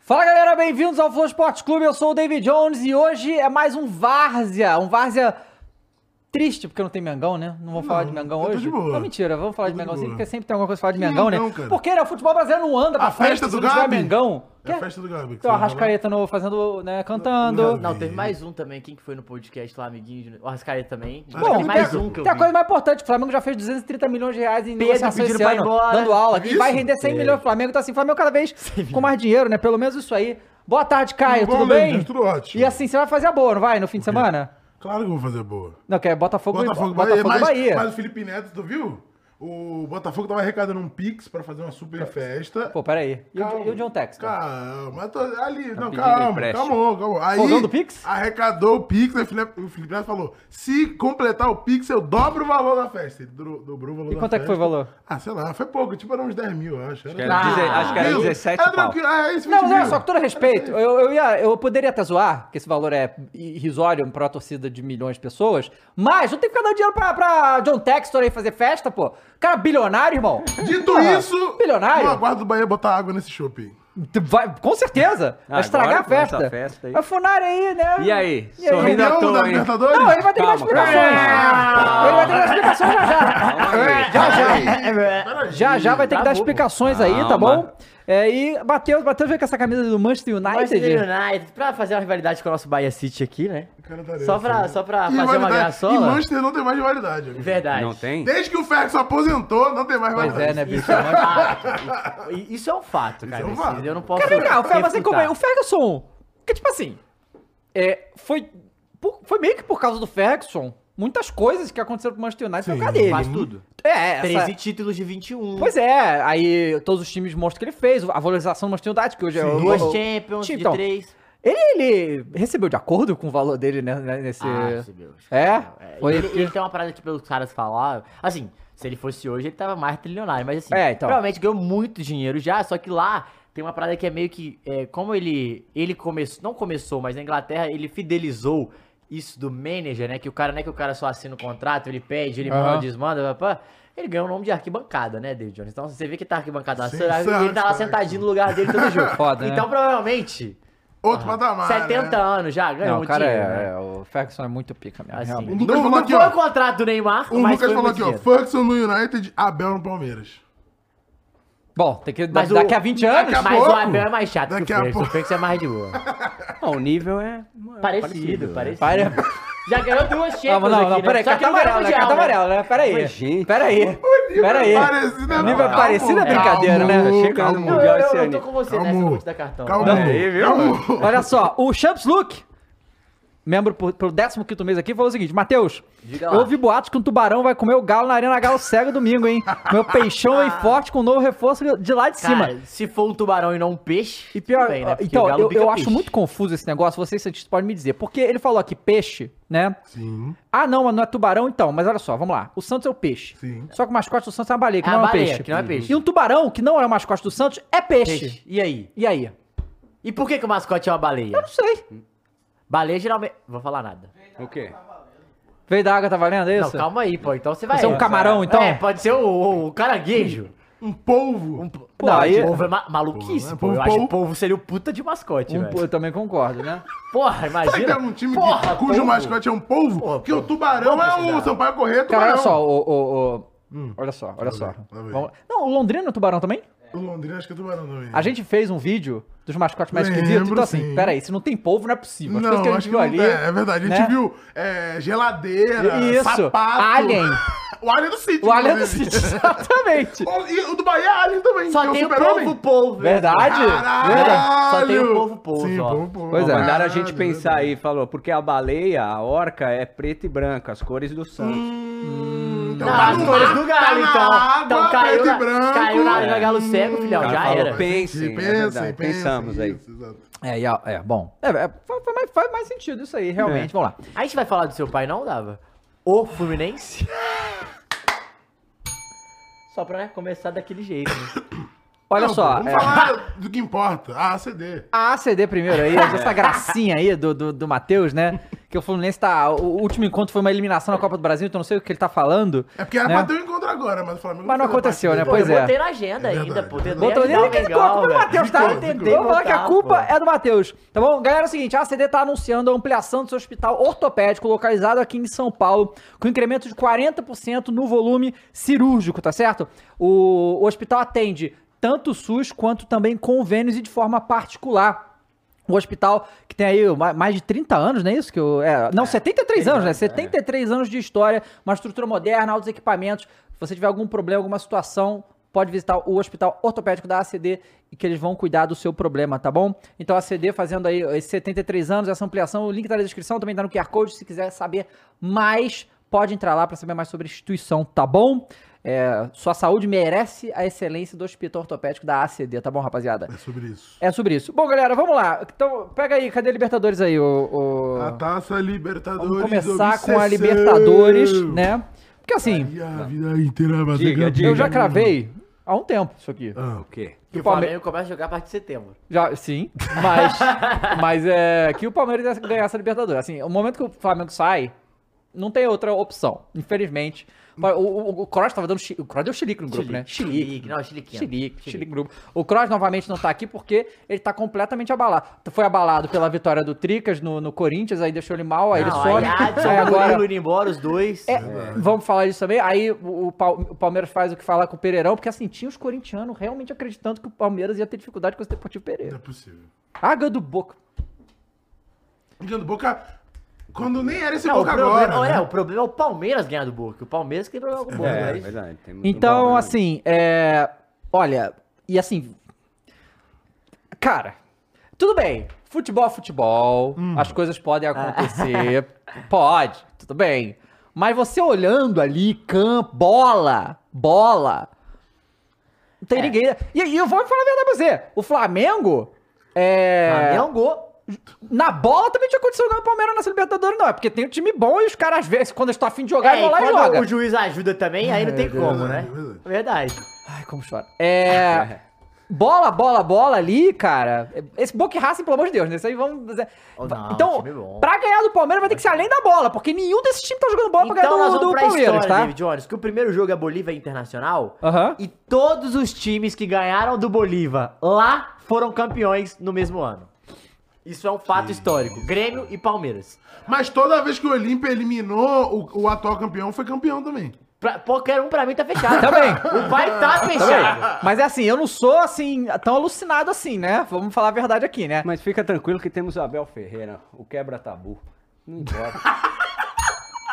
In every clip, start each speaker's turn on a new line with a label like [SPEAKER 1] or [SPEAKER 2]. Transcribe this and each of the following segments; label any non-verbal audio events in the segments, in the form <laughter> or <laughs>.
[SPEAKER 1] Fala galera, bem-vindos ao Flow Esporte Clube. Eu sou o David Jones e hoje é mais um Várzea. Um Várzea triste, porque não tem Mengão, né? Não vou falar de Mengão
[SPEAKER 2] eu tô
[SPEAKER 1] hoje.
[SPEAKER 2] de boa.
[SPEAKER 1] Não, mentira, vamos falar de
[SPEAKER 2] de
[SPEAKER 1] Mengão sim,
[SPEAKER 2] boa.
[SPEAKER 1] porque sempre tem alguma coisa pra falar de
[SPEAKER 2] Que
[SPEAKER 1] Mengão, né?
[SPEAKER 2] Mengão, cara?
[SPEAKER 1] Porque né, o futebol brasileiro não anda pra
[SPEAKER 2] A festa
[SPEAKER 1] festa,
[SPEAKER 2] do
[SPEAKER 1] se não tiver
[SPEAKER 2] Gabi?
[SPEAKER 1] Mengão.
[SPEAKER 2] É
[SPEAKER 1] Quer?
[SPEAKER 2] a festa do Gabi. que
[SPEAKER 1] Tem o
[SPEAKER 2] você vai falar.
[SPEAKER 1] Arrascaeta no, fazendo, né, cantando.
[SPEAKER 2] Não,
[SPEAKER 3] Não, teve
[SPEAKER 2] E-
[SPEAKER 3] mais um também. Quem que foi no podcast lá, amiguinho? O Arrascaeta também.
[SPEAKER 2] Ah,
[SPEAKER 3] Mas
[SPEAKER 1] Bom,
[SPEAKER 3] tem mais
[SPEAKER 2] tem-
[SPEAKER 3] um que eu
[SPEAKER 1] Tem a
[SPEAKER 3] vi. <laughs>
[SPEAKER 1] coisa mais importante, o Flamengo já fez 230 milhões de reais em
[SPEAKER 3] Pedro
[SPEAKER 1] negociações
[SPEAKER 3] pedindo
[SPEAKER 1] esse
[SPEAKER 3] pra ir
[SPEAKER 1] ano,
[SPEAKER 3] embora.
[SPEAKER 1] dando aula, que
[SPEAKER 2] Isso?
[SPEAKER 1] vai render 100
[SPEAKER 3] É.
[SPEAKER 1] milhões pro Flamengo, então assim, o Flamengo cada vez com mais dinheiro, né? Pelo menos isso aí. Boa tarde, Caio,
[SPEAKER 2] Bom,
[SPEAKER 1] tudo
[SPEAKER 2] Leandro,
[SPEAKER 1] bem?
[SPEAKER 2] Tudo ótimo.
[SPEAKER 1] E assim, você vai fazer a boa, não vai? No fim de semana?
[SPEAKER 2] Claro que eu vou fazer boa.
[SPEAKER 1] Não, que é Botafogo, e-
[SPEAKER 2] Botafogo,
[SPEAKER 1] Botafogo
[SPEAKER 2] Bahia.
[SPEAKER 1] e
[SPEAKER 2] Mas,
[SPEAKER 1] Bahia.
[SPEAKER 2] mas o Felipe Neto, tu viu? O Botafogo tava arrecadando um Pix pra fazer uma super festa.
[SPEAKER 1] Pô, peraí. E o,
[SPEAKER 2] Calma.
[SPEAKER 1] e o John Tex? cara?
[SPEAKER 2] Calma, eu tô ali,
[SPEAKER 1] Tá
[SPEAKER 2] não,
[SPEAKER 1] pedindo
[SPEAKER 2] calma,
[SPEAKER 1] empréstimo.
[SPEAKER 2] calma, calma. Aí,
[SPEAKER 1] Fogão do Pix?
[SPEAKER 2] arrecadou o Pix, aí o Felipe, o Felipe Neto falou, se completar o Pix, eu dobro o valor da festa. Ele dro- dobrou o valor
[SPEAKER 1] E
[SPEAKER 2] da
[SPEAKER 1] quanto é que foi o
[SPEAKER 2] festa.
[SPEAKER 1] valor?
[SPEAKER 2] Ah, sei lá, foi pouco, tipo, era uns 10 mil, eu acho. Acho
[SPEAKER 4] Era
[SPEAKER 3] Ah,
[SPEAKER 4] deze- acho que era
[SPEAKER 3] viu?
[SPEAKER 4] 17
[SPEAKER 2] É
[SPEAKER 4] pau.
[SPEAKER 2] tranquilo, é isso,
[SPEAKER 1] Não,
[SPEAKER 2] 20
[SPEAKER 1] mas olha
[SPEAKER 2] mil.
[SPEAKER 1] só, com todo respeito, eu, eu, ia, eu poderia até zoar, que esse valor é irrisório pra uma torcida de milhões de pessoas, mas não tem que ficar dando dinheiro pra, pra John Textor aí fazer festa, pô. Cara, bilionário, irmão.
[SPEAKER 2] Dito
[SPEAKER 1] Porra,
[SPEAKER 2] isso,
[SPEAKER 1] Bilionário.
[SPEAKER 2] eu aguardo o Bahia botar água nesse chope.
[SPEAKER 1] Vai, com certeza. Vai
[SPEAKER 4] Agora
[SPEAKER 1] estragar a
[SPEAKER 4] com essa
[SPEAKER 1] festa.
[SPEAKER 4] festa aí.
[SPEAKER 1] A Funari aí, né?
[SPEAKER 4] E aí?
[SPEAKER 1] E aí?
[SPEAKER 4] Sorrindo à
[SPEAKER 2] Campeão da
[SPEAKER 4] toa, hein?
[SPEAKER 2] Libertadores?
[SPEAKER 1] Não, ele vai ter que dar
[SPEAKER 4] Calma, calma.
[SPEAKER 1] explicações. Ele vai ter que dar explicações já já. Já já.
[SPEAKER 2] Peraí.
[SPEAKER 1] Já já vai ter que
[SPEAKER 3] É, Tá
[SPEAKER 1] dar
[SPEAKER 3] bom,
[SPEAKER 1] explicações aí, tá
[SPEAKER 4] Calma.
[SPEAKER 1] bom? É, e Matheus, Matheus veio com essa camisa do Manchester United.
[SPEAKER 3] Manchester United, pra fazer uma rivalidade com o nosso Bahia City aqui, né?
[SPEAKER 2] Cara, tá
[SPEAKER 3] Só
[SPEAKER 2] desse,
[SPEAKER 3] pra,
[SPEAKER 2] né?
[SPEAKER 3] só pra
[SPEAKER 2] E
[SPEAKER 3] fazer uma
[SPEAKER 2] validade. E
[SPEAKER 3] graçola.
[SPEAKER 2] Manchester não tem mais rivalidade. amigo.
[SPEAKER 3] Verdade.
[SPEAKER 4] Não tem?
[SPEAKER 2] Desde que o Ferguson aposentou, não tem mais
[SPEAKER 1] Pois é,
[SPEAKER 2] rivalidade.
[SPEAKER 1] né, bicho?
[SPEAKER 3] Isso é um fato. I- Isso é um fato, cara.
[SPEAKER 2] é um
[SPEAKER 3] Isso
[SPEAKER 2] fato.
[SPEAKER 3] Eu não posso.
[SPEAKER 1] Cara, vem cá, o Fer- você
[SPEAKER 3] refutar.
[SPEAKER 1] como é? O Ferguson. Porque, tipo assim. é, foi, por- foi meio que por causa do Ferguson. Muitas coisas que aconteceram pro Manchester United foi por causa dele.
[SPEAKER 3] Faz tudo.
[SPEAKER 1] É, essa-
[SPEAKER 3] 13 títulos de 21.
[SPEAKER 1] Pois é, aí todos os times mostram que ele fez, a valorização do Manchester United, que hoje é o...
[SPEAKER 3] Duas
[SPEAKER 1] o-
[SPEAKER 3] Champions,
[SPEAKER 1] Então,
[SPEAKER 3] de três.
[SPEAKER 1] Ele, ele recebeu de acordo com o valor dele né, né,
[SPEAKER 3] Ah,
[SPEAKER 1] nesse...
[SPEAKER 3] recebeu.
[SPEAKER 1] É? Foi-
[SPEAKER 3] Ele, ele tem uma parada que pelos caras falaram. Assim, se ele fosse hoje, ele tava mais trilionário. Mas assim,
[SPEAKER 1] É, então.
[SPEAKER 3] provavelmente ganhou muito dinheiro já, só que lá tem uma parada que é meio que. é, como ele. Ele começou. Não começou, mas na Inglaterra ele fidelizou isso do manager, né? Que o cara não é que o cara só assina o contrato, ele pede, ele
[SPEAKER 1] Aham.
[SPEAKER 3] manda, desmanda, pá, pá. Ele ganhou o nome de arquibancada, né, David Jones? Então você vê que tá arquibancada lá,
[SPEAKER 2] Sim,
[SPEAKER 3] você- ele tá lá
[SPEAKER 2] cara.
[SPEAKER 3] sentadinho no lugar dele todo jogo.
[SPEAKER 1] <laughs> Foda, né?
[SPEAKER 3] então provavelmente,
[SPEAKER 2] Outro patamar.
[SPEAKER 3] 70
[SPEAKER 2] né?
[SPEAKER 3] anos já, ganhou
[SPEAKER 1] Não,
[SPEAKER 3] muito
[SPEAKER 1] cara,
[SPEAKER 3] dinheiro, né?
[SPEAKER 1] é, é, o Ferguson é muito pica mesmo,
[SPEAKER 3] Assim,
[SPEAKER 1] realmente.
[SPEAKER 2] O
[SPEAKER 3] não,
[SPEAKER 2] Lucas falou
[SPEAKER 3] não
[SPEAKER 2] aqui,
[SPEAKER 3] foi
[SPEAKER 2] ó.
[SPEAKER 3] o contrato do Neymar,
[SPEAKER 2] O
[SPEAKER 3] mas
[SPEAKER 2] Lucas
[SPEAKER 3] foi
[SPEAKER 2] falou
[SPEAKER 3] muito
[SPEAKER 2] aqui, ó.
[SPEAKER 3] dinheiro.
[SPEAKER 2] Ferguson no United, Abel no Palmeiras.
[SPEAKER 1] Bom, tem que...
[SPEAKER 3] Mas o-
[SPEAKER 1] daqui a 20 anos...
[SPEAKER 2] daqui a
[SPEAKER 3] Mas o
[SPEAKER 2] pouco.
[SPEAKER 3] Abel é mais chato
[SPEAKER 2] Daqui
[SPEAKER 3] que
[SPEAKER 2] a
[SPEAKER 3] o Ferguson. O
[SPEAKER 2] pouco.
[SPEAKER 3] Ferguson é mais de boa.
[SPEAKER 4] Não, o nível é...
[SPEAKER 3] Parecido, parecido.
[SPEAKER 1] Pare-
[SPEAKER 3] Já ganhou duas Champions
[SPEAKER 1] Não, não,
[SPEAKER 3] aqui,
[SPEAKER 1] não,
[SPEAKER 3] né?
[SPEAKER 1] peraí,
[SPEAKER 3] Só que
[SPEAKER 1] carta
[SPEAKER 3] não ganhou
[SPEAKER 1] amarela, né?
[SPEAKER 3] mundial,
[SPEAKER 1] Carta
[SPEAKER 3] né?
[SPEAKER 1] amarela, né? Peraí,
[SPEAKER 4] Mas, gente.
[SPEAKER 1] peraí, peraí.
[SPEAKER 2] Parecido, né?
[SPEAKER 1] Nível
[SPEAKER 2] Calma,
[SPEAKER 1] parecido é
[SPEAKER 2] calma,
[SPEAKER 1] brincadeira, né?
[SPEAKER 2] calma,
[SPEAKER 4] Chega no
[SPEAKER 2] calma,
[SPEAKER 3] Não,
[SPEAKER 4] Mundial
[SPEAKER 3] eu,
[SPEAKER 4] esse
[SPEAKER 3] eu, eu
[SPEAKER 4] ano.
[SPEAKER 3] tô com você
[SPEAKER 2] Calma.
[SPEAKER 3] nessa no da cartão.
[SPEAKER 2] Calma,
[SPEAKER 4] Olha aí, viu,
[SPEAKER 2] calma.
[SPEAKER 1] Olha só, o Champs Luke, membro por- pelo 15 mês aqui, falou o seguinte: Matheus,
[SPEAKER 3] Diga lá.
[SPEAKER 1] eu ouvi boatos que um tubarão vai comer o galo na Arena Galo cega domingo, hein? Meu peixão aí forte com um novo reforço de lá de
[SPEAKER 3] Ah. Cara,
[SPEAKER 1] cima.
[SPEAKER 3] se for um tubarão e não um peixe,
[SPEAKER 1] E pior,
[SPEAKER 3] tudo bem, né? Porque o
[SPEAKER 1] então,
[SPEAKER 3] galo
[SPEAKER 1] eu,
[SPEAKER 3] pica
[SPEAKER 1] eu acho
[SPEAKER 3] peixe.
[SPEAKER 1] muito confuso esse negócio, vocês cientistas podem me dizer. Porque ele falou aqui peixe, né?
[SPEAKER 2] Sim.
[SPEAKER 1] Ah, não, mas não é tubarão então. Mas olha só, vamos lá. O Santos é o peixe.
[SPEAKER 2] Sim.
[SPEAKER 1] Só que o mascote do Santos é uma baleia, que
[SPEAKER 3] É
[SPEAKER 1] não é
[SPEAKER 3] uma
[SPEAKER 1] um
[SPEAKER 3] baleia,
[SPEAKER 1] peixe.
[SPEAKER 3] que não é peixe.
[SPEAKER 1] E um tubarão, que não é o mascote do Santos, é peixe.
[SPEAKER 3] Peixe. E aí?
[SPEAKER 1] E aí?
[SPEAKER 3] E por que, que o mascote é uma baleia?
[SPEAKER 1] Não sei.
[SPEAKER 3] Baleia geralmente. Vou falar nada.
[SPEAKER 4] O quê?
[SPEAKER 1] Veio da água, tá valendo isso?
[SPEAKER 3] Não, calma aí, pô. Então você vai.
[SPEAKER 1] Você é um camarão, então?
[SPEAKER 3] É, pode ser o, o, o caranguejo.
[SPEAKER 2] Um polvo.
[SPEAKER 1] Não, aí-
[SPEAKER 3] o povo é ma maluquice,
[SPEAKER 2] Porra,
[SPEAKER 3] pô. Eu
[SPEAKER 2] povo-
[SPEAKER 3] acho que o
[SPEAKER 2] povo-
[SPEAKER 3] povo seria o puta de mascote,
[SPEAKER 1] Um
[SPEAKER 3] velho.
[SPEAKER 1] po- eu também concordo, né?
[SPEAKER 2] <laughs>
[SPEAKER 3] Porra,
[SPEAKER 2] Será que
[SPEAKER 3] imagina.
[SPEAKER 2] tem um time que-
[SPEAKER 3] Porra,
[SPEAKER 2] cujo
[SPEAKER 3] povo.
[SPEAKER 2] mascote é um polvo?
[SPEAKER 3] Porra,
[SPEAKER 2] Porque o
[SPEAKER 3] povo.
[SPEAKER 2] tubarão
[SPEAKER 3] Vamos
[SPEAKER 2] é um
[SPEAKER 3] precisar.
[SPEAKER 2] Sampaio Correia, tubarão.
[SPEAKER 1] Cara, olha só, o. o- o- Olha só, olha
[SPEAKER 2] Tá
[SPEAKER 1] só.
[SPEAKER 2] bem, tá bem.
[SPEAKER 1] Vamos- Não, o Londrina é tubarão também?
[SPEAKER 2] O Londrina acho que é tubarão também.
[SPEAKER 1] A gente fez um vídeo dos mascotes mais
[SPEAKER 2] Lembro,
[SPEAKER 1] esquisitos. Então, assim,
[SPEAKER 2] sim.
[SPEAKER 1] peraí, se não tem polvo, não é
[SPEAKER 3] Tipo,
[SPEAKER 1] possível. As
[SPEAKER 2] Não,
[SPEAKER 1] coisas que a gente
[SPEAKER 2] acho que
[SPEAKER 1] viu
[SPEAKER 2] não,
[SPEAKER 1] ali.
[SPEAKER 2] é, é verdade. A gente
[SPEAKER 1] né?
[SPEAKER 2] viu é, geladeira,
[SPEAKER 1] Isso,
[SPEAKER 2] sapato.
[SPEAKER 1] alien.
[SPEAKER 2] <laughs> o Alien do City.
[SPEAKER 1] O Alien do
[SPEAKER 2] inclusive.
[SPEAKER 1] City, <laughs> exatamente.
[SPEAKER 2] O- <laughs> E o do Bahia é Alien também. que é
[SPEAKER 3] Só tem o
[SPEAKER 2] super-homem.
[SPEAKER 3] povo polvo.
[SPEAKER 1] Verdade?
[SPEAKER 2] Caralho!
[SPEAKER 3] Verdade. Só tem o povo polvo,
[SPEAKER 2] Sim,
[SPEAKER 3] ó.
[SPEAKER 2] povo polvo.
[SPEAKER 1] Pois é.
[SPEAKER 2] Caralho,
[SPEAKER 4] Mandaram a gente
[SPEAKER 2] verdade.
[SPEAKER 4] pensar aí, falou, porque a baleia, a orca, é preta e branca, as cores do Santos.
[SPEAKER 2] Hum, então
[SPEAKER 3] Não,
[SPEAKER 2] tá
[SPEAKER 3] as
[SPEAKER 2] no
[SPEAKER 3] cores
[SPEAKER 2] mar,
[SPEAKER 3] do galo,
[SPEAKER 2] tá
[SPEAKER 3] então.
[SPEAKER 2] Na água,
[SPEAKER 3] então caiu
[SPEAKER 2] preto
[SPEAKER 3] na,
[SPEAKER 2] e branco.
[SPEAKER 3] caiu na Arena
[SPEAKER 4] É.
[SPEAKER 3] Galo cego, filhão,
[SPEAKER 4] Cara,
[SPEAKER 3] já
[SPEAKER 4] falou
[SPEAKER 3] era.
[SPEAKER 4] bem. Pensem, é verdade, pensamos aí.
[SPEAKER 2] isso, exato.
[SPEAKER 1] É, e a- é, bom. É, é, fa- fa- mais- faz mais sentido isso aí, realmente.
[SPEAKER 4] É.
[SPEAKER 1] Vamos lá.
[SPEAKER 3] A gente vai falar do seu pai, não, Dava? O Fluminense? <laughs> Só pra né, começar daquele jeito. Né?
[SPEAKER 1] Olha
[SPEAKER 2] Não,
[SPEAKER 1] só.
[SPEAKER 2] Vamos
[SPEAKER 1] é,
[SPEAKER 2] falar do que importa. A ACD.
[SPEAKER 1] A ACD primeiro aí, essa gracinha aí do, do, do Matheus, né? Que o Fluminense tá. O último encontro foi uma eliminação na Copa do Brasil, então não sei o que ele tá falando.
[SPEAKER 2] É porque era
[SPEAKER 1] né?
[SPEAKER 2] pra ter um encontro contra agora, mas o Flamengo.
[SPEAKER 1] Mas não
[SPEAKER 2] fez a parte
[SPEAKER 1] aconteceu,
[SPEAKER 2] dele.
[SPEAKER 1] né? Pois
[SPEAKER 3] eu
[SPEAKER 1] é.
[SPEAKER 3] botei na agenda
[SPEAKER 2] É
[SPEAKER 3] ainda,
[SPEAKER 2] verdade.
[SPEAKER 3] pô. Tentei
[SPEAKER 1] Botou
[SPEAKER 3] ajudar
[SPEAKER 1] nem
[SPEAKER 3] o
[SPEAKER 1] que
[SPEAKER 3] Mengão,
[SPEAKER 1] culpa do
[SPEAKER 3] velho.
[SPEAKER 1] Matheus, tá?
[SPEAKER 2] Ficou, ficou.
[SPEAKER 1] Vamos falar que a
[SPEAKER 3] Botar,
[SPEAKER 1] culpa
[SPEAKER 3] pô.
[SPEAKER 1] é do Matheus. Tá bom? Galera, é o seguinte, a ACD tá anunciando a ampliação do seu hospital ortopédico localizado aqui em São Paulo, com incremento de 40% no volume cirúrgico, tá certo? O, o hospital atende tanto o SUS quanto também convênios e de forma particular. O hospital que tem aí ma- mais de 30 anos, não é isso? Que eu, é, não, 73 anos, né? 73 anos de história, uma estrutura moderna, altos equipamentos. Se você tiver algum problema, alguma situação, pode visitar o Hospital Ortopédico da ACD e que eles vão cuidar do seu problema, tá bom? Então a ACD fazendo aí esses 73 anos, essa ampliação, o link tá na descrição, também tá no QR Code, se quiser saber mais, pode entrar lá para saber mais sobre a instituição, tá bom? É, sua saúde merece a excelência do Hospital Ortopédico da ACD, tá bom, rapaziada?
[SPEAKER 3] né?
[SPEAKER 2] É sobre isso.
[SPEAKER 1] É sobre isso. Bom, galera, vamos lá. Então, pega aí, cadê Libertadores aí, o.
[SPEAKER 2] A taça Libertadores.
[SPEAKER 1] Vamos começar com a
[SPEAKER 2] obsessão.
[SPEAKER 1] Libertadores, né? Porque assim,
[SPEAKER 2] E a vida inteira vai
[SPEAKER 4] Diga,
[SPEAKER 2] ter
[SPEAKER 4] diga.
[SPEAKER 1] eu já cravei há um tempo isso aqui.
[SPEAKER 2] Ah,
[SPEAKER 4] O quê?
[SPEAKER 3] Que o
[SPEAKER 1] Palme-
[SPEAKER 3] Flamengo começa a jogar a partir de setembro.
[SPEAKER 1] Já, sim, mas, mas é que o Palmeiras ia ganhar essa Libertadores. Assim, o momento que o Flamengo sai, não tem outra opção, infelizmente. O, o, o Kroos tava dando. chi- O Kroos deu chilique no grupo, né?
[SPEAKER 3] Chilique. Não, chiliquinho.
[SPEAKER 1] Chilique, Chilique grupo. O Kroos novamente não tá aqui porque ele tá completamente abalado. Foi abalado pela vitória do Tricas no, no Corinthians, aí deixou ele mal, aí ele some.
[SPEAKER 3] <laughs> Adson,
[SPEAKER 1] aí agora
[SPEAKER 3] Murilo indo embora, os dois.
[SPEAKER 1] é, vamos falar disso também. Aí o, o Pal- o Palmeiras faz o que falar com o Pereirão, porque assim, tinha os corintianos realmente acreditando que o Palmeiras ia ter dificuldade com o Deportivo
[SPEAKER 2] Não é
[SPEAKER 1] Pereira.
[SPEAKER 2] possível.
[SPEAKER 1] Ah, ganhou do Boca.
[SPEAKER 2] Ligando boca. Quando nem era esse
[SPEAKER 3] Não, o
[SPEAKER 2] boca
[SPEAKER 3] problema,
[SPEAKER 2] agora.
[SPEAKER 3] não,
[SPEAKER 2] né?
[SPEAKER 3] é, o problema é o Palmeiras ganhar do Boca. O Palmeiras que tem problema com o Boca. né?
[SPEAKER 4] É, verdade. tem muito né,
[SPEAKER 1] Então,
[SPEAKER 4] problema.
[SPEAKER 1] assim, é... Olha, e assim... Cara, tudo bem. Futebol é futebol.
[SPEAKER 3] Hum.
[SPEAKER 1] As coisas
[SPEAKER 3] É.
[SPEAKER 1] podem
[SPEAKER 3] <laughs>
[SPEAKER 1] acontecer. Pode, tudo bem. Mas você olhando ali, campo, bola, bola... Não tem
[SPEAKER 3] É.
[SPEAKER 1] ninguém... E, e eu vou falar a verdade pra você. O Flamengo... É...
[SPEAKER 3] Ah, um Flamengo.
[SPEAKER 1] Na bola também tinha acontecido ganhar o Palmeiras nessa Libertadores, não. É porque tem um time bom e os caras, às vezes, quando eles estão afim de jogar,
[SPEAKER 3] É,
[SPEAKER 1] eles
[SPEAKER 3] e
[SPEAKER 1] vão lá e
[SPEAKER 3] quando
[SPEAKER 1] jogam.
[SPEAKER 3] o juiz ajuda também, aí não tem como, né?
[SPEAKER 2] verdade.
[SPEAKER 3] Verdade.
[SPEAKER 1] Ai, como chora.
[SPEAKER 3] <laughs>
[SPEAKER 1] É. Bola, bola, bola ali, cara. Esse Boca e Racing, pelo amor de Deus, né? Isso aí vamos.
[SPEAKER 3] Oh, não,
[SPEAKER 1] então,
[SPEAKER 3] time bom.
[SPEAKER 1] pra ganhar do Palmeiras vai ter que ser além da bola, porque nenhum desses times tá jogando bola pra
[SPEAKER 3] Então
[SPEAKER 1] ganhar do,
[SPEAKER 3] nós vamos
[SPEAKER 1] do
[SPEAKER 3] pra
[SPEAKER 1] Palmeiras,
[SPEAKER 3] história,
[SPEAKER 1] tá?
[SPEAKER 3] David Jones, que o primeiro jogo é Bolívia Internacional.
[SPEAKER 1] Aham.
[SPEAKER 3] E todos os times que ganharam do Bolívar lá foram campeões no mesmo ano. Isso é um fato histórico. Grêmio e Palmeiras.
[SPEAKER 2] Mas toda vez que o Olímpia eliminou o, o atual campeão, foi campeão também.
[SPEAKER 3] Pra, qualquer um pra mim tá fechado.
[SPEAKER 1] Também.
[SPEAKER 3] O pai tá fechado.
[SPEAKER 1] Também. Mas é assim, eu não sou assim, tão alucinado assim, né? Vamos falar a verdade aqui, né?
[SPEAKER 4] Mas fica tranquilo que temos o Abel Ferreira, o quebra-tabu. Não importa.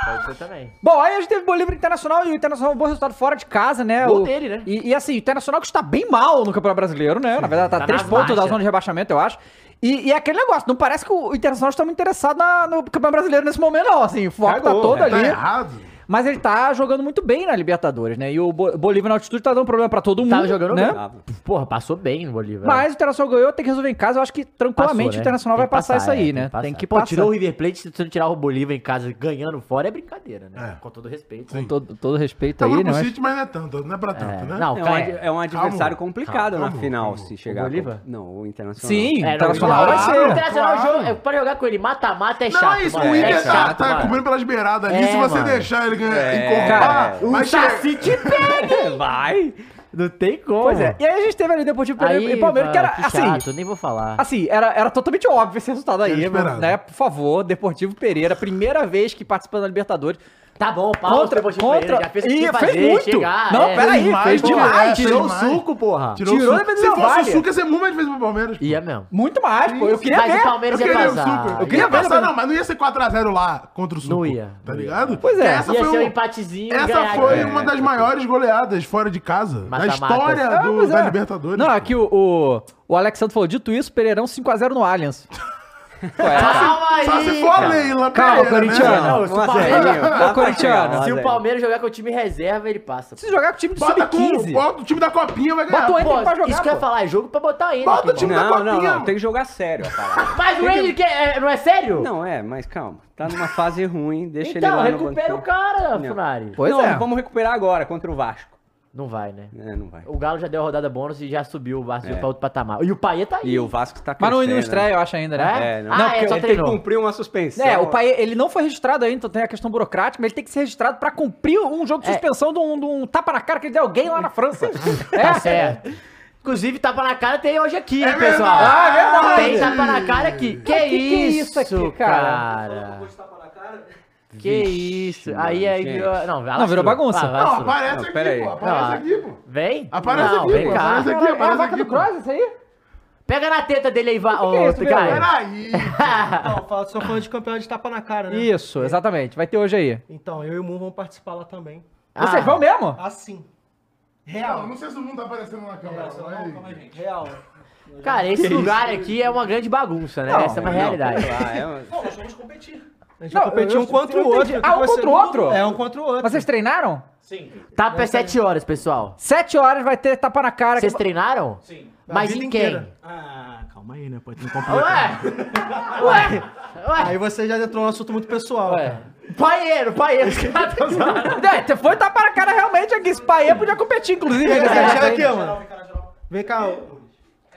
[SPEAKER 3] Pode ser também.
[SPEAKER 1] Bom, aí a gente teve Bolívar Internacional e o Internacional um bom resultado fora de casa, né?
[SPEAKER 3] Gol
[SPEAKER 1] o...
[SPEAKER 3] dele, né?
[SPEAKER 1] E, e assim, o Internacional que está bem mal no Campeonato Brasileiro, né? Na verdade, tá,
[SPEAKER 3] Tá
[SPEAKER 1] três
[SPEAKER 3] na
[SPEAKER 1] pontos da
[SPEAKER 3] baixa.
[SPEAKER 1] zona de rebaixamento, eu acho. E, e é aquele negócio, não parece que o Internacional está muito interessado na- no Campeonato Brasileiro nesse momento, não. Assim, o foco tá
[SPEAKER 4] Cagou,
[SPEAKER 1] todo
[SPEAKER 4] né?
[SPEAKER 1] ali.
[SPEAKER 2] Tá
[SPEAKER 3] É.
[SPEAKER 2] errado.
[SPEAKER 1] Mas ele tá jogando muito bem na Libertadores, né? E o Bo- Bolívar na altitude tá dando problema pra todo mundo.
[SPEAKER 3] Tava jogando
[SPEAKER 1] né?
[SPEAKER 3] bem.
[SPEAKER 4] tá
[SPEAKER 3] Porra, passou bem no Bolívar.
[SPEAKER 1] Mas o Internacional ganhou, tem que resolver em casa. Eu acho que tranquilamente
[SPEAKER 3] Passou,
[SPEAKER 1] o
[SPEAKER 3] né?
[SPEAKER 1] Internacional
[SPEAKER 3] Tem
[SPEAKER 1] vai
[SPEAKER 3] que
[SPEAKER 1] passar, isso aí,
[SPEAKER 3] é,
[SPEAKER 1] né? Tem que
[SPEAKER 3] Pô,
[SPEAKER 1] passar.
[SPEAKER 3] tirou o River Plate, se você não tirar o Bolívar em casa ganhando fora, é brincadeira, né?
[SPEAKER 2] É.
[SPEAKER 3] Com todo respeito.
[SPEAKER 1] <laughs>
[SPEAKER 2] Sim.
[SPEAKER 1] Todo, todo respeito
[SPEAKER 2] Tá
[SPEAKER 1] aí,
[SPEAKER 2] grupo
[SPEAKER 1] né? Mas-
[SPEAKER 2] City, mas não é tanto, não é pra tanto,
[SPEAKER 3] É,
[SPEAKER 2] né?
[SPEAKER 3] Não,
[SPEAKER 4] É um,
[SPEAKER 3] cara,
[SPEAKER 4] ad- é um adversário complicado
[SPEAKER 2] Calma,
[SPEAKER 4] na final,
[SPEAKER 2] calma.
[SPEAKER 4] se chegar.
[SPEAKER 3] Bolívar?
[SPEAKER 4] Não, o Internacional.
[SPEAKER 1] Sim, o
[SPEAKER 3] É, não,
[SPEAKER 1] Internacional
[SPEAKER 3] claro,
[SPEAKER 1] vai ser. né?
[SPEAKER 3] O Internacional
[SPEAKER 2] claro.
[SPEAKER 3] jogo, é, pra jogar com ele mata-mata é
[SPEAKER 2] Não,
[SPEAKER 3] chato.
[SPEAKER 2] é isso,
[SPEAKER 3] mano.
[SPEAKER 2] o Inter
[SPEAKER 3] é
[SPEAKER 2] tá,
[SPEAKER 3] chato,
[SPEAKER 2] tá
[SPEAKER 3] mano.
[SPEAKER 2] comendo pelas beiradas ali.
[SPEAKER 3] É,
[SPEAKER 2] se você
[SPEAKER 3] mano.
[SPEAKER 2] deixar ele ganhar,
[SPEAKER 4] É,
[SPEAKER 2] encorpar,
[SPEAKER 1] cara,
[SPEAKER 2] vai chegar-
[SPEAKER 3] Saci
[SPEAKER 2] <laughs>
[SPEAKER 3] te pegue! <laughs> Vai! Não tem como.
[SPEAKER 1] Pois é. E aí a gente teve ali o Deportivo Pereira e Palmeiras, que era
[SPEAKER 3] mano,
[SPEAKER 1] assim.
[SPEAKER 3] chato, nem vou falar.
[SPEAKER 1] Assim, era, era totalmente óbvio esse resultado aí,
[SPEAKER 2] Era esperado.
[SPEAKER 1] né? Por favor, Deportivo Pereira, primeira vez que participa da Libertadores.
[SPEAKER 3] Tá bom, Paulo,
[SPEAKER 1] Contra-
[SPEAKER 3] Deportivo
[SPEAKER 1] contra-
[SPEAKER 3] Pereira, já fez o que
[SPEAKER 1] Ih,
[SPEAKER 3] tinha que
[SPEAKER 1] fez
[SPEAKER 3] fazer,
[SPEAKER 1] muito.
[SPEAKER 3] chegar,
[SPEAKER 1] Não,
[SPEAKER 3] é.
[SPEAKER 1] pera aí,
[SPEAKER 2] demais,
[SPEAKER 1] fez
[SPEAKER 2] pô,
[SPEAKER 1] demais.
[SPEAKER 2] é,
[SPEAKER 3] Tirou o
[SPEAKER 2] demais.
[SPEAKER 3] suco, porra.
[SPEAKER 2] Tirou,
[SPEAKER 1] Tirou
[SPEAKER 2] o
[SPEAKER 1] ele
[SPEAKER 2] suco.
[SPEAKER 1] do
[SPEAKER 2] Se fosse
[SPEAKER 1] Vale.
[SPEAKER 2] o suco, ia ser muito mais vezes pro Palmeiras. pô.
[SPEAKER 3] Ia mesmo.
[SPEAKER 1] Muito mais, pô. Eu queria
[SPEAKER 3] Mas
[SPEAKER 1] ver.
[SPEAKER 3] o Palmeiras
[SPEAKER 2] Eu
[SPEAKER 3] ia
[SPEAKER 2] queria o
[SPEAKER 3] vazar.
[SPEAKER 2] suco. Eu
[SPEAKER 1] queria
[SPEAKER 2] queria
[SPEAKER 1] ver,
[SPEAKER 2] passar,
[SPEAKER 1] né?
[SPEAKER 2] não, mas não ia ser 4x0 lá contra o suco.
[SPEAKER 3] Não ia.
[SPEAKER 2] Tá
[SPEAKER 3] Não ia.
[SPEAKER 2] ligado?
[SPEAKER 1] Pois é,
[SPEAKER 2] Essa
[SPEAKER 3] Ia
[SPEAKER 2] foi
[SPEAKER 3] ser um
[SPEAKER 2] um-
[SPEAKER 3] empatezinho.
[SPEAKER 2] Essa
[SPEAKER 3] ganhar-
[SPEAKER 2] foi
[SPEAKER 4] É,
[SPEAKER 2] uma das
[SPEAKER 4] tipo-
[SPEAKER 2] maiores goleadas fora de casa da
[SPEAKER 3] Mata-mata.
[SPEAKER 2] história
[SPEAKER 1] Ah,
[SPEAKER 2] do,
[SPEAKER 1] pois
[SPEAKER 2] da
[SPEAKER 1] é.
[SPEAKER 2] Libertadores.
[SPEAKER 1] Não, aqui o, o, o Alexandre falou: dito isso, Pereirão 5x0 no Allianz.
[SPEAKER 4] é
[SPEAKER 3] Calma aí.
[SPEAKER 2] Só se for a
[SPEAKER 3] cara.
[SPEAKER 2] Leila
[SPEAKER 1] Calma,
[SPEAKER 2] Pereira, né?
[SPEAKER 1] corintiano.
[SPEAKER 3] Não, se o
[SPEAKER 4] um a
[SPEAKER 3] Palmeiras-
[SPEAKER 4] zerinho, dá
[SPEAKER 1] Ô,
[SPEAKER 4] pra
[SPEAKER 1] corintiano,
[SPEAKER 4] chegar, um a
[SPEAKER 3] Se o
[SPEAKER 4] zero.
[SPEAKER 3] Palmeiras jogar com o time reserva, ele passa.
[SPEAKER 1] Se jogar com o time do
[SPEAKER 2] Bota com
[SPEAKER 1] Sub-15.
[SPEAKER 2] bota o time da copinha, vai ganhar.
[SPEAKER 1] Bota o Ender pra jogar.
[SPEAKER 3] isso que eu ia
[SPEAKER 1] pô.
[SPEAKER 3] falar, é jogo pra botar ele.
[SPEAKER 2] Bota o
[SPEAKER 3] aqui,
[SPEAKER 2] time da
[SPEAKER 4] Não,
[SPEAKER 2] copinha.
[SPEAKER 4] não, não.
[SPEAKER 2] mano.
[SPEAKER 4] Tem que jogar sério a parada.
[SPEAKER 3] mano. Mas o Ranger que é- não é sério?
[SPEAKER 4] <laughs> Não, é, mas calma. Tá numa fase ruim, deixa ele
[SPEAKER 3] Então,
[SPEAKER 4] lá no
[SPEAKER 3] recupera
[SPEAKER 4] banquinho.
[SPEAKER 3] o cara,
[SPEAKER 4] Não.
[SPEAKER 3] Funari.
[SPEAKER 1] Pois
[SPEAKER 4] não,
[SPEAKER 1] é.
[SPEAKER 4] vamos recuperar agora contra o Vasco.
[SPEAKER 3] Não vai, né?
[SPEAKER 4] É, não vai.
[SPEAKER 3] O Galo já deu a rodada bônus e já subiu o Vasco pra outro patamar. E o Paê tá aí.
[SPEAKER 4] E o Vasco tá
[SPEAKER 1] Mas
[SPEAKER 4] crescendo.
[SPEAKER 1] não, não estreia, eu acho, ainda, né?
[SPEAKER 4] É, não.
[SPEAKER 3] Ah,
[SPEAKER 4] não,
[SPEAKER 3] é,
[SPEAKER 4] porque
[SPEAKER 3] só
[SPEAKER 4] ele tem
[SPEAKER 3] treinou.
[SPEAKER 4] que cumprir uma suspensão.
[SPEAKER 1] É, o pai, ele não foi registrado ainda, então tem a questão burocrática, mas ele tem que ser registrado pra cumprir um jogo de
[SPEAKER 3] É.
[SPEAKER 1] suspensão de um, de um tapa na cara que ele deu alguém lá na
[SPEAKER 2] <laughs>
[SPEAKER 1] França.
[SPEAKER 3] Tá certo. Inclusive, tapa na cara tem hoje aqui, hein, pessoal?
[SPEAKER 2] verdade. Ah, é
[SPEAKER 3] Tem
[SPEAKER 2] verdade.
[SPEAKER 3] tapa na cara aqui. Que,
[SPEAKER 1] que é
[SPEAKER 3] isso,
[SPEAKER 1] isso aqui, cara?
[SPEAKER 3] cara? Que isso? Aí, aí
[SPEAKER 4] gente.
[SPEAKER 3] virou... Não, vai Ah,
[SPEAKER 1] Não, virou bagunça.
[SPEAKER 3] vai
[SPEAKER 2] Não,
[SPEAKER 3] lascar.
[SPEAKER 2] aparece
[SPEAKER 4] Não,
[SPEAKER 2] aqui,
[SPEAKER 4] pera aí.
[SPEAKER 2] pô. Aparece
[SPEAKER 3] Não,
[SPEAKER 2] aqui, pô.
[SPEAKER 3] Vem?
[SPEAKER 2] Aparece
[SPEAKER 3] não,
[SPEAKER 2] aqui,
[SPEAKER 3] vem
[SPEAKER 2] pô,
[SPEAKER 3] cá.
[SPEAKER 2] aparece aqui,
[SPEAKER 1] é a
[SPEAKER 2] aparece
[SPEAKER 1] vaca
[SPEAKER 2] aqui.
[SPEAKER 1] do
[SPEAKER 2] pô.
[SPEAKER 1] Cross, isso aí?
[SPEAKER 3] Pega na teta dele aí, va...
[SPEAKER 1] que é
[SPEAKER 3] ô,
[SPEAKER 1] isso,
[SPEAKER 3] Caio.
[SPEAKER 2] Peraí.
[SPEAKER 5] Não, fala- sou fã de campeão de tapa na cara, né?
[SPEAKER 1] Isso, exatamente. Vai ter hoje aí.
[SPEAKER 5] Então, eu e o Moon vamos participar lá também.
[SPEAKER 1] Vocês
[SPEAKER 3] Ah.
[SPEAKER 1] vão mesmo?
[SPEAKER 5] Assim.
[SPEAKER 2] Real,
[SPEAKER 5] Real.
[SPEAKER 2] não sei se o mundo tá aparecendo na câmera.
[SPEAKER 5] Real,
[SPEAKER 2] vai.
[SPEAKER 5] calma aí, gente. Real.
[SPEAKER 3] Cara, esse lugar aqui é uma grande bagunça, né? Essa é uma
[SPEAKER 4] Não,
[SPEAKER 3] realidade.
[SPEAKER 4] sei lá, é <laughs> um-
[SPEAKER 5] Não, nós vamos competir. A gente
[SPEAKER 1] Não,
[SPEAKER 5] vai competir
[SPEAKER 1] eu-
[SPEAKER 5] um contra
[SPEAKER 1] eu
[SPEAKER 5] o outro.
[SPEAKER 1] entendi.
[SPEAKER 5] que
[SPEAKER 1] Ah, um
[SPEAKER 5] vai
[SPEAKER 1] contra
[SPEAKER 5] ser
[SPEAKER 1] o
[SPEAKER 5] um-
[SPEAKER 1] outro?
[SPEAKER 5] É, um contra o outro.
[SPEAKER 1] Vocês treinaram?
[SPEAKER 3] Tapa é 7 horas, pessoal.
[SPEAKER 1] 7 horas vai ter tapa na cara.
[SPEAKER 3] Vocês treinaram? Sim. Mas
[SPEAKER 5] A vida
[SPEAKER 3] em quem?
[SPEAKER 5] inteira. Ah, calma aí, né? Pode me
[SPEAKER 3] Ué! Ué!
[SPEAKER 5] complicar.
[SPEAKER 3] Ué!
[SPEAKER 5] Aí você já entrou num assunto muito pessoal, cara.
[SPEAKER 3] Ué! Paeiro, paeiro, os caras tão zoando.
[SPEAKER 1] <laughs> É, foi tapa na cara realmente aqui. Esse paê podia competir, inclusive.
[SPEAKER 2] É,
[SPEAKER 5] Vem cá,
[SPEAKER 1] Essa
[SPEAKER 5] chega
[SPEAKER 1] aí.
[SPEAKER 5] aqui, mano. Vem cá, ô.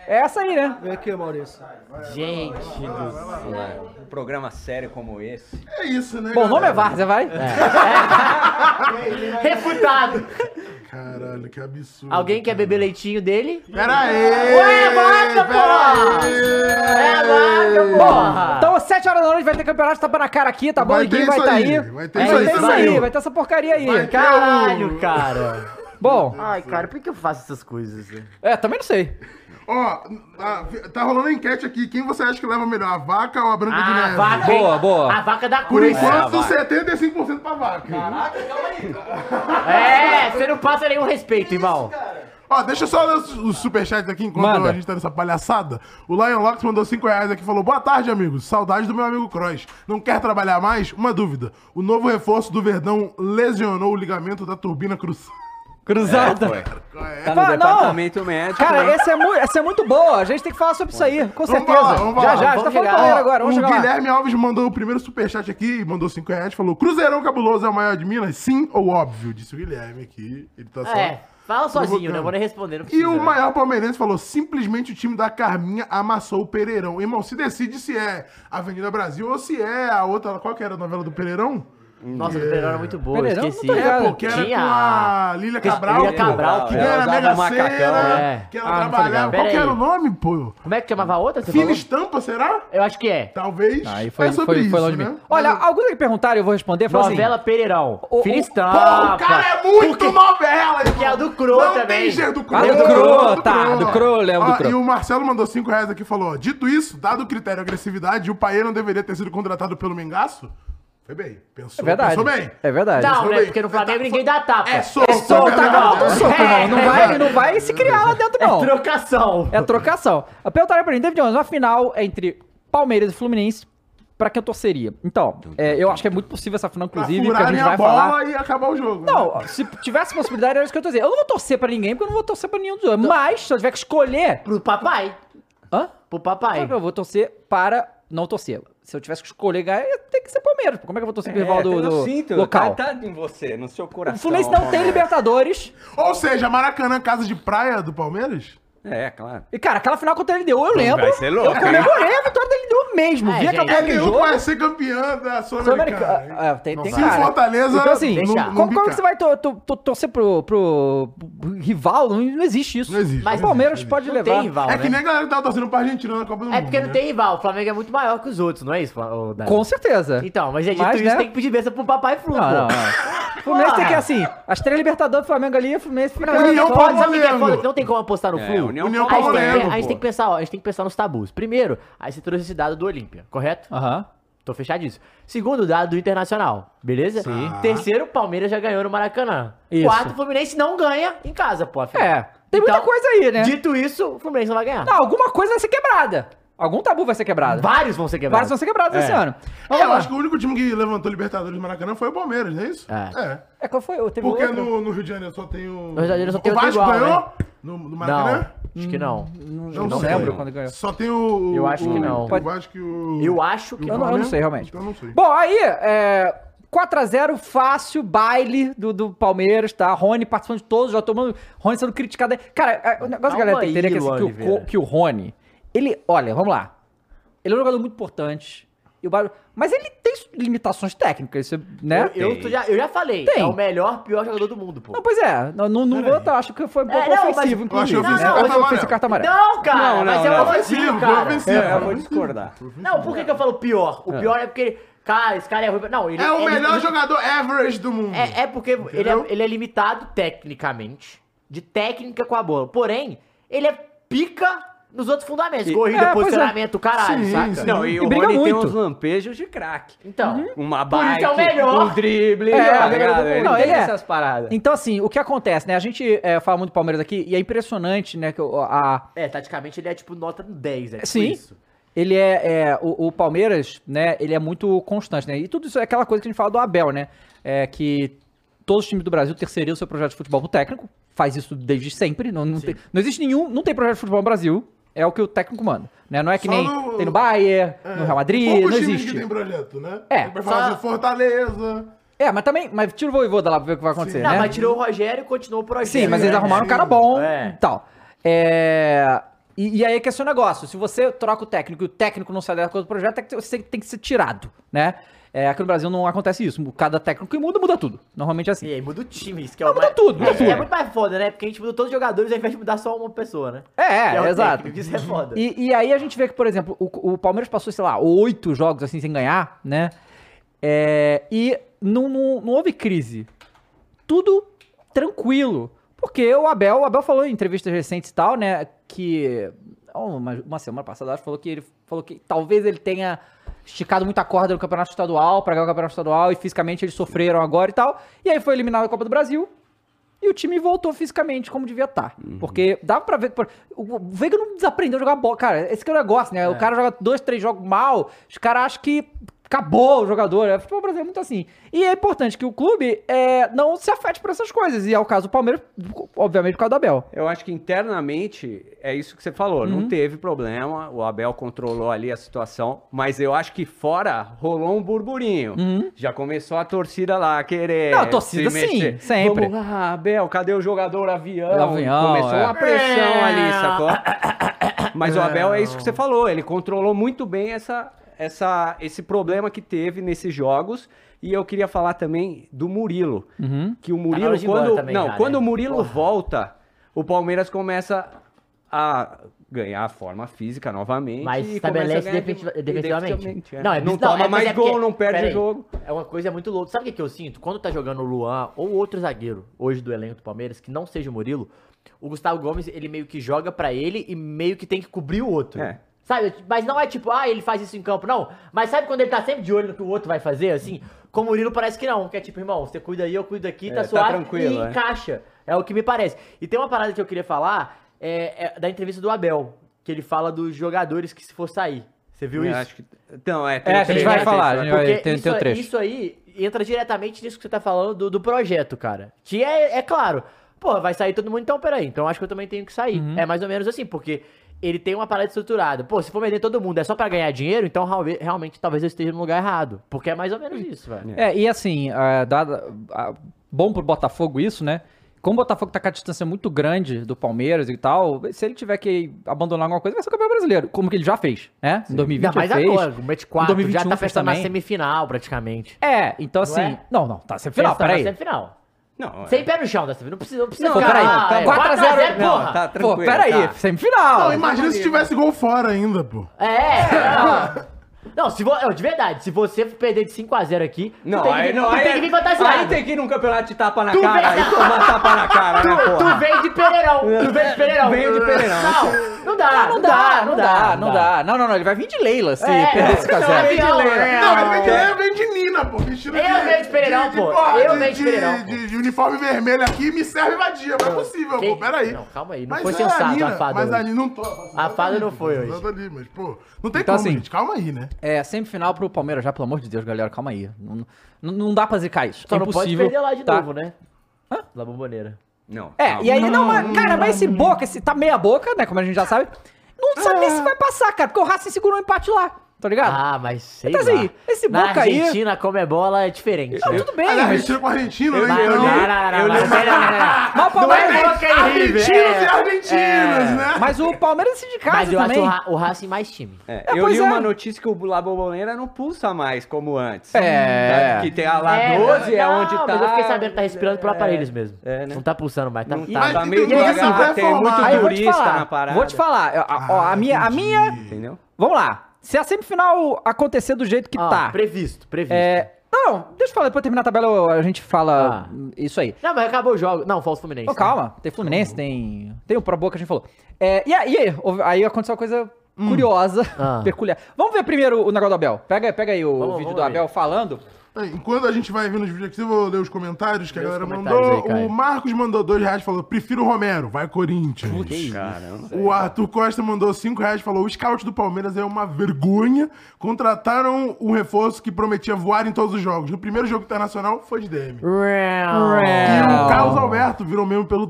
[SPEAKER 1] É essa aí, né?
[SPEAKER 5] vem aqui, Maurício.
[SPEAKER 3] Gente do céu.
[SPEAKER 4] é, um programa sério como esse.
[SPEAKER 2] É isso, né?
[SPEAKER 1] Bom, o nome é
[SPEAKER 2] galera?
[SPEAKER 1] Várzea, vai?
[SPEAKER 3] Refutado!
[SPEAKER 2] Caralho, que absurdo.
[SPEAKER 3] Alguém quer beber leitinho dele?
[SPEAKER 2] Peraí.
[SPEAKER 3] Ué, vaca, porra! É vaca, porra!
[SPEAKER 1] Então, 7 horas da noite vai ter campeonato de tapa na cara aqui, tá bom?
[SPEAKER 2] Vai
[SPEAKER 1] Ninguém
[SPEAKER 2] ter
[SPEAKER 1] vai
[SPEAKER 2] isso
[SPEAKER 1] estar
[SPEAKER 2] aí,
[SPEAKER 1] aí.
[SPEAKER 2] vai ter
[SPEAKER 1] É,
[SPEAKER 2] isso
[SPEAKER 1] vai
[SPEAKER 2] aí,
[SPEAKER 1] ter isso
[SPEAKER 2] saiu.
[SPEAKER 1] aí, vai ter essa porcaria aí.
[SPEAKER 2] Vai.
[SPEAKER 3] Caralho, cara!
[SPEAKER 1] Bom,
[SPEAKER 3] Ai, cara, por que eu faço essas coisas? assim?
[SPEAKER 1] é, também não sei.
[SPEAKER 2] Ó, a- tá rolando a enquete aqui. Quem você acha que leva melhor, a vaca ou a branca de
[SPEAKER 3] Ah,
[SPEAKER 2] neve?
[SPEAKER 3] vaca! hein?
[SPEAKER 1] Boa, boa.
[SPEAKER 3] A vaca da
[SPEAKER 2] Por
[SPEAKER 3] cruz!
[SPEAKER 2] enquanto, 75% pra vaca. Ah,
[SPEAKER 3] É, você não passa nenhum respeito, irmão.
[SPEAKER 2] Ó, deixa eu só ler os, os superchats aqui enquanto
[SPEAKER 1] Manda.
[SPEAKER 2] a gente tá nessa palhaçada. O Lion Locks mandou 5 reais aqui e falou: Boa tarde, amigos. Saudades do meu amigo Cross. Não quer trabalhar mais? Uma dúvida. O novo reforço do Verdão lesionou o ligamento da turbina cruzada.
[SPEAKER 1] Cruzada.
[SPEAKER 4] Foi.
[SPEAKER 2] Qual é?
[SPEAKER 4] Tá no
[SPEAKER 1] Fala, não.
[SPEAKER 4] departamento médico.
[SPEAKER 1] Cara,
[SPEAKER 4] né?
[SPEAKER 1] essa é, mu- essa é muito boa. A gente tem que falar sobre isso aí, com certeza.
[SPEAKER 2] lá,
[SPEAKER 1] já,
[SPEAKER 2] vamos lá,
[SPEAKER 1] já. A gente
[SPEAKER 3] vamos
[SPEAKER 1] tá falando
[SPEAKER 3] chegar.
[SPEAKER 1] correr
[SPEAKER 2] Ó,
[SPEAKER 1] agora. Vamos
[SPEAKER 2] o
[SPEAKER 1] chegar lá.
[SPEAKER 2] Guilherme Alves mandou o primeiro superchat aqui, mandou 5 reais, falou: Cruzeirão Cabuloso é o maior de Minas? Sim ou óbvio? Disse o Guilherme aqui. Ele tá só.
[SPEAKER 3] É, fala sozinho,
[SPEAKER 2] provocando.
[SPEAKER 3] né? Eu vou nem responder, não
[SPEAKER 2] E
[SPEAKER 3] precisa.
[SPEAKER 2] o maior palmeirense falou: simplesmente o time da Carminha amassou o Pereirão. Irmão, se decide se é Avenida Brasil ou se é a outra. Qual que era a novela do Pereirão?
[SPEAKER 3] Nossa, o Pereirão era muito boa, eu
[SPEAKER 1] Pereirão, não
[SPEAKER 3] esqueci.
[SPEAKER 1] tô ligado.
[SPEAKER 2] É, pô, que era
[SPEAKER 3] Tinha
[SPEAKER 2] com a Lília Cabral.
[SPEAKER 3] Lília
[SPEAKER 2] pô,
[SPEAKER 3] Cabral,
[SPEAKER 2] que
[SPEAKER 3] ela
[SPEAKER 2] era
[SPEAKER 4] usava
[SPEAKER 2] Mega
[SPEAKER 4] macacão,
[SPEAKER 2] Sena,
[SPEAKER 3] né?
[SPEAKER 2] que
[SPEAKER 3] Ah, não
[SPEAKER 2] ela
[SPEAKER 3] tô ligado.
[SPEAKER 2] trabalhava. Qual
[SPEAKER 3] Pera
[SPEAKER 2] que
[SPEAKER 3] aí.
[SPEAKER 2] era o nome, pô?
[SPEAKER 3] Como é que chamava a outra? Você
[SPEAKER 2] Fina
[SPEAKER 3] falou?
[SPEAKER 2] Estampa, será?
[SPEAKER 3] Eu acho que é.
[SPEAKER 2] Talvez.
[SPEAKER 1] Aí foi,
[SPEAKER 2] É sobre
[SPEAKER 1] foi, foi
[SPEAKER 2] isso,
[SPEAKER 1] longe de
[SPEAKER 2] né?
[SPEAKER 1] mim. Olha, alguns que perguntaram, eu vou responder. Falou assim,
[SPEAKER 3] Novela Pereirão.
[SPEAKER 1] o-
[SPEAKER 3] Firistão.
[SPEAKER 2] Pô, o cara é muito novela, irmão.
[SPEAKER 3] Que é a do Cro
[SPEAKER 2] Não
[SPEAKER 3] também.
[SPEAKER 2] tem jeito do Cro.
[SPEAKER 1] Ah, do
[SPEAKER 2] do
[SPEAKER 1] Cro,
[SPEAKER 2] Cro,
[SPEAKER 1] tá, do Cro, lembro do
[SPEAKER 2] Ó,
[SPEAKER 1] Cro.
[SPEAKER 2] E o Marcelo mandou 5 reais aqui e falou, ó, dito isso, dado o critério agressividade, o Paê não deveria ter sido contratado pelo Mengaço? Foi bem, pensou,
[SPEAKER 1] é verdade.
[SPEAKER 2] pensou bem.
[SPEAKER 1] É verdade.
[SPEAKER 3] Não,
[SPEAKER 2] Sou
[SPEAKER 3] né?
[SPEAKER 2] bem.
[SPEAKER 3] Porque no Flamengo ninguém dá tapa.
[SPEAKER 2] Tá É solto,
[SPEAKER 1] É solta,
[SPEAKER 2] verdade.
[SPEAKER 1] não. Tô solto, irmão. Não
[SPEAKER 3] É.
[SPEAKER 1] vai, não vai se criar lá dentro, não.
[SPEAKER 3] Trocação.
[SPEAKER 1] É trocação. Perguntaram pra mim, David Jones, uma final entre Palmeiras e Fluminense, pra quem eu torceria? Então, é, eu acho que é muito possível essa final,
[SPEAKER 2] Pra
[SPEAKER 1] inclusive, que a
[SPEAKER 2] furarem
[SPEAKER 1] gente
[SPEAKER 2] a
[SPEAKER 1] vai
[SPEAKER 2] bola
[SPEAKER 1] falar.
[SPEAKER 2] e acabar o jogo. né?
[SPEAKER 1] Não, se tivesse possibilidade, era isso que eu tô dizendo. Eu não vou torcer pra ninguém, porque eu não vou torcer pra nenhum dos dois. Mas, se eu tiver que escolher.
[SPEAKER 3] Pro papai.
[SPEAKER 1] Hã?
[SPEAKER 3] Pro papai.
[SPEAKER 1] Eu vou torcer para não torcer. Se eu tivesse que escolher, ganhar, tem que ser Palmeiras. Como é que eu vou torcer pro rival do,
[SPEAKER 4] eu
[SPEAKER 1] do
[SPEAKER 4] sinto,
[SPEAKER 1] local?
[SPEAKER 4] Tá, tá é. em você, no seu coração.
[SPEAKER 1] O Fluminense não tem
[SPEAKER 4] Palmeiras.
[SPEAKER 1] Libertadores.
[SPEAKER 2] Ou seja, Maracanã, casa de praia do Palmeiras?
[SPEAKER 4] É, claro.
[SPEAKER 1] E, cara, aquela final contra a LDU, eu lembro.
[SPEAKER 4] vai ser louco,
[SPEAKER 1] Eu comemorei a vitória da LDU mesmo.
[SPEAKER 3] É,
[SPEAKER 1] Vi
[SPEAKER 3] gente.
[SPEAKER 1] aquela
[SPEAKER 2] É
[SPEAKER 1] aquele
[SPEAKER 2] o
[SPEAKER 1] jogo.
[SPEAKER 2] vai ser campeã da Sul-Americana.
[SPEAKER 1] Sul-Americana. É, tem, tem
[SPEAKER 2] Se
[SPEAKER 1] cara.
[SPEAKER 2] Fortaleza...
[SPEAKER 1] Então, assim,
[SPEAKER 3] não-
[SPEAKER 1] como,
[SPEAKER 3] não
[SPEAKER 1] como
[SPEAKER 2] bica.
[SPEAKER 1] que você vai to- to- to- torcer pro, pro- pro rival? Não, não existe isso.
[SPEAKER 2] Não existe,
[SPEAKER 1] Mas
[SPEAKER 2] não
[SPEAKER 1] Palmeiras
[SPEAKER 2] existe, não
[SPEAKER 1] pode
[SPEAKER 3] Não
[SPEAKER 1] levar.
[SPEAKER 3] tem rival,
[SPEAKER 2] É que nem
[SPEAKER 3] né?
[SPEAKER 2] a galera que tava torcendo pra Argentina na Copa do Mundo.
[SPEAKER 3] É porque não
[SPEAKER 2] né?
[SPEAKER 3] tem rival. O Flamengo é muito maior que os outros, não é isso, Fla- ô, Dani?
[SPEAKER 1] Com certeza.
[SPEAKER 3] Então, mas é dito
[SPEAKER 1] Mas,
[SPEAKER 3] isso,
[SPEAKER 1] né? Ah,
[SPEAKER 3] tem que pedir bênção pro papai e pro
[SPEAKER 1] Não, não, não. Fluminense tem que, assim, as três Libertadores, Flamengo ali, o Fluminense fica...
[SPEAKER 2] Não, União
[SPEAKER 3] Pode, sabe o que é
[SPEAKER 2] Palmeiras.
[SPEAKER 3] foda? Não tem como apostar no
[SPEAKER 4] É,
[SPEAKER 3] Flu.
[SPEAKER 4] União
[SPEAKER 2] União
[SPEAKER 3] Aí um a gente tem que-
[SPEAKER 2] Palmeiras,
[SPEAKER 3] aí a gente
[SPEAKER 4] pô.
[SPEAKER 3] tem que pensar, ó, a gente tem que pensar nos tabus. Primeiro, aí você trouxe esse dado do Olímpia, correto?
[SPEAKER 1] Aham.
[SPEAKER 3] Tô fechadíssimo. Segundo dado do Internacional, beleza?
[SPEAKER 2] Sim. Tá.
[SPEAKER 3] Terceiro, Palmeiras já ganhou no Maracanã.
[SPEAKER 1] Ah. Isso.
[SPEAKER 3] Quarto, Fluminense não ganha em casa, pô. afinal.
[SPEAKER 1] É, tem muita
[SPEAKER 3] Então,
[SPEAKER 1] coisa aí, né?
[SPEAKER 3] Dito isso, o Fluminense não vai ganhar.
[SPEAKER 1] Não, alguma coisa vai ser quebrada. Algum tabu vai ser quebrado.
[SPEAKER 3] Vários vão ser
[SPEAKER 1] Vários
[SPEAKER 3] quebrados.
[SPEAKER 1] vão ser quebrados
[SPEAKER 3] É.
[SPEAKER 1] esse ano.
[SPEAKER 2] É,
[SPEAKER 1] Vamos
[SPEAKER 2] eu
[SPEAKER 1] lá.
[SPEAKER 2] acho que o único time que levantou Libertadores do Maracanã foi o Palmeiras, não é isso?
[SPEAKER 3] É.
[SPEAKER 1] É, qual foi? Teve
[SPEAKER 2] Porque
[SPEAKER 1] outro?
[SPEAKER 2] no, no Rio de Janeiro só tem o.
[SPEAKER 3] Rio de Janeiro só tem
[SPEAKER 2] o
[SPEAKER 3] outro
[SPEAKER 2] Vasco
[SPEAKER 3] igual,
[SPEAKER 2] ganhou?
[SPEAKER 3] né?
[SPEAKER 2] No, no
[SPEAKER 3] Não,
[SPEAKER 2] Maracanã?
[SPEAKER 3] acho que não.
[SPEAKER 1] Eu Hum, não
[SPEAKER 2] sei.
[SPEAKER 1] lembro quando ganhou.
[SPEAKER 2] Só tem o.
[SPEAKER 3] Eu acho que não.
[SPEAKER 2] O Vasco e o.
[SPEAKER 3] Eu acho que
[SPEAKER 2] e o
[SPEAKER 1] Eu não- eu não
[SPEAKER 2] Flamengo?
[SPEAKER 1] sei, realmente.
[SPEAKER 2] Então eu não sei.
[SPEAKER 1] Bom, aí, é, 4x0, fácil, baile do, do Palmeiras, tá? Rony participando de todos, já tomando. Rony sendo criticado. Cara, a- o negócio que a galera tem que entender é que,
[SPEAKER 3] Calma
[SPEAKER 1] assim,
[SPEAKER 3] aí,
[SPEAKER 1] que, o, co-
[SPEAKER 3] Oliveira.
[SPEAKER 1] que o Rony, ele, olha, vamos lá. Ele é um jogador muito importante. E o Bar- Mas ele tem limitações técnicas, isso, né?
[SPEAKER 3] Eu, eu tô já, eu já falei,
[SPEAKER 1] Tem.
[SPEAKER 3] é o melhor, pior jogador do mundo, pô.
[SPEAKER 1] Não, pois é, não, não, não vou, eu acho que foi um pouco
[SPEAKER 3] É, não, mas-
[SPEAKER 1] ofensivo,
[SPEAKER 2] Eu achei
[SPEAKER 1] inclusive. né?
[SPEAKER 2] ofensivo,
[SPEAKER 1] Eu achei
[SPEAKER 2] carta
[SPEAKER 1] ofensivo, carta amarela.
[SPEAKER 3] Não, cara,
[SPEAKER 4] Não, não,
[SPEAKER 3] mas é
[SPEAKER 4] não.
[SPEAKER 3] ofensivo,
[SPEAKER 2] foi
[SPEAKER 3] cara.
[SPEAKER 2] ofensivo.
[SPEAKER 4] É, eu vou discordar.
[SPEAKER 3] Não, por que, que eu falo pior?
[SPEAKER 1] Ah.
[SPEAKER 3] O pior é porque, cara, esse cara é ruim. Não, ele
[SPEAKER 2] É o
[SPEAKER 3] ele-
[SPEAKER 2] melhor
[SPEAKER 3] ele-
[SPEAKER 2] jogador average do mundo.
[SPEAKER 3] É, é porque ele
[SPEAKER 2] Entendeu?
[SPEAKER 3] é, ele é limitado tecnicamente, de técnica com a bola. Porém, ele é pica nos outros fundamentos. Corrida,
[SPEAKER 1] É, pois é.
[SPEAKER 3] posicionamento, caralho,
[SPEAKER 2] Sim,
[SPEAKER 3] saca?
[SPEAKER 2] sim.
[SPEAKER 4] Não, e,
[SPEAKER 1] E
[SPEAKER 4] o
[SPEAKER 1] briga
[SPEAKER 4] Rony tem
[SPEAKER 1] muito.
[SPEAKER 4] uns lampejos de craque.
[SPEAKER 3] Então,
[SPEAKER 1] Uhum.
[SPEAKER 4] Uma
[SPEAKER 3] Por isso
[SPEAKER 4] bike,
[SPEAKER 3] é o melhor.
[SPEAKER 4] um drible,
[SPEAKER 1] É,
[SPEAKER 4] tá
[SPEAKER 1] é,
[SPEAKER 4] ligado?
[SPEAKER 1] não, ele
[SPEAKER 4] tem
[SPEAKER 1] é.
[SPEAKER 4] essas paradas.
[SPEAKER 1] Então, assim, o que acontece, né? A gente é, fala muito do Palmeiras aqui e é impressionante, né? Que o- a,
[SPEAKER 3] é, taticamente ele é tipo nota 10, é tipo
[SPEAKER 1] Sim.
[SPEAKER 3] isso.
[SPEAKER 1] ele é, é, o, o Palmeiras, né? Ele é muito constante, né? E tudo isso é aquela coisa que a gente fala do Abel, né? É que todos os times do Brasil terceirizam seu projeto de futebol pro técnico, faz isso desde sempre. Não, não, tem- não existe nenhum, não tem projeto de futebol no Brasil. É o que o técnico manda, né? Não é que
[SPEAKER 2] Só
[SPEAKER 1] nem
[SPEAKER 2] no- É,
[SPEAKER 1] tem no Bayern, no Real Madrid,
[SPEAKER 2] Poucos
[SPEAKER 1] não
[SPEAKER 2] times
[SPEAKER 1] existe.
[SPEAKER 2] que tem projeto, né?
[SPEAKER 1] É,
[SPEAKER 2] Vai falar
[SPEAKER 3] só-
[SPEAKER 2] do Fortaleza.
[SPEAKER 1] É, mas também, mas tira o Voivoda lá pra ver o que vai acontecer,
[SPEAKER 3] Não,
[SPEAKER 1] né?
[SPEAKER 3] mas tirou o Rogério né? e continuou o projeto.
[SPEAKER 1] Sim, mas
[SPEAKER 2] é,
[SPEAKER 1] eles arrumaram um
[SPEAKER 2] sim.
[SPEAKER 1] cara bom
[SPEAKER 3] É.
[SPEAKER 1] e tal. É... E, e aí que é seu negócio. Se você troca o técnico e o técnico não se adequa com o projeto, é que você tem que ser tirado, né? É, aqui no Brasil não acontece isso. Cada técnico que muda, muda tudo. Normalmente é assim.
[SPEAKER 3] E aí muda o time, isso que é
[SPEAKER 1] Mas
[SPEAKER 3] o
[SPEAKER 1] muda
[SPEAKER 3] mais...
[SPEAKER 1] tudo, muda
[SPEAKER 3] é,
[SPEAKER 1] tudo.
[SPEAKER 3] é muito mais foda, né? Porque a gente muda todos os jogadores ao invés de mudar só uma pessoa, né?
[SPEAKER 1] É, é,
[SPEAKER 3] Que o
[SPEAKER 1] exato.
[SPEAKER 3] técnico, isso é foda.
[SPEAKER 1] E, e aí a gente vê que, por exemplo, o, o Palmeiras passou, sei lá, oito jogos assim sem ganhar, né? É, e não, não, não houve crise. Tudo tranquilo. Porque o Abel, o Abel falou em entrevistas recentes e tal, né? Que. Uma, uma semana passada, acho, falou que ele falou que talvez ele tenha esticado muita corda no campeonato estadual pra ganhar o campeonato estadual e fisicamente eles sofreram agora e tal. E aí foi eliminado da Copa do Brasil. E o time voltou fisicamente como devia estar. Porque dá pra ver que. por- O o Veiga não desaprendeu a jogar bola. Cara, esse que é o negócio, né? O cara joga dois, três jogos mal, os caras acham que acabou o jogador. É futebol brasileiro é muito assim. E é importante que o clube é, não se afete por essas coisas. E é o caso do Palmeiras, obviamente, por causa do Abel.
[SPEAKER 4] Eu acho que internamente é isso que você falou.
[SPEAKER 3] Uhum.
[SPEAKER 4] Não teve problema. O Abel controlou ali a situação. Mas eu acho que fora rolou um burburinho. Já começou a torcida lá a querer.
[SPEAKER 1] Não, a torcida
[SPEAKER 4] se
[SPEAKER 1] sim,
[SPEAKER 4] mexer.
[SPEAKER 1] sempre.
[SPEAKER 4] Vamos lá, Abel, cadê o jogador avião?
[SPEAKER 1] Avião,
[SPEAKER 4] começou
[SPEAKER 1] é.
[SPEAKER 4] uma pressão ali, sacou? Mas o Abel é isso que você falou. Ele controlou muito bem essa, essa, esse problema que teve nesses jogos. E eu queria falar também do Murilo. Que o
[SPEAKER 3] na
[SPEAKER 4] Murilo,
[SPEAKER 3] hora de ir
[SPEAKER 4] quando.
[SPEAKER 3] embora também
[SPEAKER 4] não,
[SPEAKER 3] já,
[SPEAKER 4] quando
[SPEAKER 3] né?
[SPEAKER 4] o Murilo
[SPEAKER 3] Porra.
[SPEAKER 4] volta, o Palmeiras começa a ganhar forma física novamente.
[SPEAKER 3] Mas
[SPEAKER 4] e começa a
[SPEAKER 3] estabelece
[SPEAKER 4] ganhar de-
[SPEAKER 3] definitiva- definitivamente.
[SPEAKER 4] é. Não,
[SPEAKER 3] bizarro,
[SPEAKER 4] toma
[SPEAKER 3] mas
[SPEAKER 4] mais
[SPEAKER 3] é
[SPEAKER 4] gol,
[SPEAKER 3] porque-
[SPEAKER 4] não perde
[SPEAKER 3] peraí,
[SPEAKER 4] o jogo.
[SPEAKER 3] É uma coisa muito louca. Sabe o que, que eu sinto? Quando tá jogando o Luan ou outro zagueiro hoje do elenco do Palmeiras, que não seja o Murilo, o Gustavo Gomes, ele meio que joga pra ele e meio que tem que cobrir o outro.
[SPEAKER 4] É.
[SPEAKER 3] Sabe? Mas não é tipo, ah, ele faz isso em campo, não. Mas sabe quando ele tá sempre de olho no que o outro vai fazer, assim? Com o Murilo parece que não, que é tipo, irmão, você cuida aí, eu cuido aqui,
[SPEAKER 4] É,
[SPEAKER 3] tá
[SPEAKER 4] tá
[SPEAKER 3] suave
[SPEAKER 4] tranquilo,
[SPEAKER 3] e
[SPEAKER 4] é.
[SPEAKER 3] caixa. É o que me parece. E tem uma parada que eu queria falar é, é da entrevista do Abel, que ele fala dos jogadores que se for sair. Você viu
[SPEAKER 4] Eu
[SPEAKER 3] isso?
[SPEAKER 4] acho que- Então, é,
[SPEAKER 1] É, a gente
[SPEAKER 4] três,
[SPEAKER 1] vai
[SPEAKER 4] né,
[SPEAKER 1] falar,
[SPEAKER 4] três,
[SPEAKER 1] a gente
[SPEAKER 4] né?
[SPEAKER 1] vai
[SPEAKER 3] Porque
[SPEAKER 1] ter,
[SPEAKER 3] isso,
[SPEAKER 1] ter o trecho.
[SPEAKER 3] isso aí entra diretamente nisso que você tá falando do, do projeto, cara. Que é, é claro. Pô, vai sair todo mundo, então peraí. Então acho que eu também tenho que sair.
[SPEAKER 1] Uhum.
[SPEAKER 3] É mais ou menos assim, porque ele tem uma parada estruturada. Pô, se for vender todo mundo é só pra ganhar dinheiro, então realme- realmente talvez eu esteja no lugar errado. Porque é mais ou menos isso, velho.
[SPEAKER 1] É, e assim, é, dada- a- bom pro Botafogo isso, né? Como o Botafogo tá com a distância muito grande do Palmeiras e tal, se ele tiver que abandonar alguma coisa, vai ser o campeão brasileiro, como que ele já fez, né? Em 2020
[SPEAKER 3] Ainda mais
[SPEAKER 1] ele fez.
[SPEAKER 3] agora, o Match 4 já
[SPEAKER 1] 2021
[SPEAKER 3] tá
[SPEAKER 1] fez
[SPEAKER 3] pensando na
[SPEAKER 1] também.
[SPEAKER 3] semifinal, praticamente.
[SPEAKER 1] É, então assim.
[SPEAKER 3] é?
[SPEAKER 1] Não, não, tá semifinal,
[SPEAKER 3] Pensando na
[SPEAKER 1] peraí.
[SPEAKER 3] Semifinal.
[SPEAKER 4] Não, é.
[SPEAKER 3] Sem pé no chão, dessa vez. Não precisa, não precisa
[SPEAKER 1] Pô,
[SPEAKER 3] ficar
[SPEAKER 1] peraí.
[SPEAKER 3] lá,
[SPEAKER 1] Tá
[SPEAKER 3] é,
[SPEAKER 1] 4x0,
[SPEAKER 3] 4x0,
[SPEAKER 4] não,
[SPEAKER 3] porra.
[SPEAKER 4] tá
[SPEAKER 1] Pô,
[SPEAKER 4] tranquilo.
[SPEAKER 1] peraí,
[SPEAKER 4] tá.
[SPEAKER 1] semifinal.
[SPEAKER 2] Não, imagina se tivesse gol fora ainda, pô.
[SPEAKER 3] É, não. Não, se vo... não, de verdade, se você perder de 5x0 aqui, tu
[SPEAKER 4] Não,
[SPEAKER 3] tem que,
[SPEAKER 4] aí
[SPEAKER 3] vir-
[SPEAKER 4] não,
[SPEAKER 3] tu
[SPEAKER 4] aí, é-
[SPEAKER 3] tem que vir fantasiado.
[SPEAKER 4] aí tem que ir num campeonato de tapa na
[SPEAKER 3] Tu
[SPEAKER 4] cara
[SPEAKER 3] vem-
[SPEAKER 4] e tomar tapa na cara, né,
[SPEAKER 3] tu,
[SPEAKER 4] porra?
[SPEAKER 3] tu vem de Pereirão, tu vem de Pereirão.
[SPEAKER 4] Venho de Pereirão.
[SPEAKER 3] Não, não dá,
[SPEAKER 1] Ah, não dá, não dá, não dá. Não, não, não, ele vai vir de Leila se
[SPEAKER 3] É,
[SPEAKER 1] perder esse
[SPEAKER 3] não,
[SPEAKER 1] casal.
[SPEAKER 3] é avião, é.
[SPEAKER 2] Não, ele vem de, ele vem de Nina, pô. Vestido
[SPEAKER 3] Eu venho de Pereirão, pô.
[SPEAKER 2] porra,
[SPEAKER 3] Eu
[SPEAKER 2] de-
[SPEAKER 3] venho de Pereirão, pô.
[SPEAKER 2] de- de uniforme vermelho aqui me serve vadia. Não é possível,
[SPEAKER 3] que-
[SPEAKER 2] pô. Peraí.
[SPEAKER 3] Não, calma aí, não
[SPEAKER 2] Mas
[SPEAKER 3] foi
[SPEAKER 2] é
[SPEAKER 3] sensato
[SPEAKER 2] Nina,
[SPEAKER 3] a fada
[SPEAKER 2] Mas a
[SPEAKER 3] hoje.
[SPEAKER 2] Nina não tô.
[SPEAKER 3] A fada não foi hoje.
[SPEAKER 2] Ali, mas, pô, não tem
[SPEAKER 1] Então,
[SPEAKER 2] como,
[SPEAKER 1] assim,
[SPEAKER 2] gente. Calma aí, né?
[SPEAKER 1] É, semifinal pro Palmeiras já, pelo amor de Deus, galera, calma aí. Não, não, não dá pra zicar isso.
[SPEAKER 3] Só
[SPEAKER 1] é
[SPEAKER 3] não pode
[SPEAKER 1] impossível,
[SPEAKER 3] perder lá de
[SPEAKER 1] tá?
[SPEAKER 3] novo, né? La Bomboneira.
[SPEAKER 4] Não.
[SPEAKER 1] É,
[SPEAKER 4] calma.
[SPEAKER 1] e aí, não, mas, cara, mas esse né, boca, esse tá meia boca, né? Como a gente já sabe, não sabe nem se vai passar, cara, porque o Racing segurou um empate lá. Tá ligado?
[SPEAKER 3] É. Ah, mas sei
[SPEAKER 1] Então,
[SPEAKER 3] lá.
[SPEAKER 1] assim, esse
[SPEAKER 3] Na
[SPEAKER 1] Boca aí-
[SPEAKER 3] Argentina, comer bola é diferente.
[SPEAKER 1] Não, tudo bem.
[SPEAKER 2] Mas a
[SPEAKER 1] mas-
[SPEAKER 2] Argentina com a Argentina, né?
[SPEAKER 3] Mas- não,
[SPEAKER 2] Então,
[SPEAKER 3] não, não, não, não, pera, não, não, não.
[SPEAKER 1] Mas o Palmeiras. Ah,
[SPEAKER 3] Não é Boca e
[SPEAKER 2] argentinos
[SPEAKER 3] River, é.
[SPEAKER 2] e argentinas,
[SPEAKER 3] É.
[SPEAKER 2] né?
[SPEAKER 1] Mas o Palmeiras se de casa
[SPEAKER 3] Mas eu acho
[SPEAKER 1] também.
[SPEAKER 3] o, Ra- o Racing mais time.
[SPEAKER 4] É,
[SPEAKER 1] É,
[SPEAKER 4] eu
[SPEAKER 1] pois
[SPEAKER 4] li
[SPEAKER 1] é.
[SPEAKER 4] uma notícia que o La Bombonera não pulsa mais como antes.
[SPEAKER 1] É.
[SPEAKER 4] Sabe Que tem a La
[SPEAKER 3] É,
[SPEAKER 4] 12, é,
[SPEAKER 3] não,
[SPEAKER 4] onde tá.
[SPEAKER 3] Mas eu fiquei sabendo que tá respirando por
[SPEAKER 4] É.
[SPEAKER 3] aparelhos mesmo.
[SPEAKER 4] É, né?
[SPEAKER 3] Não tá pulsando mais, tá,
[SPEAKER 4] Não
[SPEAKER 3] tá-
[SPEAKER 4] tá,
[SPEAKER 2] Mas
[SPEAKER 4] meio
[SPEAKER 2] tem que
[SPEAKER 4] devagar,
[SPEAKER 2] reformar.
[SPEAKER 4] tem muito
[SPEAKER 2] Aí
[SPEAKER 1] eu vou te
[SPEAKER 4] turista
[SPEAKER 1] falar,
[SPEAKER 4] na parada.
[SPEAKER 1] Vou te falar. A, ó,
[SPEAKER 3] Ah,
[SPEAKER 1] a minha, a
[SPEAKER 2] entendi.
[SPEAKER 1] minha.
[SPEAKER 4] Entendeu?
[SPEAKER 1] Vamos lá. Se a semifinal acontecer do jeito que
[SPEAKER 3] Ó,
[SPEAKER 1] tá.
[SPEAKER 3] Previsto, previsto.
[SPEAKER 1] É. Não, não, deixa eu falar, depois terminar a tabela eu- a gente fala
[SPEAKER 3] Ah.
[SPEAKER 1] hum, isso aí.
[SPEAKER 3] Não, mas acabou o jogo. Não, falso Fluminense.
[SPEAKER 1] Ô,
[SPEAKER 3] né?
[SPEAKER 1] calma, tem Fluminense,
[SPEAKER 2] um
[SPEAKER 1] tem. Tem o Pro Boca que a gente falou. É, e aí, houve- aí aconteceu uma coisa curiosa, <laughs>
[SPEAKER 3] Ah.
[SPEAKER 1] peculiar. Vamos ver primeiro o negócio do Abel. Pega, pega aí o
[SPEAKER 3] Vamos-
[SPEAKER 1] vídeo
[SPEAKER 3] vamos
[SPEAKER 1] do
[SPEAKER 3] ver.
[SPEAKER 1] Abel falando.
[SPEAKER 2] Bem, Enquanto a gente vai vendo os vídeos aqui, eu vou ler os comentários que a
[SPEAKER 3] Lê os
[SPEAKER 2] galera
[SPEAKER 3] comentários
[SPEAKER 2] mandou.
[SPEAKER 3] aí, Caio.
[SPEAKER 2] o Marcos mandou dois reais e falou: prefiro o Romero, vai Corinthians.
[SPEAKER 4] Caramba.
[SPEAKER 2] O Arthur Costa mandou 5 reais e falou: o scout do Palmeiras é uma vergonha. Contrataram um reforço que prometia voar em todos os jogos. No primeiro jogo internacional foi de DM. E o Carlos Alberto virou mesmo pelo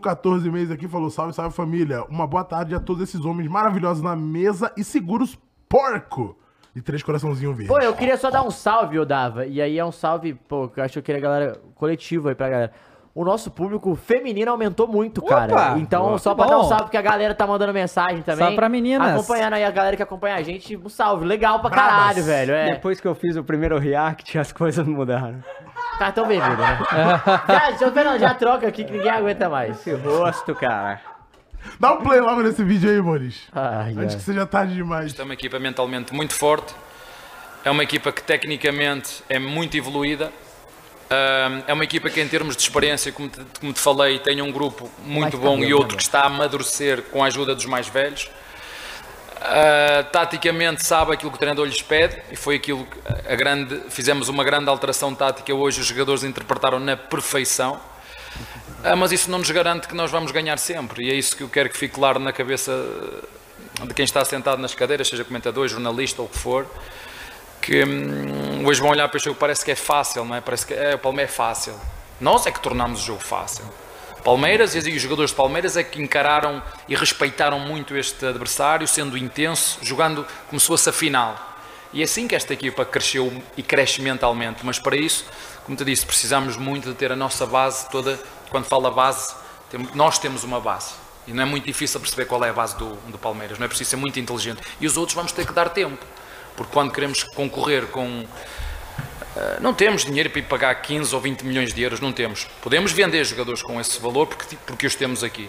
[SPEAKER 2] 14 mês aqui e falou: salve, salve família. Uma boa tarde a todos esses homens maravilhosos na mesa e seguros porco. E três coraçãozinhos verdes.
[SPEAKER 3] Pô, eu queria só dar um salve, eu dava. E aí é um salve, pô, que eu acho que eu queria galera coletivo aí pra galera. O nosso público feminino aumentou muito, cara. Então,
[SPEAKER 1] Boa.
[SPEAKER 3] só
[SPEAKER 1] Que
[SPEAKER 3] pra dar um
[SPEAKER 1] bom.
[SPEAKER 3] salve, porque a galera tá mandando mensagem também.
[SPEAKER 1] Salve pra meninas.
[SPEAKER 3] Acompanhando aí a galera que acompanha a gente. Um salve. Legal pra
[SPEAKER 2] Bravas.
[SPEAKER 3] caralho, velho. É.
[SPEAKER 4] Depois que eu fiz o primeiro react, <laughs> as coisas mudaram.
[SPEAKER 3] Cartão vermelho, né? já, seu Fernando, já troca aqui que ninguém aguenta mais.
[SPEAKER 4] Esse rosto, cara.
[SPEAKER 2] Dá um play logo nesse vídeo aí, Boris.
[SPEAKER 3] Ai, ai.
[SPEAKER 2] Antes que seja tarde demais.
[SPEAKER 6] É uma equipa mentalmente muito forte, é uma equipa que tecnicamente é muito evoluída, ahm, é uma equipa que, em termos de experiência, como te, como te falei, tem um grupo muito bom e outro que está a amadurecer com a ajuda dos mais velhos. Ah, taticamente sabe aquilo que o treinador lhes pede e foi aquilo que a grande, fizemos uma grande alteração tática hoje, os jogadores interpretaram na perfeição. Ah, mas isso não nos garante que nós vamos ganhar sempre, e é isso que eu quero que fique claro na cabeça de quem está sentado nas cadeiras, seja comentador, jornalista ou o que for, que hum, hoje vão olhar para o jogo parece que é fácil, não é? Parece que é, o Palmeiras é fácil. Nós é que tornamos o jogo fácil. Palmeiras e os jogadores de Palmeiras é que encararam e respeitaram muito este adversário, sendo intenso, jogando como se fosse a final. E é assim que esta equipa cresceu e cresce mentalmente, mas para isso, como te disse, precisamos muito de ter a nossa base toda. Quando fala base, tem- nós temos uma base. E não é muito difícil perceber qual é a base do, do Palmeiras, não é preciso ser muito inteligente. E os outros vamos ter que dar tempo, porque quando queremos concorrer com. eh, Não temos dinheiro para ir pagar 15 ou 20 milhões de euros, não temos. Podemos vender jogadores com esse valor porque, porque os temos aqui.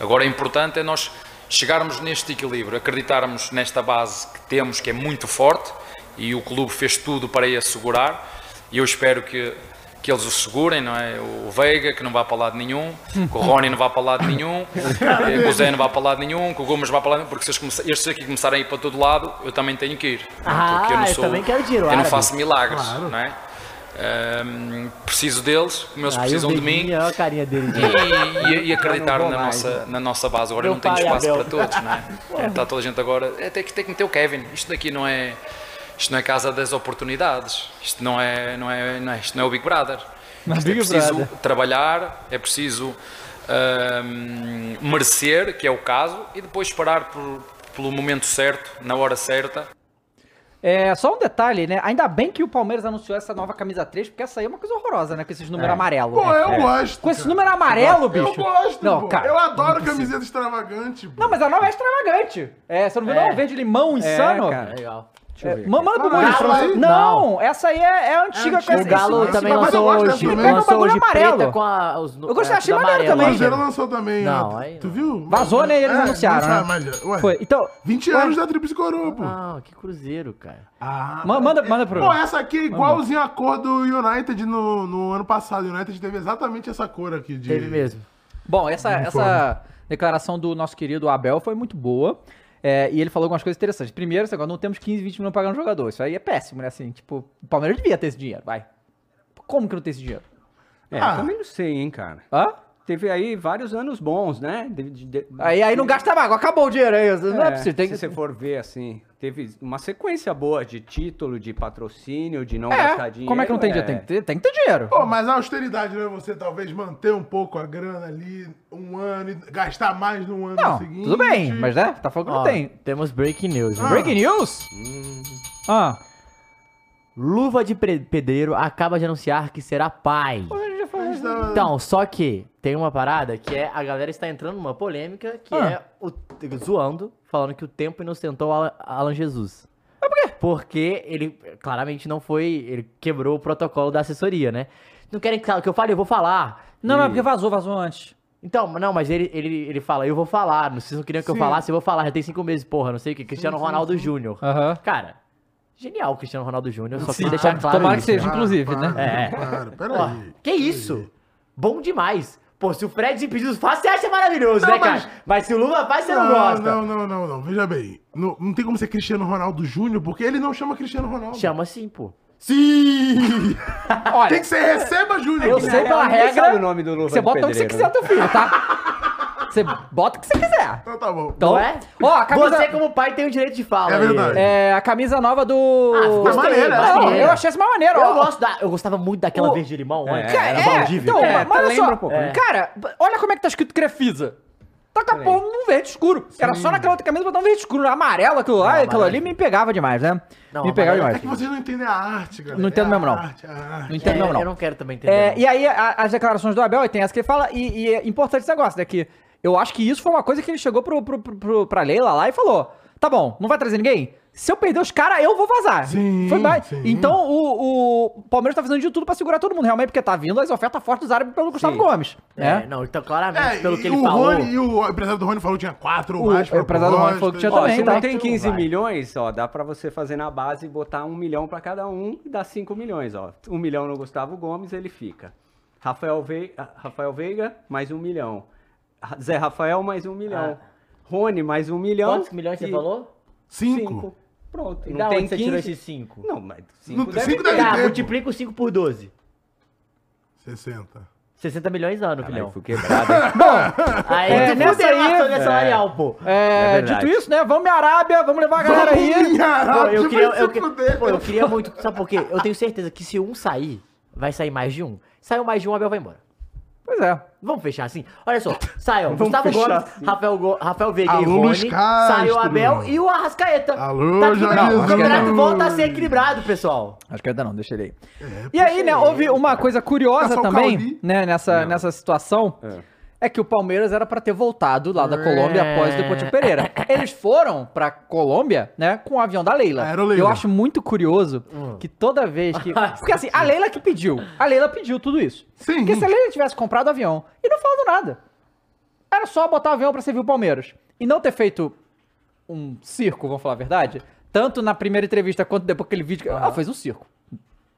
[SPEAKER 6] Agora, o importante é nós chegarmos neste equilíbrio, acreditarmos nesta base que temos, que é muito forte, e o clube fez tudo para a assegurar, e eu espero que, que eles o segurem, não é? O Veiga, que não vai para lado nenhum, que o Rony não vai para lado nenhum, que o Zé não vai para lado nenhum, que o Gomes não vai para lado nenhum, porque se eles comece- estes aqui começarem a ir para todo lado, eu também tenho que ir.
[SPEAKER 3] Ah,
[SPEAKER 6] Porque não
[SPEAKER 3] eu também quero dinheiro
[SPEAKER 6] Eu não
[SPEAKER 3] árabe.
[SPEAKER 6] faço milagres, não é? Ahm, preciso deles, como eles
[SPEAKER 3] Aí o
[SPEAKER 6] precisam de mim,
[SPEAKER 3] Veguinha, olha a carinha
[SPEAKER 6] <laughs>
[SPEAKER 3] dele.
[SPEAKER 6] e, e- e acreditar
[SPEAKER 4] Eu não vou
[SPEAKER 6] na
[SPEAKER 4] mais.
[SPEAKER 6] nossa, na nossa base. Agora
[SPEAKER 3] Meu
[SPEAKER 6] não tem
[SPEAKER 3] pai,
[SPEAKER 6] espaço
[SPEAKER 3] Abel.
[SPEAKER 6] para todos, não é? Está toda a gente agora. É, tem, que, tem que meter o Kevin. Isto daqui não é. Isto não é casa das oportunidades. Isto não é, não é, não é, isto não é o Big Brother. Isto é preciso trabalhar, é preciso ahm, merecer, que é o caso, e depois esperar por- pelo momento certo, na hora certa,
[SPEAKER 1] É, só um detalhe, né? Ainda bem que o Palmeiras anunciou essa nova camisa 3, porque essa aí é uma coisa horrorosa, né? Com esses números amarelos.
[SPEAKER 2] É.
[SPEAKER 1] né?
[SPEAKER 2] Pô, eu gosto.
[SPEAKER 1] Com esse
[SPEAKER 2] cara.
[SPEAKER 1] número amarelo,
[SPEAKER 2] Eu
[SPEAKER 1] bicho.
[SPEAKER 2] gosto,
[SPEAKER 1] Não,
[SPEAKER 2] pô.
[SPEAKER 1] cara.
[SPEAKER 2] Eu adoro camiseta extravagante, pô.
[SPEAKER 1] Não, mas a nova é extravagante. É, você não viu, não? Verde limão
[SPEAKER 2] É,
[SPEAKER 1] insano.
[SPEAKER 4] cara.
[SPEAKER 3] Legal.
[SPEAKER 1] É, ma- manda pro
[SPEAKER 2] Ah,
[SPEAKER 1] Muniz.
[SPEAKER 2] fala aí.
[SPEAKER 1] Não, essa aí é, é antiga
[SPEAKER 2] antiga. tá-
[SPEAKER 1] com essa.
[SPEAKER 3] O Galo
[SPEAKER 1] esse-
[SPEAKER 3] também
[SPEAKER 2] mas eu
[SPEAKER 3] lançou
[SPEAKER 2] gosto
[SPEAKER 3] hoje.
[SPEAKER 2] dessa também.
[SPEAKER 1] Ele pega
[SPEAKER 3] Lançou
[SPEAKER 1] um
[SPEAKER 3] hoje
[SPEAKER 1] bagulho amarelo.
[SPEAKER 3] preta com a, os, é,
[SPEAKER 1] Eu gostei, achei
[SPEAKER 3] tudo
[SPEAKER 1] maneiro
[SPEAKER 2] O
[SPEAKER 1] também.
[SPEAKER 2] Cruzeiro lançou também.
[SPEAKER 3] Não,
[SPEAKER 2] né?
[SPEAKER 3] aí
[SPEAKER 2] tu
[SPEAKER 3] não.
[SPEAKER 2] viu? É,
[SPEAKER 1] Vazou, né? Eles anunciaram, né?
[SPEAKER 2] Mas, é, ué,
[SPEAKER 1] Foi. Então,
[SPEAKER 2] 20 anos da Tríplice Coroa, pô.
[SPEAKER 3] Não, que cruzeiro, cara.
[SPEAKER 2] Ah.
[SPEAKER 1] ma- manda, manda pro.
[SPEAKER 2] Pô, essa aqui é igualzinho a cor do United no, no ano passado. O United teve exatamente essa cor aqui. De...
[SPEAKER 3] Teve mesmo.
[SPEAKER 1] Bom, essa, essa declaração do nosso querido Abel foi muito boa. É, e ele falou algumas coisas interessantes. Primeiro, esse negócio, não temos 15, 20 milhões pagando jogador. Isso aí é péssimo, né? Assim, tipo, o Palmeiras devia ter esse dinheiro, vai. Como que não tem esse dinheiro?
[SPEAKER 4] É,
[SPEAKER 2] Ah.
[SPEAKER 4] eu também não sei, hein, cara.
[SPEAKER 1] Hã?
[SPEAKER 4] teve aí vários anos bons, né? De- de- de-
[SPEAKER 1] Aí, aí não gasta mais, acabou o dinheiro aí. Não é possível. Tem
[SPEAKER 4] se
[SPEAKER 1] que...
[SPEAKER 4] você for ver assim, teve uma sequência boa de título, de patrocínio, de não gastar
[SPEAKER 1] É,
[SPEAKER 4] dinheiro.
[SPEAKER 1] como é que não tem dinheiro? Tem que ter, tem que ter dinheiro.
[SPEAKER 2] Pô, mas a austeridade não é você talvez manter um pouco a grana ali um ano e gastar mais no ano
[SPEAKER 1] Não,
[SPEAKER 2] é seguinte.
[SPEAKER 1] tudo bem, mas né? Tá falando que não
[SPEAKER 3] Ó,
[SPEAKER 1] tem.
[SPEAKER 3] Temos breaking news. né?
[SPEAKER 1] Break news? Ah.
[SPEAKER 3] Luva de pre- pedreiro acaba de anunciar que será pai.
[SPEAKER 2] Mas tá-
[SPEAKER 3] Então, só que tem uma parada que é a galera está entrando numa polêmica que
[SPEAKER 1] Ah.
[SPEAKER 3] é o, zoando, falando que o tempo inocentou Alan, Alan Jesus. Mas por quê? Porque ele claramente não foi. Ele quebrou o protocolo da assessoria, né? Não querem que que eu fale, eu vou falar.
[SPEAKER 1] Não,
[SPEAKER 3] E-
[SPEAKER 1] não, é porque vazou, vazou antes.
[SPEAKER 3] Então, não, mas ele, ele, ele fala, eu vou falar. Não- Vocês não queriam que eu falasse, eu vou falar. Já tem cinco meses, porra, não sei o que. Cristiano Ronaldo Júnior.
[SPEAKER 1] Aham.
[SPEAKER 3] Cara, genial o Cristiano Ronaldo Júnior, só
[SPEAKER 1] Sim.
[SPEAKER 3] queria deixar claro.
[SPEAKER 1] Tomara que
[SPEAKER 3] isso,
[SPEAKER 1] seja.
[SPEAKER 3] né?
[SPEAKER 1] inclusive,
[SPEAKER 2] para,
[SPEAKER 1] né?
[SPEAKER 2] É.
[SPEAKER 3] É.
[SPEAKER 2] Para,
[SPEAKER 3] Ó,
[SPEAKER 2] peraí.
[SPEAKER 3] que isso? Bom demais. Pô, se o Fred impediu os passes, você acha maravilhoso,
[SPEAKER 2] Não,
[SPEAKER 3] né, cara?
[SPEAKER 2] mas-
[SPEAKER 3] Mas... se o Lula faz, você não,
[SPEAKER 2] Não,
[SPEAKER 3] gosta.
[SPEAKER 2] não, não, não, não. Veja bem. Não, não tem como ser Cristiano Ronaldo Júnior, porque ele não chama Cristiano Ronaldo.
[SPEAKER 3] Chama assim, pô.
[SPEAKER 2] Sim!
[SPEAKER 1] Olha,
[SPEAKER 2] tem que ser Receba né? Júnior.
[SPEAKER 1] eu
[SPEAKER 2] que
[SPEAKER 1] sei pela
[SPEAKER 4] Ninguém
[SPEAKER 1] regra.
[SPEAKER 4] É, sabe o nome do Luva
[SPEAKER 1] Você
[SPEAKER 4] de
[SPEAKER 1] bota o que você
[SPEAKER 4] Pedreiro, né?
[SPEAKER 1] quiser, teu filho, tá? Você bota o que você quiser.
[SPEAKER 2] Então tá bom.
[SPEAKER 1] Então,
[SPEAKER 3] Não é?
[SPEAKER 1] ó, a camisa-
[SPEAKER 3] Você, como pai, tem o direito de fala.
[SPEAKER 2] É
[SPEAKER 3] aí.
[SPEAKER 2] verdade.
[SPEAKER 1] É, a camisa nova do.
[SPEAKER 3] Ah, ficou
[SPEAKER 2] Mas
[SPEAKER 3] gostei,
[SPEAKER 2] maneiro,
[SPEAKER 3] mas
[SPEAKER 1] Não,
[SPEAKER 3] maneiro.
[SPEAKER 1] eu achei esse mais maneiro.
[SPEAKER 3] Eu
[SPEAKER 1] ó.
[SPEAKER 3] gosto da... Eu gostava muito daquela
[SPEAKER 1] O-
[SPEAKER 3] verde limão
[SPEAKER 4] É,
[SPEAKER 3] antes.
[SPEAKER 1] Cara,
[SPEAKER 3] Era
[SPEAKER 1] é,
[SPEAKER 3] Valdívia.
[SPEAKER 1] então,
[SPEAKER 4] É,
[SPEAKER 1] mas
[SPEAKER 4] tá
[SPEAKER 1] olha
[SPEAKER 4] lembra
[SPEAKER 1] só.
[SPEAKER 4] um pouco, né?
[SPEAKER 1] Cara, olha como é que tá escrito Crefisa. Tá com a porra num verde escuro. Era só naquela outra camisa botar um verde escuro. Amarelo, aquilo lá,
[SPEAKER 3] Não,
[SPEAKER 1] aquilo ali
[SPEAKER 3] amarelo.
[SPEAKER 1] me pegava demais, né?
[SPEAKER 3] Não,
[SPEAKER 1] me pegava
[SPEAKER 2] É
[SPEAKER 1] demais.
[SPEAKER 2] que vocês não entendem a arte, galera.
[SPEAKER 1] Não entendo
[SPEAKER 2] É a
[SPEAKER 1] mesmo, não.
[SPEAKER 2] Arte, a arte.
[SPEAKER 1] Não entendo mesmo,
[SPEAKER 3] É,
[SPEAKER 1] não.
[SPEAKER 3] Eu não quero também entender.
[SPEAKER 1] É,
[SPEAKER 3] não.
[SPEAKER 1] e aí, a- as declarações do Abel, aí tem essa que ele fala, e, e é importante esse negócio, né? Que eu acho que isso foi uma coisa que ele chegou pro, pro, pro- pro- pra Leila lá e falou: tá bom, não vai trazer ninguém? Se eu perder os caras, eu vou vazar.
[SPEAKER 2] Sim,
[SPEAKER 1] Foi mais.
[SPEAKER 2] sim.
[SPEAKER 1] Então o, o Palmeiras tá fazendo de tudo pra segurar todo mundo, realmente, porque tá vindo as ofertas fortes dos árabes pelo Gustavo Gomes.
[SPEAKER 3] É,
[SPEAKER 1] né?
[SPEAKER 3] não, então claramente,
[SPEAKER 2] É,
[SPEAKER 3] pelo
[SPEAKER 2] e
[SPEAKER 3] que ele
[SPEAKER 2] o
[SPEAKER 3] falou...
[SPEAKER 2] Rony e o empresário do Rony falou que tinha quatro ou
[SPEAKER 1] O-
[SPEAKER 2] mais.
[SPEAKER 1] o empresário do Rony falou que tinha
[SPEAKER 4] Ó,
[SPEAKER 1] também,
[SPEAKER 4] se
[SPEAKER 1] tá?
[SPEAKER 4] não tem 15
[SPEAKER 3] Vai.
[SPEAKER 4] milhões, ó, dá pra você fazer na base e botar um milhão pra cada um e dá 5 milhões, ó. Um milhão no Gustavo Gomes, ele fica. Rafael, Ve... ah, Rafael Veiga, mais um milhão. Ra- Zé Rafael, mais um milhão.
[SPEAKER 1] Ah.
[SPEAKER 4] Rony, mais um milhão.
[SPEAKER 3] Quantos milhões
[SPEAKER 4] E-
[SPEAKER 3] você falou?
[SPEAKER 2] Cinco.
[SPEAKER 4] Pronto.
[SPEAKER 3] E
[SPEAKER 4] É,
[SPEAKER 1] É,
[SPEAKER 4] não
[SPEAKER 3] da
[SPEAKER 4] tem
[SPEAKER 3] onde você tirou
[SPEAKER 4] 15?
[SPEAKER 3] esses cinco?
[SPEAKER 4] Não, mas
[SPEAKER 2] Não-
[SPEAKER 4] 5 deve
[SPEAKER 2] Tipo, cinco
[SPEAKER 4] ter.
[SPEAKER 2] deve
[SPEAKER 3] Tá,
[SPEAKER 2] tempo.
[SPEAKER 1] tipo,
[SPEAKER 3] multiplica os 5 por 12.
[SPEAKER 2] 60.
[SPEAKER 3] 60 milhões ano,
[SPEAKER 4] Caralho,
[SPEAKER 3] filhão.
[SPEAKER 4] fui quebrado, hein?
[SPEAKER 2] <laughs>
[SPEAKER 3] Aí
[SPEAKER 1] É,
[SPEAKER 3] tu
[SPEAKER 1] nessa
[SPEAKER 3] fudeu
[SPEAKER 1] aí-
[SPEAKER 3] a folha salarial, pô.
[SPEAKER 1] É,
[SPEAKER 4] É verdade.
[SPEAKER 1] dito isso, né? Vamos minha Arábia, vamos levar a galera aí.
[SPEAKER 3] Pô,
[SPEAKER 2] Caralho,
[SPEAKER 3] eu queria,
[SPEAKER 2] vai
[SPEAKER 3] eu,
[SPEAKER 2] se
[SPEAKER 3] que-
[SPEAKER 2] fuder,
[SPEAKER 3] pô, eu
[SPEAKER 2] cara.
[SPEAKER 3] queria muito. Sabe por quê? Eu tenho certeza que se um sair, vai sair mais de um. Saiu mais de um, Abel vai embora.
[SPEAKER 1] Pois é.
[SPEAKER 3] Vamos fechar assim? Olha só, saiu Gustavo
[SPEAKER 4] fechar
[SPEAKER 3] Gomes,
[SPEAKER 4] assim.
[SPEAKER 3] Rafael, Go- Rafael Veiga e
[SPEAKER 2] Alô, Luiz
[SPEAKER 3] Rony,
[SPEAKER 2] Castro.
[SPEAKER 3] saiu o Abel e o Arrascaeta.
[SPEAKER 2] Alô,
[SPEAKER 3] tá tudo
[SPEAKER 2] Jair
[SPEAKER 3] bem. O
[SPEAKER 1] Jesus.
[SPEAKER 3] campeonato volta a ser equilibrado, pessoal.
[SPEAKER 1] Acho que ainda não, deixa ele aí. e aí, né, houve uma coisa
[SPEAKER 2] É
[SPEAKER 1] curiosa
[SPEAKER 2] só o
[SPEAKER 1] também,
[SPEAKER 2] Cauli.
[SPEAKER 1] né, nessa, nessa situação, é. que o Palmeiras era pra ter voltado lá da Colômbia após o Deportivo Pereira. Eles foram pra Colômbia, né, com o avião da Leila.
[SPEAKER 2] Ah, era o Leila.
[SPEAKER 1] Eu acho muito curioso que toda vez que... Porque assim, a Leila que pediu, a Leila pediu tudo isso.
[SPEAKER 2] Sim.
[SPEAKER 1] Porque se a Leila tivesse comprado o avião, e não falando nada, era só botar o avião pra servir o Palmeiras. E não ter feito um circo, vamos falar a verdade. Tanto na primeira entrevista quanto depois aquele vídeo. que- Ah, fez um circo.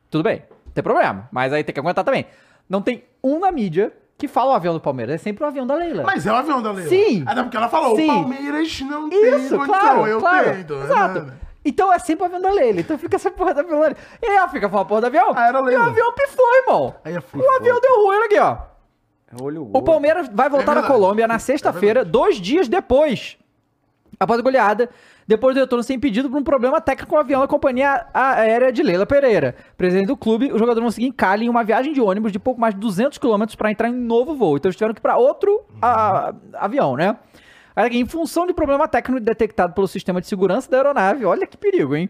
[SPEAKER 1] Tudo bem, não tem problema. Mas aí tem que aguentar também. Não tem um na mídia que fala o avião do Palmeiras. É sempre o avião da Leila.
[SPEAKER 2] Mas é o avião da Leila.
[SPEAKER 1] Sim.
[SPEAKER 2] Até porque ela falou,
[SPEAKER 1] Sim.
[SPEAKER 2] o Palmeiras não tem
[SPEAKER 1] Isso, claro,
[SPEAKER 2] eu
[SPEAKER 1] claro.
[SPEAKER 2] tenho. então é
[SPEAKER 1] exato.
[SPEAKER 2] nada.
[SPEAKER 1] Então é sempre o avião da Leila. Então fica essa porra do avião da Leila. E aí ela fica falando a porra do avião.
[SPEAKER 2] Ah, era a
[SPEAKER 1] e o
[SPEAKER 2] Leila.
[SPEAKER 1] avião pifou, irmão.
[SPEAKER 2] Aí é fofo.
[SPEAKER 1] o avião deu ruim, olha aqui, ó.
[SPEAKER 4] Olho
[SPEAKER 1] O
[SPEAKER 4] gordo.
[SPEAKER 1] Palmeiras vai voltar
[SPEAKER 2] É
[SPEAKER 1] à
[SPEAKER 2] verdade.
[SPEAKER 1] Colômbia na sexta-feira, dois dias depois. Após a goleada, depois do retorno ser impedido por um problema técnico com o avião da companhia a- aérea de Leila Pereira. Presidente do clube, os jogadores vão seguir em Cali em uma viagem de ônibus de pouco mais de 200 quilômetros para entrar em um novo voo. Então eles tiveram que ir para outro a- avião, né? Aí aqui, Em função de problema técnico detectado pelo sistema de segurança da aeronave, olha que perigo, hein?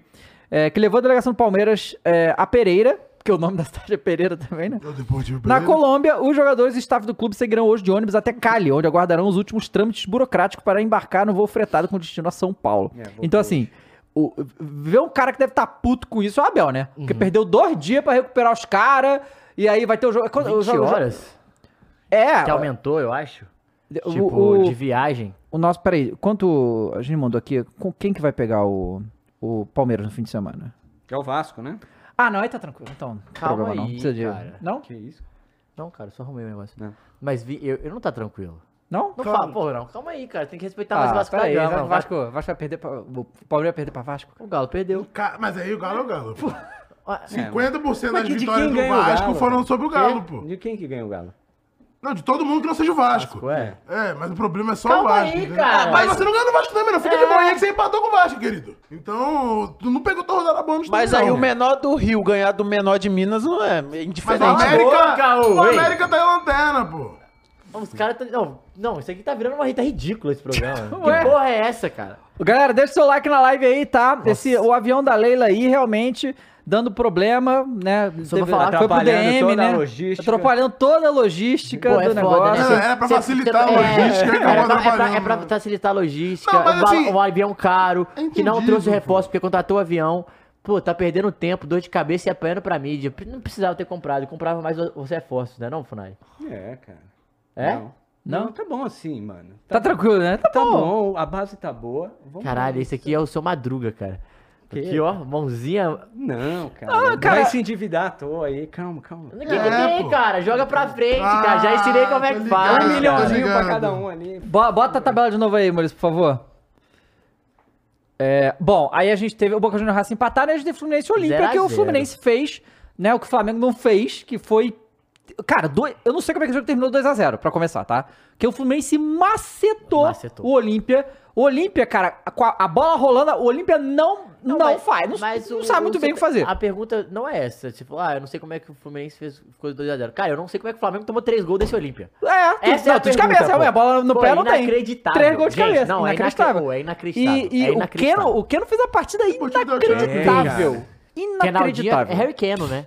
[SPEAKER 1] É, que levou a delegação do Palmeiras é, a Pereira, porque o nome da cidade é Pereira também, né?
[SPEAKER 2] Eu depois de
[SPEAKER 1] Na
[SPEAKER 2] Pereira.
[SPEAKER 1] Colômbia, os jogadores e staff do clube seguirão hoje de ônibus até Cali, onde aguardarão os últimos trâmites burocráticos para embarcar no voo fretado com destino a São Paulo. então, assim, o, ver um cara que deve estar puto com isso é o Abel, né? Porque perdeu dois dias para recuperar os caras, e aí vai ter o jogo. é quando- o
[SPEAKER 3] 20
[SPEAKER 1] jogo- o jogo-
[SPEAKER 3] horas?
[SPEAKER 1] É,
[SPEAKER 3] Que aumentou, eu acho.
[SPEAKER 1] o,
[SPEAKER 3] Tipo,
[SPEAKER 1] o,
[SPEAKER 3] de viagem.
[SPEAKER 1] o nosso. Peraí, quanto. A gente mandou aqui. Com quem que vai pegar o, o Palmeiras no fim de semana?
[SPEAKER 4] Que é o Vasco, né?
[SPEAKER 1] Ah, não, aí tá tranquilo. Então, não tem
[SPEAKER 3] Calma
[SPEAKER 1] problema não.
[SPEAKER 3] aí,
[SPEAKER 1] Precisa de-
[SPEAKER 3] cara.
[SPEAKER 1] Não?
[SPEAKER 4] Que isso?
[SPEAKER 3] Não, cara, só arrumei o negócio.
[SPEAKER 4] Não.
[SPEAKER 3] Mas vi, eu, eu não tá tranquilo.
[SPEAKER 1] Não?
[SPEAKER 3] Não
[SPEAKER 2] Calma.
[SPEAKER 3] fala, porra, não. Calma aí, cara. Tem que respeitar mais o Vasco da
[SPEAKER 1] peraí,
[SPEAKER 3] Gama.
[SPEAKER 1] Tá, Ah, Vasco,
[SPEAKER 3] o Vasco-
[SPEAKER 1] Vasco, Vasco vai perder pra, o Palmeiras vai perder pra Vasco?
[SPEAKER 3] O Galo perdeu.
[SPEAKER 2] Ca- Mas aí o Galo é o Galo. pô.
[SPEAKER 3] Ah,
[SPEAKER 2] 50%
[SPEAKER 4] Mas
[SPEAKER 2] das
[SPEAKER 4] de quem
[SPEAKER 2] vitórias do
[SPEAKER 4] ganha o
[SPEAKER 2] Vasco
[SPEAKER 4] Galo?
[SPEAKER 2] foram sobre o Galo, pô.
[SPEAKER 4] De quem que ganha o Galo?
[SPEAKER 2] Não, de todo mundo que não seja o Vasco.
[SPEAKER 3] Ué.
[SPEAKER 2] É, mas o problema é só o
[SPEAKER 3] Calma
[SPEAKER 2] Vasco.
[SPEAKER 3] aí,
[SPEAKER 2] entendeu? Ah,
[SPEAKER 3] cara.
[SPEAKER 2] Mas você não ganhou no Vasco também, não. Fica de
[SPEAKER 3] É.
[SPEAKER 2] boinha que você empatou com o Vasco, querido. Então, tu não pegou tua rodada bônus
[SPEAKER 7] Mas
[SPEAKER 2] também,
[SPEAKER 7] aí
[SPEAKER 2] não.
[SPEAKER 7] o menor do Rio ganhar do menor de Minas não é é
[SPEAKER 2] Mas
[SPEAKER 7] indiferente.
[SPEAKER 2] o
[SPEAKER 3] Boa,
[SPEAKER 2] América,
[SPEAKER 3] Caô,
[SPEAKER 2] o
[SPEAKER 3] ei.
[SPEAKER 2] América tá em lanterna, pô.
[SPEAKER 3] Os caras tão. Não, não, isso aqui tá virando uma rita ridícula
[SPEAKER 1] <laughs>
[SPEAKER 3] esse programa.
[SPEAKER 1] Ué.
[SPEAKER 3] que porra é essa, cara?
[SPEAKER 1] Galera, deixa seu like na live aí, tá? Esse, o avião da Leila aí realmente dando problema, né?
[SPEAKER 3] Só pra falar,
[SPEAKER 1] foi pro
[SPEAKER 4] atrapalhando
[SPEAKER 1] DM,
[SPEAKER 4] toda a
[SPEAKER 1] né?
[SPEAKER 4] logística.
[SPEAKER 1] Atrapalhando toda a logística
[SPEAKER 3] Pô, é
[SPEAKER 1] do
[SPEAKER 3] foda,
[SPEAKER 1] negócio.
[SPEAKER 3] né?
[SPEAKER 2] É, era pra
[SPEAKER 3] Cê-
[SPEAKER 2] facilitar
[SPEAKER 3] cê-
[SPEAKER 2] a logística, acabou
[SPEAKER 3] é, é pra- é, pra,
[SPEAKER 2] atrapalhando.
[SPEAKER 3] é pra facilitar a logística,
[SPEAKER 2] Não, mas
[SPEAKER 3] um, ba-
[SPEAKER 2] assim,
[SPEAKER 3] um avião caro, que não
[SPEAKER 2] entendi,
[SPEAKER 3] trouxe
[SPEAKER 2] pô.
[SPEAKER 3] reforço porque contratou o avião. Pô, tá perdendo tempo, dor de cabeça e apanhando pra mídia. Não precisava ter comprado, comprava mais os reforços, né não, Funai?
[SPEAKER 4] É, cara.
[SPEAKER 3] É?
[SPEAKER 4] Não.
[SPEAKER 1] Não?
[SPEAKER 4] Não, tá bom assim, mano.
[SPEAKER 1] Tá tranquilo, né? Tá,
[SPEAKER 4] Tá
[SPEAKER 1] bom.
[SPEAKER 4] bom, a base tá boa. Vamos
[SPEAKER 3] Caralho,
[SPEAKER 4] ver.
[SPEAKER 3] esse aqui é o seu Madruga, cara. Aqui, ó, mãozinha...
[SPEAKER 4] Não, cara.
[SPEAKER 1] cara.
[SPEAKER 4] Vai se endividar à toa aí. Calma, calma.
[SPEAKER 3] O que, que tem,
[SPEAKER 2] É, pô.
[SPEAKER 3] cara? Joga pra frente,
[SPEAKER 2] Ah,
[SPEAKER 3] cara. Já ensinei como é
[SPEAKER 2] tô
[SPEAKER 3] que
[SPEAKER 2] ligado.
[SPEAKER 3] faz.
[SPEAKER 4] Um
[SPEAKER 2] tá
[SPEAKER 4] milhãozinho pra
[SPEAKER 2] ligado.
[SPEAKER 4] cada um ali.
[SPEAKER 1] Bo- Bota a tabela de novo aí, Maurício, por favor. É, bom, aí a gente teve o Boca Juniors Racing empatar, né? A gente teve Fluminense e Olímpia,
[SPEAKER 3] Zero a
[SPEAKER 1] que o
[SPEAKER 3] zero.
[SPEAKER 1] Fluminense fez, né? O que o Flamengo não fez, que foi... Cara, dois- eu não sei como é que o jogo terminou 2x0, pra começar, tá? Porque o Fluminense macetou,
[SPEAKER 3] Macetou.
[SPEAKER 1] o Olímpia. O Olímpia, cara, com a, a bola rolando, o Olímpia não, não,
[SPEAKER 3] mas-
[SPEAKER 1] faz, não,
[SPEAKER 3] mas
[SPEAKER 1] não sabe muito bem o que fazer.
[SPEAKER 3] A pergunta não é essa. Tipo, ah, eu não sei como é que o Fluminense fez, ficou 2x0. Cara, eu não sei como é que o Flamengo tomou 3 gols desse Olímpia.
[SPEAKER 1] É, tu,
[SPEAKER 3] Essa é
[SPEAKER 1] não,
[SPEAKER 3] a
[SPEAKER 1] tu de
[SPEAKER 3] pergunta,
[SPEAKER 1] cabeça,
[SPEAKER 3] pô.
[SPEAKER 1] é, a bola no
[SPEAKER 3] Pô,
[SPEAKER 1] pé
[SPEAKER 3] é
[SPEAKER 1] não tem.
[SPEAKER 3] inacreditável,
[SPEAKER 1] Três gols de
[SPEAKER 3] gente.
[SPEAKER 1] cabeça,
[SPEAKER 3] Não, é
[SPEAKER 1] inacreditável.
[SPEAKER 3] inacre- é inacreditável,
[SPEAKER 1] E, e
[SPEAKER 3] é
[SPEAKER 1] o, Keno,
[SPEAKER 3] inacreditável.
[SPEAKER 1] o Keno fez a partida
[SPEAKER 2] Podia dar o chance.
[SPEAKER 1] inacreditável.
[SPEAKER 3] Renaldinho é
[SPEAKER 1] Inacreditável.
[SPEAKER 3] Harry Keno, né?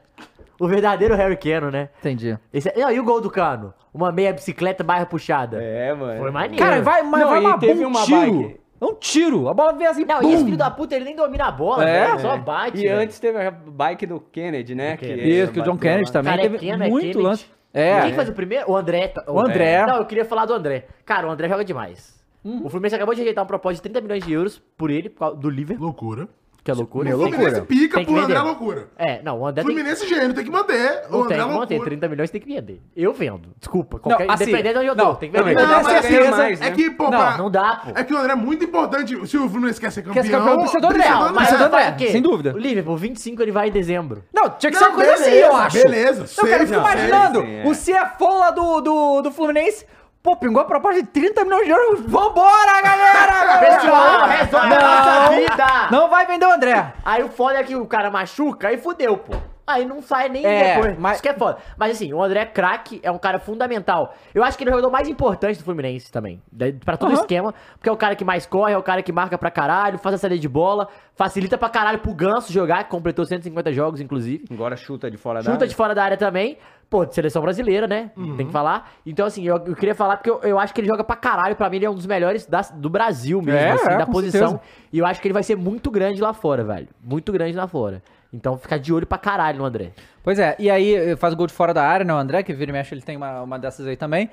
[SPEAKER 3] O verdadeiro Harry Keno, né?
[SPEAKER 1] Entendi.
[SPEAKER 3] Esse é- não, e o gol do Cano? Uma meia bicicleta barra puxada.
[SPEAKER 4] É, mano.
[SPEAKER 3] Foi maneiro.
[SPEAKER 1] Cara, vai, mas
[SPEAKER 4] Não,
[SPEAKER 1] vai
[SPEAKER 4] e
[SPEAKER 1] uma,
[SPEAKER 4] teve
[SPEAKER 1] um
[SPEAKER 4] uma
[SPEAKER 1] tiro.
[SPEAKER 4] bike.
[SPEAKER 1] É um tiro. A bola vem assim,
[SPEAKER 3] Não,
[SPEAKER 1] pum.
[SPEAKER 3] e esse filho da puta, ele nem domina a bola,
[SPEAKER 1] É?
[SPEAKER 3] velho. Só bate.
[SPEAKER 4] E
[SPEAKER 3] velho.
[SPEAKER 4] antes teve a bike do Kennedy, né? Que
[SPEAKER 3] Kennedy.
[SPEAKER 1] Isso, que o John
[SPEAKER 4] bateu
[SPEAKER 1] Kennedy
[SPEAKER 4] lá.
[SPEAKER 1] também
[SPEAKER 3] Cara, é
[SPEAKER 1] teve
[SPEAKER 3] Kennedy, é
[SPEAKER 1] muito
[SPEAKER 3] Kennedy.
[SPEAKER 1] lance.
[SPEAKER 3] Quem
[SPEAKER 1] É,
[SPEAKER 3] faz o primeiro? O André. tá- É.
[SPEAKER 1] O André.
[SPEAKER 3] Não, eu queria falar do André. Cara, o André joga demais.
[SPEAKER 1] Hum.
[SPEAKER 3] O Fluminense acabou de rejeitar um propósito de 30 milhões de euros por ele, por causa do Liverpool,
[SPEAKER 2] Loucura.
[SPEAKER 3] que é loucura.
[SPEAKER 2] O
[SPEAKER 3] Tem que-
[SPEAKER 2] Fluminense pica
[SPEAKER 3] tem que
[SPEAKER 2] pro André
[SPEAKER 3] vender.
[SPEAKER 2] loucura.
[SPEAKER 3] É, não, o André tem que...
[SPEAKER 2] Fluminense gênio, tem que manter. O
[SPEAKER 3] Não
[SPEAKER 2] André é
[SPEAKER 3] tem, não tem.
[SPEAKER 2] loucura.
[SPEAKER 3] 30 milhões tem que vender. Eu vendo. Desculpa. Qualquer,
[SPEAKER 1] assim,
[SPEAKER 3] independente de onde eu tô,
[SPEAKER 1] não,
[SPEAKER 3] tem que
[SPEAKER 1] não,
[SPEAKER 3] vender. assim,
[SPEAKER 1] não,
[SPEAKER 2] Não,
[SPEAKER 1] Tem
[SPEAKER 2] mas é que,
[SPEAKER 1] certeza.
[SPEAKER 2] é que, pô, pra-
[SPEAKER 3] Não, não dá, pô.
[SPEAKER 2] É que o André é muito importante. Se o Fluminense quer ser campeão,
[SPEAKER 1] Quer ser campeão, precisa do André,
[SPEAKER 2] precisa
[SPEAKER 1] mas-
[SPEAKER 3] você
[SPEAKER 1] do André,
[SPEAKER 3] faz o quê?
[SPEAKER 1] sem dúvida.
[SPEAKER 3] O Liverpool, 25 ele vai em dezembro.
[SPEAKER 1] Não, tinha que
[SPEAKER 2] Não,
[SPEAKER 1] ser uma coisa assim, eu
[SPEAKER 2] beleza,
[SPEAKER 1] acho.
[SPEAKER 2] beleza,
[SPEAKER 1] Não, cara, eu
[SPEAKER 2] sei,
[SPEAKER 1] fico
[SPEAKER 2] sei,
[SPEAKER 1] imaginando.
[SPEAKER 4] sim, é.
[SPEAKER 1] O CFO lá do, do, do Fluminense. Pô, pingou a proposta de 30 milhões de euros. Vambora,
[SPEAKER 3] <laughs>
[SPEAKER 1] galera!
[SPEAKER 3] Pessoal, resolve a nossa vida!
[SPEAKER 1] Não vai vender o André.
[SPEAKER 3] Aí o foda é que o cara machuca, aí fudeu, pô. Aí não sai nem
[SPEAKER 1] É,
[SPEAKER 3] depois.
[SPEAKER 1] mas-
[SPEAKER 3] Isso que é foda. Mas assim, o André é craque, é um cara fundamental. Eu acho que ele é o jogador mais importante do Fluminense também. da- Pra todo o esquema. Porque é o cara que mais corre, é o cara que marca pra caralho, faz a saída de bola, facilita pra caralho pro Ganso jogar, que completou 150 jogos, inclusive.
[SPEAKER 4] Agora chuta de fora da
[SPEAKER 3] Chuta
[SPEAKER 4] área.
[SPEAKER 3] de fora da área também. Pô, de seleção brasileira, né?
[SPEAKER 2] Uhum.
[SPEAKER 3] Tem que falar. Então, assim, eu, eu queria falar porque eu, eu acho que ele joga pra caralho. Pra mim, ele é um dos melhores da- do Brasil mesmo,
[SPEAKER 1] É,
[SPEAKER 3] assim,
[SPEAKER 1] é,
[SPEAKER 3] da
[SPEAKER 1] com
[SPEAKER 3] posição.
[SPEAKER 1] certeza.
[SPEAKER 3] E eu acho que ele vai ser muito grande lá fora, velho. Muito grande lá fora. Então, ficar de olho pra caralho no André.
[SPEAKER 1] Pois é, e aí eh, faz o gol de fora da área, né? O André, que vira e mexe, ele tem uma, uma dessas aí também.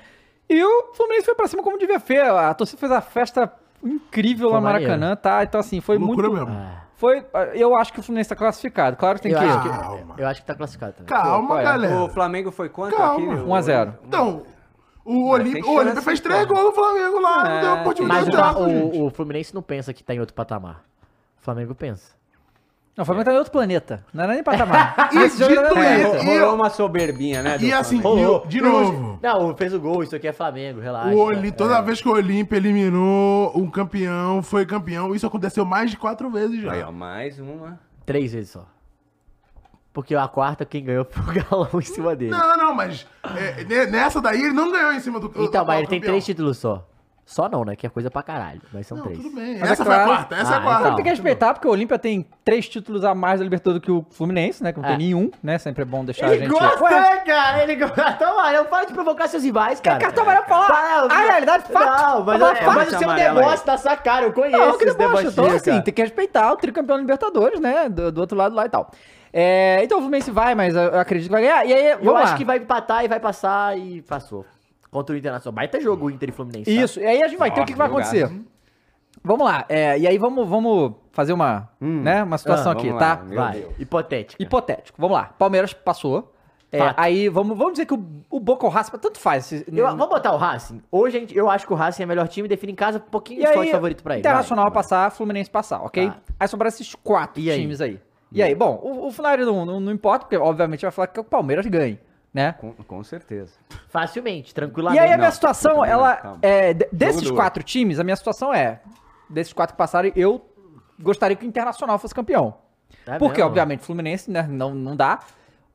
[SPEAKER 1] E o Fluminense foi pra cima como devia ser. A torcida fez a festa incrível lá no
[SPEAKER 3] Foi maneiro.
[SPEAKER 1] Maracanã, tá? Então, assim, foi
[SPEAKER 2] Loucura
[SPEAKER 1] muito.
[SPEAKER 2] mesmo.
[SPEAKER 3] Ah.
[SPEAKER 1] Foi. Eu acho que o Fluminense tá classificado. Claro que tem
[SPEAKER 3] Eu
[SPEAKER 1] que.
[SPEAKER 3] acho
[SPEAKER 1] ir.
[SPEAKER 2] Calma.
[SPEAKER 3] que, eu acho que tá classificado também.
[SPEAKER 1] qual
[SPEAKER 2] Calma,
[SPEAKER 1] é?
[SPEAKER 2] galera.
[SPEAKER 4] O Flamengo foi quanto
[SPEAKER 2] Calma.
[SPEAKER 4] aqui?
[SPEAKER 1] 1 a 0
[SPEAKER 2] Então, o Olímpia
[SPEAKER 4] hum. tem
[SPEAKER 2] o Olímpia
[SPEAKER 4] chance,
[SPEAKER 2] fez
[SPEAKER 4] pô.
[SPEAKER 2] três gols no Flamengo lá, não deu
[SPEAKER 4] É,
[SPEAKER 3] Mas
[SPEAKER 2] oportunidade
[SPEAKER 3] o,
[SPEAKER 2] de
[SPEAKER 3] Fla-
[SPEAKER 2] jogo, gente.
[SPEAKER 3] o- o Fluminense não pensa que tá em outro patamar. O Flamengo pensa.
[SPEAKER 1] Não, o Flamengo tá em outro planeta. Não era nem patamar.
[SPEAKER 2] E
[SPEAKER 1] Esse jogo era
[SPEAKER 2] dito
[SPEAKER 1] outro
[SPEAKER 2] <laughs> isso,
[SPEAKER 1] planeta.
[SPEAKER 4] É,
[SPEAKER 2] E
[SPEAKER 4] rolou
[SPEAKER 2] eu-
[SPEAKER 4] uma soberbinha, né? do
[SPEAKER 2] E assim,
[SPEAKER 4] Flamengo.
[SPEAKER 2] e- de novo.
[SPEAKER 3] Não, fez o gol, isso aqui é Flamengo, relaxa.
[SPEAKER 2] O Oli, toda vez que o Olímpia eliminou um campeão, foi campeão. Isso aconteceu mais de quatro vezes já.
[SPEAKER 4] Aí, ó, mais uma.
[SPEAKER 3] Três vezes só. Porque a quarta, quem ganhou foi o Galão em cima dele.
[SPEAKER 2] Não, não, mas é, ne- nessa daí ele não ganhou em cima do do
[SPEAKER 3] Então,
[SPEAKER 2] atual
[SPEAKER 3] mas ele tem
[SPEAKER 2] campeão.
[SPEAKER 3] três títulos só. Só não, né? Que é coisa pra caralho. Mas são
[SPEAKER 2] Não,
[SPEAKER 3] três.
[SPEAKER 2] tudo bem.
[SPEAKER 1] Mas é
[SPEAKER 2] essa foi a
[SPEAKER 1] claro.
[SPEAKER 2] quarta, essa é
[SPEAKER 3] Ah,
[SPEAKER 2] a quarta.
[SPEAKER 3] então.
[SPEAKER 1] Tem que respeitar, porque o Olímpia tem três títulos a mais da Libertadores que o Fluminense, né? Que não tem
[SPEAKER 3] É.
[SPEAKER 1] nenhum, né? Sempre é bom deixar a
[SPEAKER 3] Ele
[SPEAKER 1] gente.
[SPEAKER 3] gosta,
[SPEAKER 1] Ué,
[SPEAKER 3] né, cara? <laughs> Ele Então, gosta. Cartão amarelo, para de provocar seus rivais, cara.
[SPEAKER 1] cartão amarelo pra lá.
[SPEAKER 3] Para,
[SPEAKER 1] A realidade, fato.
[SPEAKER 3] Não, mas,
[SPEAKER 1] Agora,
[SPEAKER 3] é,
[SPEAKER 1] fato.
[SPEAKER 3] mas o seu
[SPEAKER 4] Amarelo
[SPEAKER 3] deboche tá sua cara. Eu conheço
[SPEAKER 1] Não, que
[SPEAKER 3] esse
[SPEAKER 1] deboche.
[SPEAKER 3] deboche.
[SPEAKER 1] Então, assim, tem que respeitar o tricampeão Libertadores, né? Do, do outro lado lá e tal. É, então o Fluminense vai, mas eu, eu acredito que vai ganhar. E aí, vamos
[SPEAKER 3] Eu
[SPEAKER 1] lá.
[SPEAKER 3] acho que vai empatar e vai passar e passou. Contra o Internacional. Baita jogo o Inter e Fluminense. tá?
[SPEAKER 1] Isso, e aí a gente vai ter o que, que vai
[SPEAKER 4] jogado.
[SPEAKER 1] acontecer. Vamos lá, é, e aí vamos, vamos fazer uma,
[SPEAKER 3] Hum.
[SPEAKER 1] né, uma situação
[SPEAKER 4] Ah,
[SPEAKER 1] aqui,
[SPEAKER 4] vamos lá,
[SPEAKER 1] tá?
[SPEAKER 4] meu
[SPEAKER 3] Vai.
[SPEAKER 4] Deus.
[SPEAKER 3] Hipotético.
[SPEAKER 1] Hipotético, vamos lá. Palmeiras passou. é,
[SPEAKER 3] Fato.
[SPEAKER 1] aí vamos, vamos dizer que o, o Boca ou o Raspa, tanto faz. se-
[SPEAKER 3] Eu, vamos botar o Racing. Hoje a gente- eu acho que o Racing é o melhor time. Define em casa um
[SPEAKER 1] e
[SPEAKER 3] pouquinho de sorte
[SPEAKER 1] aí,
[SPEAKER 3] favorito pra ele.
[SPEAKER 1] Internacional
[SPEAKER 3] vai.
[SPEAKER 1] passar, Fluminense passar, ok?
[SPEAKER 3] Tá.
[SPEAKER 1] Aí sobraram esses quatro
[SPEAKER 3] E aí?
[SPEAKER 1] times aí. E aí, bom, o, o Funari não, não, não importa, porque obviamente vai falar que o Palmeiras ganhe. né?
[SPEAKER 4] Com, com certeza.
[SPEAKER 3] Facilmente,
[SPEAKER 1] E
[SPEAKER 3] tranquilamente.
[SPEAKER 1] aí a minha
[SPEAKER 4] Não,
[SPEAKER 1] situação,
[SPEAKER 4] calma,
[SPEAKER 1] ela.
[SPEAKER 4] calma.
[SPEAKER 1] É, de- desses
[SPEAKER 4] duro.
[SPEAKER 1] quatro times, a minha situação é. Desses quatro que passaram, eu gostaria que o Internacional fosse campeão.
[SPEAKER 3] Tá
[SPEAKER 1] Porque,
[SPEAKER 3] mesmo?
[SPEAKER 1] obviamente, o Fluminense, né? Não, não dá.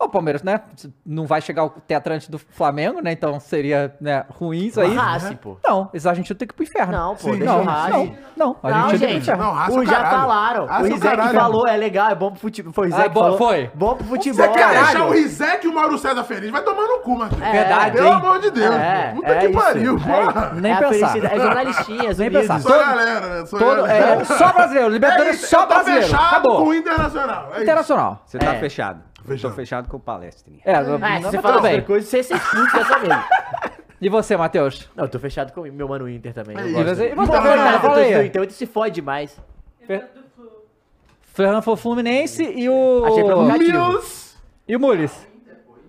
[SPEAKER 1] O Palmeiras, né? Não vai chegar o tetra antes do Flamengo, né? Então seria né, ruim isso aí.
[SPEAKER 3] O Racing, pô.
[SPEAKER 1] Não, esse argentino tem que ir pro inferno.
[SPEAKER 3] Não, pô,
[SPEAKER 2] Sim,
[SPEAKER 3] deixa
[SPEAKER 1] não,
[SPEAKER 3] o Racing.
[SPEAKER 1] não, não, a
[SPEAKER 3] Não,
[SPEAKER 1] Argentina tem que ir pro
[SPEAKER 3] gente.
[SPEAKER 1] inferno.
[SPEAKER 2] Não, raça o
[SPEAKER 3] Pô, já
[SPEAKER 2] caralho.
[SPEAKER 3] falaram.
[SPEAKER 2] Raça
[SPEAKER 3] o
[SPEAKER 2] o
[SPEAKER 3] Isaac
[SPEAKER 2] caralho.
[SPEAKER 3] falou, é legal, é bom pro futebol. Foi o Isaac
[SPEAKER 1] Ah,
[SPEAKER 3] que
[SPEAKER 1] bom,
[SPEAKER 3] falou.
[SPEAKER 1] foi.
[SPEAKER 3] Bom pro futebol.
[SPEAKER 2] Você quer deixar
[SPEAKER 1] caralho.
[SPEAKER 2] o Rizek e o Mauro César feliz? Vai tomar no cu, mano.
[SPEAKER 1] Verdade,
[SPEAKER 2] Pelo
[SPEAKER 1] hein?
[SPEAKER 2] amor de Deus.
[SPEAKER 3] É,
[SPEAKER 2] Puta
[SPEAKER 3] é
[SPEAKER 2] que
[SPEAKER 3] isso.
[SPEAKER 2] pariu,
[SPEAKER 3] É,
[SPEAKER 2] porra.
[SPEAKER 1] Nem
[SPEAKER 3] é a
[SPEAKER 1] pensar.
[SPEAKER 3] felicidade- É jornalistinhas,
[SPEAKER 1] <laughs> Nem
[SPEAKER 3] unidos.
[SPEAKER 1] pensar.
[SPEAKER 2] Sou
[SPEAKER 1] todo-
[SPEAKER 2] galera, né? Sou
[SPEAKER 1] Todo,
[SPEAKER 2] galera.
[SPEAKER 1] é, só brasileiro,
[SPEAKER 2] É
[SPEAKER 1] Libertadores
[SPEAKER 2] isso,
[SPEAKER 1] só
[SPEAKER 2] eu tô
[SPEAKER 1] brasileiro.
[SPEAKER 2] fechado com
[SPEAKER 1] Acabou.
[SPEAKER 2] o Internacional. É isso.
[SPEAKER 1] Internacional.
[SPEAKER 4] Você tá
[SPEAKER 3] É.
[SPEAKER 4] fechado.
[SPEAKER 2] Fechado.
[SPEAKER 4] Tô fechado com o Palestrinha.
[SPEAKER 1] É,
[SPEAKER 3] Ah,
[SPEAKER 1] não,
[SPEAKER 3] se você
[SPEAKER 1] tudo
[SPEAKER 3] falar outra
[SPEAKER 1] bem.
[SPEAKER 3] coisa, você se expulsa dessa vez.
[SPEAKER 1] E você, Matheus?
[SPEAKER 3] Não, eu tô fechado com o meu mano Inter também. eu
[SPEAKER 2] É
[SPEAKER 3] gosto.
[SPEAKER 2] isso.
[SPEAKER 1] você- e você,
[SPEAKER 2] Então,
[SPEAKER 1] Fernando?
[SPEAKER 3] Cara,
[SPEAKER 2] Fernando,
[SPEAKER 1] Fala aí.
[SPEAKER 3] eu tô- Então ele se fode demais.
[SPEAKER 1] Fernando foi o Fluminense e o.
[SPEAKER 3] Achei provocativo.
[SPEAKER 2] Mills.
[SPEAKER 1] E o Muris.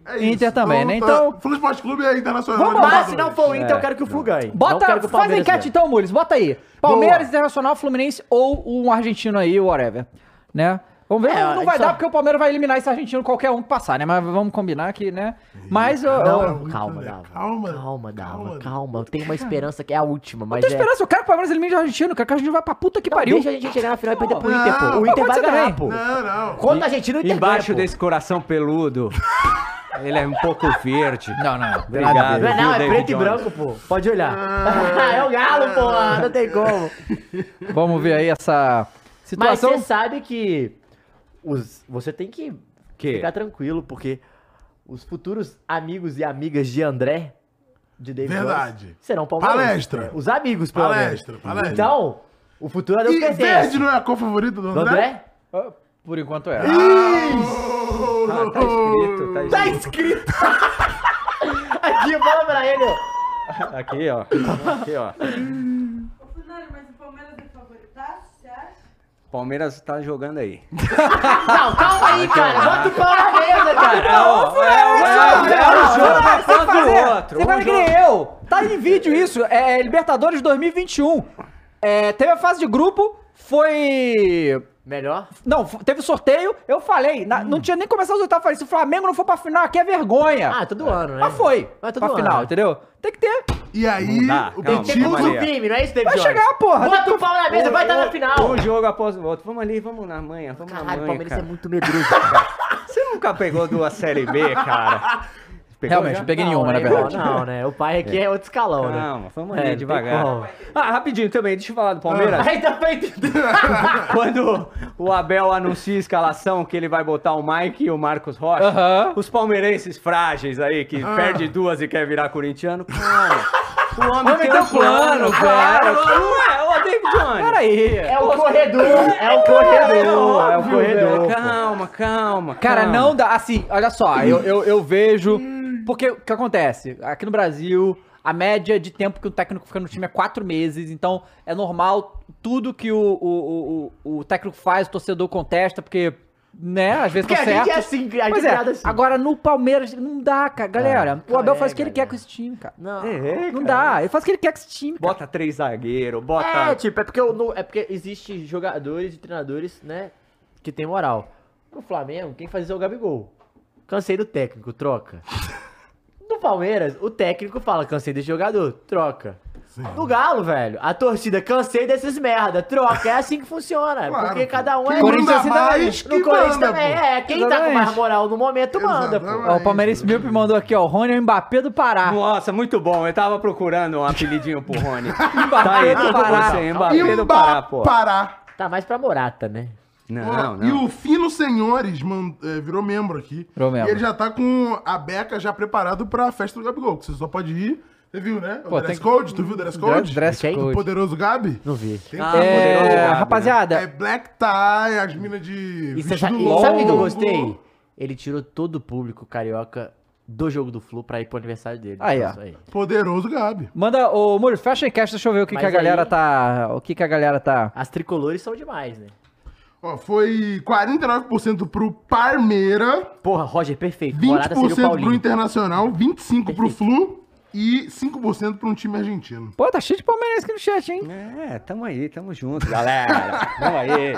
[SPEAKER 2] É
[SPEAKER 1] Inter também, né?
[SPEAKER 2] tá-
[SPEAKER 1] Então-
[SPEAKER 2] Flu Esporte Clube é Internacional.
[SPEAKER 1] Vamos lá, É,
[SPEAKER 3] Mas
[SPEAKER 2] Libertadores.
[SPEAKER 3] se não for o Inter, eu quero que o Flu ganhe. Não
[SPEAKER 1] Bota,
[SPEAKER 3] quero que o
[SPEAKER 1] faz a
[SPEAKER 3] Palmeiras
[SPEAKER 1] enquete
[SPEAKER 3] ganhe.
[SPEAKER 1] então, Mules, bota aí. Palmeiras, Internacional, Fluminense ou um argentino aí, whatever. Né? Vamos ver,
[SPEAKER 3] É,
[SPEAKER 1] não vai
[SPEAKER 3] então-
[SPEAKER 1] dar porque o Palmeiras vai eliminar esse argentino qualquer um que passar, né? Mas vamos combinar que, né? Mas eu, eu,
[SPEAKER 3] Não, calma,
[SPEAKER 2] Calma,
[SPEAKER 3] Dava.
[SPEAKER 2] calma.
[SPEAKER 3] Calma, Dava.
[SPEAKER 2] Calma.
[SPEAKER 3] Calma. Eu
[SPEAKER 1] <laughs>
[SPEAKER 3] tenho uma esperança que é a última, mas
[SPEAKER 1] tô
[SPEAKER 3] é...
[SPEAKER 1] esperando, eu quero que o Palmeiras elimine o argentino, eu quero que a gente vá pra puta que
[SPEAKER 3] Não,
[SPEAKER 1] pariu.
[SPEAKER 3] Deixa a gente chegar na final e perder pro Inter, pô.
[SPEAKER 2] Não,
[SPEAKER 3] O Inter
[SPEAKER 1] pode
[SPEAKER 3] vai
[SPEAKER 1] ser
[SPEAKER 3] ganhar,
[SPEAKER 1] também.
[SPEAKER 3] pô.
[SPEAKER 2] Não, não.
[SPEAKER 3] Contra a Argentina, o Inter
[SPEAKER 4] Embaixo
[SPEAKER 3] ganha, pô.
[SPEAKER 4] desse coração
[SPEAKER 3] <laughs>
[SPEAKER 4] peludo, ele é um pouco verde.
[SPEAKER 1] Não, não, não.
[SPEAKER 4] Obrigado.
[SPEAKER 3] Não é, não, é
[SPEAKER 4] David
[SPEAKER 3] preto e
[SPEAKER 4] Jones?
[SPEAKER 3] branco, pô. Pode olhar.
[SPEAKER 2] Ah.
[SPEAKER 3] <laughs> é o galo, pô.
[SPEAKER 2] <laughs>
[SPEAKER 3] Não tem como.
[SPEAKER 1] Vamos ver aí essa
[SPEAKER 3] Mas
[SPEAKER 1] situação.
[SPEAKER 3] você sabe que os, você tem que
[SPEAKER 4] Que?
[SPEAKER 3] ficar tranquilo, porque os futuros amigos e amigas de André, de David
[SPEAKER 2] Verdade.
[SPEAKER 3] Jones, serão palmeirenses.
[SPEAKER 2] Palestra.
[SPEAKER 3] Os amigos, pelo menos.
[SPEAKER 2] Palestra, palestra.
[SPEAKER 3] Então, o futuro é Deus
[SPEAKER 2] E
[SPEAKER 3] pertence.
[SPEAKER 2] verde não é a cor favorita do
[SPEAKER 3] Do
[SPEAKER 2] André?
[SPEAKER 3] André?
[SPEAKER 1] Por enquanto é.
[SPEAKER 4] Ah, tá escrito, tá
[SPEAKER 3] Tá
[SPEAKER 4] escrito.
[SPEAKER 3] escrito. Aqui, fala pra ele. ó.
[SPEAKER 4] Aqui, ó. Aqui, ó.
[SPEAKER 8] Ô, Funari, mas o Palmeiras é favoritaço, você acha?
[SPEAKER 4] Palmeiras tá jogando aí.
[SPEAKER 3] Não, calma
[SPEAKER 2] Ah,
[SPEAKER 3] aí,
[SPEAKER 2] é
[SPEAKER 3] cara. Bota o pau na
[SPEAKER 2] <laughs>
[SPEAKER 3] mesa, cara.
[SPEAKER 1] Você fazer- Você
[SPEAKER 4] fala do outro, um
[SPEAKER 1] faz que nem eu. Tá em vídeo isso. É Libertadores 2021. É, teve a fase de grupo, foi.
[SPEAKER 3] Melhor?
[SPEAKER 1] Não, f- teve sorteio, eu falei.
[SPEAKER 4] Hum.
[SPEAKER 1] na- Não tinha nem começado os oitavos. Falei, se o Flamengo não for pra final, aqui é vergonha.
[SPEAKER 3] Ah, todo ano, né?
[SPEAKER 1] Mas foi.
[SPEAKER 3] Mas todo
[SPEAKER 1] pra
[SPEAKER 3] ano.
[SPEAKER 1] final, entendeu? Tem que ter.
[SPEAKER 2] E aí,
[SPEAKER 4] Não dá,
[SPEAKER 2] o
[SPEAKER 3] Tem
[SPEAKER 4] calma.
[SPEAKER 2] Petit...
[SPEAKER 3] <laughs> muito
[SPEAKER 4] Maria.
[SPEAKER 3] time, não é isso, David
[SPEAKER 1] Vai
[SPEAKER 3] Jones?
[SPEAKER 1] chegar, porra.
[SPEAKER 3] Bota o pau na mesa, vai estar na final.
[SPEAKER 4] Um jogo após o outro. Vamos ali, vamos na manhã, vamos na
[SPEAKER 3] Caralho, o
[SPEAKER 4] manhã,
[SPEAKER 3] Palmeiras
[SPEAKER 4] cara.
[SPEAKER 3] é muito medroso, cara.
[SPEAKER 4] Você nunca pegou duas Série B,
[SPEAKER 3] <laughs>
[SPEAKER 4] cara? Pegou
[SPEAKER 1] Realmente,
[SPEAKER 4] já?
[SPEAKER 1] eu peguei nenhuma, na
[SPEAKER 3] né,
[SPEAKER 1] verdade.
[SPEAKER 3] Não, não, né? O pai aqui é, outro escalão, né?
[SPEAKER 4] Calma, vamos
[SPEAKER 3] É,
[SPEAKER 4] ali
[SPEAKER 3] tem
[SPEAKER 4] devagar.
[SPEAKER 3] como.
[SPEAKER 4] Ah, rapidinho também, deixa eu falar do Palmeiras.
[SPEAKER 3] Aí tá também tem-
[SPEAKER 4] <laughs> Quando o Abel anuncia a escalação que ele vai botar o Mike e o Marcos Rocha,
[SPEAKER 1] Aham.
[SPEAKER 4] os palmeirenses frágeis aí, que perde duas e quer virar corintiano, cara, o homem tem um plano, cara. Não é, ô David Jones.
[SPEAKER 1] Peraí.
[SPEAKER 3] é o corredor, é o corredor, é o
[SPEAKER 4] óbvio, velho.
[SPEAKER 3] corredor.
[SPEAKER 4] Calma, calma.
[SPEAKER 1] Cara,
[SPEAKER 4] calma.
[SPEAKER 1] não dá. Assim, olha só, eu, eu, eu vejo.
[SPEAKER 3] Hum.
[SPEAKER 1] Porque o que acontece? Aqui no Brasil, a média de tempo que o técnico fica no time é quatro meses, então é normal tudo que o, o, o, o- o técnico faz, o torcedor contesta, porque, né, às vezes
[SPEAKER 3] Porque
[SPEAKER 1] tá
[SPEAKER 3] a gente
[SPEAKER 1] certo.
[SPEAKER 3] é assim, a gente
[SPEAKER 1] Pois
[SPEAKER 3] é
[SPEAKER 1] é,
[SPEAKER 3] criado assim.
[SPEAKER 1] agora no Palmeiras não dá, cara. Galera, o Abel
[SPEAKER 3] é,
[SPEAKER 1] faz o que ele quer
[SPEAKER 3] galera.
[SPEAKER 1] com esse time, cara.
[SPEAKER 3] Não.
[SPEAKER 4] É,
[SPEAKER 1] Não
[SPEAKER 4] cara.
[SPEAKER 1] dá, ele faz o que ele quer com esse time, cara.
[SPEAKER 4] Bota três zagueiro, bota...
[SPEAKER 3] É, tipo, é porque, eu não- é porque existe jogadores e treinadores, né, que tem moral. No Flamengo, quem fazia é o Gabigol. Cansei do técnico,
[SPEAKER 2] <laughs>
[SPEAKER 3] troca. No Palmeiras, o técnico fala, cansei desse jogador, troca. No Galo, velho, a torcida, cansei desses merda, troca. É assim que funciona.
[SPEAKER 2] Claro,
[SPEAKER 3] porque
[SPEAKER 2] pô.
[SPEAKER 3] cada um é...
[SPEAKER 2] Quem
[SPEAKER 1] Corinthians
[SPEAKER 2] manda
[SPEAKER 1] assim também.
[SPEAKER 2] mais,
[SPEAKER 3] No
[SPEAKER 2] que
[SPEAKER 3] Corinthians
[SPEAKER 2] manda,
[SPEAKER 3] também,
[SPEAKER 2] pô.
[SPEAKER 3] é. Quem tá com mais
[SPEAKER 1] Exatamente.
[SPEAKER 3] moral no momento, manda, pô.
[SPEAKER 2] Exatamente.
[SPEAKER 1] Ó, o Palmeirense Milp mandou aqui, ó, o Rony é o Mbappé do Pará.
[SPEAKER 4] Nossa, muito bom. Eu tava procurando um apelidinho pro Rony.
[SPEAKER 1] Mbappé
[SPEAKER 4] tá aí,
[SPEAKER 1] do
[SPEAKER 4] tô com
[SPEAKER 1] Pará.
[SPEAKER 4] você,
[SPEAKER 2] E
[SPEAKER 4] Mbappé
[SPEAKER 2] o
[SPEAKER 4] do Pará, pô.
[SPEAKER 2] Pará.
[SPEAKER 3] Tá mais pra Morata, né?
[SPEAKER 2] Ó,
[SPEAKER 4] Não,
[SPEAKER 2] E
[SPEAKER 4] não.
[SPEAKER 2] o Fino Senhores man- eh, virou membro aqui.
[SPEAKER 1] Virou membro.
[SPEAKER 2] E ele já tá com a beca já preparado pra festa do Gabigol, que você só pode ir. Você viu, né? O
[SPEAKER 1] Pô,
[SPEAKER 2] dress
[SPEAKER 1] tem que-
[SPEAKER 2] code, tu viu o dress code?
[SPEAKER 1] Dress
[SPEAKER 3] Quem?
[SPEAKER 2] do
[SPEAKER 1] code.
[SPEAKER 2] poderoso Gabi?
[SPEAKER 3] Não vi.
[SPEAKER 2] Tem
[SPEAKER 4] Ah,
[SPEAKER 2] tudo.
[SPEAKER 4] poderoso
[SPEAKER 1] É,
[SPEAKER 4] Gabi, né?
[SPEAKER 1] rapaziada,
[SPEAKER 2] É black tie, as minas de.
[SPEAKER 3] E,
[SPEAKER 2] vestido
[SPEAKER 3] você
[SPEAKER 1] é
[SPEAKER 3] sabe, e
[SPEAKER 2] longo.
[SPEAKER 3] sabe o que eu gostei? Ele tirou todo o público carioca do jogo do Flu pra ir pro aniversário dele.
[SPEAKER 1] Aí,
[SPEAKER 3] Então,
[SPEAKER 1] ó.
[SPEAKER 3] isso
[SPEAKER 2] Poderoso Gabi.
[SPEAKER 1] Manda, ô Muro, fecha a enquete, deixa eu ver o que,
[SPEAKER 3] Mas
[SPEAKER 1] que a galera
[SPEAKER 3] aí-
[SPEAKER 1] tá. O que, que a galera tá.
[SPEAKER 3] As tricolores são demais, né?
[SPEAKER 2] Ó, foi 49% pro Parmeira,
[SPEAKER 3] Porra, Roger, perfeito. Morada seria o
[SPEAKER 2] 20% pro
[SPEAKER 3] Paulinho.
[SPEAKER 2] Internacional, 25% pro Flu e 5% pra um time argentino.
[SPEAKER 1] Pô, tá cheio de palmeirense aqui no chat, hein?
[SPEAKER 4] É, tamo aí, tamo junto, galera. Tamo <laughs> aí.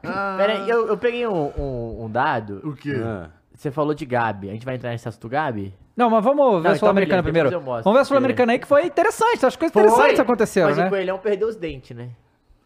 [SPEAKER 3] Pera aí, eu, eu peguei um, um- um dado.
[SPEAKER 2] O quê?
[SPEAKER 4] Ah.
[SPEAKER 3] Você falou de Gabi. A gente vai entrar nesse assunto do Gabi?
[SPEAKER 1] Não, mas vamos ver
[SPEAKER 3] Não,
[SPEAKER 1] a
[SPEAKER 3] então
[SPEAKER 1] Sul-Americana
[SPEAKER 3] beleza,
[SPEAKER 1] primeiro.
[SPEAKER 3] depois eu mostro,
[SPEAKER 1] Vamos ver a
[SPEAKER 3] porque-
[SPEAKER 1] Sul-Americana aí, que foi interessante. As coisas interessantes aconteceram,
[SPEAKER 3] Mas o
[SPEAKER 1] né?
[SPEAKER 3] Coelhão perdeu os dentes, né?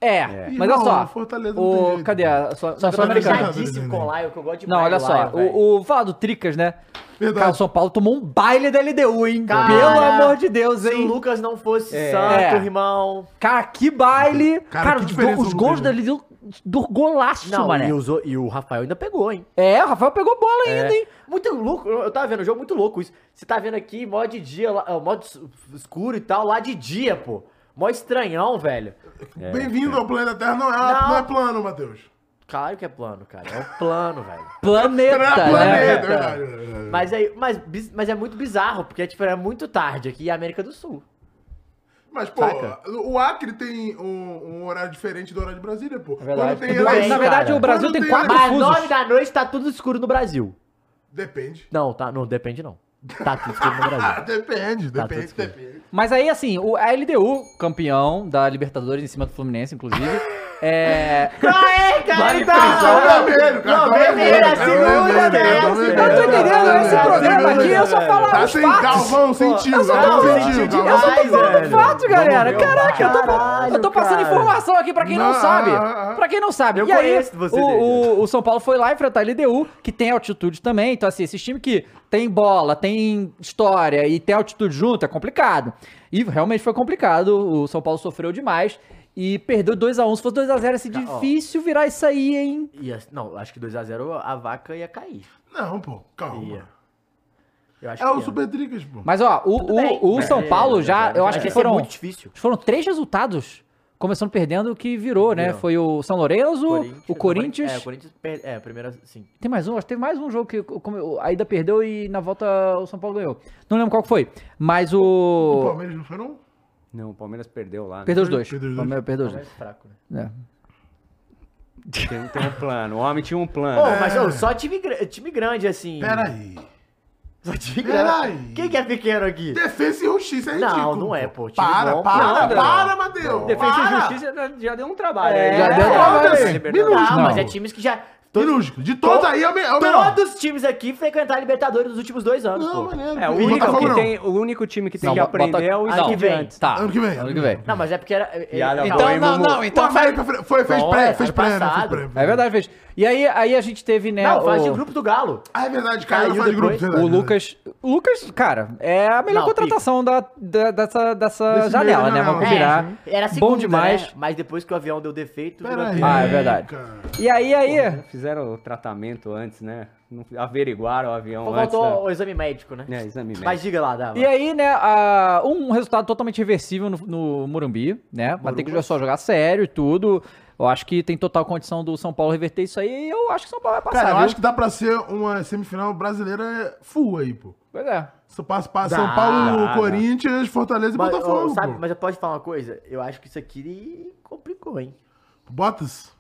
[SPEAKER 1] É,
[SPEAKER 2] Ih,
[SPEAKER 1] mas olha
[SPEAKER 2] não,
[SPEAKER 1] só.
[SPEAKER 2] Fortaleza não tem
[SPEAKER 1] O...
[SPEAKER 2] jeito.
[SPEAKER 1] Cadê a sua...
[SPEAKER 3] Só sou
[SPEAKER 2] Sul-Americana.
[SPEAKER 3] americanadíssimo com o Laio, que eu gosto demais.
[SPEAKER 1] Não, olha
[SPEAKER 3] do
[SPEAKER 1] só.
[SPEAKER 3] Laio, velho.
[SPEAKER 1] O, o Fala do Tricas, né?
[SPEAKER 2] Verdade.
[SPEAKER 1] Cara, o São Paulo tomou um baile da LDU, hein?
[SPEAKER 3] Cara,
[SPEAKER 1] Pelo amor de Deus,
[SPEAKER 3] Se o
[SPEAKER 1] hein?
[SPEAKER 3] Lucas não fosse
[SPEAKER 1] É.
[SPEAKER 3] santo,
[SPEAKER 1] É.
[SPEAKER 3] irmão.
[SPEAKER 1] Cara, que baile!
[SPEAKER 2] Cara,
[SPEAKER 1] Cara,
[SPEAKER 2] que
[SPEAKER 1] os go-
[SPEAKER 2] diferença
[SPEAKER 1] os
[SPEAKER 2] do
[SPEAKER 1] gols da
[SPEAKER 2] Grêmio.
[SPEAKER 1] LDU do golaço,
[SPEAKER 3] Não,
[SPEAKER 1] mané.
[SPEAKER 3] e, usou- e o Rafael ainda pegou, hein?
[SPEAKER 1] É, o Rafael pegou bola ainda, hein?
[SPEAKER 3] Muito louco, eu eu tava vendo o jogo é muito louco isso. Você tá vendo aqui, mó de dia, lá- ó, mó de s- escuro e tal, lá de dia, pô. Mó estranhão, velho.
[SPEAKER 2] Bem-vindo ao planeta Terra. Não é,
[SPEAKER 3] Não.
[SPEAKER 2] não é plano, Matheus.
[SPEAKER 3] Claro que é plano, cara. É um plano, velho.
[SPEAKER 1] Planeta,
[SPEAKER 2] Era
[SPEAKER 1] né?
[SPEAKER 2] planeta, é verdade, é verdade.
[SPEAKER 3] Mas, aí, mas, bis- mas é muito bizarro, porque tipo, é muito tarde aqui em América do Sul.
[SPEAKER 2] Mas, pô,
[SPEAKER 3] Saca?
[SPEAKER 2] o Acre tem um, um horário diferente do horário de Brasília, pô.
[SPEAKER 1] É
[SPEAKER 3] verdade.
[SPEAKER 2] Quando tem
[SPEAKER 1] Mas,
[SPEAKER 3] Tudo bem,
[SPEAKER 1] na
[SPEAKER 2] eleição.
[SPEAKER 1] verdade,
[SPEAKER 3] cara.
[SPEAKER 1] o Brasil
[SPEAKER 2] Quando
[SPEAKER 1] tem
[SPEAKER 2] tem
[SPEAKER 1] quatro
[SPEAKER 3] Mas
[SPEAKER 1] fusos.
[SPEAKER 3] nove da noite tá tudo escuro no Brasil.
[SPEAKER 2] Depende.
[SPEAKER 3] Não, tá, não, depende não. Tá tudo escuro no
[SPEAKER 2] Ah,
[SPEAKER 3] Brasil. <laughs>
[SPEAKER 2] depende,
[SPEAKER 3] Tá,
[SPEAKER 2] depende,
[SPEAKER 3] tudo bem.
[SPEAKER 2] depende.
[SPEAKER 1] Mas aí, assim, o, a LDU, campeão da Libertadores em cima do Fluminense, inclusive, é...
[SPEAKER 3] Aê, cara, então!
[SPEAKER 2] Cartão vermelho,
[SPEAKER 1] então,
[SPEAKER 3] Não,
[SPEAKER 2] cartão
[SPEAKER 3] vermelho, é
[SPEAKER 2] vermelho, cartão
[SPEAKER 3] segunda,
[SPEAKER 2] vermelho, cartão
[SPEAKER 3] velho.
[SPEAKER 2] vermelho.
[SPEAKER 1] Não, eu tô entendendo,
[SPEAKER 2] Cartão
[SPEAKER 1] esse
[SPEAKER 2] vermelho,
[SPEAKER 1] programa
[SPEAKER 2] cartão
[SPEAKER 1] aqui eu só
[SPEAKER 2] vermelho.
[SPEAKER 1] falo
[SPEAKER 2] Tá
[SPEAKER 1] os
[SPEAKER 2] sem
[SPEAKER 1] fatos.
[SPEAKER 2] Galvão, tá sentiu,
[SPEAKER 1] só
[SPEAKER 2] Galvão
[SPEAKER 1] falo-
[SPEAKER 2] sentiu,
[SPEAKER 3] sentiu-
[SPEAKER 1] Eu
[SPEAKER 2] Galvão
[SPEAKER 1] só tô
[SPEAKER 3] Ai,
[SPEAKER 1] falando
[SPEAKER 3] velho.
[SPEAKER 1] fato, galera.
[SPEAKER 3] Vamos ver,
[SPEAKER 1] Caraca, eu tô,
[SPEAKER 3] caralho,
[SPEAKER 1] eu tô passando
[SPEAKER 3] cara.
[SPEAKER 1] informação aqui pra quem não,
[SPEAKER 2] Não,
[SPEAKER 1] sabe.
[SPEAKER 2] ah, ah.
[SPEAKER 1] Pra quem não sabe.
[SPEAKER 3] Eu
[SPEAKER 1] e aí,
[SPEAKER 3] conheço você,
[SPEAKER 1] o,
[SPEAKER 3] David.
[SPEAKER 1] o, o São Paulo foi lá enfrentar a LDU, que tem altitude também. Então, assim, esses times que tem bola, tem história e tem altitude junto, é complicado. E realmente foi complicado. O São Paulo sofreu demais. E perdeu 2x1. Se fosse 2x0, ia ser
[SPEAKER 3] ó.
[SPEAKER 1] difícil virar isso aí, hein?
[SPEAKER 3] Ia- não, acho que 2x0 a vaca ia cair.
[SPEAKER 2] Não, pô,
[SPEAKER 3] Ia.
[SPEAKER 2] calma.
[SPEAKER 3] Eu acho
[SPEAKER 2] É o
[SPEAKER 3] ia.
[SPEAKER 2] Supertricas, pô.
[SPEAKER 1] Mas, ó, o,
[SPEAKER 3] Tudo bem.
[SPEAKER 1] o, o
[SPEAKER 3] Mas
[SPEAKER 1] São
[SPEAKER 3] é,
[SPEAKER 1] Paulo já,
[SPEAKER 3] mas
[SPEAKER 1] eu acho
[SPEAKER 3] vai
[SPEAKER 1] que
[SPEAKER 3] ser
[SPEAKER 1] foram...
[SPEAKER 3] muito difícil.
[SPEAKER 1] Foram três resultados, começando perdendo, o que virou, né?
[SPEAKER 3] Virou.
[SPEAKER 1] Foi o São Lourenço, o Corinthians.
[SPEAKER 3] É, o Corinthians perde, é, primeiro sim.
[SPEAKER 1] Tem mais um, acho que teve mais um jogo que como, a ida perdeu e na volta o São Paulo ganhou. Não lembro qual que foi, mas
[SPEAKER 2] O
[SPEAKER 1] o.
[SPEAKER 2] Palmeiras não foi, não?
[SPEAKER 4] Não, o Palmeiras perdeu lá. né?
[SPEAKER 1] Perdeu os dois.
[SPEAKER 2] Perdeu os dois.
[SPEAKER 1] Palmeiras Perdeu os dois.
[SPEAKER 3] Mais fraco, né?
[SPEAKER 1] É.
[SPEAKER 4] Tem, tem um plano. O homem tinha um plano.
[SPEAKER 3] Pô, mas ô, só time, gra- time grande, assim.
[SPEAKER 2] Peraí.
[SPEAKER 3] Só time grande.
[SPEAKER 2] Peraí.
[SPEAKER 3] Quem que é pequeno aqui?
[SPEAKER 2] Defesa e justiça é
[SPEAKER 3] Não,
[SPEAKER 2] ridículo.
[SPEAKER 3] não é, pô. Time
[SPEAKER 2] Para,
[SPEAKER 3] bom,
[SPEAKER 2] para,
[SPEAKER 4] nada.
[SPEAKER 2] para, Matheus.
[SPEAKER 4] Defesa
[SPEAKER 2] para.
[SPEAKER 4] e Justiça já- já deu um trabalho.
[SPEAKER 3] É,
[SPEAKER 4] aí.
[SPEAKER 1] já deu um
[SPEAKER 4] É,
[SPEAKER 1] trabalho,
[SPEAKER 4] Libertadores.
[SPEAKER 2] hein?
[SPEAKER 4] Libertadores.
[SPEAKER 3] Não,
[SPEAKER 1] Não.
[SPEAKER 3] mas é times que já. Todos,
[SPEAKER 2] Minúsculo. De todos aí é o me- é o melhor.
[SPEAKER 3] todos os times aqui frequentaram a Libertadores nos últimos dois anos,
[SPEAKER 2] Não,
[SPEAKER 3] pô.
[SPEAKER 2] maneiro.
[SPEAKER 4] É, o
[SPEAKER 2] pô.
[SPEAKER 4] único,
[SPEAKER 2] Botafogo
[SPEAKER 4] que
[SPEAKER 2] não.
[SPEAKER 4] tem, o único time que tem
[SPEAKER 1] Não,
[SPEAKER 4] que
[SPEAKER 1] bota-
[SPEAKER 4] aprender é o
[SPEAKER 1] Ano
[SPEAKER 3] que vem.
[SPEAKER 4] Estudiantes.
[SPEAKER 1] Tá.
[SPEAKER 2] Ano que vem,
[SPEAKER 1] Ano
[SPEAKER 2] ano
[SPEAKER 1] que
[SPEAKER 2] que
[SPEAKER 1] vem.
[SPEAKER 3] Não, mas é porque era. é-
[SPEAKER 4] Piada
[SPEAKER 3] não,
[SPEAKER 4] boa,
[SPEAKER 7] Então,
[SPEAKER 4] hein,
[SPEAKER 7] não,
[SPEAKER 4] Mumu?
[SPEAKER 7] não,
[SPEAKER 2] O
[SPEAKER 7] então faz.
[SPEAKER 2] América fre- foi, fez
[SPEAKER 3] Não,
[SPEAKER 2] pré,
[SPEAKER 3] é,
[SPEAKER 2] fez
[SPEAKER 3] ano
[SPEAKER 2] pré, né? Fez
[SPEAKER 3] passado.
[SPEAKER 2] pré.
[SPEAKER 1] É verdade, fez. E aí, aí a gente teve, né?
[SPEAKER 3] Não, faz de
[SPEAKER 1] o,
[SPEAKER 3] grupo do Galo.
[SPEAKER 2] Ah, é verdade, caiu,
[SPEAKER 3] Caiu
[SPEAKER 2] faz de grupo,
[SPEAKER 3] depois.
[SPEAKER 2] verdade, né?
[SPEAKER 1] o
[SPEAKER 2] verdade.
[SPEAKER 1] Lucas. O Lucas, cara, é a melhor
[SPEAKER 3] Não,
[SPEAKER 1] contratação da, da- dessa, dessa
[SPEAKER 2] Desse
[SPEAKER 1] janela,
[SPEAKER 2] meio
[SPEAKER 1] né?
[SPEAKER 2] janela.
[SPEAKER 1] Vamos combinar.
[SPEAKER 3] É, era a segunda,
[SPEAKER 1] Bom demais.
[SPEAKER 3] né? Mas depois que o avião deu defeito, virou
[SPEAKER 2] Peraí,
[SPEAKER 3] pior.
[SPEAKER 1] Ah, é verdade.
[SPEAKER 2] cara.
[SPEAKER 1] E aí, aí.
[SPEAKER 4] Fizeram o tratamento antes, né? Não averiguaram o avião antes.
[SPEAKER 3] faltou
[SPEAKER 4] Da...
[SPEAKER 3] o exame médico, né?
[SPEAKER 4] É, exame médico.
[SPEAKER 3] Mas diga lá, Dava.
[SPEAKER 1] E aí, né, a- um resultado totalmente reversível no, no Morumbi, né? Vai ter que só jogar sério e tudo. Eu acho que tem total condição do São Paulo reverter isso aí e eu acho que o São Paulo vai passar,
[SPEAKER 2] Cara, eu
[SPEAKER 1] viu?
[SPEAKER 2] acho que dá pra ser uma semifinal brasileira full aí, pô.
[SPEAKER 1] Pois é.
[SPEAKER 2] Só passa pra
[SPEAKER 3] Dá,
[SPEAKER 2] São Paulo,
[SPEAKER 4] dá.
[SPEAKER 2] Corinthians, Fortaleza e
[SPEAKER 3] mas,
[SPEAKER 2] Botafogo,
[SPEAKER 3] ô, sabe,
[SPEAKER 2] pô.
[SPEAKER 3] mas eu posso falar uma coisa? Eu acho que isso aqui complicou, hein?
[SPEAKER 2] Botas.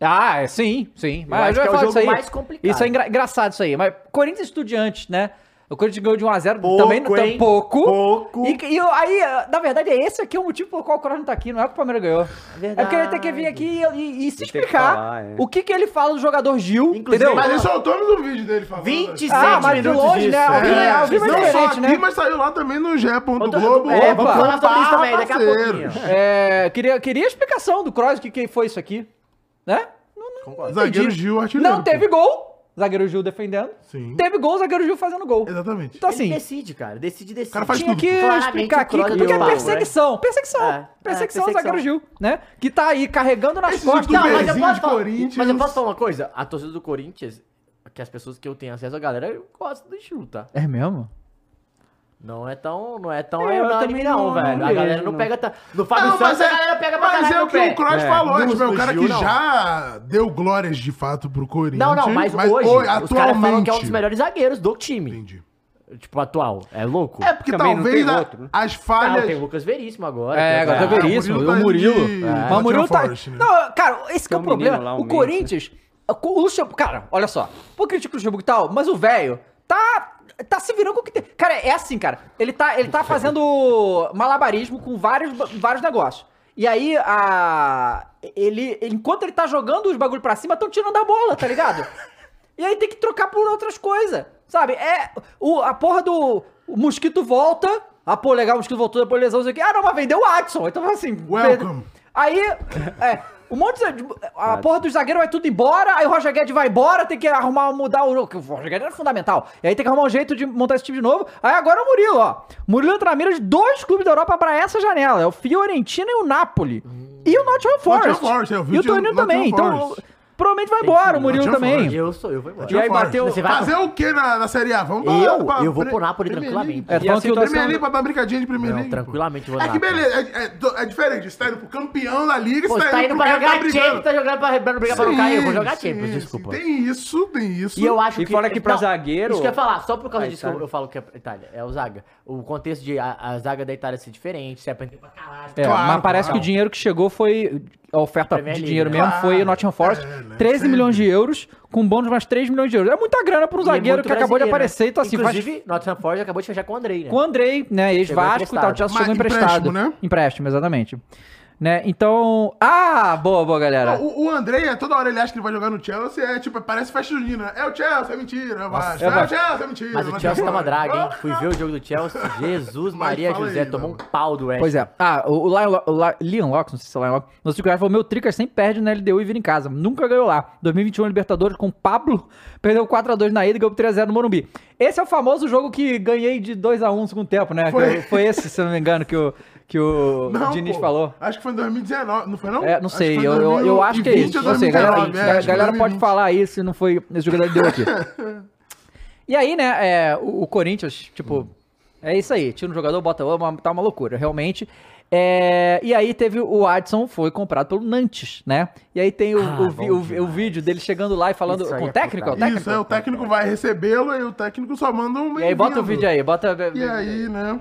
[SPEAKER 1] Ah, é, sim, sim.
[SPEAKER 3] acho
[SPEAKER 1] Mas a gente vai
[SPEAKER 3] que é o
[SPEAKER 1] falar disso
[SPEAKER 3] jogo
[SPEAKER 1] aí.
[SPEAKER 3] mais complicado.
[SPEAKER 1] Isso é engra- engraçado isso aí. Mas Corinthians Estudiantes, né? O Corinthians ganhou de 1x0
[SPEAKER 3] Pouco,
[SPEAKER 1] também, não
[SPEAKER 3] hein?
[SPEAKER 1] pouco.
[SPEAKER 3] Pouco.
[SPEAKER 1] E, e eu- aí, na verdade, é esse aqui o motivo pelo qual o Corinthians não tá aqui, não é que o Palmeiras ganhou. É porque ele tem que vir aqui e, e- e se
[SPEAKER 4] Ele tem que
[SPEAKER 1] explicar
[SPEAKER 4] falar, é.
[SPEAKER 1] o que, que ele fala do jogador Gil,
[SPEAKER 3] né? Inclusive,
[SPEAKER 1] entendeu?
[SPEAKER 2] Mas ele soltou no vídeo dele falando.
[SPEAKER 3] 26
[SPEAKER 1] Ah, mas de
[SPEAKER 3] minutos
[SPEAKER 1] longe,
[SPEAKER 3] disso.
[SPEAKER 1] né? Ao vivo é- ao
[SPEAKER 2] É,
[SPEAKER 1] vivo é
[SPEAKER 2] não só
[SPEAKER 1] diferente,
[SPEAKER 2] aqui,
[SPEAKER 1] né?
[SPEAKER 2] mas saiu lá também no G.
[SPEAKER 3] Eu tô-
[SPEAKER 2] Globo.
[SPEAKER 3] é, vamos falar sobre isso
[SPEAKER 2] Opa,
[SPEAKER 3] também daqui a
[SPEAKER 2] parceiro.
[SPEAKER 3] pouquinho.
[SPEAKER 1] É, queria, queria a explicação do Kroos, que, que foi isso aqui, né?
[SPEAKER 3] Concordo.
[SPEAKER 2] Zagueiro
[SPEAKER 1] Entendi.
[SPEAKER 2] Gil, artilheiro.
[SPEAKER 1] Não teve gol, zagueiro Gil defendendo.
[SPEAKER 2] Sim.
[SPEAKER 1] Teve gol, zagueiro Gil fazendo gol.
[SPEAKER 2] Exatamente.
[SPEAKER 1] Então
[SPEAKER 3] Ele
[SPEAKER 1] assim,
[SPEAKER 3] decide, cara. Decide, decide.
[SPEAKER 2] cara faz
[SPEAKER 1] tinha
[SPEAKER 2] tudo.
[SPEAKER 1] que
[SPEAKER 3] Claramente
[SPEAKER 1] explicar
[SPEAKER 3] o
[SPEAKER 1] aqui
[SPEAKER 3] Kroos é
[SPEAKER 1] porque é
[SPEAKER 3] do Paulo,
[SPEAKER 1] perseguição, perseguição,
[SPEAKER 3] É, é,
[SPEAKER 1] perseguição,
[SPEAKER 3] perseguição.
[SPEAKER 1] zagueiro Gil, né? Que tá aí carregando nas
[SPEAKER 2] Esse
[SPEAKER 1] costas.
[SPEAKER 2] jogo
[SPEAKER 3] Não,
[SPEAKER 2] do
[SPEAKER 3] mas eu,
[SPEAKER 2] Bezinho
[SPEAKER 3] posso
[SPEAKER 2] de
[SPEAKER 3] falar,
[SPEAKER 2] Corinthians.
[SPEAKER 3] mas eu posso falar uma coisa? A torcida do Corinthians, que as pessoas que eu tenho acesso, a galera gosta do Chu, tá?
[SPEAKER 1] É mesmo?
[SPEAKER 3] Não é tão, não é tão
[SPEAKER 1] É, eu também
[SPEAKER 3] unânime não,
[SPEAKER 1] não,
[SPEAKER 3] velho.
[SPEAKER 1] não
[SPEAKER 3] a galera
[SPEAKER 1] vejo,
[SPEAKER 3] não
[SPEAKER 1] não.
[SPEAKER 3] pega tanto. No Fábio
[SPEAKER 2] Não, mas
[SPEAKER 3] Santos,
[SPEAKER 2] é,
[SPEAKER 3] a galera pega pra
[SPEAKER 2] mas
[SPEAKER 3] caralho
[SPEAKER 2] é
[SPEAKER 3] no
[SPEAKER 2] o que
[SPEAKER 3] pé.
[SPEAKER 2] o Cross
[SPEAKER 4] É,
[SPEAKER 2] falou,
[SPEAKER 3] do-
[SPEAKER 2] tipo, é
[SPEAKER 3] do
[SPEAKER 2] o cara
[SPEAKER 3] Gil,
[SPEAKER 2] que
[SPEAKER 3] não.
[SPEAKER 2] já deu glórias de fato pro Corinthians.
[SPEAKER 3] Não, não, mas, hoje, os caras falam que é um dos melhores zagueiros do time.
[SPEAKER 2] Entendi.
[SPEAKER 3] Tipo, atual. É louco?
[SPEAKER 2] É porque
[SPEAKER 4] Também não
[SPEAKER 2] talvez
[SPEAKER 4] tem
[SPEAKER 2] a-
[SPEAKER 4] outro, né?
[SPEAKER 2] as
[SPEAKER 3] Ah, tem o
[SPEAKER 2] falhas...
[SPEAKER 3] Lucas Veríssimo agora.
[SPEAKER 1] É,
[SPEAKER 3] que
[SPEAKER 1] agora
[SPEAKER 2] Ah,
[SPEAKER 1] tá veríssimo.
[SPEAKER 2] o
[SPEAKER 1] E O
[SPEAKER 2] Murilo
[SPEAKER 1] Murilo.
[SPEAKER 2] tá de-
[SPEAKER 1] É. Mas o
[SPEAKER 2] Nottingham
[SPEAKER 1] Murilo tá.
[SPEAKER 2] Forest, né?
[SPEAKER 1] Não, cara, esse que é
[SPEAKER 4] Tem
[SPEAKER 1] o
[SPEAKER 4] um
[SPEAKER 1] problema.
[SPEAKER 4] menino lá, um
[SPEAKER 1] o
[SPEAKER 4] Mendes,
[SPEAKER 1] Corinthians. O Luxemburgo. Cara, olha só. Pô, critico o Luxemburgo e tal, mas o velho tá. Tá se virando com o que tem. Cara, é assim, cara. Ele tá, ele
[SPEAKER 4] <laughs>
[SPEAKER 1] tá fazendo malabarismo com vários, vários negócios. E aí, a. Ele. Enquanto ele
[SPEAKER 4] <laughs>
[SPEAKER 1] tá jogando os bagulho pra cima, tão tirando a bola, tá ligado? E aí tem que trocar por outras coisas. Sabe, é. O, a porra do. O mosquito volta. Ah, pô, legal, o mosquito voltou depois da lesão, não sei o quê. Ah, não, mas vendeu o Watson. Então assim.
[SPEAKER 2] Welcome.
[SPEAKER 1] Aí. É. Um monte de. A porra do zagueiro vai tudo embora, aí o Roger Guedes vai embora, tem que arrumar, mudar o. O Roger Guedes era fundamental. E aí tem que arrumar um jeito de montar esse time de novo. Aí agora é o Murilo, ó. Murilo entra na mira de dois clubes da Europa pra essa janela: é o Fiorentina e o Napoli. E o Nottingham Forest.
[SPEAKER 2] Nottingham Forest, é, eu vi
[SPEAKER 1] e o
[SPEAKER 2] o time do
[SPEAKER 1] Torino também.
[SPEAKER 2] Nottingham
[SPEAKER 1] Então,
[SPEAKER 2] Forest.
[SPEAKER 1] provavelmente vai embora o Murilo
[SPEAKER 2] Nottingham
[SPEAKER 1] também.
[SPEAKER 2] Forest.
[SPEAKER 3] Eu sou eu, vou embora.
[SPEAKER 4] E aí bateu.
[SPEAKER 3] Você vai-
[SPEAKER 2] Fazer um o que na, na Série A? Vamos
[SPEAKER 3] Eu?
[SPEAKER 2] pra- pra-
[SPEAKER 3] Eu vou
[SPEAKER 2] pre-
[SPEAKER 3] pro Napoli
[SPEAKER 2] Premier
[SPEAKER 3] tranquilamente.
[SPEAKER 2] League,
[SPEAKER 3] assim
[SPEAKER 1] É,
[SPEAKER 2] pô.
[SPEAKER 1] tô falando que o
[SPEAKER 2] Premier League
[SPEAKER 1] Dortmund-
[SPEAKER 2] pra dar brincadinha de Premier
[SPEAKER 3] Não,
[SPEAKER 2] League. pô.
[SPEAKER 3] tranquilamente vou
[SPEAKER 2] É
[SPEAKER 3] lá.
[SPEAKER 2] que beleza, é, é do- é diferente. Você tá indo pro campeão da liga,
[SPEAKER 3] Pô, você tá indo pra
[SPEAKER 2] cara que
[SPEAKER 3] jogar Champions,
[SPEAKER 2] brigando.
[SPEAKER 3] tá jogando pra, pra brigar pra não cair. Eu vou
[SPEAKER 2] Sim,
[SPEAKER 3] jogar
[SPEAKER 2] sim,
[SPEAKER 3] Champions,
[SPEAKER 2] sim.
[SPEAKER 3] desculpa.
[SPEAKER 2] Tem isso, tem isso.
[SPEAKER 3] E eu acho
[SPEAKER 4] E
[SPEAKER 3] que.
[SPEAKER 4] fora que pra
[SPEAKER 3] não,
[SPEAKER 4] zagueiro-
[SPEAKER 3] Isso que eu ia falar, só por causa
[SPEAKER 4] A
[SPEAKER 3] disso que eu,
[SPEAKER 4] Itália-
[SPEAKER 3] eu falo que é Itália. É o zaga. O contexto de a, a zaga da Itália ser diferente, você aprendeu pra caralho. tipo,
[SPEAKER 1] É,
[SPEAKER 2] Claro,
[SPEAKER 1] mas parece
[SPEAKER 2] claro.
[SPEAKER 1] que o dinheiro que chegou foi. A oferta
[SPEAKER 3] Premier
[SPEAKER 1] de
[SPEAKER 3] League,
[SPEAKER 1] dinheiro
[SPEAKER 3] né?
[SPEAKER 1] mesmo
[SPEAKER 2] Claro.
[SPEAKER 1] foi o Nottingham Forest.
[SPEAKER 2] É, né?
[SPEAKER 1] 13
[SPEAKER 2] Sempre.
[SPEAKER 1] milhões de euros, com bônus mais 3 milhões de euros. É muita grana pra um
[SPEAKER 3] E é
[SPEAKER 1] zagueiro
[SPEAKER 3] muito
[SPEAKER 1] que acabou de
[SPEAKER 3] brasileiro,
[SPEAKER 1] aparecer.
[SPEAKER 3] né?
[SPEAKER 1] Então, assim,
[SPEAKER 3] Inclusive,
[SPEAKER 1] Vasco,
[SPEAKER 3] Nottingham Forest acabou de fechar com o Andrei, né?
[SPEAKER 1] com o Andrei, né?
[SPEAKER 3] Chegou
[SPEAKER 1] Ex-Vasco e tal,
[SPEAKER 3] emprestado.
[SPEAKER 1] o Chelsea
[SPEAKER 2] Mas
[SPEAKER 1] chegou emprestado.
[SPEAKER 2] empréstimo, né?
[SPEAKER 1] Empréstimo, exatamente. Né? Então. Ah, boa, boa, galera.
[SPEAKER 2] Não, o, o Andrei, é, toda hora ele acha que ele vai jogar no Chelsea, é tipo, parece festa junina. É o Chelsea, é mentira, é o Vasco.
[SPEAKER 1] é
[SPEAKER 2] É, o
[SPEAKER 1] Vasco.
[SPEAKER 2] Chelsea, é mentira.
[SPEAKER 3] Mas o Chelsea tá uma draga, hein? Fui ver o jogo do Chelsea.
[SPEAKER 2] <laughs>
[SPEAKER 3] Jesus Maria
[SPEAKER 2] fala aí,
[SPEAKER 3] José, tomou um
[SPEAKER 2] mano.
[SPEAKER 3] pau do West.
[SPEAKER 1] Pois é. Ah, o, o, Lion, Lo- o Li- Leon Locks, não sei se é Lion Locks, no 5 reais falou: meu Tricas sempre perde na LDU e vira em casa. Nunca ganhou lá. 2021 Libertadores com Pablo, <laughs> perdeu 4x2 na ida e ganhou 3x0 no Morumbi. Esse é o famoso jogo que ganhei de 2x1 no segundo tempo, né? Que eu-
[SPEAKER 2] Foi.
[SPEAKER 1] Foi, esse, se eu não me engano, que o, que o
[SPEAKER 2] Não,
[SPEAKER 1] Diniz
[SPEAKER 2] pô,
[SPEAKER 1] falou.
[SPEAKER 2] Acho que foi em 2019, não foi não?
[SPEAKER 1] É, não
[SPEAKER 2] Acho
[SPEAKER 1] sei,
[SPEAKER 2] que foi
[SPEAKER 1] eu,
[SPEAKER 2] em
[SPEAKER 1] eu, eu acho que é
[SPEAKER 2] 2020
[SPEAKER 1] isso.
[SPEAKER 2] ou
[SPEAKER 1] Não sei, galera,
[SPEAKER 2] 2019, é,
[SPEAKER 1] ga-
[SPEAKER 2] acho que
[SPEAKER 1] galera pode
[SPEAKER 2] 2020.
[SPEAKER 1] falar aí se não foi esse jogador que deu aqui. e aí, né, é, o, o Corinthians, tipo, é isso aí, tira um jogador, bota outro, uma- tá uma loucura, realmente. É, e aí teve o Adson, foi comprado pelo Nantes, né? E aí tem o,
[SPEAKER 3] Ah,
[SPEAKER 1] o vi-
[SPEAKER 3] bom
[SPEAKER 1] o- o vídeo dele chegando lá e falando
[SPEAKER 3] Isso aí
[SPEAKER 1] com o
[SPEAKER 3] é
[SPEAKER 1] técnico, é o técnico.
[SPEAKER 2] Isso, é, o técnico vai recebê-lo e o técnico só manda um
[SPEAKER 1] E aí bota o
[SPEAKER 2] bem-vindo.
[SPEAKER 1] vídeo aí, bota...
[SPEAKER 2] E aí, né?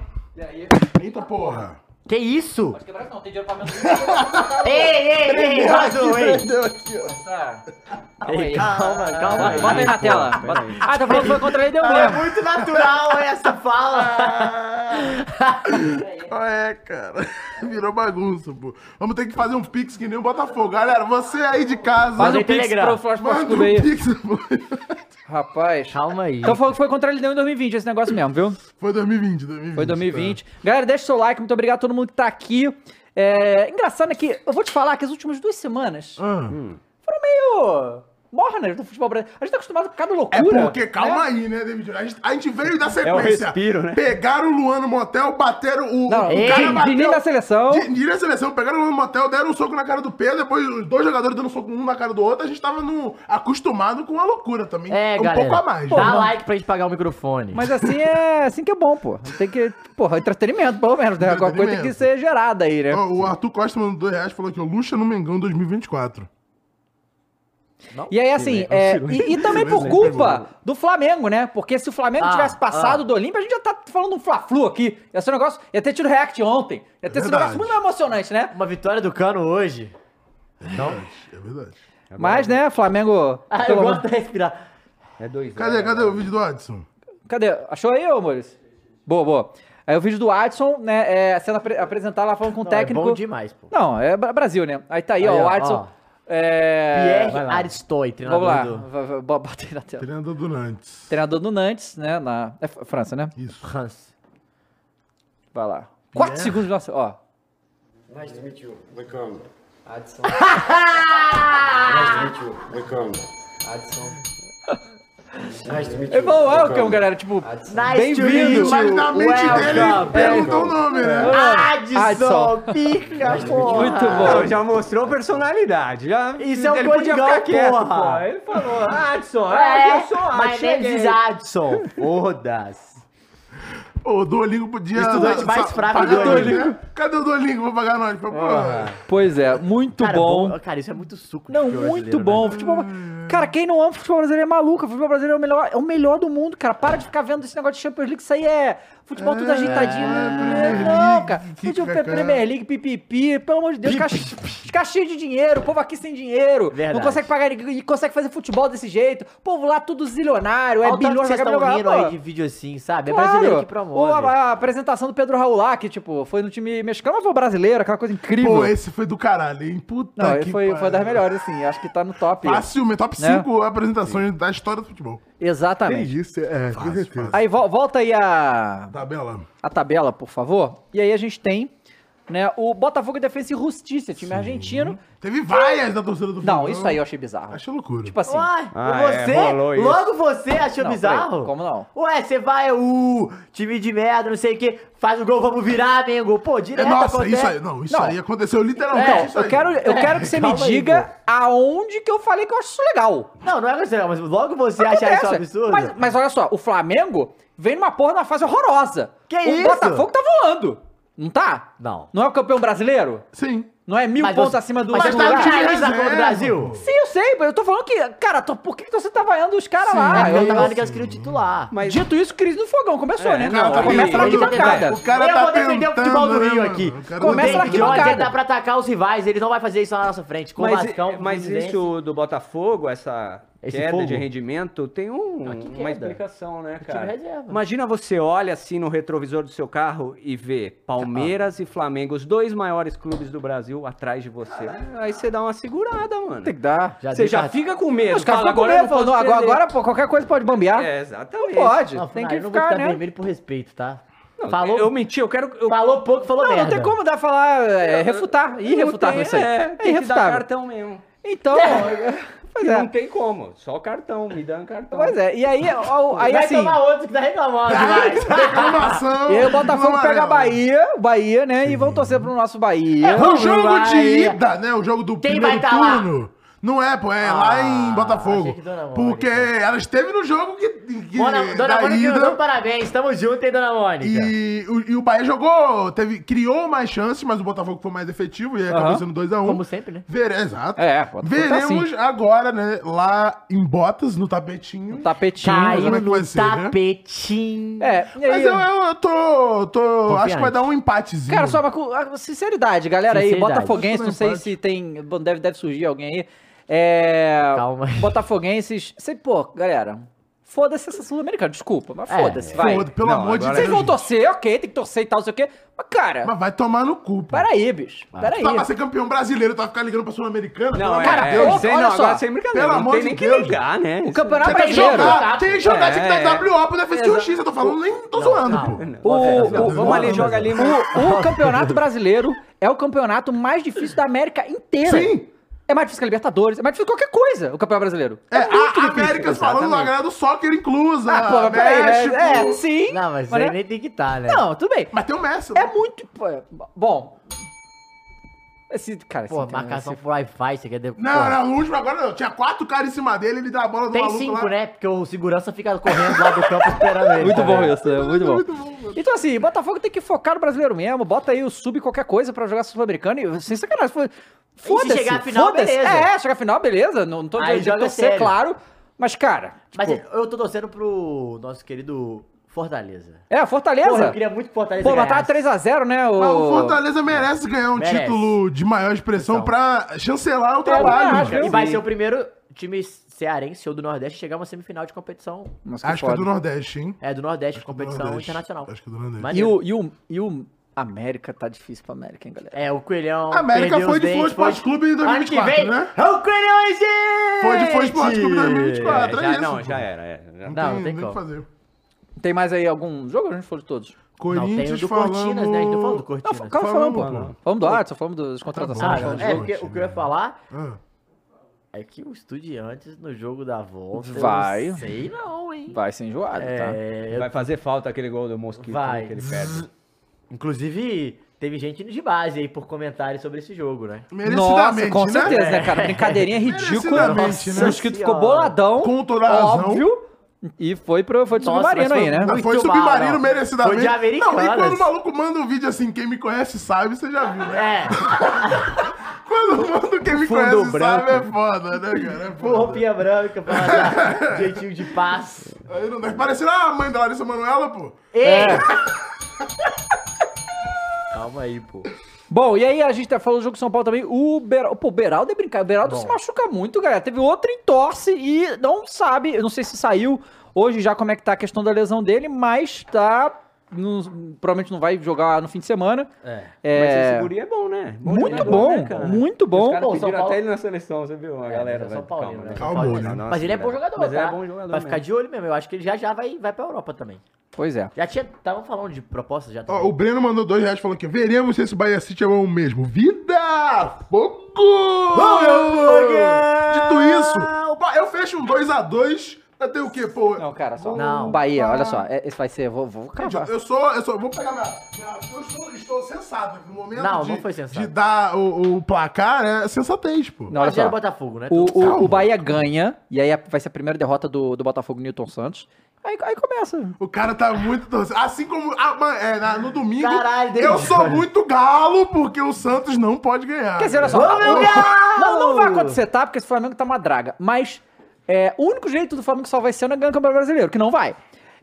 [SPEAKER 1] <laughs>
[SPEAKER 2] Eita porra.
[SPEAKER 3] Que isso?
[SPEAKER 1] Não tem dinheiro pra
[SPEAKER 3] Ei, ei, ei, Razo, ei.
[SPEAKER 1] Calma aí.
[SPEAKER 3] Calma, calma aí.
[SPEAKER 1] Bota aí na tela. bota- Ah, tá falando que foi contra ele, deu
[SPEAKER 3] É
[SPEAKER 1] mesmo.
[SPEAKER 3] muito natural essa fala.
[SPEAKER 2] Ah, é, cara. <laughs> Virou bagunça, pô. Vamos ter que fazer um pix que nem o Botafogo. Galera, você aí de casa.
[SPEAKER 1] Faz um
[SPEAKER 3] aí,
[SPEAKER 1] pix
[SPEAKER 3] Telegram.
[SPEAKER 1] pro Flash Sports
[SPEAKER 2] Manda um
[SPEAKER 1] Clube aí.
[SPEAKER 2] pix, pô.
[SPEAKER 1] Rapaz.
[SPEAKER 3] Calma aí.
[SPEAKER 1] Então foi, foi contra ele deu em 2020 esse negócio mesmo, viu?
[SPEAKER 2] Foi 2020, 2020.
[SPEAKER 1] Foi 2020. Galera, deixa o seu like, muito obrigado a todo mundo que tá aqui. É, engraçado é que eu vou te falar que as últimas duas semanas
[SPEAKER 2] tá? Ah.
[SPEAKER 1] foram meio mornas do futebol brasileiro. A gente tá acostumado com cada
[SPEAKER 2] É
[SPEAKER 1] loucura.
[SPEAKER 2] porque, calma
[SPEAKER 1] né?
[SPEAKER 2] aí, né, David? A gente, a gente veio
[SPEAKER 1] É
[SPEAKER 2] da sequência.
[SPEAKER 4] respiro, né?
[SPEAKER 2] Pegaram o Luan no motel, bateram o.
[SPEAKER 1] Não,
[SPEAKER 2] o
[SPEAKER 1] Ei, Diniz da seleção.
[SPEAKER 2] Di- Diniz da seleção, pegaram o Luan no motel, deram um soco na cara do Pedro, depois os dois jogadores dando um soco um na cara do outro. A gente tava no, acostumado com a loucura também.
[SPEAKER 3] É,
[SPEAKER 2] um
[SPEAKER 3] galera.
[SPEAKER 2] pouco a mais.
[SPEAKER 3] Dá
[SPEAKER 2] né?
[SPEAKER 3] like pra gente pagar o microfone.
[SPEAKER 1] Mas assim é assim que é bom, pô. Tem que. Porra, entretenimento, pelo menos, né? Alguma coisa tem que ser gerada aí, né?
[SPEAKER 2] Ó, O Arthur Costa mandou dois reais falou que o Lucha no Mengão 2024.
[SPEAKER 1] E aí, assim, é, e, e também por culpa do Flamengo, né? Porque se o Flamengo
[SPEAKER 3] Ah,
[SPEAKER 1] tivesse passado
[SPEAKER 3] ah.
[SPEAKER 1] do Olímpio, a gente já tá falando um Fla-Flu aqui. Ia ser um negócio. Ia ter tido react ontem. Ia ter sido um negócio
[SPEAKER 2] Verdade.
[SPEAKER 1] muito emocionante, né?
[SPEAKER 3] Uma vitória do Cano hoje.
[SPEAKER 2] É verdade.
[SPEAKER 1] Mas, né, Flamengo.
[SPEAKER 3] Ah, eu
[SPEAKER 1] pelo
[SPEAKER 3] gosto
[SPEAKER 1] amor-
[SPEAKER 3] de respirar.
[SPEAKER 4] É dois.
[SPEAKER 2] Cadê, cadê o vídeo do Adson?
[SPEAKER 1] Cadê? Achou aí, ô Maurício? Boa, boa. Aí o vídeo do Adson, né, é, sendo apre- apresentado lá falando com o
[SPEAKER 3] Não,
[SPEAKER 1] técnico.
[SPEAKER 3] É bom demais, pô.
[SPEAKER 1] Não, é Bra- Brasil, né? Aí tá aí,
[SPEAKER 3] Aí,
[SPEAKER 1] ó, o
[SPEAKER 3] ó,
[SPEAKER 1] Adson.
[SPEAKER 3] ó.
[SPEAKER 1] É...
[SPEAKER 3] Pierre Aristoy, treinador
[SPEAKER 1] Vamos lá.
[SPEAKER 3] do
[SPEAKER 1] v- v- bo- Bota aí na tela.
[SPEAKER 2] Treinador do Nantes.
[SPEAKER 1] Treinador do Nantes, né? Na... É F- França, né?
[SPEAKER 2] Isso.
[SPEAKER 3] Hans.
[SPEAKER 1] Vai lá.
[SPEAKER 3] É.
[SPEAKER 1] Quatro segundos, nossa, ó.
[SPEAKER 9] Nice to meet you. Welcome. Adson. nice to meet you. Welcome. Adson. Nice to meet
[SPEAKER 1] Ele falou welcome, galera. Tipo,
[SPEAKER 3] Ah,
[SPEAKER 1] bem-vindo.
[SPEAKER 2] Mas na mente dele
[SPEAKER 1] é
[SPEAKER 3] Welcome.
[SPEAKER 2] perguntou o nome, né?
[SPEAKER 1] "Ah,
[SPEAKER 3] Adson,
[SPEAKER 1] Adson.
[SPEAKER 3] pica, porra.
[SPEAKER 1] Muito
[SPEAKER 4] Pô,
[SPEAKER 1] bom.
[SPEAKER 4] já mostrou personalidade. Já...
[SPEAKER 3] Isso é um
[SPEAKER 4] Ele
[SPEAKER 3] gol
[SPEAKER 4] podia
[SPEAKER 3] de
[SPEAKER 4] ficar
[SPEAKER 3] gol, porra.
[SPEAKER 4] pô. Ele falou, Adson, é, eu sou
[SPEAKER 3] É, my
[SPEAKER 4] Adson.
[SPEAKER 3] name is
[SPEAKER 4] cheguei."
[SPEAKER 3] Adson. Foda-se.
[SPEAKER 2] O Duolingo podia.
[SPEAKER 3] Estudante mais
[SPEAKER 2] sa-
[SPEAKER 3] fraco
[SPEAKER 2] Cadê
[SPEAKER 3] do
[SPEAKER 2] o
[SPEAKER 3] Duolingo?
[SPEAKER 2] Duolingo? Cadê o Duolingo pra pagar nós? Pô, pô.
[SPEAKER 1] Pois é, muito
[SPEAKER 3] ah." Cara,
[SPEAKER 1] bom.
[SPEAKER 3] Cara, isso é muito suco. de
[SPEAKER 1] Não,
[SPEAKER 3] brasileiro,
[SPEAKER 1] muito
[SPEAKER 3] né?
[SPEAKER 1] bom. Futebol... Cara, quem não ama o futebol brasileiro é maluco. O futebol brasileiro é o melhor, é o melhor do mundo, cara. Para de ficar vendo esse negócio de Champions League. Isso aí é futebol tudo ajeitadinho.
[SPEAKER 3] é,
[SPEAKER 2] Premier
[SPEAKER 1] não,
[SPEAKER 2] League,
[SPEAKER 1] cara.
[SPEAKER 2] que
[SPEAKER 1] Futebol
[SPEAKER 2] cacá.
[SPEAKER 1] Premier League, pipipi. Pelo amor de Deus, fica, fica cheio de dinheiro. O povo aqui sem dinheiro. Não
[SPEAKER 3] Verdade.
[SPEAKER 1] consegue pagar e consegue fazer futebol desse jeito. O povo lá tudo zilionário. É
[SPEAKER 3] Olha o tanto que
[SPEAKER 1] bilhões.
[SPEAKER 3] vocês
[SPEAKER 1] joga
[SPEAKER 3] estão
[SPEAKER 1] bilhão,
[SPEAKER 3] rindo
[SPEAKER 1] pô.
[SPEAKER 3] aí de vídeo assim, sabe? É
[SPEAKER 1] Claro.
[SPEAKER 3] brasileiro que
[SPEAKER 1] Ou
[SPEAKER 3] famosa.
[SPEAKER 1] a, a apresentação do Pedro Raul lá, que, tipo, foi no time mexicano, mas foi brasileiro, aquela coisa incrível.
[SPEAKER 2] Pô, esse foi do caralho, hein? Puta
[SPEAKER 1] Não,
[SPEAKER 2] que
[SPEAKER 1] ele foi, foi
[SPEAKER 2] pariu.
[SPEAKER 1] das melhores, assim. Acho que tá no top.
[SPEAKER 2] Facilmente, top
[SPEAKER 1] Né?
[SPEAKER 2] 5 apresentações da história do futebol.
[SPEAKER 1] Exatamente.
[SPEAKER 10] isso, é, com certeza.
[SPEAKER 1] Aí vol- volta aí a,
[SPEAKER 2] Tabela.
[SPEAKER 1] a tabela, por favor. E aí a gente tem né, o Botafogo Defensa e Justiça, time argentino.
[SPEAKER 2] Teve vaias da torcida do
[SPEAKER 1] Não, isso aí eu achei bizarro.
[SPEAKER 2] Achei loucura.
[SPEAKER 1] Tipo assim.
[SPEAKER 3] Uai,
[SPEAKER 4] Ah, é,
[SPEAKER 3] você?
[SPEAKER 4] rolou isso.
[SPEAKER 3] logo você achou
[SPEAKER 1] não,
[SPEAKER 3] bizarro?
[SPEAKER 1] peraí, como assim? não?
[SPEAKER 3] Ué, você vai, o time de merda, não sei o que, faz o gol, vamos virar, Mengo. Pô,
[SPEAKER 2] É,
[SPEAKER 3] direto
[SPEAKER 2] nossa,
[SPEAKER 3] acontece.
[SPEAKER 2] isso aí, não, isso
[SPEAKER 1] né, tá Não.
[SPEAKER 2] aí aconteceu literalmente.
[SPEAKER 1] Então,
[SPEAKER 2] isso aí.
[SPEAKER 1] eu quero, eu quero
[SPEAKER 2] <laughs>
[SPEAKER 1] que você me
[SPEAKER 3] Calma aí,
[SPEAKER 1] diga aonde que eu falei que eu acho isso legal.
[SPEAKER 3] Não, não é considerado, mas logo você achar
[SPEAKER 1] Acontece.
[SPEAKER 3] isso um absurdo.
[SPEAKER 1] Mas, mas olha só, o Flamengo vem numa porra na fase horrorosa.
[SPEAKER 3] Que
[SPEAKER 1] o
[SPEAKER 3] isso?
[SPEAKER 1] Botafogo tá voando. Não tá?
[SPEAKER 3] Não.
[SPEAKER 1] Não é o campeão brasileiro?
[SPEAKER 2] Sim. É,
[SPEAKER 1] Não é mil
[SPEAKER 3] Mas
[SPEAKER 1] pontos
[SPEAKER 3] você-
[SPEAKER 1] acima do
[SPEAKER 3] mas
[SPEAKER 1] outro
[SPEAKER 3] você tá no
[SPEAKER 1] lugar?
[SPEAKER 3] time
[SPEAKER 2] reserva,
[SPEAKER 3] reserva do Brasil.
[SPEAKER 1] Sim, eu sei, mas eu tô falando que. Cara, tô- por que, que você tá vaiando os caras lá?
[SPEAKER 3] Ah, eu
[SPEAKER 2] é
[SPEAKER 1] Eu-
[SPEAKER 3] tava falando que elas queriam titular.
[SPEAKER 1] Mas... Dito isso, crise do fogão começou, né?
[SPEAKER 2] Não,
[SPEAKER 1] Não,
[SPEAKER 2] tá
[SPEAKER 1] começa na
[SPEAKER 2] bem, tá
[SPEAKER 1] arquibancada.
[SPEAKER 2] bem. O cara
[SPEAKER 3] eu
[SPEAKER 2] tá
[SPEAKER 3] vou defender o
[SPEAKER 2] tentando,
[SPEAKER 3] futebol do
[SPEAKER 2] né,
[SPEAKER 3] Rio
[SPEAKER 2] mano?
[SPEAKER 3] aqui.
[SPEAKER 2] O
[SPEAKER 1] Começa
[SPEAKER 2] cara tá
[SPEAKER 1] na
[SPEAKER 3] David Jones
[SPEAKER 1] arquibancada.
[SPEAKER 3] ele tá pra atacar os rivais, ele não vai fazer isso na nossa frente. Com o
[SPEAKER 4] Mas,
[SPEAKER 3] Vascão, com o
[SPEAKER 4] mas
[SPEAKER 3] Fluminense.
[SPEAKER 4] isso do Botafogo, essa
[SPEAKER 3] Esse
[SPEAKER 4] queda
[SPEAKER 3] fogo.
[SPEAKER 4] de rendimento, tem um-
[SPEAKER 3] Ah, que queda?
[SPEAKER 4] uma explicação, né,
[SPEAKER 3] time
[SPEAKER 4] cara?
[SPEAKER 3] reserva.
[SPEAKER 4] Imagina você olha assim no retrovisor do seu carro e vê Palmeiras e Flamengo, os dois maiores clubes do Brasil, atrás de você. Aí você dá uma segurada, mano.
[SPEAKER 1] Tem que dar.
[SPEAKER 3] Já
[SPEAKER 4] você
[SPEAKER 3] dei
[SPEAKER 4] já
[SPEAKER 3] pra-
[SPEAKER 4] fica com medo.
[SPEAKER 1] Os caras
[SPEAKER 4] fala,
[SPEAKER 1] ficam com
[SPEAKER 4] agora eu
[SPEAKER 1] medo,
[SPEAKER 4] tá. não posso
[SPEAKER 1] falando, agora,
[SPEAKER 4] perder.
[SPEAKER 1] agora, pô, qualquer coisa pode bambear.
[SPEAKER 4] É,
[SPEAKER 1] Não
[SPEAKER 4] exatamente.
[SPEAKER 1] pode,
[SPEAKER 3] Não,
[SPEAKER 1] tem
[SPEAKER 3] Funari,
[SPEAKER 1] que
[SPEAKER 3] eu não vou
[SPEAKER 1] ficar,
[SPEAKER 3] ficar
[SPEAKER 1] né?
[SPEAKER 3] vermelho por respeito, tá?
[SPEAKER 4] Falou.
[SPEAKER 3] falou,
[SPEAKER 4] Eu menti, eu quero. Eu...
[SPEAKER 3] falou pouco, falou
[SPEAKER 1] Não, não
[SPEAKER 3] merda.
[SPEAKER 1] tem como dar falar, é, refutar, irrefutável
[SPEAKER 4] Não
[SPEAKER 1] isso aí.
[SPEAKER 4] É,
[SPEAKER 1] É,
[SPEAKER 4] tem que dar
[SPEAKER 1] irrefutável.
[SPEAKER 4] cartão mesmo.
[SPEAKER 1] Então, <laughs> pois
[SPEAKER 4] E Não
[SPEAKER 1] é.
[SPEAKER 4] tem como, só o cartão, me dá um cartão.
[SPEAKER 1] Pois é, e aí, ó, aí
[SPEAKER 3] Vai
[SPEAKER 1] assim,
[SPEAKER 3] tomar outro que tá reclamando
[SPEAKER 1] <laughs>
[SPEAKER 3] demais.
[SPEAKER 2] Reclamação.
[SPEAKER 1] e aí o Botafogo
[SPEAKER 2] Não,
[SPEAKER 1] pega a
[SPEAKER 2] não.
[SPEAKER 1] Bahia, o Bahia, né, e vão torcer pro nosso Bahia.
[SPEAKER 2] É o jogo de
[SPEAKER 3] Bahia.
[SPEAKER 2] ida, né? O jogo do
[SPEAKER 3] Quem
[SPEAKER 2] primeiro
[SPEAKER 3] vai tá lá?
[SPEAKER 2] turno. Não é, pô, é
[SPEAKER 1] Ah,
[SPEAKER 2] lá em
[SPEAKER 3] achei
[SPEAKER 2] Botafogo.
[SPEAKER 3] que Dona Mônica.
[SPEAKER 2] Porque ela esteve no jogo que, que
[SPEAKER 3] Dona,
[SPEAKER 2] da
[SPEAKER 3] Dona Mônica,
[SPEAKER 2] ida,
[SPEAKER 3] não, parabéns. Tamo junto, hein, Dona Mônica.
[SPEAKER 2] e, o, e o Bahia jogou, teve, criou mais chances, mas o Botafogo foi mais efetivo e acabou
[SPEAKER 1] Aham.
[SPEAKER 2] sendo 2x1.
[SPEAKER 3] Como sempre, né?
[SPEAKER 2] Vere... Exato.
[SPEAKER 1] É, Botafogo tá
[SPEAKER 2] Veremos agora, né, lá em Botas, no tapetinho.
[SPEAKER 1] Tá Tapetinho.
[SPEAKER 2] como é
[SPEAKER 3] Caiu
[SPEAKER 2] que
[SPEAKER 3] Tá no
[SPEAKER 2] vai ser, né?
[SPEAKER 3] tapetinho.
[SPEAKER 1] É, e aí,
[SPEAKER 2] Mas eu, eu, eu tô, tô- Acho que vai
[SPEAKER 3] Confiante.
[SPEAKER 2] dar um empatezinho.
[SPEAKER 1] cara, só uma co- a sinceridade, galera aí,
[SPEAKER 3] Sinceridade.
[SPEAKER 1] botafoguense, não sei se tem, bom, deve, deve surgir alguém aí, é...
[SPEAKER 3] Calma aí.
[SPEAKER 1] Botafoguenses, sei, pô, galera, foda-se essa Sul-Americana, desculpa, mas
[SPEAKER 3] É,
[SPEAKER 1] foda-se, vai.
[SPEAKER 2] Foda, pelo
[SPEAKER 4] Não,
[SPEAKER 2] amor de
[SPEAKER 4] agora
[SPEAKER 2] Deus.
[SPEAKER 1] Vocês vão
[SPEAKER 2] gente.
[SPEAKER 1] torcer, ok, tem que torcer e tal, não sei o quê, mas cara,
[SPEAKER 2] é Mas vai tomar no cu, pô.
[SPEAKER 1] peraí, bicho, peraí.
[SPEAKER 2] Tá pra ser campeão brasileiro, tá ficar ligando pra Sul-Americana?
[SPEAKER 4] Não, é,
[SPEAKER 1] Cara,
[SPEAKER 4] é, eu
[SPEAKER 1] olha
[SPEAKER 4] sei,
[SPEAKER 1] só.
[SPEAKER 4] não, agora sem brincadeira.
[SPEAKER 2] Pelo
[SPEAKER 4] não
[SPEAKER 2] amor
[SPEAKER 4] tem
[SPEAKER 2] de
[SPEAKER 4] nem que
[SPEAKER 2] Deus.
[SPEAKER 4] ligar, né?
[SPEAKER 1] O Campeonato
[SPEAKER 2] Você tem que
[SPEAKER 1] Brasileiro...
[SPEAKER 2] jogar, Ah, tem que jogar, tem que
[SPEAKER 4] É,
[SPEAKER 2] dar WO pro Defesa e Justiça, tô falando, nem tô zoando, pô.
[SPEAKER 4] Não,
[SPEAKER 1] O,
[SPEAKER 4] não,
[SPEAKER 1] o-
[SPEAKER 4] vamos ali, joga ali.
[SPEAKER 1] O, o campeonato brasileiro é o campeonato mais difícil da América inteira.
[SPEAKER 2] Sim.
[SPEAKER 1] É mais difícil que a Libertadores, é mais difícil que qualquer coisa, o campeonato brasileiro.
[SPEAKER 2] É, a América falando da galera do soccer inclusa.
[SPEAKER 1] Ah, pô, mas peraí,
[SPEAKER 2] México.
[SPEAKER 1] né? É, sim.
[SPEAKER 3] Não, mas,
[SPEAKER 1] Mas
[SPEAKER 3] aí
[SPEAKER 1] é-
[SPEAKER 3] nem tem que estar, né?
[SPEAKER 1] Não, tudo bem.
[SPEAKER 2] Mas tem o Messi.
[SPEAKER 1] É
[SPEAKER 2] né?
[SPEAKER 1] muito. pô, é, Bom. Esse cara.
[SPEAKER 3] Pô,
[SPEAKER 1] esse cara,
[SPEAKER 3] marcação
[SPEAKER 1] esse-
[SPEAKER 3] por Wi-Fi, você quer... de-
[SPEAKER 2] Não,
[SPEAKER 3] Porra.
[SPEAKER 2] não, o último agora não. Tinha quatro caras em cima dele, ele dá a bola do
[SPEAKER 3] Tem
[SPEAKER 2] maluco
[SPEAKER 3] cinco,
[SPEAKER 2] lá.
[SPEAKER 3] né? Porque o segurança fica correndo lá do
[SPEAKER 1] <laughs>
[SPEAKER 3] campo esperando ele.
[SPEAKER 1] Muito
[SPEAKER 3] tá
[SPEAKER 1] bom
[SPEAKER 3] vendo?
[SPEAKER 4] né?
[SPEAKER 1] isso, é muito bom. Então, assim, Botafogo tem que focar no brasileiro mesmo. Bota aí o sub qualquer coisa pra jogar Sul-Americano. e, Sem sacanagem. foi- Foda-se.
[SPEAKER 3] chegar à final,
[SPEAKER 1] foda-se.
[SPEAKER 3] beleza.
[SPEAKER 1] É, chegar à final, beleza. Não, não tô
[SPEAKER 3] Aí
[SPEAKER 1] dizendo que
[SPEAKER 3] joga
[SPEAKER 1] torcer,
[SPEAKER 3] sério.
[SPEAKER 1] claro. Mas, cara.
[SPEAKER 3] Mas
[SPEAKER 1] tipo,
[SPEAKER 3] eu tô torcendo pro nosso querido Fortaleza.
[SPEAKER 1] É, Fortaleza.
[SPEAKER 3] Porra, eu queria muito que Fortaleza
[SPEAKER 1] Pô, mas tava
[SPEAKER 3] ganhasse.
[SPEAKER 1] 3x0, né? O...
[SPEAKER 2] Mas o Fortaleza merece ganhar um
[SPEAKER 3] Merece.
[SPEAKER 2] título de maior expressão pra chancelar o trabalho.
[SPEAKER 1] acho,
[SPEAKER 3] E
[SPEAKER 1] eu-
[SPEAKER 3] vai ser o primeiro time cearense ou do Nordeste a chegar a uma semifinal de competição.
[SPEAKER 1] Nossa,
[SPEAKER 2] Acho que é
[SPEAKER 1] foda.
[SPEAKER 2] do Nordeste, hein?
[SPEAKER 3] É, do Nordeste, de competição
[SPEAKER 2] Nordeste.
[SPEAKER 3] internacional.
[SPEAKER 2] Acho que é do Nordeste.
[SPEAKER 1] E o, e, o, e o América tá difícil pra América, hein, galera?
[SPEAKER 3] É, o Coelhão.
[SPEAKER 2] A América
[SPEAKER 3] perdeu
[SPEAKER 2] foi
[SPEAKER 3] os
[SPEAKER 2] de
[SPEAKER 3] dentes,
[SPEAKER 2] Flow Esporte Clube em
[SPEAKER 3] Ano que
[SPEAKER 2] 2024,
[SPEAKER 3] vem,
[SPEAKER 2] né?
[SPEAKER 3] é o Coelhão, hein, gente!
[SPEAKER 2] Foi de Flow Esporte Clube em 2024, é,
[SPEAKER 4] já,
[SPEAKER 2] isso.
[SPEAKER 4] não,
[SPEAKER 2] pô.
[SPEAKER 4] já era. é, já-
[SPEAKER 3] Não, não
[SPEAKER 2] nem
[SPEAKER 3] tem
[SPEAKER 2] o que
[SPEAKER 3] como.
[SPEAKER 2] fazer.
[SPEAKER 1] Tem mais aí algum jogo? A gente falou de todos.
[SPEAKER 3] Não, tem o
[SPEAKER 2] Corinthians
[SPEAKER 3] do
[SPEAKER 2] falando...
[SPEAKER 3] Cortinas, né? A gente não falou do
[SPEAKER 1] Não,
[SPEAKER 3] Cortinas.
[SPEAKER 1] calma, falamos, pô. Falamos do Adson, falamos das contratações.
[SPEAKER 3] Ah, não,
[SPEAKER 1] falamos
[SPEAKER 3] é,
[SPEAKER 1] do jogo.
[SPEAKER 3] porque o que eu ia falar
[SPEAKER 2] Ah.
[SPEAKER 3] é que o Estudiantes no jogo da volta. eu
[SPEAKER 1] Vai.
[SPEAKER 3] Não sei não, hein?
[SPEAKER 1] Vai ser enjoado, tá?
[SPEAKER 3] É,
[SPEAKER 4] Vai fazer falta aquele gol do Mosquito
[SPEAKER 3] Vai.
[SPEAKER 4] que ele perde.
[SPEAKER 3] Inclusive, teve gente de base aí por comentários sobre esse jogo, né?
[SPEAKER 2] ah,
[SPEAKER 1] Nossa,
[SPEAKER 2] Merecidamente,
[SPEAKER 1] com
[SPEAKER 2] né?
[SPEAKER 1] certeza, né,
[SPEAKER 3] É.
[SPEAKER 1] cara?
[SPEAKER 2] <laughs>
[SPEAKER 1] Brincadeirinha ridícula.
[SPEAKER 2] Merecidamente,
[SPEAKER 1] Nossa,
[SPEAKER 2] né?
[SPEAKER 1] O inscrito ficou
[SPEAKER 3] Senhora.
[SPEAKER 1] boladão.
[SPEAKER 2] Com toda a razão.
[SPEAKER 1] Óbvio. E foi pro foi de
[SPEAKER 3] Nossa,
[SPEAKER 1] submarino
[SPEAKER 3] mas foi
[SPEAKER 1] aí, né?
[SPEAKER 3] muito-
[SPEAKER 2] Mas Ah, foi
[SPEAKER 3] mal,
[SPEAKER 2] submarino
[SPEAKER 3] não.
[SPEAKER 2] merecidamente.
[SPEAKER 3] Foi de Americanas.
[SPEAKER 2] Não, e quando o maluco manda um vídeo assim, quem me conhece sabe, você já viu, né?
[SPEAKER 3] É,
[SPEAKER 2] Quando manda um quem me
[SPEAKER 4] Fundo
[SPEAKER 2] conhece
[SPEAKER 4] branco.
[SPEAKER 2] sabe, é foda, né, cara? É
[SPEAKER 3] com
[SPEAKER 2] foda.
[SPEAKER 3] roupinha branca, pra lá, <laughs> jeitinho de paz.
[SPEAKER 2] Aí não deve parecer ah, a mãe da Larissa Manoela, pô.
[SPEAKER 3] Ei! Calma aí, pô.
[SPEAKER 1] Bom, e aí a gente tá falando do jogo de São Paulo também. O Beraldo. Pô, o Beraldo é brincar. O Beraldo se machuca muito, galera. Teve outro entorse e não sabe. Eu não sei se saiu hoje já como é que tá a questão da lesão dele, mas tá não- provavelmente não vai jogar no fim de semana.
[SPEAKER 3] É.
[SPEAKER 4] Mas
[SPEAKER 1] É,
[SPEAKER 4] esse guri é bom, né? Bom
[SPEAKER 1] muito
[SPEAKER 4] jogador,
[SPEAKER 1] bom,
[SPEAKER 4] né, cara?
[SPEAKER 1] muito bom.
[SPEAKER 4] Os caras
[SPEAKER 1] Pô,
[SPEAKER 3] São
[SPEAKER 4] pediram
[SPEAKER 3] Paulo-
[SPEAKER 4] até ele na seleção, você viu? A galera,
[SPEAKER 3] mas é
[SPEAKER 4] velho.
[SPEAKER 3] São Paulino,
[SPEAKER 4] Calma,
[SPEAKER 3] né?
[SPEAKER 4] né?
[SPEAKER 3] São
[SPEAKER 2] Calma,
[SPEAKER 3] Paulino.
[SPEAKER 2] né?
[SPEAKER 4] Nossa,
[SPEAKER 3] Mas ele é bom jogador,
[SPEAKER 4] Mas ele
[SPEAKER 3] tá?
[SPEAKER 4] é bom jogador
[SPEAKER 3] Vai ficar
[SPEAKER 4] mesmo.
[SPEAKER 3] de olho mesmo. Eu acho que ele já já vai, vai pra Europa também.
[SPEAKER 1] Pois é.
[SPEAKER 3] Já tinha. Estavam falando de proposta já.
[SPEAKER 2] Ó, o Breno mandou dois reais falando que veremos se esse Bahia City é bom mesmo. Vida! Fogo! Dito isso, pá, eu fecho um 2x2 pra ter o quê, pô?
[SPEAKER 1] Não, cara, só.
[SPEAKER 3] Não.
[SPEAKER 1] Bahia, olha só. é- Esse vai ser. Vou, vou
[SPEAKER 2] Gente,
[SPEAKER 1] cravar.
[SPEAKER 2] Eu sou, eu sou, vou pegar minha. minha- Eu estou, estou sensato aqui no momento
[SPEAKER 3] Não,
[SPEAKER 2] de,
[SPEAKER 3] não foi sensato.
[SPEAKER 2] de dar o, o placar, é sensatez, pô.
[SPEAKER 1] Não, olha
[SPEAKER 3] Mas era
[SPEAKER 1] só.
[SPEAKER 3] Botafogo, né?
[SPEAKER 1] O, o-
[SPEAKER 2] Calma.
[SPEAKER 1] o Bahia ganha, e aí vai ser a primeira derrota do, do Botafogo Newton Santos. Aí, aí começa.
[SPEAKER 2] O cara tá muito torcendo. Assim como ah, man- é, na- no domingo,
[SPEAKER 3] Caralho,
[SPEAKER 2] eu
[SPEAKER 3] David,
[SPEAKER 2] sou
[SPEAKER 3] olha.
[SPEAKER 2] muito galo porque o Santos não pode ganhar.
[SPEAKER 1] Quer dizer, olha só. o- <laughs> Não, não vai acontecer, tá? Porque esse Flamengo tá uma draga. Mas é, o único jeito do Flamengo salvar esse ano é ganhar o Campeonato Brasileiro, que não vai.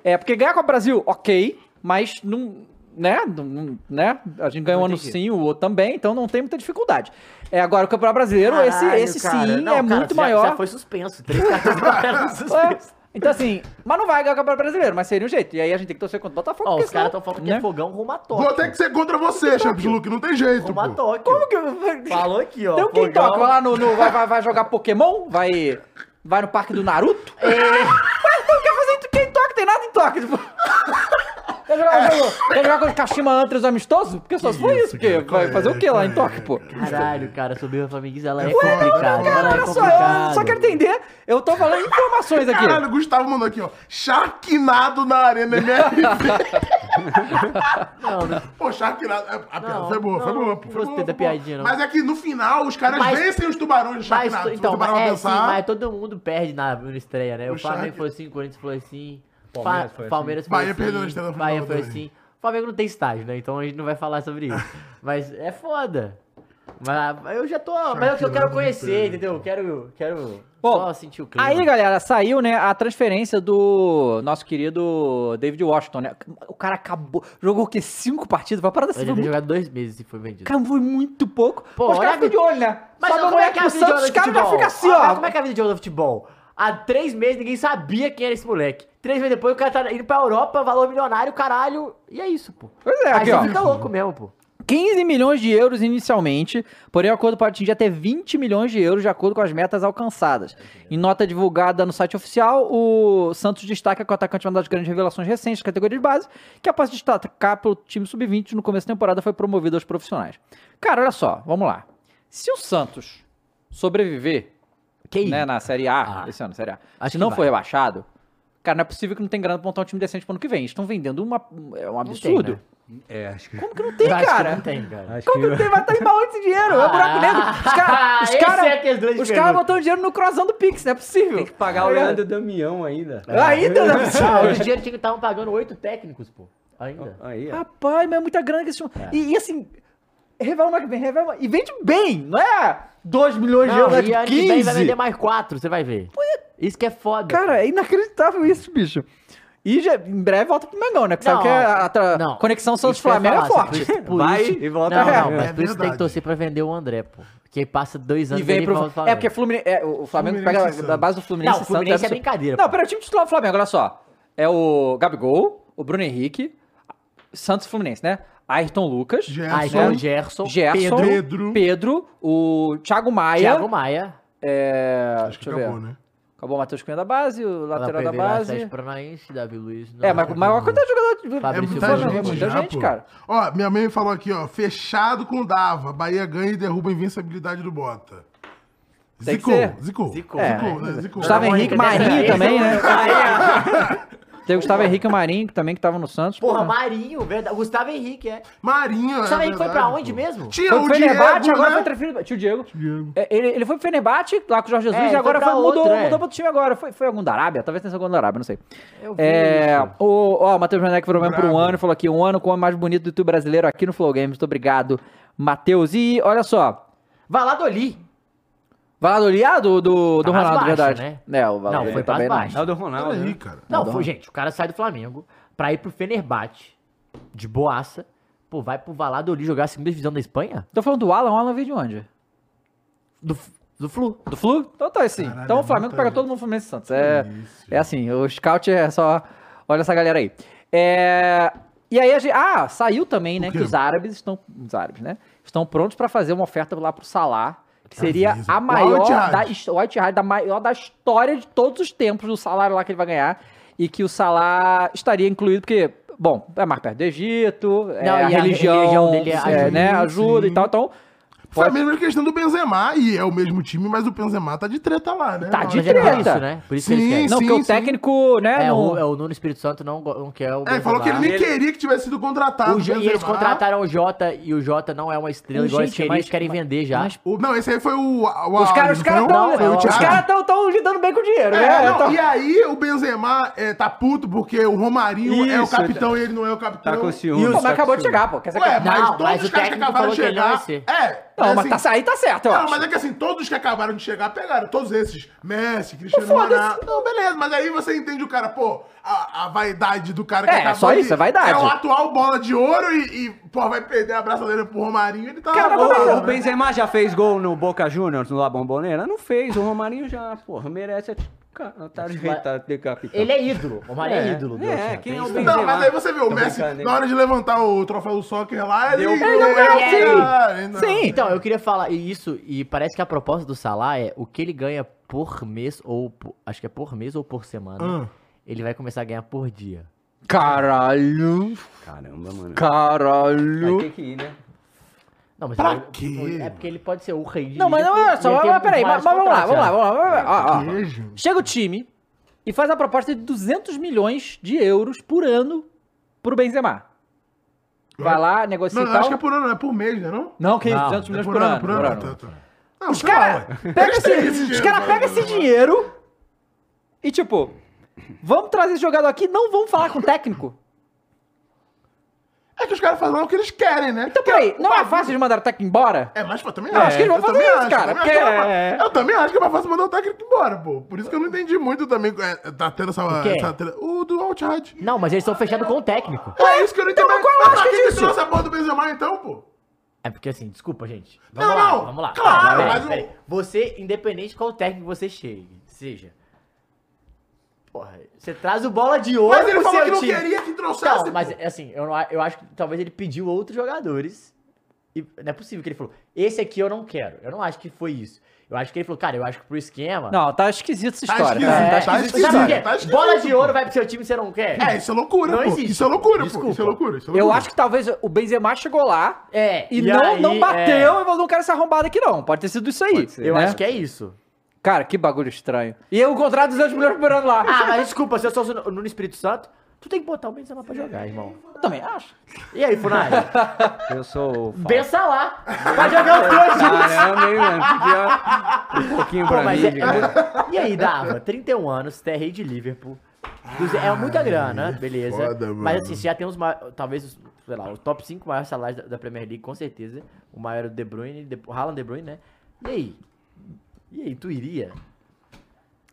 [SPEAKER 1] É, porque ganhar com o Brasil, ok, mas não. Né? não- não- né? A gente ganhou um ano sim, o outro também, então não tem muita dificuldade. É, agora o Campeonato Brasileiro,
[SPEAKER 3] Caralho,
[SPEAKER 1] esse, esse
[SPEAKER 3] cara.
[SPEAKER 1] sim
[SPEAKER 3] Não,
[SPEAKER 1] é
[SPEAKER 3] cara,
[SPEAKER 1] muito
[SPEAKER 3] já-
[SPEAKER 1] maior.
[SPEAKER 3] Já foi <laughs> suspenso. Três cartões
[SPEAKER 1] <laughs>
[SPEAKER 3] amarelos
[SPEAKER 1] É.
[SPEAKER 3] suspenso.
[SPEAKER 1] Então assim, mas não vai ganhar o Campeonato Brasileiro, mas seria um jeito. E aí a gente tem que torcer contra o Botafogo.
[SPEAKER 3] Ó,
[SPEAKER 1] porque
[SPEAKER 3] os caras
[SPEAKER 1] senão,
[SPEAKER 3] estão falando que é
[SPEAKER 1] né?
[SPEAKER 3] fogão rumo a Tóquio.
[SPEAKER 2] Vou ter que ser contra
[SPEAKER 1] Então,
[SPEAKER 2] você, Champions Luke, não tem jeito.
[SPEAKER 3] Rumo a
[SPEAKER 2] pô.
[SPEAKER 3] Tóquio.
[SPEAKER 1] Como que eu...
[SPEAKER 3] Falou aqui, ó.
[SPEAKER 1] Então quem
[SPEAKER 3] fogão-
[SPEAKER 1] toca? Vai lá no... no- vai, vai- vai jogar Pokémon? Vai... Vai no parque do Naruto? É... Ué, então quer fazer em- quem toca? Tem nada em toque. Tipo... Quer jogar, jogo- quer jogar com o Kashima Antlers amistoso? Porque só se for isso, porque
[SPEAKER 2] Qual
[SPEAKER 1] vai
[SPEAKER 2] é?
[SPEAKER 1] fazer o que lá em
[SPEAKER 2] Qual é?
[SPEAKER 1] toque, pô?
[SPEAKER 3] Caralho, cara, subir a Flamenguista, ela é
[SPEAKER 2] foda,
[SPEAKER 3] complicada.
[SPEAKER 2] cara,
[SPEAKER 3] Ela é
[SPEAKER 1] Olha só, eu
[SPEAKER 3] complicada.
[SPEAKER 1] só quero entender. Eu tô falando informações aqui.
[SPEAKER 2] Caralho, o Gustavo mandou aqui, ó. Charquinado na Arena MRV.
[SPEAKER 3] Não, não.
[SPEAKER 2] pô, Charquinado. é, A piada
[SPEAKER 3] Não,
[SPEAKER 2] foi boa, foi
[SPEAKER 3] não,
[SPEAKER 2] boa.
[SPEAKER 3] não
[SPEAKER 2] pô, foi
[SPEAKER 3] gostei
[SPEAKER 2] boa,
[SPEAKER 3] da
[SPEAKER 2] foi boa.
[SPEAKER 3] piadinha, não.
[SPEAKER 2] Mas é que no final os caras
[SPEAKER 3] Mas-
[SPEAKER 2] vencem os tubarões de
[SPEAKER 3] Mas,
[SPEAKER 2] Charquinado. né? se
[SPEAKER 3] então,
[SPEAKER 2] você parar
[SPEAKER 3] mas,
[SPEAKER 2] pra
[SPEAKER 3] é, sim,
[SPEAKER 2] pensar.
[SPEAKER 3] mas todo mundo perde na, na estreia, né? O,
[SPEAKER 2] O
[SPEAKER 3] Flamengo
[SPEAKER 2] Shark-
[SPEAKER 3] foi assim, o Corinthians foi assim. Fa-
[SPEAKER 4] Palmeiras foi assim.
[SPEAKER 3] Palmeiras foi
[SPEAKER 2] Bahia
[SPEAKER 3] assim.
[SPEAKER 2] perdeu na estreia da
[SPEAKER 3] Bahia
[SPEAKER 2] final
[SPEAKER 3] foi
[SPEAKER 2] também.
[SPEAKER 3] assim. O Flamengo não tem estágio, né? Então a gente não vai falar
[SPEAKER 2] <laughs>
[SPEAKER 3] sobre isso. mas é foda. Mas eu já tô. Mas é
[SPEAKER 2] né?
[SPEAKER 3] eu, eu quero conhecer, entendeu? Eu quero, quero
[SPEAKER 1] Bom,
[SPEAKER 3] só sentir o clima.
[SPEAKER 1] Aí, galera, saiu, né, a transferência do nosso querido David Washington, né? O cara acabou, jogou o quê? Cinco partidas? Vai parar dessa
[SPEAKER 3] Ele
[SPEAKER 1] foi
[SPEAKER 3] deve ter
[SPEAKER 1] muito,
[SPEAKER 3] jogado dois meses e foi vendido.
[SPEAKER 1] cara, foi muito pouco.
[SPEAKER 3] Pô,
[SPEAKER 1] os caras ficam
[SPEAKER 3] olha
[SPEAKER 1] de olho, né? Mas Sobe o
[SPEAKER 3] como é
[SPEAKER 1] moleque
[SPEAKER 3] que é a
[SPEAKER 1] pro
[SPEAKER 3] vida de
[SPEAKER 1] Santos, os
[SPEAKER 3] jogador de
[SPEAKER 1] caras já
[SPEAKER 3] futebol?
[SPEAKER 1] ficam assim,
[SPEAKER 3] Olha
[SPEAKER 1] ó.
[SPEAKER 3] Como é que é a vida de jogador de futebol? Há três meses ninguém sabia quem era esse moleque. Três meses depois o cara tá indo pra Europa, valor milionário, caralho. E é isso, pô.
[SPEAKER 1] Pois é,
[SPEAKER 3] Aí
[SPEAKER 1] aqui,
[SPEAKER 3] você
[SPEAKER 1] ó.
[SPEAKER 3] fica louco mesmo, pô.
[SPEAKER 1] 15 milhões de euros inicialmente, porém o acordo pode atingir até 20 milhões de euros de acordo com as metas alcançadas. Em nota divulgada no site oficial, o Santos destaca que o atacante é uma das grandes revelações recentes da categoria de base, que após destacar pelo time sub-20 no começo da temporada foi promovido aos profissionais. Cara, olha só, vamos lá. Se o Santos sobreviver
[SPEAKER 3] Que
[SPEAKER 1] né, na Série A,
[SPEAKER 3] Ah.
[SPEAKER 1] esse ano, Série A,
[SPEAKER 3] Acho
[SPEAKER 1] se
[SPEAKER 3] que
[SPEAKER 1] não
[SPEAKER 3] vai.
[SPEAKER 1] for rebaixado, cara, não é possível que não tenha grana pra montar um time decente pro ano que vem. Estão vendendo uma, é um absurdo.
[SPEAKER 3] né?
[SPEAKER 4] É, acho que...
[SPEAKER 1] Como que não tem,
[SPEAKER 3] Eu acho que
[SPEAKER 1] cara?
[SPEAKER 3] não tem, cara.
[SPEAKER 4] Acho
[SPEAKER 1] Como que
[SPEAKER 4] que...
[SPEAKER 1] tem? Vai estar embalando esse dinheiro. é um buraco
[SPEAKER 3] Ah,
[SPEAKER 1] negro. Os
[SPEAKER 3] <laughs>
[SPEAKER 1] caras. Os
[SPEAKER 3] esse
[SPEAKER 1] caras
[SPEAKER 3] é que é as grandes
[SPEAKER 1] os caras
[SPEAKER 3] perguntas.
[SPEAKER 1] botando dinheiro no croissant do Pix, não é possível.
[SPEAKER 4] Tem que pagar o Leandro Damião ainda.
[SPEAKER 1] Ainda não é
[SPEAKER 3] <laughs>
[SPEAKER 1] possível.
[SPEAKER 3] Ah, hoje em dia eles estavam pagando oito técnicos, pô. Ainda.
[SPEAKER 4] Aí, ó.
[SPEAKER 1] Rapaz, mas é muita grana que esse time. E, e assim, revela uma que vem, revela uma. E vende bem, não é 2 milhões de
[SPEAKER 3] Não,
[SPEAKER 1] euros, é
[SPEAKER 3] e ano
[SPEAKER 1] tipo
[SPEAKER 3] que vem vai vender
[SPEAKER 1] 15.
[SPEAKER 3] mais quatro, você vai ver. Isso que é foda.
[SPEAKER 1] Cara, é inacreditável isso, bicho. E já, em breve volta pro Mengão, né? Que sabe
[SPEAKER 3] Não,
[SPEAKER 1] que a, a tra-
[SPEAKER 3] não.
[SPEAKER 1] conexão
[SPEAKER 3] Isso que eu ia
[SPEAKER 1] Santos-Flamengo é
[SPEAKER 3] falar,
[SPEAKER 1] forte.
[SPEAKER 3] você- por
[SPEAKER 4] Vai
[SPEAKER 3] isso-
[SPEAKER 4] e volta
[SPEAKER 3] Não,
[SPEAKER 1] real.
[SPEAKER 3] não, mas
[SPEAKER 2] É
[SPEAKER 3] por isso tem
[SPEAKER 2] verdade.
[SPEAKER 3] que torcer pra vender o André, pô. Porque passa dois anos
[SPEAKER 1] E vem
[SPEAKER 3] ele
[SPEAKER 1] pro.
[SPEAKER 3] volta pro
[SPEAKER 1] É,
[SPEAKER 3] Flamengo.
[SPEAKER 1] porque Fluminense, é, o o Flamengo
[SPEAKER 2] Fluminense e
[SPEAKER 1] pega da
[SPEAKER 2] Santos.
[SPEAKER 1] base do Fluminense.
[SPEAKER 3] Não, o
[SPEAKER 1] e
[SPEAKER 3] Fluminense
[SPEAKER 1] Santos,
[SPEAKER 3] é brincadeira,
[SPEAKER 1] Não,
[SPEAKER 3] pô.
[SPEAKER 1] pera, o time titular do Flamengo, olha só. É o Gabigol, o Bruno Henrique, Santos e Fluminense, né? Ayrton Lucas,
[SPEAKER 2] Gerson,
[SPEAKER 3] Aí tem o Gerson,
[SPEAKER 1] é Gerson,
[SPEAKER 3] Pedro,
[SPEAKER 1] Pedro,
[SPEAKER 2] Pedro.
[SPEAKER 1] o Thiago Maia.
[SPEAKER 3] Thiago Maia.
[SPEAKER 1] É,
[SPEAKER 2] acho que
[SPEAKER 1] deixa eu ver.
[SPEAKER 2] acabou,
[SPEAKER 1] Acabou,
[SPEAKER 2] né?
[SPEAKER 1] o Matheus Cunha da base, o lateral da
[SPEAKER 3] Pereira,
[SPEAKER 1] Tá base.
[SPEAKER 3] Atlético Paranaense, Davi Luiz. não.
[SPEAKER 1] É, mas mas olha quantidade de jogador do
[SPEAKER 2] É
[SPEAKER 3] Fabrício
[SPEAKER 1] do
[SPEAKER 2] muita
[SPEAKER 3] Bruno,
[SPEAKER 1] Flamengo,
[SPEAKER 2] gente,
[SPEAKER 1] muita
[SPEAKER 2] já,
[SPEAKER 1] gente,
[SPEAKER 2] pô.
[SPEAKER 1] cara.
[SPEAKER 2] Ó, minha mãe falou aqui, ó. Fechado com Dava. Bahia ganha e derruba a invencibilidade do Bota.
[SPEAKER 1] Tem que
[SPEAKER 2] Zico,
[SPEAKER 1] ser.
[SPEAKER 2] Zico.
[SPEAKER 3] Zico,
[SPEAKER 1] É,
[SPEAKER 2] Zico, né? Zico.
[SPEAKER 1] Gustavo
[SPEAKER 3] Mônica
[SPEAKER 1] Henrique,
[SPEAKER 3] dessa
[SPEAKER 1] Marinho
[SPEAKER 3] vez,
[SPEAKER 1] também,
[SPEAKER 2] <laughs>
[SPEAKER 1] né? Tem o Gustavo Henrique e o Marinho também, que estavam no Santos.
[SPEAKER 3] Porra, Marinho, verdade. Gustavo Henrique, é.
[SPEAKER 2] Marinho,
[SPEAKER 3] Gustavo Henrique foi
[SPEAKER 2] verdade,
[SPEAKER 3] pra onde
[SPEAKER 2] pô.
[SPEAKER 3] mesmo?
[SPEAKER 2] Tinha
[SPEAKER 1] Foi
[SPEAKER 2] o
[SPEAKER 1] pro Fenerbahçe,
[SPEAKER 2] Diego,
[SPEAKER 1] agora
[SPEAKER 2] né?
[SPEAKER 1] foi transferido. Tio Diego.
[SPEAKER 2] Diego.
[SPEAKER 1] É, Ele, ele foi pro Fenerbahçe, lá com o Jorge Jesus,
[SPEAKER 3] É,
[SPEAKER 1] e
[SPEAKER 3] ele
[SPEAKER 1] agora
[SPEAKER 3] foi pra
[SPEAKER 1] foi- mudou,
[SPEAKER 3] outro, é.
[SPEAKER 1] mudou pra outro time agora. Foi, foi algum da Arábia? Talvez tenha sido algum da Arábia, não sei.
[SPEAKER 3] Eu vi
[SPEAKER 1] É,
[SPEAKER 3] isso.
[SPEAKER 1] o, ó, o Matheus Manek virou membro por um
[SPEAKER 2] Bravo.
[SPEAKER 1] ano e falou aqui: um ano com o homem mais bonito do YouTube brasileiro aqui no Flow Games. Muito obrigado, Matheus. E olha só,
[SPEAKER 3] Valladolid.
[SPEAKER 1] Valladolid, ah, do, do, do
[SPEAKER 3] Tá
[SPEAKER 1] Ronaldo,
[SPEAKER 3] baixo,
[SPEAKER 1] verdade.
[SPEAKER 3] né?
[SPEAKER 1] É, o Valladolid
[SPEAKER 3] Não, foi pras
[SPEAKER 1] também não.
[SPEAKER 3] baixas.
[SPEAKER 4] É o do
[SPEAKER 2] Olha
[SPEAKER 4] Ronaldo. né?
[SPEAKER 2] aí, cara.
[SPEAKER 3] Não,
[SPEAKER 1] Adoro.
[SPEAKER 3] foi, gente, o cara sai do Flamengo pra ir pro Fenerbahçe, de boaça, pô, vai pro Valladolid jogar a segunda divisão da Espanha?
[SPEAKER 1] Tô falando do Alan, o Alan veio de onde?
[SPEAKER 3] Do, F- do Flu.
[SPEAKER 1] Do Flu? Então tá assim.
[SPEAKER 2] Caralho,
[SPEAKER 1] então o
[SPEAKER 2] é
[SPEAKER 1] Flamengo
[SPEAKER 2] muita
[SPEAKER 1] pega
[SPEAKER 2] gente.
[SPEAKER 1] todo mundo Fluminense e é Santos. É, é assim, o scout é só. Olha essa galera aí. É, E aí a gente. Ah, saiu também, né?
[SPEAKER 2] quê?
[SPEAKER 1] Que os árabes estão. Os árabes, né? Estão prontos pra fazer uma oferta lá pro Salah. Que seria
[SPEAKER 2] Avisa.
[SPEAKER 1] a maior
[SPEAKER 2] Al-Ittihad.
[SPEAKER 1] da, his- o Al-Ittihad, da maior da história de todos os tempos do salário lá que ele vai ganhar. E que o Salah estaria incluído, porque, bom, é mais perto do Egito, é,
[SPEAKER 3] Não,
[SPEAKER 1] a,
[SPEAKER 3] e a
[SPEAKER 1] religião,
[SPEAKER 3] religião dele ajuda,
[SPEAKER 1] é, né, ajuda
[SPEAKER 2] sim.
[SPEAKER 1] e tal. Então,
[SPEAKER 2] Foi a
[SPEAKER 1] Pode-
[SPEAKER 2] mesma questão do Benzema, e é o mesmo time, mas o Benzema tá de treta lá, né?
[SPEAKER 1] Tá
[SPEAKER 2] Não,
[SPEAKER 1] de
[SPEAKER 2] mas-
[SPEAKER 3] Mas é por
[SPEAKER 1] treta.
[SPEAKER 3] isso, né? Por isso que
[SPEAKER 2] Sim,
[SPEAKER 3] eles querem.
[SPEAKER 1] não,
[SPEAKER 2] sim,
[SPEAKER 1] porque o
[SPEAKER 2] sim.
[SPEAKER 1] técnico, né,
[SPEAKER 3] É,
[SPEAKER 1] não-
[SPEAKER 3] o, é, o Nuno Espírito Santo não, go- não quer o
[SPEAKER 2] É, ele falou que ele nem
[SPEAKER 4] Ele-
[SPEAKER 2] queria que tivesse sido contratado.
[SPEAKER 3] O Jo- e eles
[SPEAKER 2] Benzema.
[SPEAKER 3] contrataram o Jota e o Jota não é uma estrela
[SPEAKER 1] Mas,
[SPEAKER 3] igual eles
[SPEAKER 1] gente,
[SPEAKER 3] queriam,
[SPEAKER 1] mas-
[SPEAKER 3] eles querem
[SPEAKER 1] mas-
[SPEAKER 3] vender já.
[SPEAKER 1] mas-
[SPEAKER 2] Não, esse aí foi o. o
[SPEAKER 1] os caras
[SPEAKER 2] Alves,
[SPEAKER 1] os caras
[SPEAKER 2] não?
[SPEAKER 1] tão, né?
[SPEAKER 2] Foi o
[SPEAKER 1] os
[SPEAKER 2] Thiago.
[SPEAKER 1] caras tão, tão lidando bem com o dinheiro,
[SPEAKER 2] É,
[SPEAKER 1] né?
[SPEAKER 2] não,
[SPEAKER 1] Então-
[SPEAKER 2] E aí o Benzema é, tá puto porque o Romarinho é o
[SPEAKER 4] Isso,
[SPEAKER 2] capitão e ele não é o capitão.
[SPEAKER 4] Tá com ciúme.
[SPEAKER 1] Pô, mas
[SPEAKER 4] tá com
[SPEAKER 1] acabou de
[SPEAKER 4] ciúme.
[SPEAKER 1] chegar, pô. Quer dizer,
[SPEAKER 2] Ué,
[SPEAKER 1] não,
[SPEAKER 2] mas
[SPEAKER 3] Não,
[SPEAKER 2] todos
[SPEAKER 3] mas
[SPEAKER 2] os
[SPEAKER 3] o
[SPEAKER 2] caras que
[SPEAKER 3] técnico
[SPEAKER 2] acabaram de
[SPEAKER 3] falou que ele não
[SPEAKER 2] chegar.
[SPEAKER 3] vai ser.
[SPEAKER 2] É.
[SPEAKER 1] não,
[SPEAKER 2] é
[SPEAKER 1] mas tá, aí tá certo, eu
[SPEAKER 2] Não,
[SPEAKER 1] acho.
[SPEAKER 2] mas é que assim, todos os que acabaram de chegar pegaram, todos esses. Messi, Cristiano
[SPEAKER 1] Foda-se.
[SPEAKER 2] Ronaldo. Não, beleza, mas aí você entende o cara, pô, a, a vaidade do cara que
[SPEAKER 1] É, só isso, é vaidade.
[SPEAKER 2] É o atual bola de ouro e, e, pô, vai perder a braçadeira pro Romarinho, ele tá...
[SPEAKER 1] Cara,
[SPEAKER 2] bolado,
[SPEAKER 1] mas-
[SPEAKER 2] né?
[SPEAKER 4] é O, o Benzema já fez gol no Boca Juniors, no La Bombonera? Não fez, o Romarinho já, porra, merece a t- ca- a tarjeta de capitão.
[SPEAKER 3] Ele é ídolo. O Romário é, ídolo. do
[SPEAKER 4] é,
[SPEAKER 3] Jota.
[SPEAKER 4] quem é o
[SPEAKER 3] Isso-
[SPEAKER 4] Benzema?
[SPEAKER 2] Não, mas aí você vê, o
[SPEAKER 4] Tô
[SPEAKER 2] Messi,
[SPEAKER 4] brincando, hein?
[SPEAKER 2] na hora de levantar o troféu do soccer lá, ele...
[SPEAKER 4] Deu-
[SPEAKER 2] ele
[SPEAKER 4] Ele
[SPEAKER 1] não ganhou, sim.
[SPEAKER 2] Ah, não.
[SPEAKER 1] Sim.
[SPEAKER 3] Então, eu queria falar isso, e parece que a proposta do Salah é o que ele ganha por mês, ou por- acho que é por mês ou por semana, ele vai começar a ganhar por dia.
[SPEAKER 1] Caralho,
[SPEAKER 4] Caramba, mano. Vai
[SPEAKER 1] caralho.
[SPEAKER 4] ter que ir, né?
[SPEAKER 3] Não, mas
[SPEAKER 2] Pra
[SPEAKER 3] ele-
[SPEAKER 2] quê?
[SPEAKER 3] é porque ele pode ser o rei de
[SPEAKER 1] Não, mas não é só, mas,
[SPEAKER 3] Liverpool, e ele
[SPEAKER 1] mas
[SPEAKER 3] tem um
[SPEAKER 1] peraí, mas,
[SPEAKER 3] vários
[SPEAKER 1] mas vamos lá,
[SPEAKER 3] contratos,
[SPEAKER 1] vamos lá,
[SPEAKER 3] né?
[SPEAKER 1] vamos lá. Ó, ó, ó.
[SPEAKER 2] Queijo.
[SPEAKER 1] Chega o time e faz a proposta de 200 milhões de euros por ano pro Benzema. Vai lá, negocia
[SPEAKER 2] Não,
[SPEAKER 1] e
[SPEAKER 2] eu acho
[SPEAKER 1] tal.
[SPEAKER 2] que é por ano, é por mês, né, não?
[SPEAKER 1] Não, que isso,
[SPEAKER 3] Não,
[SPEAKER 1] 200 milhões
[SPEAKER 2] É
[SPEAKER 1] por, ano, por ano.
[SPEAKER 2] tá, tá. Não,
[SPEAKER 1] Os
[SPEAKER 2] sei lá,
[SPEAKER 1] caras <laughs>
[SPEAKER 2] ué. <laughs>
[SPEAKER 1] pegam esse,
[SPEAKER 2] Eles têm esse
[SPEAKER 1] os
[SPEAKER 2] dinheiro,
[SPEAKER 1] cara
[SPEAKER 2] né?
[SPEAKER 1] pega esse dinheiro e tipo, vamos trazer esse jogador aqui, não vamos falar com o técnico.
[SPEAKER 2] É que os caras fazem lá o que eles querem, né?
[SPEAKER 1] Então peraí, não é fácil de mandar o técnico embora?
[SPEAKER 2] É, mas eu também
[SPEAKER 1] Eu acho que eles vão
[SPEAKER 2] eu também
[SPEAKER 1] fazer isso,
[SPEAKER 2] acho,
[SPEAKER 1] cara,
[SPEAKER 2] Eu também, acho que
[SPEAKER 1] porque-
[SPEAKER 2] é mais- eu também acho que é mais fácil mandar o técnico embora, pô. Por isso que eu não entendi muito também. é, tá tendo essa.
[SPEAKER 3] quê?
[SPEAKER 2] essa tre- o do Altihad.
[SPEAKER 3] Não, mas eles estão fechados com o técnico.
[SPEAKER 2] É isso que eu não entendi.
[SPEAKER 1] Então, mas qual a
[SPEAKER 2] pra
[SPEAKER 1] lógica
[SPEAKER 2] que que
[SPEAKER 1] disso?
[SPEAKER 2] trouxe a porra do Benzema então, pô?
[SPEAKER 3] É porque assim, desculpa, gente.
[SPEAKER 2] Não,
[SPEAKER 3] lá,
[SPEAKER 2] não,
[SPEAKER 3] Vamos lá.
[SPEAKER 2] claro,
[SPEAKER 3] Peraí,
[SPEAKER 2] mas o-
[SPEAKER 3] peraí. Você, independente de qual técnico você chegue, seja. Porra, você traz o bola de ouro.
[SPEAKER 2] Mas ele
[SPEAKER 3] pro
[SPEAKER 2] falou
[SPEAKER 3] seu
[SPEAKER 2] que não
[SPEAKER 3] time.
[SPEAKER 2] queria que trouxesse.
[SPEAKER 3] Não, mas
[SPEAKER 2] pô.
[SPEAKER 3] assim, eu, não, a- eu acho que talvez ele pediu outros jogadores. E não é possível que ele falou, esse aqui eu não quero. Eu não acho que foi isso. Eu acho que ele falou, cara, eu acho que pro esquema.
[SPEAKER 1] Não, tá esquisito essa
[SPEAKER 2] Tá
[SPEAKER 3] É,
[SPEAKER 1] história.
[SPEAKER 2] esquisito,
[SPEAKER 1] tá,
[SPEAKER 2] tá
[SPEAKER 1] esquisito.
[SPEAKER 2] esquisito.
[SPEAKER 3] sabe por
[SPEAKER 2] cara,
[SPEAKER 3] quê?
[SPEAKER 2] tá esquisito,
[SPEAKER 3] Bola de
[SPEAKER 2] pô.
[SPEAKER 3] ouro vai pro seu time e você não quer.
[SPEAKER 2] É, isso é loucura,
[SPEAKER 3] Não
[SPEAKER 2] pô.
[SPEAKER 3] existe,
[SPEAKER 2] Isso é loucura, pô.
[SPEAKER 3] desculpa.
[SPEAKER 2] Isso é loucura, isso é loucura.
[SPEAKER 1] Eu acho que talvez o Benzema chegou lá
[SPEAKER 3] É,
[SPEAKER 1] e, não,
[SPEAKER 3] aí,
[SPEAKER 1] não
[SPEAKER 3] é,
[SPEAKER 1] bateu e falou, não quero essa arrombada aqui não. Pode ter sido isso aí.
[SPEAKER 4] Pode ser.
[SPEAKER 3] eu
[SPEAKER 1] né?
[SPEAKER 3] acho que é isso.
[SPEAKER 1] Cara, que bagulho estranho. E eu contrato 200 milhões por ano lá.
[SPEAKER 3] Ah, mas desculpa, se eu sou o Nuno Espírito Santo, tu tem que botar o Benzema pra jogar, irmão.
[SPEAKER 1] eu também acho.
[SPEAKER 3] E aí,
[SPEAKER 2] <laughs>
[SPEAKER 3] Funari?
[SPEAKER 4] Eu sou o
[SPEAKER 3] <laughs>
[SPEAKER 4] Fábio.
[SPEAKER 3] Pensa lá. Vai jogar os dois juntos.
[SPEAKER 4] Caramba, hein, mano? Podia um pouquinho
[SPEAKER 3] Pô,
[SPEAKER 4] pra
[SPEAKER 3] mas
[SPEAKER 4] mim,
[SPEAKER 3] é-
[SPEAKER 4] de graça.
[SPEAKER 3] E aí, Dava, 31 anos, você é rei de Liverpool. Duze- É muita grana, beleza.
[SPEAKER 2] foda, mano.
[SPEAKER 3] Mas assim, você já tem os maiores, talvez, os, sei lá, os top 5 maiores salários da, da Premier League, com certeza. O maior é o De Bruyne, de, o Haaland De Bruyne, né? E aí? E aí, tu iria?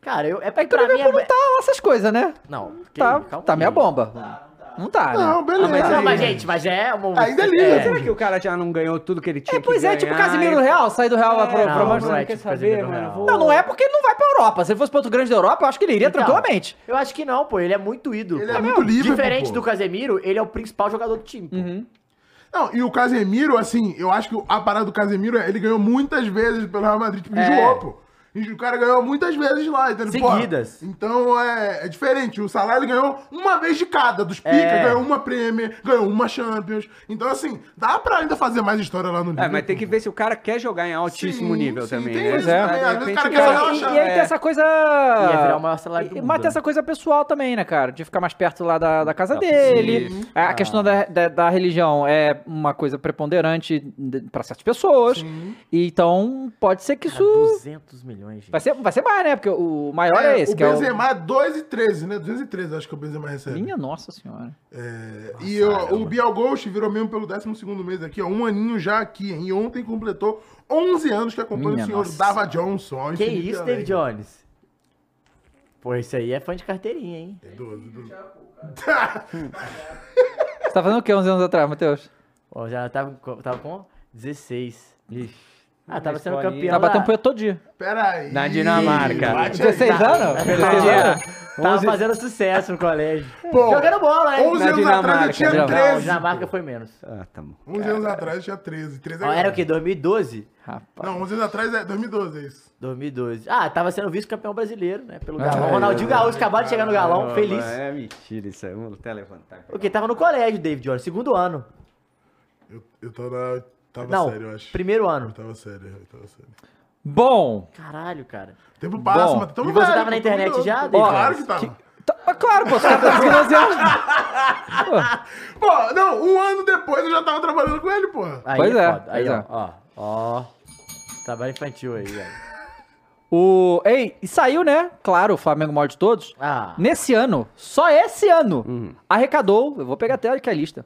[SPEAKER 3] Cara, eu, é
[SPEAKER 1] É
[SPEAKER 3] porque
[SPEAKER 1] que o
[SPEAKER 3] pra mim é...
[SPEAKER 1] Liverpool não tá lá essas coisas, né?
[SPEAKER 3] Não, que-
[SPEAKER 1] tá,
[SPEAKER 3] calma
[SPEAKER 1] tá
[SPEAKER 3] aí.
[SPEAKER 1] meia bomba. Não tá, né?
[SPEAKER 2] Não, beleza.
[SPEAKER 4] mas
[SPEAKER 3] Não,
[SPEAKER 4] aí-
[SPEAKER 3] mas gente, mas é... Uma,
[SPEAKER 2] Ainda é
[SPEAKER 4] Mas
[SPEAKER 2] Liverpool.
[SPEAKER 4] Será que o cara já não ganhou tudo que ele tinha
[SPEAKER 1] É, pois
[SPEAKER 4] que
[SPEAKER 1] é, tipo o
[SPEAKER 4] ganhar?
[SPEAKER 1] Casimiro do Real, sair do Real lá pro,
[SPEAKER 4] É,
[SPEAKER 1] pro
[SPEAKER 4] não,
[SPEAKER 1] Manchester.
[SPEAKER 4] não é
[SPEAKER 3] tipo
[SPEAKER 4] quer
[SPEAKER 3] Casimiro
[SPEAKER 4] saber,
[SPEAKER 3] do
[SPEAKER 4] mano.
[SPEAKER 3] Real.
[SPEAKER 4] Vou-
[SPEAKER 1] Não, não é porque ele não vai pra Europa. Se ele fosse pra outro grande da Europa, eu acho que ele iria
[SPEAKER 3] Então,
[SPEAKER 1] tranquilamente.
[SPEAKER 3] Eu acho que não, pô. Ele é muito ídolo.
[SPEAKER 2] Ele
[SPEAKER 3] pô.
[SPEAKER 2] é muito livre,
[SPEAKER 3] Diferente
[SPEAKER 2] pô. Uhum.
[SPEAKER 3] do Casemiro, ele é o principal jogador do time. pô.
[SPEAKER 2] Não, e o Casemiro, assim, eu acho que a parada do Casemiro é ele ganhou muitas vezes pelo Real Madrid, tipo,
[SPEAKER 3] É.
[SPEAKER 2] enjoou, pô. E O cara ganhou muitas vezes lá, entendeu? Pô,
[SPEAKER 3] Seguidas.
[SPEAKER 2] então é, é diferente. O Salah ele ganhou uma vez de cada dos pica, ganhou uma Premier, ganhou uma Champions. Então, assim, dá pra ainda fazer mais história lá no
[SPEAKER 4] É, mas tem que ver se o cara quer jogar em altíssimo
[SPEAKER 2] Sim,
[SPEAKER 4] nível
[SPEAKER 2] sim,
[SPEAKER 4] também,
[SPEAKER 2] tem
[SPEAKER 4] né?
[SPEAKER 2] isso também. Às
[SPEAKER 4] De
[SPEAKER 2] vezes o
[SPEAKER 4] repente
[SPEAKER 2] cara
[SPEAKER 4] o
[SPEAKER 1] E,
[SPEAKER 2] quer jogar
[SPEAKER 4] cara-
[SPEAKER 1] e- e aí
[SPEAKER 4] é.
[SPEAKER 1] tem essa coisa. Ia
[SPEAKER 3] virar o maior
[SPEAKER 2] Ah,
[SPEAKER 3] salário do
[SPEAKER 1] Mas
[SPEAKER 3] mundo,
[SPEAKER 1] tem
[SPEAKER 3] né?
[SPEAKER 1] essa coisa pessoal também, né, cara? De ficar mais perto lá da, da casa dele. É, A
[SPEAKER 3] Ah.
[SPEAKER 1] questão da, da, da religião é uma coisa preponderante de- pra certas pessoas. E então, pode ser que
[SPEAKER 3] Cara,
[SPEAKER 1] isso.
[SPEAKER 3] 200 milhões, gente.
[SPEAKER 1] Vai ser, vai ser mais, né? Porque o maior é,
[SPEAKER 2] É,
[SPEAKER 1] esse,
[SPEAKER 2] o
[SPEAKER 1] que
[SPEAKER 2] Benzema é 2 e 13, né? 213, acho que o Benzema
[SPEAKER 1] é o.
[SPEAKER 2] recebe. É,
[SPEAKER 1] Minha nossa senhora.
[SPEAKER 2] E o, o Biel Ghost virou mesmo pelo 12 mês aqui, ó. Um aninho já aqui, hein? E ontem completou 11 anos que acompanha
[SPEAKER 1] Minha
[SPEAKER 2] o senhor
[SPEAKER 1] nossa.
[SPEAKER 2] Dava Johnson. ó, em
[SPEAKER 3] Que
[SPEAKER 2] Felipe
[SPEAKER 3] isso,
[SPEAKER 2] Além.
[SPEAKER 3] David Jones? Pô, esse aí é fã de carteirinha, hein?
[SPEAKER 2] Doze, doze. <laughs>
[SPEAKER 1] Você tá fazendo o quê 11 anos atrás, Matheus?
[SPEAKER 3] Ó, já tava, com- tava com 16. Ah, tava
[SPEAKER 4] uma
[SPEAKER 3] sendo
[SPEAKER 4] escolinha.
[SPEAKER 3] campeão.
[SPEAKER 1] Tá
[SPEAKER 3] lá.
[SPEAKER 1] batendo punheta todo dia.
[SPEAKER 2] Pera aí.
[SPEAKER 4] Na Dinamarca.
[SPEAKER 2] Bate aí.
[SPEAKER 1] 16 anos? 16 anos?
[SPEAKER 3] Tava
[SPEAKER 4] 11
[SPEAKER 3] Tá fazendo sucesso no colégio.
[SPEAKER 2] Pô,
[SPEAKER 3] Jogando bola, né?
[SPEAKER 2] 11 anos
[SPEAKER 4] Na
[SPEAKER 2] atrás eu
[SPEAKER 4] Dinamarca,
[SPEAKER 2] tinha
[SPEAKER 4] Dinamarca.
[SPEAKER 3] Não,
[SPEAKER 2] 13.
[SPEAKER 3] Dinamarca foi menos.
[SPEAKER 4] Ah, tá bom.
[SPEAKER 2] 11 anos atrás eu tinha 13. 13
[SPEAKER 3] Ó, Era o quê? 2012?
[SPEAKER 1] Rapaz.
[SPEAKER 2] Não, 11 anos atrás é 2012, é isso.
[SPEAKER 3] 2012. Ah, tava sendo vice-campeão brasileiro, né? Pelo
[SPEAKER 1] Ah,
[SPEAKER 3] Galão.
[SPEAKER 1] é,
[SPEAKER 3] Ronaldinho Gaúcho acabou de chegar no Galão, um feliz.
[SPEAKER 4] É mentira isso aí, vamos até levantar. Tá aqui.
[SPEAKER 3] Porque tava no colégio, David, olha, segundo ano.
[SPEAKER 2] Eu, eu tô na. Tava
[SPEAKER 3] Não,
[SPEAKER 2] sério, eu acho.
[SPEAKER 3] primeiro
[SPEAKER 2] Eu
[SPEAKER 3] ano.
[SPEAKER 2] tava sério, eu tava sério.
[SPEAKER 1] Bom.
[SPEAKER 3] Caralho, cara.
[SPEAKER 2] O tempo passa,
[SPEAKER 1] Bom,
[SPEAKER 2] mas tamo
[SPEAKER 3] e você
[SPEAKER 2] velho,
[SPEAKER 3] tava
[SPEAKER 2] tamo
[SPEAKER 3] na internet
[SPEAKER 2] velho.
[SPEAKER 3] já, David?
[SPEAKER 2] Claro que tava.
[SPEAKER 1] Tá- mas claro, pô, os caras estão desgraçados.
[SPEAKER 3] <laughs>
[SPEAKER 2] Pô, não, um ano depois eu já tava trabalhando com ele, porra.
[SPEAKER 3] Aí
[SPEAKER 1] Pois é,
[SPEAKER 3] foda. Aí,
[SPEAKER 1] pois
[SPEAKER 3] ó,
[SPEAKER 1] é.
[SPEAKER 3] ó, ó. Trabalho infantil aí, velho.
[SPEAKER 1] O. Ei, e saiu, né? Claro, o Flamengo maior de todos.
[SPEAKER 3] Ah,
[SPEAKER 1] Nesse ano, só esse ano, arrecadou, eu vou pegar até aqui a lista,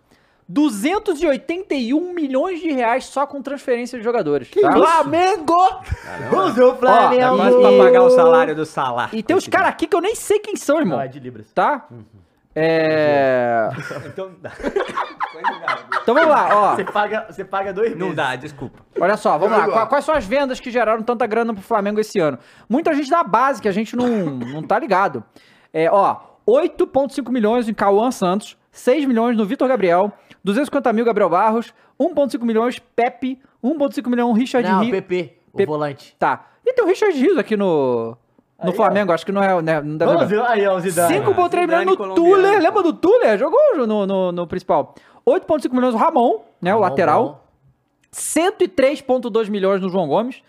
[SPEAKER 1] 281 milhões de reais só com transferência de jogadores. tá?
[SPEAKER 3] Flamengo! Vamos ver o
[SPEAKER 1] Ó,
[SPEAKER 4] É
[SPEAKER 1] Meu
[SPEAKER 4] mais pra pagar o salário do salário.
[SPEAKER 1] E tem uns caras aqui que eu nem sei quem são, irmão.
[SPEAKER 3] Não, é de Libras.
[SPEAKER 1] Tá? É...
[SPEAKER 4] Então dá.
[SPEAKER 1] Então vamos lá, ó.
[SPEAKER 3] <laughs> Você paga, você paga dois meses.
[SPEAKER 4] Não dá, desculpa.
[SPEAKER 1] Olha só, vamos lá.
[SPEAKER 2] Vamos
[SPEAKER 1] Qua-
[SPEAKER 2] lá.
[SPEAKER 1] Quais são as vendas que geraram tanta grana pro Flamengo esse ano? Muita gente da base que a
[SPEAKER 3] <laughs>
[SPEAKER 1] gente não, não tá ligado. É, ó, 8,5 milhões em Cauã Santos, 6 milhões no Vitor Gabriel, 250 mil Gabriel Barros, 1,5 milhões Pepe, 1,5 milhão Richard
[SPEAKER 3] Não,
[SPEAKER 1] Ri-
[SPEAKER 3] PP, o
[SPEAKER 1] Pe-
[SPEAKER 3] volante.
[SPEAKER 1] Tá. E tem o Richard Rios aqui no, no
[SPEAKER 3] Aí,
[SPEAKER 1] Flamengo, acho que não é. Né, não deve
[SPEAKER 3] Vamos
[SPEAKER 1] lembrar.
[SPEAKER 3] ver, aí, ó, o Zidane.
[SPEAKER 1] 5,3 milhões
[SPEAKER 4] Zidane
[SPEAKER 1] no
[SPEAKER 4] colombiano,
[SPEAKER 1] Tuller.
[SPEAKER 4] pô.
[SPEAKER 1] Lembra do Tuller? Jogou no, no, no principal. 8,5 milhões no Ramon, né? o
[SPEAKER 3] Ramon,
[SPEAKER 1] lateral.
[SPEAKER 3] bom.
[SPEAKER 1] 103,2 milhões no João Gomes.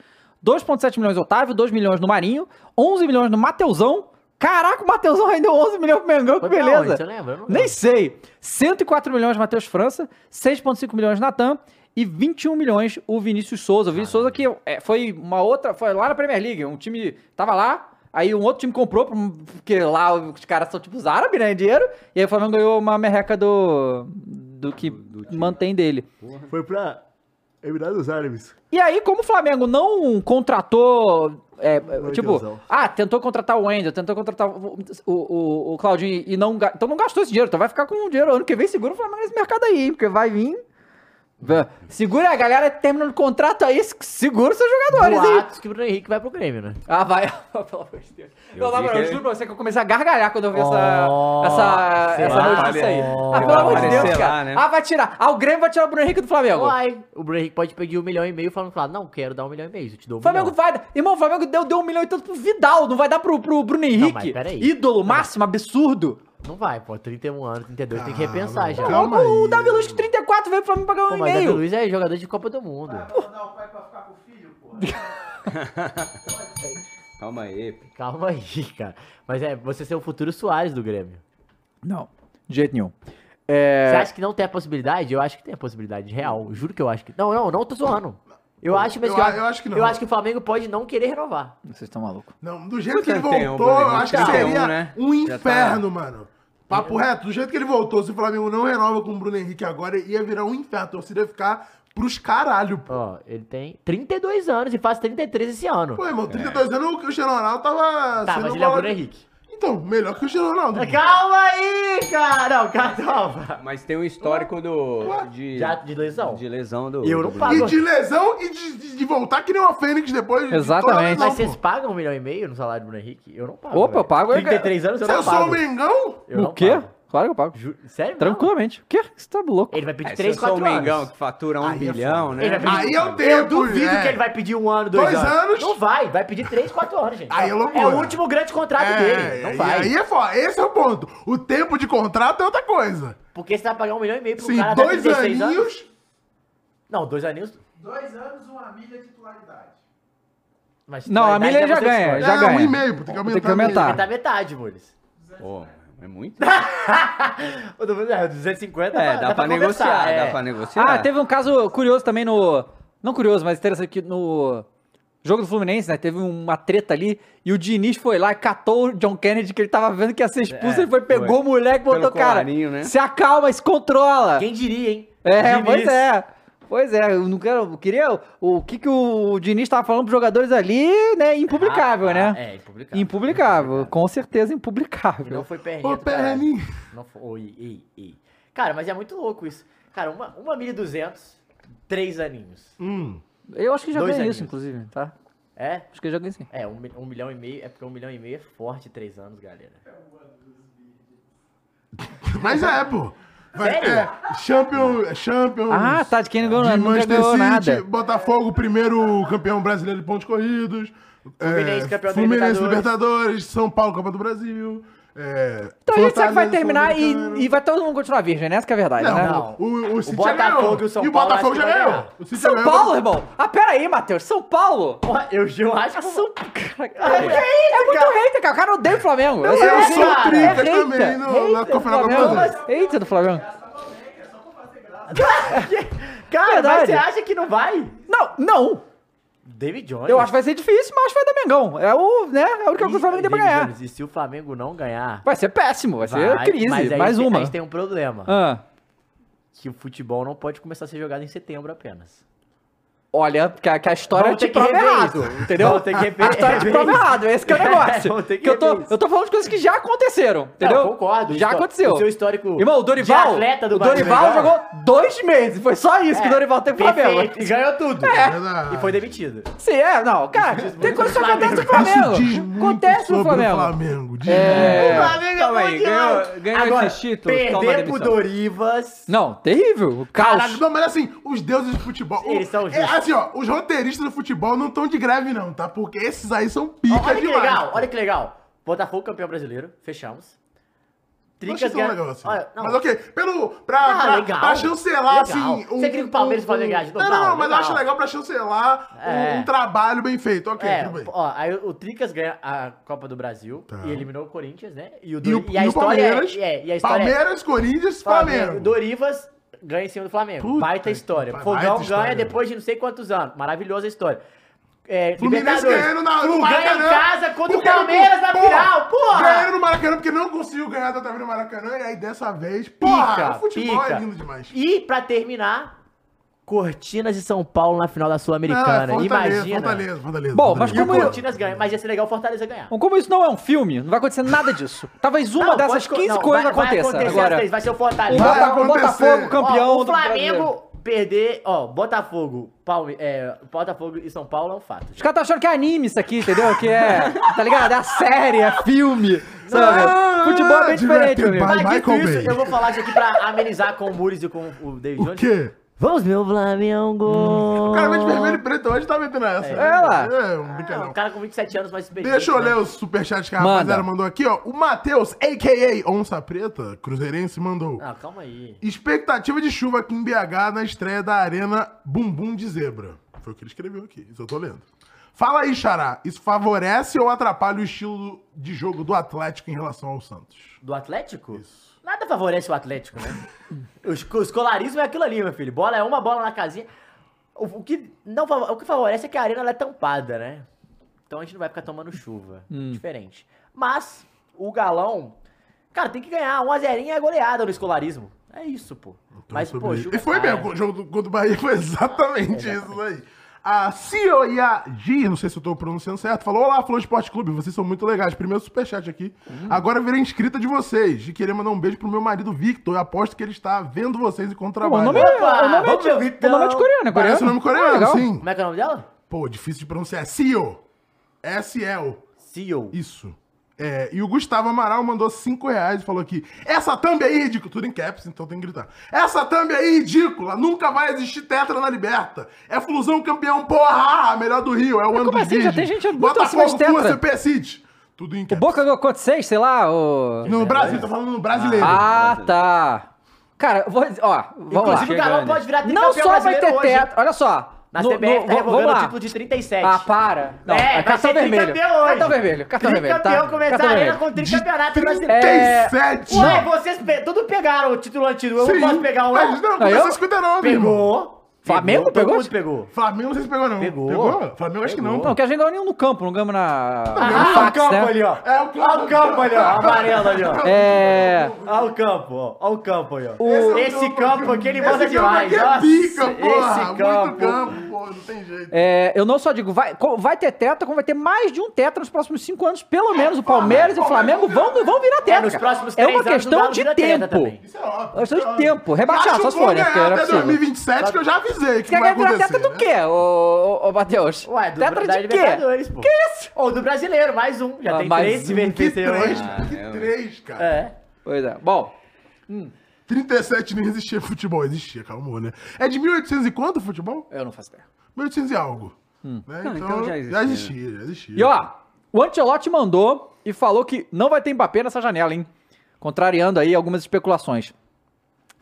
[SPEAKER 1] 2,7 milhões no Otávio. 2 milhões no Marinho. 11 milhões no Mateusão. Caraca, o Mateusão rendeu 11 milhões pro Mengão, que
[SPEAKER 3] Foi pra onde, Você
[SPEAKER 1] beleza.
[SPEAKER 3] lembra? Eu não
[SPEAKER 1] Nem sei. 104 milhões Matheus França. 6,5 milhões Natan. E 21 milhões o Vinícius Souza. O Vinícius Souza que é, foi uma outra. Foi lá na Premier League. Um time tava lá. Aí um outro time comprou, porque lá os caras são tipo os árabes, né? Dinheiro. E aí o Flamengo ganhou uma merreca do. do que mantém dele.
[SPEAKER 2] Foi pra Emirados Árabes.
[SPEAKER 1] E aí, como o Flamengo não contratou. é, tipo,
[SPEAKER 2] Deusão.
[SPEAKER 1] ah, tentou contratar o Wendel, tentou contratar o, o, o- o Claudinho e não. ga- Então não gastou esse dinheiro, então vai ficar com o dinheiro ano que vem segura o Flamengo nesse mercado aí, hein, porque vai vir. Vã- Segura a galera terminando o contrato aí, se- segura os seus jogadores, hein?
[SPEAKER 3] Boatos que o Bruno Henrique vai pro Grêmio, né?
[SPEAKER 1] Ah, vai. <laughs> Pelo amor de Deus. não,
[SPEAKER 4] vi
[SPEAKER 1] na moral, eu
[SPEAKER 4] que-
[SPEAKER 1] juro pra você que eu comecei a gargalhar quando eu vi essa,
[SPEAKER 3] Oh,
[SPEAKER 1] essa,
[SPEAKER 3] sei
[SPEAKER 1] essa
[SPEAKER 3] lá,
[SPEAKER 1] notícia aí.
[SPEAKER 3] olha.
[SPEAKER 1] Ah, pelo amor de
[SPEAKER 4] Aparecer
[SPEAKER 1] Deus,
[SPEAKER 4] lá,
[SPEAKER 1] cara.
[SPEAKER 4] né?
[SPEAKER 1] Ah, vai tirar. Ah, o Grêmio vai tirar o Bruno Henrique do Flamengo.
[SPEAKER 3] Uai, o Bruno Henrique pode pedir um milhão e meio e o Flamengo falar, não, quero dar um milhão e meio, eu te dou um
[SPEAKER 1] O Flamengo
[SPEAKER 3] milhão.
[SPEAKER 1] vai dar. Irmão, o Flamengo deu, deu um milhão e tanto pro Vidal, não vai dar pro, pro Bruno Henrique.
[SPEAKER 3] mas peraí.
[SPEAKER 1] Ídolo máximo, absurdo.
[SPEAKER 3] Não vai, pô, 31 anos, 32, tem que
[SPEAKER 2] Ah,
[SPEAKER 3] repensar
[SPEAKER 2] mano.
[SPEAKER 3] já.
[SPEAKER 2] Calma
[SPEAKER 1] Logo o
[SPEAKER 2] aí.
[SPEAKER 1] Davi Luiz com 34 veio pro Flamengo pagar um
[SPEAKER 3] Pô,
[SPEAKER 1] e
[SPEAKER 3] mas Davi
[SPEAKER 1] meio.
[SPEAKER 3] Luiz é jogador de Copa do Mundo.
[SPEAKER 9] Não, o pai pra ficar com o filho, pô.
[SPEAKER 4] Calma aí.
[SPEAKER 3] Calma aí, <laughs> cara. Mas é, você ser o futuro Soares do Grêmio.
[SPEAKER 1] Não, de jeito nenhum.
[SPEAKER 2] É.
[SPEAKER 3] Você acha que não tem a possibilidade? Eu acho que tem a possibilidade, real. Juro que eu acho que... Não, não, não tô zoando. Eu acho, mas
[SPEAKER 2] eu
[SPEAKER 3] que
[SPEAKER 2] a- eu acho que não.
[SPEAKER 3] Eu acho que o Flamengo pode não querer renovar.
[SPEAKER 1] Vocês estão malucos.
[SPEAKER 2] Não, do jeito que ele
[SPEAKER 4] Quanto tempo tem
[SPEAKER 2] voltou,
[SPEAKER 4] o
[SPEAKER 2] eu
[SPEAKER 4] Bruno?
[SPEAKER 2] acho que
[SPEAKER 4] Então,
[SPEAKER 2] seria
[SPEAKER 4] né?
[SPEAKER 2] um
[SPEAKER 4] Já tá-
[SPEAKER 2] inferno, mano. Papo reto, do jeito que ele voltou, se o Flamengo não renova com o Bruno Henrique agora, ia virar um inferno. A torcida ia ficar pros caralho, pô.
[SPEAKER 3] Ó, ele tem 32 anos e faz 33 esse ano.
[SPEAKER 2] Pô, irmão, 32 anos o Cristiano Ronaldo tava.
[SPEAKER 3] tá,
[SPEAKER 2] sendo
[SPEAKER 3] mas ele é o
[SPEAKER 2] bola-
[SPEAKER 3] Bruno Henrique. É
[SPEAKER 2] Então, melhor que o Cristiano Ronaldo. pô.
[SPEAKER 3] Calma aí, cara! Não, calma.
[SPEAKER 4] Mas tem um histórico do. De,
[SPEAKER 3] Já de lesão.
[SPEAKER 4] de lesão do.
[SPEAKER 3] Eu não
[SPEAKER 4] do-
[SPEAKER 3] pago.
[SPEAKER 2] E de lesão e de, de- de voltar que nem uma Fênix depois. de toda
[SPEAKER 1] Exatamente.
[SPEAKER 2] lesão,
[SPEAKER 3] Mas vocês
[SPEAKER 2] pô.
[SPEAKER 3] pagam um milhão e meio no salário do Bruno Henrique? Eu não pago.
[SPEAKER 1] Opa, eu pago, eu-
[SPEAKER 3] 33 anos eu
[SPEAKER 2] Se eu
[SPEAKER 3] não
[SPEAKER 2] sou o
[SPEAKER 3] pago.
[SPEAKER 2] Mengão,
[SPEAKER 3] Eu não
[SPEAKER 1] o quê?
[SPEAKER 3] pago.
[SPEAKER 1] Claro que eu pago.
[SPEAKER 3] Ju- Sério? mesmo?
[SPEAKER 1] Tranquilamente. O quê? Você tá louco?
[SPEAKER 3] Ele vai pedir
[SPEAKER 4] É,
[SPEAKER 3] 3,
[SPEAKER 4] se eu sou
[SPEAKER 2] um
[SPEAKER 3] 4
[SPEAKER 4] o
[SPEAKER 3] anos.
[SPEAKER 4] Mengão que fatura um bilhão, né?
[SPEAKER 3] Ele vai pedir-
[SPEAKER 2] aí eu tenho.
[SPEAKER 3] Eu duvido que ele vai pedir um ano, dois,
[SPEAKER 2] Dois
[SPEAKER 3] anos.
[SPEAKER 2] anos?
[SPEAKER 3] Não vai, vai pedir 3, 4 anos, gente.
[SPEAKER 2] Aí é loucura. É,
[SPEAKER 3] o último grande contrato dele. Não vai.
[SPEAKER 2] Aí é foda. Esse é o ponto. O tempo de contrato é outra coisa.
[SPEAKER 3] Porque você vai pagar um milhão e meio pro
[SPEAKER 2] Sim,
[SPEAKER 3] cara até
[SPEAKER 2] dois
[SPEAKER 3] 36 anos.
[SPEAKER 2] aninhos.
[SPEAKER 3] Não, dois aninhos.
[SPEAKER 9] Dois anos, uma milha titularidade.
[SPEAKER 3] Mas
[SPEAKER 1] Não, a
[SPEAKER 3] idade
[SPEAKER 1] milha
[SPEAKER 3] é
[SPEAKER 1] já
[SPEAKER 3] você
[SPEAKER 1] ganha,
[SPEAKER 3] escolhe.
[SPEAKER 1] já
[SPEAKER 2] é,
[SPEAKER 1] ganha.
[SPEAKER 2] um e meio, pô, tem que aumentar.
[SPEAKER 1] Tem que aumentar.
[SPEAKER 3] Metade, metade, Boris.
[SPEAKER 4] <laughs> Pô, é muito.
[SPEAKER 3] Ô, Dudu, é, 250
[SPEAKER 4] É, dá, pra, negociar,
[SPEAKER 3] conversar,
[SPEAKER 4] dá
[SPEAKER 3] é.
[SPEAKER 4] pra negociar.
[SPEAKER 1] Ah, teve um caso curioso também no. Não curioso, mas interessante que no. Jogo do Fluminense, né? Teve uma treta ali e o Diniz foi lá e catou o John Kennedy, que ele tava vendo que ia ser expulso.
[SPEAKER 4] É,
[SPEAKER 1] ele foi, pegou
[SPEAKER 4] foi.
[SPEAKER 1] o moleque, botou
[SPEAKER 4] Pelo
[SPEAKER 1] cara.
[SPEAKER 4] colarinho, né?
[SPEAKER 1] Se acalma, se controla.
[SPEAKER 3] Quem diria, hein?
[SPEAKER 1] É,
[SPEAKER 3] Diniz.
[SPEAKER 1] pois é. Pois é, eu não quero. eu queria. O, o que, que o Diniz tava falando pros jogadores ali, né? Impublicável,
[SPEAKER 3] Ah,
[SPEAKER 1] né?
[SPEAKER 3] É, impublicável.
[SPEAKER 1] Impublicável, com certeza
[SPEAKER 3] E não
[SPEAKER 1] impublicável.
[SPEAKER 3] foi perninha
[SPEAKER 2] Ô,
[SPEAKER 3] do caralho.
[SPEAKER 2] Perni.
[SPEAKER 3] Não foi... Oi, ei, ei. Cara, mas é muito louco isso. Cara, uma, uma milha e duzentos, três aninhos.
[SPEAKER 2] Hum.
[SPEAKER 1] Eu acho que já
[SPEAKER 3] Dois
[SPEAKER 1] ganhei
[SPEAKER 3] aninhos.
[SPEAKER 1] isso, inclusive, tá?
[SPEAKER 3] É?
[SPEAKER 1] Acho que eu joguei sim.
[SPEAKER 3] É, um, mi- um milhão e meio. É porque um milhão e meio é forte em três anos, galera.
[SPEAKER 2] Mas é, pô. Vai, é, champion, Champions.
[SPEAKER 1] Ah, tá, de quem não ganhou
[SPEAKER 2] de
[SPEAKER 1] nada, nunca
[SPEAKER 2] Manchester
[SPEAKER 1] ganhou
[SPEAKER 2] City,
[SPEAKER 1] nada.
[SPEAKER 2] Botafogo, primeiro campeão brasileiro de pontos corridos.
[SPEAKER 3] Fluminense,
[SPEAKER 2] é,
[SPEAKER 3] campeão da
[SPEAKER 2] Fluminense,
[SPEAKER 3] Libertadores.
[SPEAKER 2] Libertadores. São Paulo, Copa do Brasil. é,
[SPEAKER 1] Então a gente sabe que vai
[SPEAKER 2] Fortaleza,
[SPEAKER 1] terminar e,
[SPEAKER 2] Sul-Americano.
[SPEAKER 1] e vai todo mundo continuar virgem, né? Essa que é a verdade,
[SPEAKER 2] Não,
[SPEAKER 1] né?
[SPEAKER 3] Não.
[SPEAKER 2] O, o,
[SPEAKER 3] O
[SPEAKER 2] City já
[SPEAKER 3] Botafogo
[SPEAKER 2] ganhou.
[SPEAKER 3] e o São
[SPEAKER 2] E o
[SPEAKER 3] Paulo
[SPEAKER 2] Botafogo
[SPEAKER 3] acho
[SPEAKER 2] já
[SPEAKER 3] que vai
[SPEAKER 2] ganhou.
[SPEAKER 3] ganhar.
[SPEAKER 2] O City já
[SPEAKER 1] São
[SPEAKER 2] ganhou.
[SPEAKER 1] Paulo, irmão! Ah, pera aí, Matheus, São Paulo!
[SPEAKER 3] Porra, eu, eu acho que.
[SPEAKER 1] São... Caraca, é, muito hater, cara. O cara odeia o Flamengo. Eu,
[SPEAKER 2] eu sou
[SPEAKER 1] cara.
[SPEAKER 2] o Tricas
[SPEAKER 1] hater.
[SPEAKER 2] também no- na
[SPEAKER 1] Hater do
[SPEAKER 2] Copa da Copa
[SPEAKER 1] Flamengo.
[SPEAKER 2] do Brasil.
[SPEAKER 1] Hater do Flamengo.
[SPEAKER 3] <laughs> Cara,
[SPEAKER 1] Verdade.
[SPEAKER 3] mas você acha que não vai?
[SPEAKER 1] Não, não.
[SPEAKER 3] David Jones.
[SPEAKER 1] Eu acho que vai ser difícil, mas acho que vai dar Mengão. É o, né, é a única coisa que o Flamengo tem pra
[SPEAKER 3] David
[SPEAKER 1] ganhar.
[SPEAKER 3] Jones, E se o Flamengo não ganhar.
[SPEAKER 1] Vai ser péssimo, vai ser
[SPEAKER 3] vai,
[SPEAKER 1] crise,
[SPEAKER 3] mas aí
[SPEAKER 1] mais
[SPEAKER 3] tem-
[SPEAKER 1] uma.
[SPEAKER 3] Aí tem um problema.
[SPEAKER 1] Ah,
[SPEAKER 3] Que o futebol não pode começar a ser jogado em setembro apenas.
[SPEAKER 1] olha, que a, que a história
[SPEAKER 3] Vamos
[SPEAKER 1] te
[SPEAKER 3] ter que
[SPEAKER 1] prova é
[SPEAKER 3] rever
[SPEAKER 1] errado,
[SPEAKER 3] isso.
[SPEAKER 1] entendeu?
[SPEAKER 3] Vamos ter que rever-
[SPEAKER 1] a história te
[SPEAKER 3] <laughs> rever
[SPEAKER 1] prova
[SPEAKER 3] isso.
[SPEAKER 1] errado, esse que é o negócio.
[SPEAKER 3] Vamos ter que
[SPEAKER 1] eu, tô,
[SPEAKER 3] rever isso.
[SPEAKER 1] eu tô falando de coisas que já aconteceram, entendeu?
[SPEAKER 3] Não, concordo.
[SPEAKER 1] Já
[SPEAKER 3] Histó-
[SPEAKER 1] aconteceu.
[SPEAKER 3] O seu histórico.
[SPEAKER 1] Irmão, o Dorival,
[SPEAKER 3] De atleta do
[SPEAKER 1] o Dorival
[SPEAKER 3] Brasil.
[SPEAKER 1] jogou dois meses, foi só isso que o Dorival teve pro Flamengo.
[SPEAKER 3] perfeito, E ganhou tudo.
[SPEAKER 2] É
[SPEAKER 1] É.
[SPEAKER 2] Verdade.
[SPEAKER 3] E foi demitido.
[SPEAKER 1] Sim, é, não, cara, tem coisa que só acontece no Flamengo.
[SPEAKER 2] Isso diz muito
[SPEAKER 1] Acontece no
[SPEAKER 2] sobre o
[SPEAKER 1] Flamengo.
[SPEAKER 2] Flamengo, diz
[SPEAKER 1] É.
[SPEAKER 2] muito.
[SPEAKER 4] Calma aí, ganhou, ganhou
[SPEAKER 3] Agora,
[SPEAKER 4] esses títulos, toma
[SPEAKER 3] perder pro
[SPEAKER 4] demissão.
[SPEAKER 3] Dorivas.
[SPEAKER 1] Não, terrível, o
[SPEAKER 2] Caraca,
[SPEAKER 1] caos.
[SPEAKER 2] não, mas assim, os deuses do futebol.
[SPEAKER 3] Eles são
[SPEAKER 2] é,
[SPEAKER 3] justos.
[SPEAKER 2] assim, ó, os roteiristas do futebol não estão de greve, não, tá? Porque esses aí são pica
[SPEAKER 3] Olha que
[SPEAKER 2] demais.
[SPEAKER 3] legal, olha que legal. Botafogo campeão brasileiro, fechamos.
[SPEAKER 2] Eu achei
[SPEAKER 3] Trincas
[SPEAKER 2] isso
[SPEAKER 3] ganha-
[SPEAKER 2] legal, assim.
[SPEAKER 3] Olha, não.
[SPEAKER 2] Mas ok, pelo. Pra,
[SPEAKER 3] Ah,
[SPEAKER 2] pra,
[SPEAKER 3] legal.
[SPEAKER 2] pra chancelar,
[SPEAKER 3] Legal.
[SPEAKER 2] assim.
[SPEAKER 3] Você queria que o Palmeiras fosse ganhar de novo?
[SPEAKER 2] Não, não,
[SPEAKER 3] Não,
[SPEAKER 2] não, mas eu
[SPEAKER 3] legal.
[SPEAKER 2] acho legal pra chancelar um-
[SPEAKER 3] É.
[SPEAKER 2] um trabalho bem feito. Ok,
[SPEAKER 3] É,
[SPEAKER 2] tudo bem. Tá.
[SPEAKER 3] ó, aí o Tricas ganha a Copa do Brasil e eliminou o Corinthians, né? E,
[SPEAKER 2] E,
[SPEAKER 3] o,
[SPEAKER 2] o,
[SPEAKER 3] Dori- e a
[SPEAKER 2] e o
[SPEAKER 3] história
[SPEAKER 2] Palmeiras.
[SPEAKER 3] é, é, e a história é-
[SPEAKER 2] Palmeiras, Corinthians,
[SPEAKER 3] O
[SPEAKER 2] Flamengo.
[SPEAKER 3] Dorivas ganha em cima do Flamengo.
[SPEAKER 2] Puta que
[SPEAKER 3] baita história.
[SPEAKER 2] pa-
[SPEAKER 3] Fogão
[SPEAKER 2] baita
[SPEAKER 3] ganha
[SPEAKER 2] história.
[SPEAKER 3] depois de não sei quantos anos. Maravilhosa história. É,
[SPEAKER 2] Fluminense
[SPEAKER 3] Libertadores.
[SPEAKER 2] ganhando na, no
[SPEAKER 3] Flu ganha em
[SPEAKER 2] Maracanã.
[SPEAKER 3] casa contra o
[SPEAKER 2] Porque não-
[SPEAKER 3] Palmeiras na
[SPEAKER 2] porra,
[SPEAKER 3] final, porra!
[SPEAKER 2] Ganhando no Maracanã porque não conseguiu ganhar da Taverna no Maracanã. E aí dessa vez, porra,
[SPEAKER 3] Pica,
[SPEAKER 2] o futebol
[SPEAKER 3] pica.
[SPEAKER 2] é lindo demais.
[SPEAKER 3] E pra terminar, Cortinas e São Paulo na final da
[SPEAKER 2] Não, é
[SPEAKER 3] Sul-Americana.
[SPEAKER 2] Fortaleza,
[SPEAKER 3] Imagina.
[SPEAKER 2] Fortaleza, Fortaleza.
[SPEAKER 1] Bom, mas
[SPEAKER 2] Fortaleza.
[SPEAKER 3] E o
[SPEAKER 1] como eu-
[SPEAKER 3] Cortinas ganha, mas ia ser legal o Fortaleza ganhar.
[SPEAKER 1] Bom, Como isso não é um filme, não vai acontecer nada disso. Talvez uma
[SPEAKER 3] Não,
[SPEAKER 1] dessas
[SPEAKER 3] pode co-
[SPEAKER 1] 15
[SPEAKER 3] não,
[SPEAKER 1] coisas
[SPEAKER 3] vai- vai
[SPEAKER 1] aconteça
[SPEAKER 3] acontecer
[SPEAKER 1] agora.
[SPEAKER 3] às três, Vai ser o
[SPEAKER 1] O
[SPEAKER 3] Fortaleza.
[SPEAKER 2] Vai
[SPEAKER 1] Bota- o
[SPEAKER 2] acontecer.
[SPEAKER 1] Botafogo campeão
[SPEAKER 3] Ó, o
[SPEAKER 1] do Brasileiro.
[SPEAKER 3] Flamengo perder, ó, Botafogo, Palme, é, Botafogo e São Paulo é um fato.
[SPEAKER 1] Os caras estão achando que é anime isso aqui, entendeu? Que é, tá ligado? É série, é filme, sabe?
[SPEAKER 2] Ah,
[SPEAKER 1] Futebol é bem diferente,
[SPEAKER 2] Diverted
[SPEAKER 1] meu amigo.
[SPEAKER 2] by
[SPEAKER 3] Mas dito
[SPEAKER 2] Michael
[SPEAKER 3] isso,
[SPEAKER 2] Bay.
[SPEAKER 3] eu vou falar isso aqui pra amenizar com o Mures e com o David
[SPEAKER 2] O
[SPEAKER 3] Jones.
[SPEAKER 2] quê?
[SPEAKER 3] Vamos ver o Flamengo.
[SPEAKER 2] O cara vem de vermelho e preto hoje tá metendo essa.
[SPEAKER 1] É, lá.
[SPEAKER 2] É, um
[SPEAKER 3] Ah, um
[SPEAKER 2] brincalhão.
[SPEAKER 3] cara né? com 27 anos vai se beijar.
[SPEAKER 2] Deixa eu ler os superchats que a
[SPEAKER 1] Manda.
[SPEAKER 2] rapaziada mandou aqui, ó. O Matheus, a.k.a. Onça Preta, cruzeirense, mandou.
[SPEAKER 3] Ah, calma aí.
[SPEAKER 2] Expectativa de chuva aqui em BH na estreia da Arena Bumbum de Zebra. Foi o que ele escreveu aqui, isso eu tô lendo. Fala aí, Xará, isso favorece ou atrapalha o estilo de jogo do Atlético em relação ao Santos?
[SPEAKER 3] Do Atlético? Nada favorece o Atlético, né?
[SPEAKER 2] <laughs>
[SPEAKER 3] o esco- o escolarismo é aquilo ali, meu filho. Bola é uma bola na casinha. O, o que, não, fa- o que favorece é que a arena ela é tampada, né? Então a gente não vai ficar tomando chuva.
[SPEAKER 2] Hum.
[SPEAKER 3] Diferente. Mas, o galão. Cara, tem que ganhar. Uma zerinha é goleada no escolarismo. É isso, pô. Mas,
[SPEAKER 2] Sobre
[SPEAKER 3] pô,
[SPEAKER 2] isso.
[SPEAKER 3] chuva
[SPEAKER 2] Então E foi
[SPEAKER 3] cai.
[SPEAKER 2] mesmo, o jogo do, contra o Bahia foi exatamente, isso daí. A Cio e a Gi, não sei se eu tô pronunciando certo, falou: Olá, Flow Esporte Clube, vocês são muito legais. Primeiro superchat aqui. Agora eu virei inscrita de vocês. E queria mandar um beijo pro meu marido Victor. Eu aposto que ele está vendo vocês enquanto
[SPEAKER 1] Pô, o
[SPEAKER 2] trabalha.
[SPEAKER 1] nome é,
[SPEAKER 3] Opa,
[SPEAKER 1] o nome é
[SPEAKER 3] vamos
[SPEAKER 1] de,
[SPEAKER 3] ver o Vitão.
[SPEAKER 1] o nome é de coreano, é coreano?
[SPEAKER 2] Parece o nome
[SPEAKER 1] Ah,
[SPEAKER 2] coreano,
[SPEAKER 1] legal.
[SPEAKER 2] sim.
[SPEAKER 3] Como é que é o nome dela?
[SPEAKER 2] Pô, difícil de pronunciar. É Cio. S-E-O.
[SPEAKER 3] CEO.
[SPEAKER 2] Isso. É, e o Gustavo Amaral mandou 5 reais e falou aqui: Essa thumb aí é ridícula. Tudo em caps, então tem que gritar. Essa thumb aí é ridícula. Nunca vai existir tetra na liberta. É fusão campeão, porra! Melhor do Rio. É o ano
[SPEAKER 1] como
[SPEAKER 2] dos
[SPEAKER 1] assim? Já
[SPEAKER 2] virgens.
[SPEAKER 1] tem gente muito acima de
[SPEAKER 2] Botafogo,
[SPEAKER 1] tetra.
[SPEAKER 2] Flu, CP City. Tudo em
[SPEAKER 1] O
[SPEAKER 2] caps.
[SPEAKER 1] Boca ganhou quanto? Seis, sei lá, o...
[SPEAKER 2] No Brasil, tô falando no brasileiro.
[SPEAKER 1] Ah, tá. Cara, eu vou dizer, ó, vamos lá.
[SPEAKER 3] Inclusive, o galão pode virar
[SPEAKER 1] Não
[SPEAKER 3] tricampeão
[SPEAKER 1] só vai
[SPEAKER 3] brasileiro
[SPEAKER 1] ter
[SPEAKER 3] hoje, hein?
[SPEAKER 1] teto, olha só.
[SPEAKER 3] Na
[SPEAKER 1] No-
[SPEAKER 3] CBF
[SPEAKER 1] no-
[SPEAKER 3] tá
[SPEAKER 1] vamos
[SPEAKER 3] revogando o
[SPEAKER 1] lá.
[SPEAKER 3] título de 37.
[SPEAKER 1] Ah, para. Não,
[SPEAKER 3] É,
[SPEAKER 1] é
[SPEAKER 3] vai
[SPEAKER 1] cartão
[SPEAKER 3] ser
[SPEAKER 1] vermelho.
[SPEAKER 3] tricampeão hoje.
[SPEAKER 1] Cartão vermelho, cartão vermelho, tá?
[SPEAKER 3] Tricampeão começar né?
[SPEAKER 1] Cartão
[SPEAKER 3] a arena
[SPEAKER 1] vermelho.
[SPEAKER 3] com tricampeonato brasileiro.
[SPEAKER 1] É,
[SPEAKER 2] 37!
[SPEAKER 3] Ué, vocês pe- tudo pegaram o título antigo. Eu não posso pegar um.
[SPEAKER 2] Mas não, começou
[SPEAKER 1] eu?
[SPEAKER 2] a 59. irmão.
[SPEAKER 3] Pegou.
[SPEAKER 1] Flamengo
[SPEAKER 3] Todo
[SPEAKER 1] pegou?
[SPEAKER 3] mundo pegou.
[SPEAKER 2] Flamengo, não sei se pegou, não.
[SPEAKER 3] Pegou.
[SPEAKER 2] Flamengo, acho que
[SPEAKER 3] Pegou.
[SPEAKER 2] não.
[SPEAKER 1] Não, que a gente ganhou nenhum no campo, não ganhamos na...
[SPEAKER 3] Ah,
[SPEAKER 1] no
[SPEAKER 3] o
[SPEAKER 1] fax,
[SPEAKER 3] campo
[SPEAKER 1] né?
[SPEAKER 3] ali, ó.
[SPEAKER 2] É o
[SPEAKER 3] Olha o campo ali, ó. <laughs> Amarelo ali, ó.
[SPEAKER 1] É...
[SPEAKER 3] Olha o campo, ó. Olha o campo aí, ó.
[SPEAKER 1] O-
[SPEAKER 3] Esse campo aqui, ele
[SPEAKER 2] Esse
[SPEAKER 3] manda
[SPEAKER 2] campo
[SPEAKER 3] demais.
[SPEAKER 2] aqui é
[SPEAKER 3] Nossa,
[SPEAKER 2] pica, porra.
[SPEAKER 3] Esse
[SPEAKER 2] Muito
[SPEAKER 3] campo.
[SPEAKER 2] campo, pô. Não tem jeito.
[SPEAKER 1] É, eu não só digo, vai, co- vai ter tetra, como vai ter mais de um tetra nos próximos cinco anos, pelo menos. O Palmeiras e o Flamengo vão, vão virar tetra.
[SPEAKER 3] É, nos
[SPEAKER 1] cara.
[SPEAKER 3] próximos
[SPEAKER 1] É
[SPEAKER 3] três
[SPEAKER 1] uma
[SPEAKER 3] anos o
[SPEAKER 1] questão
[SPEAKER 3] Galo
[SPEAKER 1] de
[SPEAKER 3] vira tetra
[SPEAKER 1] tempo.
[SPEAKER 3] também.
[SPEAKER 2] Isso é
[SPEAKER 1] É
[SPEAKER 2] óbvio.
[SPEAKER 1] questão de
[SPEAKER 2] isso é óbvio.
[SPEAKER 1] tempo. Rebaixar,
[SPEAKER 2] Acho
[SPEAKER 1] só
[SPEAKER 2] que
[SPEAKER 1] se
[SPEAKER 2] vou
[SPEAKER 1] for, né?
[SPEAKER 2] ganhar
[SPEAKER 1] Porque não é
[SPEAKER 2] até
[SPEAKER 1] possível.
[SPEAKER 2] 2027 que eu já vi avisei que
[SPEAKER 1] Quer
[SPEAKER 2] não vai
[SPEAKER 1] ganhar
[SPEAKER 2] acontecer.
[SPEAKER 1] tetra do
[SPEAKER 2] né?
[SPEAKER 1] quê, ô, ô, ô Matheus?
[SPEAKER 3] Ué, do
[SPEAKER 1] tetra
[SPEAKER 3] da
[SPEAKER 1] de quê?
[SPEAKER 3] Libertadores, pô. Que isso? Ou do brasileiro, mais um. Já
[SPEAKER 1] Ah,
[SPEAKER 3] tem
[SPEAKER 1] mais
[SPEAKER 3] três
[SPEAKER 1] um,
[SPEAKER 3] se vem
[SPEAKER 2] Que
[SPEAKER 3] vencer
[SPEAKER 2] três,
[SPEAKER 3] hoje.
[SPEAKER 4] né?
[SPEAKER 2] que três, cara.
[SPEAKER 3] É.
[SPEAKER 1] Pois é. Bom,
[SPEAKER 2] 37 não existia futebol. Existia, calma, né? É de 1800 e quanto futebol?
[SPEAKER 1] eu não faço ideia.
[SPEAKER 2] 1800 e algo. Né? Então,
[SPEAKER 4] então
[SPEAKER 2] já
[SPEAKER 4] já existia,
[SPEAKER 2] existia. Já existia,
[SPEAKER 1] Hum. E ó, o Ancelotti mandou e falou que não vai ter Mbappé nessa janela, hein? Contrariando aí algumas especulações.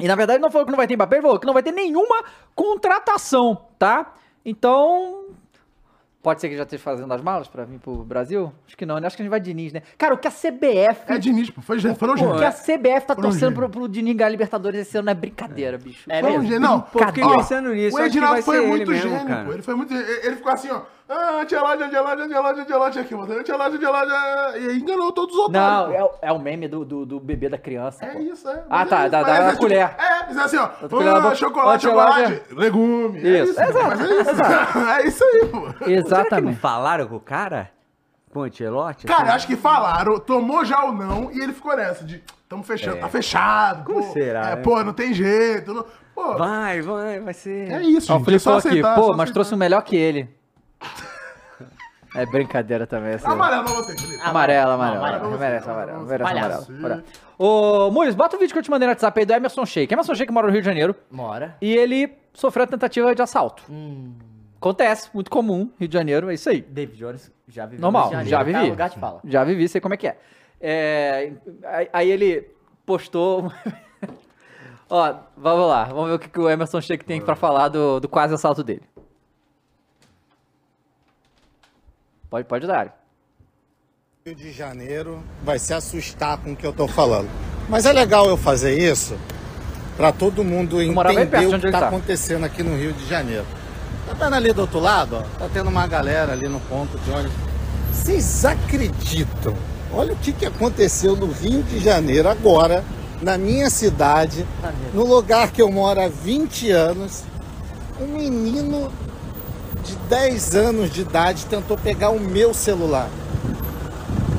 [SPEAKER 1] E na verdade não falou que não vai ter Mbappé, ele falou que não vai ter nenhuma contratação, tá? Então. Pode ser que já esteja fazendo as malas pra vir pro Brasil? Acho que não, né? Acho que a gente vai Diniz, né? Cara, o que a CBF.
[SPEAKER 2] É Diniz, pô. Foi, foram os
[SPEAKER 1] o que a
[SPEAKER 2] gêmeos.
[SPEAKER 1] CBF tá
[SPEAKER 2] Foram
[SPEAKER 1] torcendo pro,
[SPEAKER 2] gêmeos.
[SPEAKER 1] pro Diniz ganhar a Libertadores esse ano é brincadeira, bicho.
[SPEAKER 3] É
[SPEAKER 2] Foram os
[SPEAKER 3] mesmo.
[SPEAKER 2] gêmeos. um Não,
[SPEAKER 4] Pô, fiquei
[SPEAKER 2] ó,
[SPEAKER 4] pensando nisso.
[SPEAKER 2] O
[SPEAKER 4] acho que
[SPEAKER 2] Edinaldo
[SPEAKER 4] vai
[SPEAKER 2] foi
[SPEAKER 4] ser ele
[SPEAKER 2] muito
[SPEAKER 4] mesmo,
[SPEAKER 2] gênio,
[SPEAKER 4] cara.
[SPEAKER 2] pô. Ele foi muito. Ele ele ficou assim, ó. Ah, Ancelotti, Ancelotti, Ancelotti, Ancelotti aqui, mano. Ancelotti, Ancelotti. ah, E aí enganou todos os
[SPEAKER 1] Não,
[SPEAKER 2] otários.
[SPEAKER 1] é,
[SPEAKER 2] pô.
[SPEAKER 1] o- é o meme do, do, do bebê da criança.
[SPEAKER 2] um É
[SPEAKER 1] pô.
[SPEAKER 2] isso, é.
[SPEAKER 1] Ah,
[SPEAKER 2] Mas
[SPEAKER 1] tá,
[SPEAKER 2] é isso,
[SPEAKER 1] dá- dá
[SPEAKER 2] mas
[SPEAKER 1] na
[SPEAKER 2] é tipo-
[SPEAKER 1] colher.
[SPEAKER 2] É, diz assim, ó.
[SPEAKER 1] colher na
[SPEAKER 2] ah,
[SPEAKER 1] boca,
[SPEAKER 2] chocolate,
[SPEAKER 1] chocolate,
[SPEAKER 2] chocolate, legume. É
[SPEAKER 1] Isso,
[SPEAKER 2] isso, pô, mas é isso. <laughs> É isso aí, pô.
[SPEAKER 4] Será que não
[SPEAKER 1] Exatamente.
[SPEAKER 4] falaram com o cara? Com o Ancelotti? assim?
[SPEAKER 2] Cara, acho que falaram, tomou já ou não, e ele ficou nessa de, tamo
[SPEAKER 1] É.
[SPEAKER 2] fechando, tá fechado.
[SPEAKER 4] Como
[SPEAKER 2] pô,
[SPEAKER 4] será,
[SPEAKER 2] É,
[SPEAKER 4] né?
[SPEAKER 2] pô, não tem jeito. não- pô,
[SPEAKER 4] Vai, vai, vai ser...
[SPEAKER 2] é isso,
[SPEAKER 1] Ó, o
[SPEAKER 2] gente,
[SPEAKER 1] Felipe
[SPEAKER 2] é só
[SPEAKER 1] falou aqui,
[SPEAKER 2] aceitar,
[SPEAKER 1] pô,
[SPEAKER 2] só
[SPEAKER 1] mas
[SPEAKER 2] aceitar.
[SPEAKER 1] trouxe um melhor que ele. É brincadeira também essa. Amarelo,
[SPEAKER 2] Amarelo pra você, Felipe.
[SPEAKER 1] amarelo, amarelo.
[SPEAKER 3] Amarelo
[SPEAKER 2] pra você,
[SPEAKER 1] merece,
[SPEAKER 2] amarelo
[SPEAKER 1] amarelo,
[SPEAKER 2] pra você.
[SPEAKER 1] merece amarelo.
[SPEAKER 2] Palhaço.
[SPEAKER 1] amarelo. Ô, Muniz, bota o vídeo que eu te mandei no WhatsApp aí do Emerson Sheik. Emerson Sheik mora no Rio de Janeiro
[SPEAKER 3] Mora.
[SPEAKER 1] e ele sofreu a tentativa de assalto. Acontece, muito comum, Rio de Janeiro, é isso aí.
[SPEAKER 3] David Jones já viveu.
[SPEAKER 1] Normal,
[SPEAKER 3] no Rio de
[SPEAKER 1] já
[SPEAKER 3] Janeiro, tá?
[SPEAKER 1] vivi.
[SPEAKER 3] lugar de fala.
[SPEAKER 1] Já vivi, sei como é que é. É, aí- aí ele postou. <laughs> Ó, vamos lá, vamos ver o que, que o Emerson Sheik tem pra falar do, do quase assalto dele. Pode, pode dar.
[SPEAKER 10] Rio de Janeiro vai se assustar com o que eu tô falando. Mas é legal eu fazer isso para todo mundo
[SPEAKER 1] morava bem
[SPEAKER 10] entender
[SPEAKER 1] perto de
[SPEAKER 10] o
[SPEAKER 1] onde
[SPEAKER 10] que
[SPEAKER 1] ele
[SPEAKER 10] está
[SPEAKER 1] tá.
[SPEAKER 10] acontecendo aqui no Rio de Janeiro. Tá vendo ali do outro lado, ó, tá tendo uma galera ali no ponto de ônibus. Vocês acreditam? Olha o que, que aconteceu no Rio de Janeiro agora, na minha cidade,
[SPEAKER 1] Tá
[SPEAKER 10] no lugar que eu moro há 20 anos. Um menino de 10 anos de idade tentou pegar o meu celular.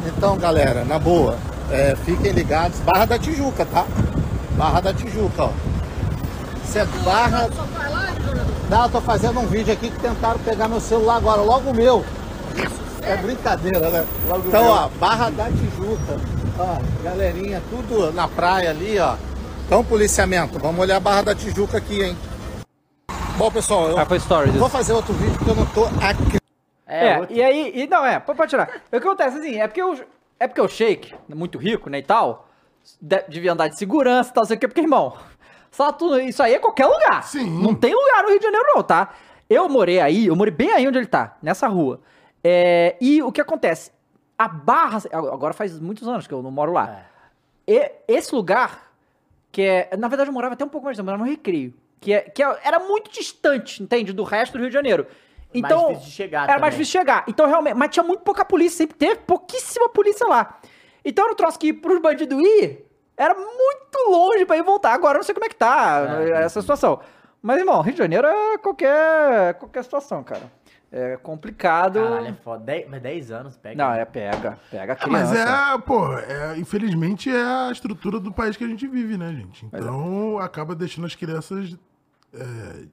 [SPEAKER 10] Então, galera, na boa, é, fiquem ligados. Barra da Tijuca, tá? Barra da Tijuca, ó. Isso é barra. Não, eu tô fazendo um vídeo aqui que tentaram pegar meu celular agora, logo o meu. É brincadeira, né? então, ó, Barra da Tijuca. Ó, galerinha, tudo na praia ali, ó. Então, policiamento, vamos olhar a Barra da Tijuca aqui, hein? Bom, pessoal, eu
[SPEAKER 1] Ah, foi story
[SPEAKER 10] vou
[SPEAKER 1] disso.
[SPEAKER 10] fazer outro vídeo porque eu não tô aqui.
[SPEAKER 1] É,
[SPEAKER 3] outro.
[SPEAKER 1] e aí. E, não, é, pode pode tirar. O que acontece assim, é porque o, é porque o Sheik, muito rico, né, e tal, de- devia andar de segurança e tal, sei o quê, porque, irmão, Saturno, isso aí é qualquer lugar.
[SPEAKER 2] Sim.
[SPEAKER 1] Não tem lugar no Rio de Janeiro, não, tá? Eu morei aí, eu morei bem aí onde ele tá, nessa rua. É, e o que acontece? A barra. Agora faz muitos anos que eu não moro lá. E- esse lugar, que é. Na verdade, eu morava até um pouco mais, eu morava no Recreio. Que, é, que é- era muito distante, entende? Do resto do Rio de Janeiro. Então,
[SPEAKER 3] difícil de chegar
[SPEAKER 1] Era mais
[SPEAKER 3] Ah, também.
[SPEAKER 1] difícil de chegar. Então, realmente. Mas tinha muito pouca polícia, sempre teve pouquíssima polícia lá. Então, era um troço que pros bandidos ir, era muito longe pra ir voltar. Agora, eu não sei como é que tá essa situação. Mas, irmão, Rio de Janeiro é qualquer, qualquer situação, cara. É complicado.
[SPEAKER 3] Caralho, é foda. Dez- mas 10 anos pega.
[SPEAKER 1] Não, é pega. Pega
[SPEAKER 2] Ah,
[SPEAKER 1] criança.
[SPEAKER 2] Mas é, pô, é, infelizmente é a estrutura do país que a gente vive, né, gente? Então acaba deixando as crianças é,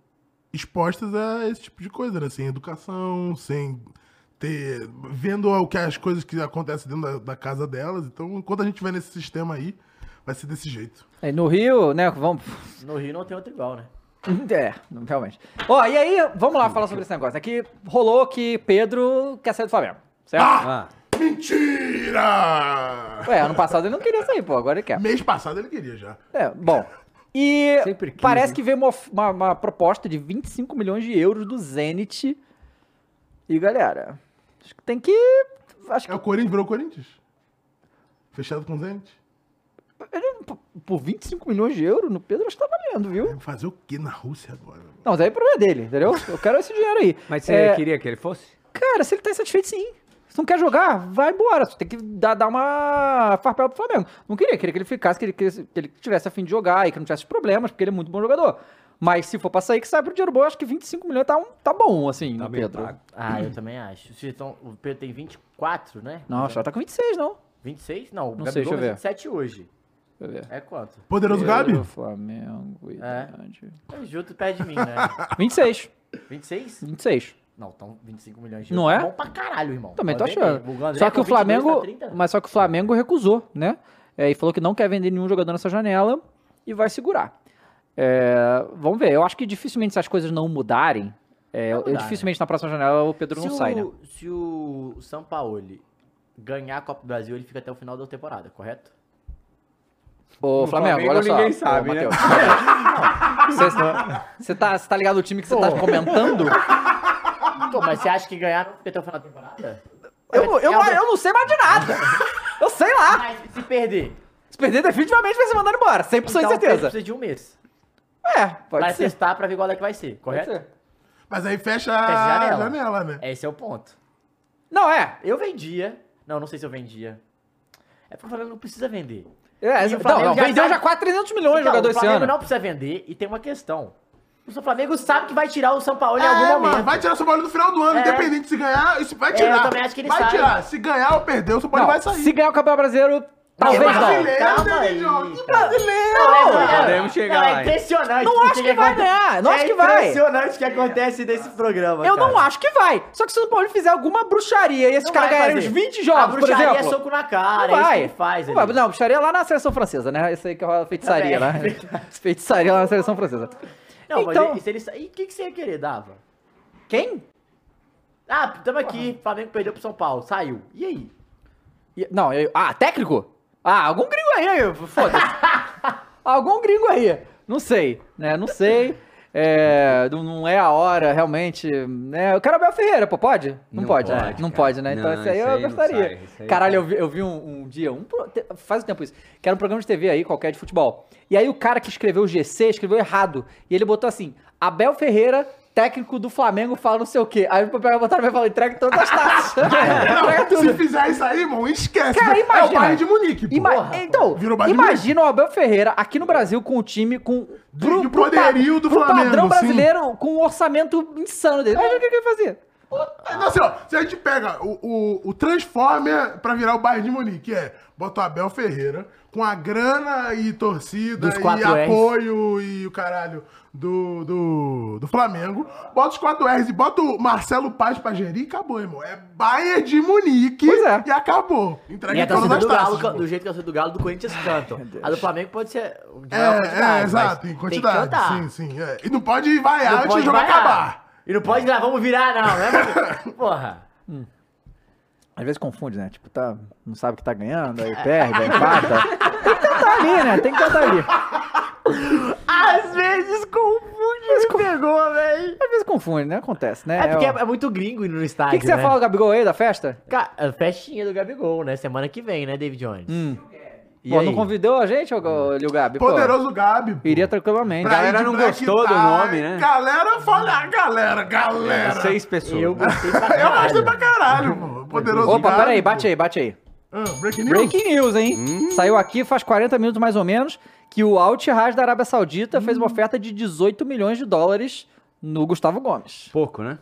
[SPEAKER 2] expostas a esse tipo de coisa, né? Sem educação, sem ter. vendo o que as coisas que acontecem dentro da, da casa delas. Então, enquanto a gente vai nesse sistema aí, vai ser desse jeito.
[SPEAKER 1] É, No Rio, né? Vamos. <laughs>
[SPEAKER 3] No Rio não tem outro
[SPEAKER 1] <clears throat>
[SPEAKER 3] igual, né?
[SPEAKER 1] É, não, realmente. Ó, e aí, vamos lá falar sobre esse negócio. Aqui rolou que Pedro quer sair do Flamengo, certo?
[SPEAKER 4] Ah,
[SPEAKER 2] Mentira!
[SPEAKER 1] Ué, ano passado ele não queria sair, pô, agora ele quer.
[SPEAKER 2] Mês passado ele queria já.
[SPEAKER 1] É, bom. E
[SPEAKER 4] Sempre quis,
[SPEAKER 1] parece
[SPEAKER 4] né?
[SPEAKER 1] que veio uma, of- uma- uma proposta de 25 milhões de euros do Zenit. E galera, acho que tem que. Acho que
[SPEAKER 2] É o Corinthians, virou o Corinthians. Fechado com o Zenit.
[SPEAKER 1] por- por 25 milhões de euros no Pedro, acho que tá valendo, viu?
[SPEAKER 2] Vai fazer o que na Rússia agora? mano?
[SPEAKER 1] Não, mas aí o problema é dele, entendeu? Eu quero esse dinheiro aí.
[SPEAKER 4] mas você
[SPEAKER 1] É,
[SPEAKER 4] queria que ele fosse?
[SPEAKER 1] Cara, se ele tá insatisfeito, sim. Se não quer jogar, vai embora. Você tem que dar, dar uma farpela pro Flamengo. Não queria, queria que ele ficasse, queria que ele, que ele tivesse a fim de jogar e que não tivesse problemas, porque ele é muito bom jogador. Mas se for pra sair, que sai pro dinheiro bom, eu acho que 25 milhões tá, um, tá bom, assim, no
[SPEAKER 4] bem
[SPEAKER 1] Pedro.
[SPEAKER 4] pago.
[SPEAKER 3] Ah, eu também acho. Se estão- o Pedro tem 24, né?
[SPEAKER 1] Não, acho que ela tá com 26, não.
[SPEAKER 3] 26? Não, o
[SPEAKER 1] Não sei,
[SPEAKER 3] Gabigol
[SPEAKER 1] deixa eu ver.
[SPEAKER 3] tem 27 hoje. É quanto?
[SPEAKER 2] Poderoso Gabi?
[SPEAKER 1] Flamengo.
[SPEAKER 3] É. É, Juto perde de mim,
[SPEAKER 1] <laughs>
[SPEAKER 3] né?
[SPEAKER 1] 26.
[SPEAKER 3] 26?
[SPEAKER 1] 26.
[SPEAKER 3] Não, então 25 milhões de
[SPEAKER 1] Não é?
[SPEAKER 3] Bom pra caralho, irmão.
[SPEAKER 1] Também tô
[SPEAKER 3] Tá vendo? O
[SPEAKER 1] achando.
[SPEAKER 3] André
[SPEAKER 1] Só que
[SPEAKER 3] com
[SPEAKER 1] o
[SPEAKER 3] 22 tá
[SPEAKER 1] Flamengo.
[SPEAKER 3] 30.
[SPEAKER 1] Mas só que o Flamengo recusou, né? É, e falou que não quer vender nenhum jogador nessa janela e vai segurar. É, vamos ver. Eu acho que dificilmente se as coisas não mudarem. é, eu-
[SPEAKER 3] mudar, né?
[SPEAKER 1] dificilmente na próxima janela o Pedro
[SPEAKER 3] se
[SPEAKER 1] não sai, né?
[SPEAKER 3] o, Se o Sampaoli ganhar a Copa do Brasil, ele fica até o final da temporada, correto?
[SPEAKER 1] Ô,
[SPEAKER 4] No
[SPEAKER 1] Flamengo,
[SPEAKER 4] Flamengo
[SPEAKER 1] olha só.
[SPEAKER 4] ninguém sabe,
[SPEAKER 1] Ô,
[SPEAKER 4] né?
[SPEAKER 1] Matheus. <laughs> Você tá, cê tá ligado no time que você tá comentando?
[SPEAKER 3] Pô, Então, mas você acha que ganhar até o final da temporada?
[SPEAKER 1] <laughs>
[SPEAKER 3] É,
[SPEAKER 1] Eu, não- eu, não- eu não sei mais de nada. Eu sei lá.
[SPEAKER 3] Mas se perder,
[SPEAKER 1] Se perder, definitivamente vai ser mandado embora. 100% de
[SPEAKER 3] então o Pedro
[SPEAKER 1] certeza.
[SPEAKER 3] precisa de um mês.
[SPEAKER 1] É,
[SPEAKER 3] vai
[SPEAKER 1] pode ser.
[SPEAKER 3] testar pra ver qual é que vai ser,
[SPEAKER 1] Pode
[SPEAKER 3] correto?
[SPEAKER 1] ser.
[SPEAKER 2] Mas aí fecha
[SPEAKER 3] Fecha
[SPEAKER 2] a
[SPEAKER 3] a
[SPEAKER 2] janela,
[SPEAKER 3] janela.
[SPEAKER 2] né?
[SPEAKER 3] Esse é o ponto.
[SPEAKER 1] Não, é.
[SPEAKER 3] Eu vendia. Não, não sei se eu vendia. É porque o Flamengo não precisa vender.
[SPEAKER 1] é
[SPEAKER 3] E o
[SPEAKER 1] não,
[SPEAKER 3] Flamengo
[SPEAKER 1] não,
[SPEAKER 3] já
[SPEAKER 1] vendeu
[SPEAKER 3] sabe-
[SPEAKER 1] já quase 300 milhões de
[SPEAKER 3] Então,
[SPEAKER 1] é jogador
[SPEAKER 3] o
[SPEAKER 1] esse
[SPEAKER 3] Flamengo
[SPEAKER 1] ano.
[SPEAKER 3] não precisa vender e tem uma questão. O Flamengo sabe que vai tirar o São Paulo em
[SPEAKER 2] É,
[SPEAKER 3] algum
[SPEAKER 2] mano,
[SPEAKER 3] momento.
[SPEAKER 2] vai tirar o São Paulo no final do ano,
[SPEAKER 3] É.
[SPEAKER 2] independente se ganhar, isso vai
[SPEAKER 3] É,
[SPEAKER 2] tirar.
[SPEAKER 3] eu também acho que ele
[SPEAKER 2] vai
[SPEAKER 3] sai.
[SPEAKER 2] tirar. Se ganhar ou perder, o São Paulo
[SPEAKER 1] Não,
[SPEAKER 2] vai sair.
[SPEAKER 1] Se ganhar o Campeonato Brasileiro, talvez não.
[SPEAKER 2] brasileiro,
[SPEAKER 3] calma
[SPEAKER 2] né,
[SPEAKER 3] aí,
[SPEAKER 2] João? Que
[SPEAKER 3] cara.
[SPEAKER 2] brasileiro!
[SPEAKER 3] Não,
[SPEAKER 4] é, Podemos chegar
[SPEAKER 3] não,
[SPEAKER 4] lá,
[SPEAKER 3] é
[SPEAKER 4] hein?
[SPEAKER 3] impressionante.
[SPEAKER 1] Não
[SPEAKER 3] o
[SPEAKER 1] acho que vai
[SPEAKER 3] aconte-
[SPEAKER 1] ganhar, não
[SPEAKER 3] é
[SPEAKER 1] acho que vai.
[SPEAKER 3] impressionante o que É. acontece nesse programa.
[SPEAKER 1] Eu
[SPEAKER 3] cara.
[SPEAKER 1] não acho que vai. Só que se o São Paulo fizer alguma bruxaria e esses
[SPEAKER 3] Não
[SPEAKER 1] caras
[SPEAKER 3] vai
[SPEAKER 1] ganharem uns
[SPEAKER 3] fazer.
[SPEAKER 1] 20
[SPEAKER 3] A
[SPEAKER 1] jogos, por
[SPEAKER 3] bruxaria
[SPEAKER 1] exemplo.
[SPEAKER 3] é soco na cara,
[SPEAKER 1] não
[SPEAKER 3] é isso
[SPEAKER 1] vai.
[SPEAKER 3] que ele faz.
[SPEAKER 1] não,
[SPEAKER 3] ali.
[SPEAKER 1] vai. não, bruxaria é lá na seleção francesa, né? Isso aí que é uma feitiçaria,
[SPEAKER 3] Também.
[SPEAKER 1] né? feitiçaria lá na seleção francesa.
[SPEAKER 3] Não,
[SPEAKER 1] então,
[SPEAKER 3] mas e se ele sa- E o que, que você ia querer, Dava?
[SPEAKER 1] quem?
[SPEAKER 3] Ah, tamo aqui, Flamengo perdeu pro São Paulo, saiu. E aí?
[SPEAKER 1] E- Não, eu- ah, técnico? Ah, algum gringo aí, aí,
[SPEAKER 4] <laughs>
[SPEAKER 1] foda-se. algum gringo aí. Não sei, né? Não sei. É, não, não é a hora, realmente. Né? Eu quero Abel Ferreira, pô, pode? Não,
[SPEAKER 4] Não
[SPEAKER 1] pode, né?
[SPEAKER 4] pode,
[SPEAKER 1] Não
[SPEAKER 4] cara.
[SPEAKER 1] pode, né? Então
[SPEAKER 4] Não,
[SPEAKER 1] esse aí
[SPEAKER 4] isso
[SPEAKER 1] eu
[SPEAKER 4] aí não
[SPEAKER 1] gostaria.
[SPEAKER 4] sai, isso aí
[SPEAKER 1] Caralho, eu vi, eu vi um, um dia, um pro- te- faz um tempo isso, que era um programa de TV aí, qualquer de futebol. E aí o cara que escreveu o GC escreveu errado. E ele botou assim: Abel Ferreira. Técnico do Flamengo fala não sei o quê. Aí o papel botaram e falou: entrega todas as
[SPEAKER 4] <laughs>
[SPEAKER 1] taças. entrega
[SPEAKER 2] Não,
[SPEAKER 1] tudo.
[SPEAKER 2] se fizer isso aí, irmão, esquece.
[SPEAKER 1] Cara,
[SPEAKER 2] É o
[SPEAKER 1] imagina.
[SPEAKER 2] Bayern de Munique, pô.
[SPEAKER 1] Ima- então,
[SPEAKER 2] Virou Bayern de
[SPEAKER 1] imagina o Abel Ferreira aqui no Brasil com o time com pro,
[SPEAKER 2] de poderio do
[SPEAKER 1] pro
[SPEAKER 2] Flamengo,
[SPEAKER 1] padrão
[SPEAKER 2] sim.
[SPEAKER 1] brasileiro com um orçamento insano dele. Imagina o que ele ia fazer.
[SPEAKER 2] É, Não, assim, ó, se a gente pega o, o, o Transformer pra virar o Bayern de Munique, é, bota o Abel Ferreira, com a grana e torcida
[SPEAKER 3] Dos
[SPEAKER 2] e
[SPEAKER 3] quatro Rs.
[SPEAKER 2] apoio e o caralho do, do, do Flamengo, bota os 4 R's e bota o Marcelo Paz pra gerir e acabou, irmão. É Bayern de Munique
[SPEAKER 1] Pois é.
[SPEAKER 2] e acabou.
[SPEAKER 3] E a
[SPEAKER 2] Entrega todas
[SPEAKER 3] torcida
[SPEAKER 2] as
[SPEAKER 3] do Galo,
[SPEAKER 2] taças.
[SPEAKER 3] ca-
[SPEAKER 2] irmão.
[SPEAKER 3] do jeito que a torcida do Galo do Corinthians cantam. A do Flamengo pode ser. um
[SPEAKER 2] É, é, exato, em quantidade. Sim, sim. é. E não pode vaiar
[SPEAKER 3] Não
[SPEAKER 2] antes do
[SPEAKER 3] pode
[SPEAKER 2] jogo
[SPEAKER 3] vaiar.
[SPEAKER 2] acabar.
[SPEAKER 3] E não pode gravar, vamos virar,
[SPEAKER 2] <laughs>
[SPEAKER 3] não, né? Porra.
[SPEAKER 1] Às vezes confunde, né? Tipo, tá, não sabe o que tá ganhando, aí perde, aí empata. Tem que tentar ali, né? Tem que tentar ali.
[SPEAKER 3] Às vezes confunde, me pegou, velho.
[SPEAKER 1] Às vezes confunde, né? Acontece, né?
[SPEAKER 3] É porque
[SPEAKER 1] É,
[SPEAKER 3] é,
[SPEAKER 1] ó.
[SPEAKER 3] é muito gringo ir no
[SPEAKER 1] O
[SPEAKER 3] estádio.
[SPEAKER 1] que, que você ia
[SPEAKER 3] né?
[SPEAKER 1] falar do Gabigol aí, da festa?
[SPEAKER 3] Ca- a festinha do Gabigol, né? Semana que vem, né, David Jones? E
[SPEAKER 1] Pô,
[SPEAKER 3] aí?
[SPEAKER 1] Hum. não convidou a gente, ô, ô, Liu Gabi? Pô,
[SPEAKER 2] Poderoso Gabi. pô.
[SPEAKER 1] Iria tranquilamente.
[SPEAKER 2] Pra
[SPEAKER 4] galera
[SPEAKER 2] ir de
[SPEAKER 4] não
[SPEAKER 2] Black
[SPEAKER 4] gostou do
[SPEAKER 2] Tie.
[SPEAKER 4] nome, né?
[SPEAKER 2] Galera, fala, ah, galera,
[SPEAKER 4] É,
[SPEAKER 2] galera.
[SPEAKER 4] seis pessoas. né?
[SPEAKER 3] Eu gostei pra
[SPEAKER 2] Eu gostei
[SPEAKER 3] caralho.
[SPEAKER 2] pra caralho, pô. Poderoso
[SPEAKER 1] Opa,
[SPEAKER 2] Gabi,
[SPEAKER 1] peraí,
[SPEAKER 2] pô.
[SPEAKER 1] bate aí, bate aí.
[SPEAKER 2] Ah, breaking news?
[SPEAKER 1] Breaking news, hein? Saiu aqui faz 40 minutos mais ou menos que o Al Ittihad da Arábia Saudita fez uma oferta de 18 milhões de dólares no Gustavo Gomes.
[SPEAKER 4] Pouco, né?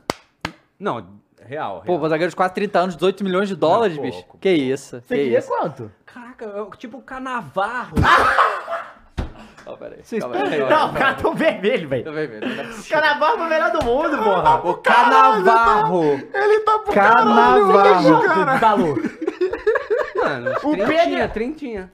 [SPEAKER 4] Não, real.
[SPEAKER 1] Pô,
[SPEAKER 4] real.
[SPEAKER 1] o zagueiro de quase 30 anos, 18 milhões de dólares,
[SPEAKER 4] pouco,
[SPEAKER 1] bicho.
[SPEAKER 4] pouco.
[SPEAKER 1] Que isso,
[SPEAKER 3] Você
[SPEAKER 1] que
[SPEAKER 3] queria
[SPEAKER 1] isso.
[SPEAKER 3] é quanto?
[SPEAKER 4] Caraca,
[SPEAKER 1] é
[SPEAKER 4] eu- tipo
[SPEAKER 3] <laughs>
[SPEAKER 4] o Canavarro.
[SPEAKER 1] Não, peraí, calma aí, calma aí.
[SPEAKER 3] Não, o cara tão vermelho, velho.
[SPEAKER 1] Tô vermelho, não é
[SPEAKER 3] O
[SPEAKER 1] possível.
[SPEAKER 3] cara é o melhor do mundo, porra.
[SPEAKER 1] O né? Canavarro.
[SPEAKER 2] Ele tá pro
[SPEAKER 1] Carnaval.
[SPEAKER 2] caralho, é
[SPEAKER 3] Quanto
[SPEAKER 2] cara.
[SPEAKER 3] de valor?
[SPEAKER 4] Mano,
[SPEAKER 3] O
[SPEAKER 4] trintinha,
[SPEAKER 3] Pedro-
[SPEAKER 4] trintinha.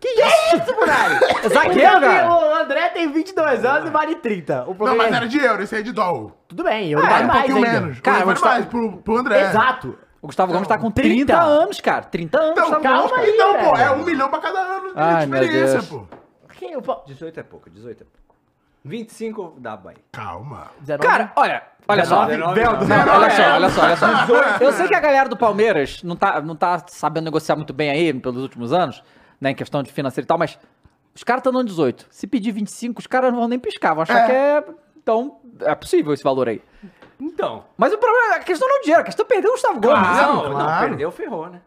[SPEAKER 1] Zagueiro, cara.
[SPEAKER 3] é O André tem 22 anos e vale 30. O
[SPEAKER 2] Não,
[SPEAKER 3] problema
[SPEAKER 2] mas
[SPEAKER 3] é-
[SPEAKER 2] era de euro, esse aí é de dólar.
[SPEAKER 3] Tudo bem, eu
[SPEAKER 2] É,
[SPEAKER 3] vale
[SPEAKER 2] um
[SPEAKER 3] mais
[SPEAKER 2] pouquinho
[SPEAKER 3] ainda.
[SPEAKER 2] menos.
[SPEAKER 1] Cara,
[SPEAKER 2] Cara, vale
[SPEAKER 1] mas tá-
[SPEAKER 2] mais pro, pro André.
[SPEAKER 3] Exato.
[SPEAKER 1] O Gustavo Gomes tá com 30,
[SPEAKER 3] 30
[SPEAKER 1] anos, cara. 30 anos,
[SPEAKER 2] Então,
[SPEAKER 1] Gustavo
[SPEAKER 2] calma
[SPEAKER 1] Gomes, cara.
[SPEAKER 2] aí, então, pô,
[SPEAKER 3] velho.
[SPEAKER 2] é um milhão pra cada ano de
[SPEAKER 1] Ai, meu
[SPEAKER 2] experiência,
[SPEAKER 1] Deus.
[SPEAKER 2] pô.
[SPEAKER 3] Quem o pa-
[SPEAKER 4] 18 é pouco, 18 é pouco. 25 dá, vai.
[SPEAKER 2] Calma.
[SPEAKER 3] 19?
[SPEAKER 1] Cara, olha, olha só.
[SPEAKER 4] 19 não.
[SPEAKER 1] Não, olha só, olha só, olha só. Eu sei que a galera do Palmeiras não tá, não tá sabendo negociar muito bem aí pelos últimos anos, né, em questão de financeiro e tal, mas os caras estão dando 18. Se pedir 25, os caras não vão nem piscar, vão achar
[SPEAKER 2] É.
[SPEAKER 1] que é. Então, é possível esse valor aí.
[SPEAKER 4] Então.
[SPEAKER 1] Mas o problema, a questão não é o dinheiro, a questão é perder o Gustavo Gomes.
[SPEAKER 4] não,
[SPEAKER 2] claro.
[SPEAKER 4] não, perdeu, ferrou, né?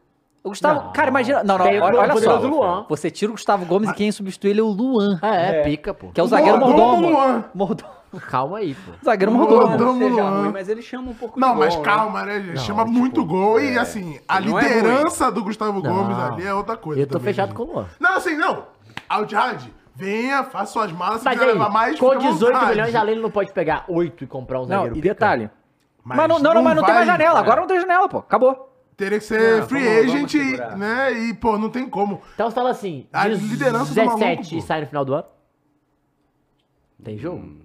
[SPEAKER 1] O Gustavo, cara, imagina. Não, não,
[SPEAKER 3] Tem o
[SPEAKER 1] olha, olha só.
[SPEAKER 3] poderoso Luan.
[SPEAKER 1] Você tira o Gustavo Gomes e quem substitui ele é o Luan,
[SPEAKER 3] Ah, é, pica, pô.
[SPEAKER 1] que é o zagueiro
[SPEAKER 2] Mordomo
[SPEAKER 1] mordomo.
[SPEAKER 2] Luan.
[SPEAKER 1] Mordomo.
[SPEAKER 3] Calma aí, pô.
[SPEAKER 1] Zagueiro
[SPEAKER 2] Mordomo.
[SPEAKER 1] mordomo.
[SPEAKER 4] Não seja
[SPEAKER 2] Luan.
[SPEAKER 4] ruim, mas ele chama um pouco
[SPEAKER 2] Não,
[SPEAKER 4] de
[SPEAKER 2] mas
[SPEAKER 4] gol, né?
[SPEAKER 2] calma, né, gente? Chama
[SPEAKER 4] tipo,
[SPEAKER 2] muito gol e, assim, a
[SPEAKER 4] não é ruim.
[SPEAKER 2] liderança do Gustavo
[SPEAKER 3] Não.
[SPEAKER 2] Gomes ali é outra coisa
[SPEAKER 3] Eu tô
[SPEAKER 2] também,
[SPEAKER 3] fechado
[SPEAKER 2] né?
[SPEAKER 3] com o Luan.
[SPEAKER 2] Não, assim, não. Altihad, venha, faça suas malas, se
[SPEAKER 1] Tá,
[SPEAKER 3] Mas
[SPEAKER 2] quiser
[SPEAKER 3] aí,
[SPEAKER 2] levar mais,
[SPEAKER 3] com
[SPEAKER 2] fica à
[SPEAKER 3] 18
[SPEAKER 2] vontade.
[SPEAKER 3] milhões, além ele não pode pegar 8 e comprar um
[SPEAKER 1] Não,
[SPEAKER 3] zagueiro.
[SPEAKER 1] e
[SPEAKER 3] pica.
[SPEAKER 1] detalhe. Mas, não, não, não, mas não tem
[SPEAKER 2] vai-
[SPEAKER 1] mais janela.
[SPEAKER 2] é.
[SPEAKER 1] Agora não tem janela, pô. Acabou.
[SPEAKER 2] Teria que ser
[SPEAKER 1] Não,
[SPEAKER 2] free
[SPEAKER 1] vamos- vamos
[SPEAKER 2] agent,
[SPEAKER 1] segurar.
[SPEAKER 2] né? E, pô, não tem como.
[SPEAKER 3] Então você fala assim,
[SPEAKER 2] A
[SPEAKER 3] diz-
[SPEAKER 2] Ah, é liderança do
[SPEAKER 3] 17
[SPEAKER 2] maluco, pô.
[SPEAKER 3] e sai no final do ano? Tem jogo?
[SPEAKER 1] Hum.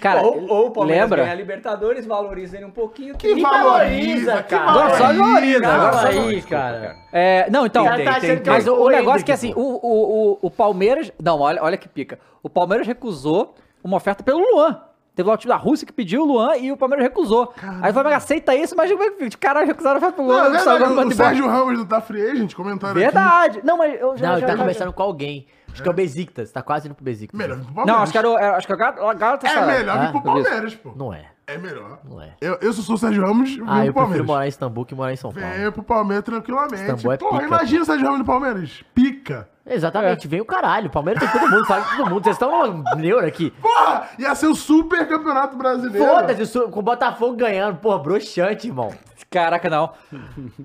[SPEAKER 1] Cara,
[SPEAKER 4] ou, ou o Palmeiras
[SPEAKER 1] lembra?
[SPEAKER 4] ganha a Libertadores, valoriza ele um pouquinho.
[SPEAKER 2] Que
[SPEAKER 4] Me
[SPEAKER 2] valoriza, que
[SPEAKER 4] cara.
[SPEAKER 1] Agora só valoriza. Agora só
[SPEAKER 3] Calma
[SPEAKER 1] valoriza.
[SPEAKER 3] aí, cara.
[SPEAKER 1] É, não, então.
[SPEAKER 3] Cara, tá achando que
[SPEAKER 1] mas
[SPEAKER 3] eu
[SPEAKER 1] o,
[SPEAKER 3] sou
[SPEAKER 1] o
[SPEAKER 3] ele
[SPEAKER 1] negócio é que
[SPEAKER 3] aqui,
[SPEAKER 2] tipo.
[SPEAKER 1] assim, o, o, o, o Palmeiras. Não, olha, olha que pica. O Palmeiras recusou uma oferta pelo Luan. Teve lá o time da Rússia que pediu o Luan e o Palmeiras recusou. Aí o Flamengo aceita isso, mas como é que- caralho, recusaram a oferta pro
[SPEAKER 2] Não,
[SPEAKER 1] Luan.
[SPEAKER 2] é
[SPEAKER 1] não sabe
[SPEAKER 2] verdade,
[SPEAKER 1] quanto
[SPEAKER 2] o,
[SPEAKER 1] de
[SPEAKER 2] o
[SPEAKER 1] bola.
[SPEAKER 2] Sérgio Ramos não tá free agent, comentaram aqui.
[SPEAKER 1] Verdade. Não, mas eu já.
[SPEAKER 3] Não, ele
[SPEAKER 1] já-
[SPEAKER 3] tá
[SPEAKER 1] já-
[SPEAKER 3] conversando com alguém. Acho que é o Besiktas, tá quase indo pro Besiktas.
[SPEAKER 2] Melhor vir pro Palmeiras.
[SPEAKER 1] Não, acho que era. o- era- Acho que era o
[SPEAKER 2] É
[SPEAKER 1] Galatasaray.
[SPEAKER 2] melhor vir
[SPEAKER 3] Ah,
[SPEAKER 2] pro
[SPEAKER 3] por isso.
[SPEAKER 2] Palmeiras, pô.
[SPEAKER 3] Não é,
[SPEAKER 2] É melhor.
[SPEAKER 3] não é.
[SPEAKER 2] Eu, eu se sou o Sérgio Ramos, vim
[SPEAKER 3] Ah, eu
[SPEAKER 2] pro Palmeiras.
[SPEAKER 3] prefiro morar em Istambul que morar em São Paulo.
[SPEAKER 2] Venha pro Palmeiras tranquilamente.
[SPEAKER 3] Istambul é
[SPEAKER 2] Porra,
[SPEAKER 3] pica,
[SPEAKER 2] imagina o Sérgio Ramos no Palmeiras. Pica.
[SPEAKER 3] Exatamente, vem o caralho. O Palmeiras tem todo mundo, fala com todo mundo. Vocês estão numa neura aqui.
[SPEAKER 2] Porra, ia ser o super campeonato brasileiro.
[SPEAKER 3] Foda-se, o Sul- com o Botafogo ganhando. Porra, broxante, irmão.
[SPEAKER 1] Caraca, não.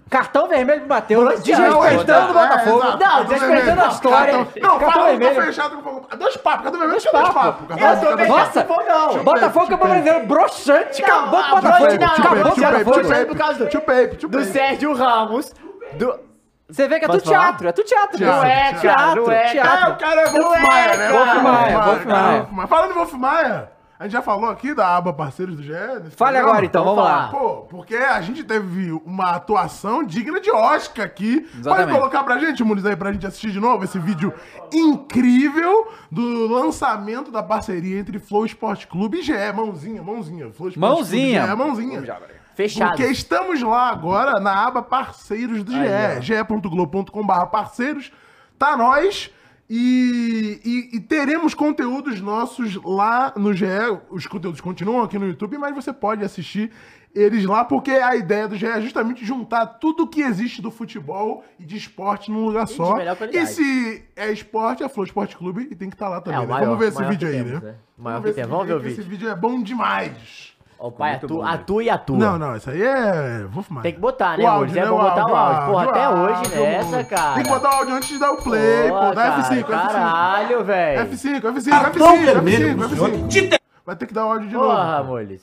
[SPEAKER 1] Cartão vermelho pro Matheus.
[SPEAKER 3] Não,
[SPEAKER 1] Desrespeitando tá o Botafogo.
[SPEAKER 2] então, é, exato.
[SPEAKER 3] Não,
[SPEAKER 2] Cartão
[SPEAKER 3] desrespeitando
[SPEAKER 2] vermelho.
[SPEAKER 1] a história.
[SPEAKER 2] Cartão- Não,
[SPEAKER 1] Cartão
[SPEAKER 2] fala, tô
[SPEAKER 1] vermelho.
[SPEAKER 2] fechado com o Botafogo. Dois papos, cadê o vermelho? Cadê dois papos? Cadê
[SPEAKER 3] Eu tô bem-
[SPEAKER 1] Nossa!
[SPEAKER 3] Fogão.
[SPEAKER 1] Botafogo é brasileiro, broxante, acabou com o
[SPEAKER 3] a
[SPEAKER 1] Botafogo.
[SPEAKER 3] broxante não,
[SPEAKER 1] Acabou com o
[SPEAKER 3] broxante não,
[SPEAKER 1] Botafogo.
[SPEAKER 3] broxante por causa do-
[SPEAKER 2] Chupape,
[SPEAKER 3] Do
[SPEAKER 2] chupape.
[SPEAKER 3] Sérgio Ramos. Do...
[SPEAKER 1] Você vê que é tudo
[SPEAKER 3] Posso falar?
[SPEAKER 1] teatro, é tudo teatro.
[SPEAKER 2] Teatro,
[SPEAKER 1] mesmo.
[SPEAKER 3] Não é,
[SPEAKER 2] Teatro,
[SPEAKER 3] cara, não é.
[SPEAKER 2] É,
[SPEAKER 1] teatro.
[SPEAKER 2] o cara é
[SPEAKER 3] Não é,
[SPEAKER 2] Wolf Maia, né?
[SPEAKER 3] cara.
[SPEAKER 1] Wolf Maia, Wolf
[SPEAKER 2] cara,
[SPEAKER 1] Maia.
[SPEAKER 2] Falando em Wolf Maia, a gente já falou aqui da aba Parceiros do GE. nesse
[SPEAKER 1] Fale
[SPEAKER 2] programa.
[SPEAKER 1] agora então, vamos lá.
[SPEAKER 2] Pô, porque a gente teve uma atuação digna de Oscar aqui.
[SPEAKER 1] Exatamente.
[SPEAKER 2] Pode colocar pra gente, Muniz, aí, pra gente assistir de novo esse vídeo incrível do lançamento da parceria entre Flow Esporte Clube e GE. Mãozinha, mãozinha. Flow Esporte
[SPEAKER 1] Mãozinha.
[SPEAKER 2] Clube, GE, mãozinha.
[SPEAKER 3] Fechado.
[SPEAKER 2] Porque estamos lá agora na aba Parceiros do GE. ge.globo.com.br parceiros. Tá nós. E, e- e teremos conteúdos nossos lá no GE. Os conteúdos continuam aqui no YouTube, mas você pode assistir eles lá, porque a ideia do GE é justamente juntar tudo que existe do futebol e de esporte num lugar só.
[SPEAKER 3] melhor qualidade.
[SPEAKER 2] E se é esporte, é Flow Esporte Clube e tem que estar lá também.
[SPEAKER 3] É,
[SPEAKER 2] né?
[SPEAKER 3] o maior-
[SPEAKER 2] Vamos ver esse
[SPEAKER 3] maior
[SPEAKER 2] vídeo
[SPEAKER 3] que
[SPEAKER 2] aí,
[SPEAKER 3] temos,
[SPEAKER 2] né?
[SPEAKER 3] né? Maior
[SPEAKER 2] ver
[SPEAKER 3] que
[SPEAKER 2] esse
[SPEAKER 3] temos. Vamos ver o
[SPEAKER 2] aí, que
[SPEAKER 3] vídeo.
[SPEAKER 2] Esse vídeo é bbom demais.
[SPEAKER 3] Ó, o pai
[SPEAKER 4] muito bom,
[SPEAKER 3] atua,
[SPEAKER 4] né?
[SPEAKER 3] atua e atua.
[SPEAKER 2] é Não, não, isso aí é. Vou fumar.
[SPEAKER 3] Tem que botar, né,
[SPEAKER 2] O
[SPEAKER 3] Mules? É bom botar o áudio. Porra, até hoje nessa, cara.
[SPEAKER 2] Tem que botar o áudio antes de dar o play,
[SPEAKER 3] Boa,
[SPEAKER 2] pô. Dá F5, F5.
[SPEAKER 3] Caralho, velho.
[SPEAKER 2] F5, F5, F5, F5, F5. Vai ter que dar o áudio de
[SPEAKER 3] Porra,
[SPEAKER 2] novo.
[SPEAKER 3] Mules.